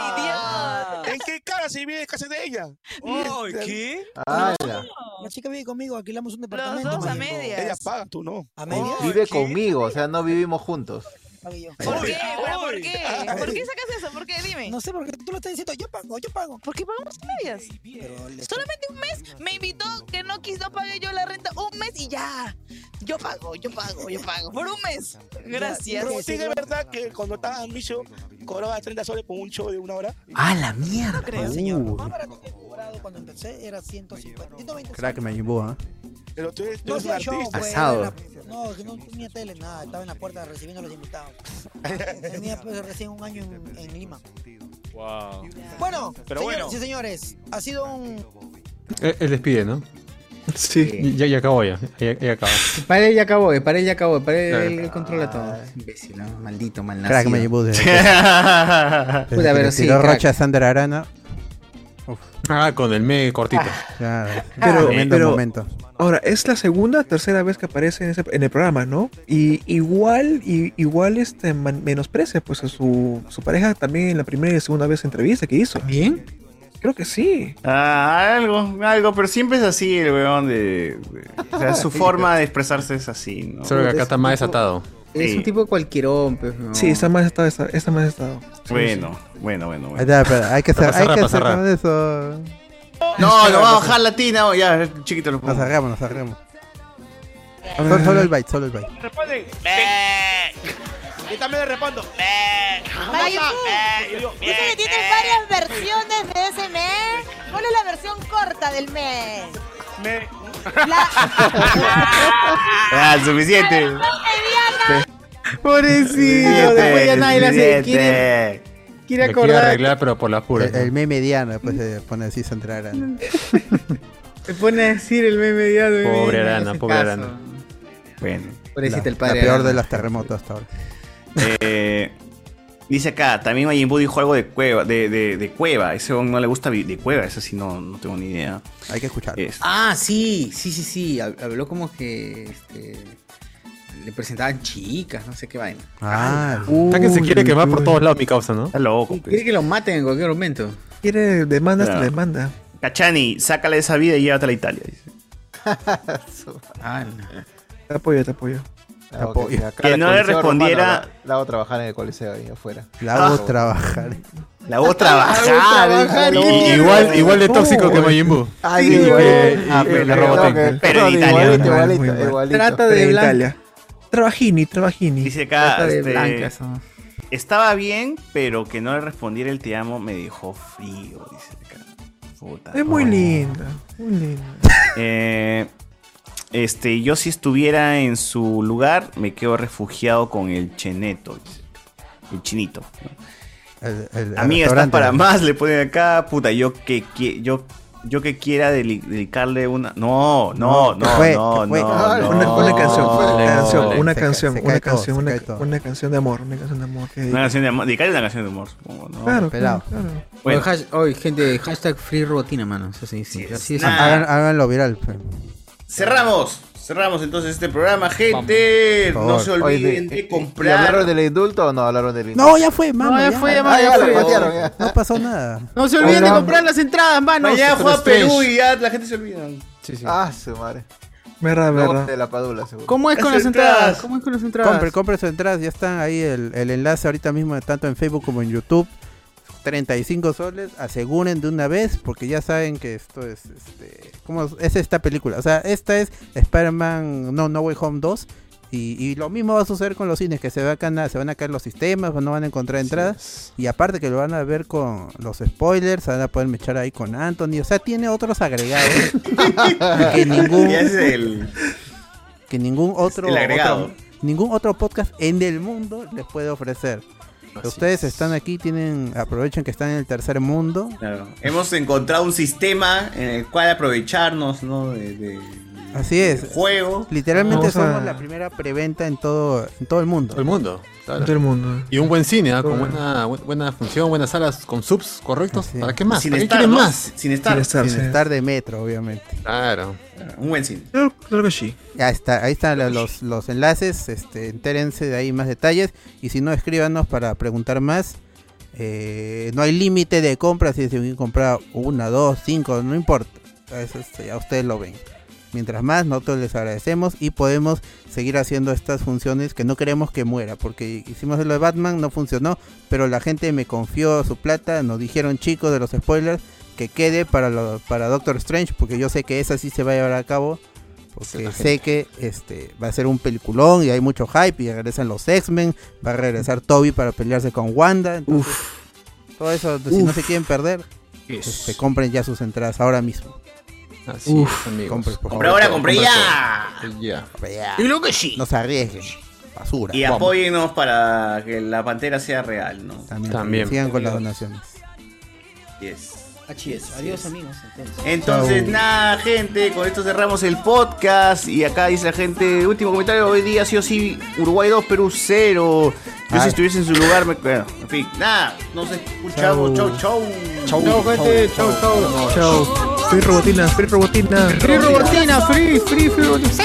S12: Ay, Dios.
S9: Ah. ¿En qué cara se vive casa de ella?
S19: Ay,
S9: ¿qué?
S5: ¡Hala!
S19: La chica vive conmigo, alquilamos un departamento. Majin Buu.
S9: Ella paga, tú no.
S19: ¿A medias?
S5: Vive conmigo, o sea, no vivimos juntos.
S19: Pague yo.
S12: ¿Por qué? ¿Pero ¿Por qué? ¿Por qué sacas eso? ¿Por qué? Dime.
S19: No sé por qué tú lo estás diciendo, yo pago, yo pago.
S12: ¿Por qué pagamos a medias?
S19: Pero le-
S12: Solamente un mes me invitó que no quiso pagar yo la renta un mes y ya. Yo pago, yo pago, yo pago. Por un mes. Gracias.
S9: Robotín, es verdad que cuando estaba en Micho cobraba 30 soles por un show de una hora.
S1: ¡Ah, la mierda!
S19: creo,
S4: Uh,
S19: Cuando empecé era 150, 120.
S4: crack Majin Buu, ¿ah?
S9: Pero tú eres, tú
S19: No
S9: eres un
S19: hacía show,
S9: artista.
S19: pues,
S4: Asado.
S19: era la- No, que no tenía tele, nada, estaba en la puerta recibiendo a los invitados. Tenía pues, recién un año en, en Lima.
S5: Wow.
S19: Bueno,
S5: Pero
S19: señores
S5: bueno.
S19: y señores, ha sido un
S2: E-, Él, él despide, ¿no?
S34: Sí.
S2: Ya, ya acabó ya. Ya, ya acabó.
S1: Para él ya acabó, eh, para él ya acabó, para él,
S2: Claro.
S1: él controla todo. Imbécil, ¿no? maldito, malnacido.
S4: Crack Majin Buu. desde que- desde
S1: Puta,
S4: que
S1: pero
S4: le
S1: sí,
S4: tiró
S1: crack.
S4: Rocha a Sandra Arana.
S2: Ah, con el me cortito.
S7: Pero,
S4: Tremendo
S7: pero
S4: momento.
S7: ahora es la segunda, tercera vez que aparece en, ese- en el programa, ¿no? Y igual, y, igual este man- menosprecia pues a su, su pareja también en la primera y la segunda vez entrevista que hizo.
S1: ¿Bien?
S7: Creo que sí.
S3: Ah, algo, algo, pero siempre es así el weón de. de- o sea, su forma de expresarse es así, ¿no?
S2: Solo que acá está más desatado.
S1: Es un tipo cualquierón, pues.
S7: Sí, está más estado, está, está más estado.
S3: Bueno, bueno, bueno, bueno.
S4: Ahí está, pero hay que
S3: Para
S4: ser, hay
S3: cerrar,
S4: que
S3: para
S4: ser
S3: cerrar.
S4: con eso.
S3: No, lo va a bajar latina. o Ya, chiquito lo
S4: Nos
S3: pongo.
S4: arreglamos, nos arreglamos. Solo, solo el bite, solo el bite.
S9: Responden. Yo también le respondo. pues.
S35: Majin
S3: Eh,
S35: Buu,
S9: Y yo,
S35: uh, dice que tienes varias versiones de ese mes. ¿Cuál es la versión corta del mes?
S9: Me.
S3: Ah, suficiente.
S1: Pobrecito, después ya nadie le hace. Quiere,
S3: Suficiente.
S1: quiere
S2: Me quiere
S1: acordar.
S2: arreglar, pero por las puras.
S4: El, el meme mediano, pues se pone así Sandra Arana.
S1: Se pone a decir el meme ya de
S2: Pobre
S1: meme,
S2: Arana,
S1: hace
S2: pobre
S1: caso.
S2: Arana.
S3: Bueno.
S1: Pobrecito
S4: La-
S1: el padre.
S4: La peor
S1: Arana.
S4: de los terremotos hasta ahora.
S3: Eh, dice acá, también Majin Buu dijo algo de cueva, de, de, de cueva. Ese weón no le gusta vi- de cueva, eso sí no, no tengo ni idea.
S4: Hay que escuchar.
S1: Ah, sí, sí, sí, sí. hab- Habló como que este, le presentaban chicas, no sé qué vaina.
S4: Ah,
S2: Está que se
S1: uy,
S2: quiere quemar
S1: uy,
S2: por
S1: uy.
S2: todos lados mi causa, ¿no? Está
S3: loco.
S5: Pues
S1: Quiere que lo maten en cualquier momento.
S7: Quiere demanda
S3: Claro.
S7: hasta demanda.
S3: Cachani, sácala de esa vida y llévatela a Italia. dice.
S1: Ah,
S7: Te apoyo, te apoyo.
S4: Ah,
S5: Apoyo.
S3: Que no le respondiera-
S5: La hago trabajar en el coliseo ahí afuera. Ah.
S4: La
S1: Ah.
S4: hago trabajar.
S3: La voz trabajar.
S5: trabajar,
S3: dice.
S5: qué
S3: No.
S5: mierda.
S2: Igual, igual de tóxico que
S5: Uy.
S2: Majin Buu.
S5: Ay,
S2: Y-
S5: igual.
S2: y-
S5: Ah,
S2: y-
S5: pero
S2: y
S5: creo que-
S2: Robotech.
S3: Pero en
S5: Igualito,
S3: Italia.
S5: igualito,
S3: ¿no?
S5: igualito, igualito.
S7: Trata
S3: Pero
S7: de
S3: en
S7: blanca.
S3: Italia.
S7: Trabajini, trabajini.
S3: Dice acá,
S1: Trata de
S3: este,
S1: blanca, eso.
S3: estaba bien, pero que no le respondiera el te amo me dejó frío. Dice acá. Puta.
S7: Es muy linda, muy linda.
S3: Eh, este, yo si estuviera en su lugar, me quedo refugiado con el cheneto. dice. El chinito. ¿no?
S4: El- el- el
S3: Amiga, estás
S4: restaurante.
S3: para más, le ponen acá, puta, yo que, qui- yo, yo que quiera deli- dedicarle una. No, no, no,
S4: No,
S3: no,
S4: que fue,
S3: no,
S4: que fue.
S3: no,
S7: Una, una canción, una canción, una
S4: Se ca-
S7: canción,
S4: se
S7: una
S4: cae todo,
S7: canción,
S4: se
S7: una,
S4: cae todo.
S7: una canción de amor, una canción de amor. que-
S3: Una canción de amor, dedicarle una canción de amor, supongo, ¿no?
S7: Claro,
S4: pelado.
S7: claro, claro.
S3: Bueno.
S1: Oye, hash- oye, gente, hashtag free robotina, mano. Eso sí, sí. Así es.
S3: nada.
S4: Hagan- Háganlo viral. pe.
S3: Cerramos, cerramos entonces este programa, gente.
S5: Por
S3: No
S5: favor.
S3: se olviden
S5: Oye,
S3: de,
S5: ¿y- y- ¿Y hablaron
S3: comprar.
S5: del indulto o no hablaron del indulto?
S4: No, ya fue, mano.
S1: No, ya fue, mano,
S4: Ah,
S1: ya
S4: lo
S1: fue.
S4: patearon, ya. No pasó nada.
S1: No se olviden de
S3: Ah,
S1: comprar las entradas, mano.
S3: Mañana
S1: Doctor
S3: juega
S1: Strange.
S3: Perú y ya la gente se olvida.
S5: Ah, su madre.
S7: Verdad,
S8: Luego
S7: verdad.
S8: de la padula, seguro.
S1: ¿Cómo es con las entradas? ¿Cómo es con las entradas?
S4: Compre, compre sus entradas, ya están ahí el, el enlace ahorita mismo, tanto en Facebook como en YouTube. 35 soles, aseguren de una vez, porque ya saben que esto es, este, ¿cómo es? es esta película? O sea, esta es Spider-Man No, no Way Home 2. Y, y lo mismo va a suceder con los cines, que se, va a cana- se van a caer los sistemas, pues, no van a encontrar entradas. Y aparte que lo van a ver con los spoilers, van a poder mechar ahí con Anthony. O sea, tiene otros agregados que ningún
S3: Ya es el-
S4: que ningún otro,
S3: el agregado.
S4: otro- ningún otro podcast en el mundo les puede ofrecer. Ustedes están aquí, tienen aprovechen que están en el tercer mundo.
S3: Hemos encontrado un sistema en el cual aprovecharnos, ¿no? De, de-
S4: Así es.
S3: Juego.
S4: Literalmente
S3: Vamos a-
S4: somos la primera preventa en todo en todo el mundo.
S2: el mundo. claro.
S4: Todo el
S7: mundo.
S2: Y un buen cine, ¿ah? con
S4: Todo.
S2: buena, bu- buena función, buenas salas con subs correctos. ¿Para qué más?
S4: Sin
S2: ¿Para qué
S4: estar,
S2: quieren
S4: ¿no?
S2: más?
S3: Sin
S4: Sin estar, sin estar de metro, obviamente.
S2: Claro.
S3: Un buen cine.
S7: Claro, claro que sí.
S4: Ya está, ahí están lo- los, los enlaces, este, entérense de ahí más detalles y si no escríbanos para preguntar más. Eh, no hay límite de compras, si se quieren comprar una, dos, cinco, no importa. Eso este, ya ustedes lo ven. Mientras más, nosotros les agradecemos y podemos seguir haciendo estas funciones que no queremos que muera, porque hicimos lo de Batman, no funcionó, pero la gente me confió su plata, nos dijeron chicos de los spoilers que quede para, lo- para Doctor Strange, porque yo sé que esa sí se va a llevar a cabo, porque sé que este va a ser un peliculón y hay mucho hype y regresan los X-Men, va a regresar Toby para pelearse con Wanda, entonces todo eso, si no
S2: Uf.
S4: se quieren perder,
S2: Yes.
S4: este, compren ya sus entradas ahora mismo.
S2: Así es, amigos.
S4: compren, por
S3: Compré
S4: favor.
S3: ahora, compré ya.
S2: Ya.
S4: Ya.
S3: Y lo que sí.
S4: No se arriesguen. Basura.
S3: Y
S4: Vamos.
S3: apóyennos para que la pantera sea real, ¿no?
S4: También. Sigan con las donaciones.
S3: Yes.
S6: Adiós, amigos. Entonces.
S3: Entonces,
S6: Chau.
S3: nada, gente, con esto cerramos el podcast. Y acá dice la gente, último comentario, hoy día sí o sí, Uruguay 2, Perú 0. Yo si estuviese en su lugar, me... bueno, en fin, nada, nos escuchamos, chau, chau.
S7: Chau.
S3: gente, chau, chau.
S7: Chao. Free robotina, free robotina.
S1: Free robotina, free, free, free robotina.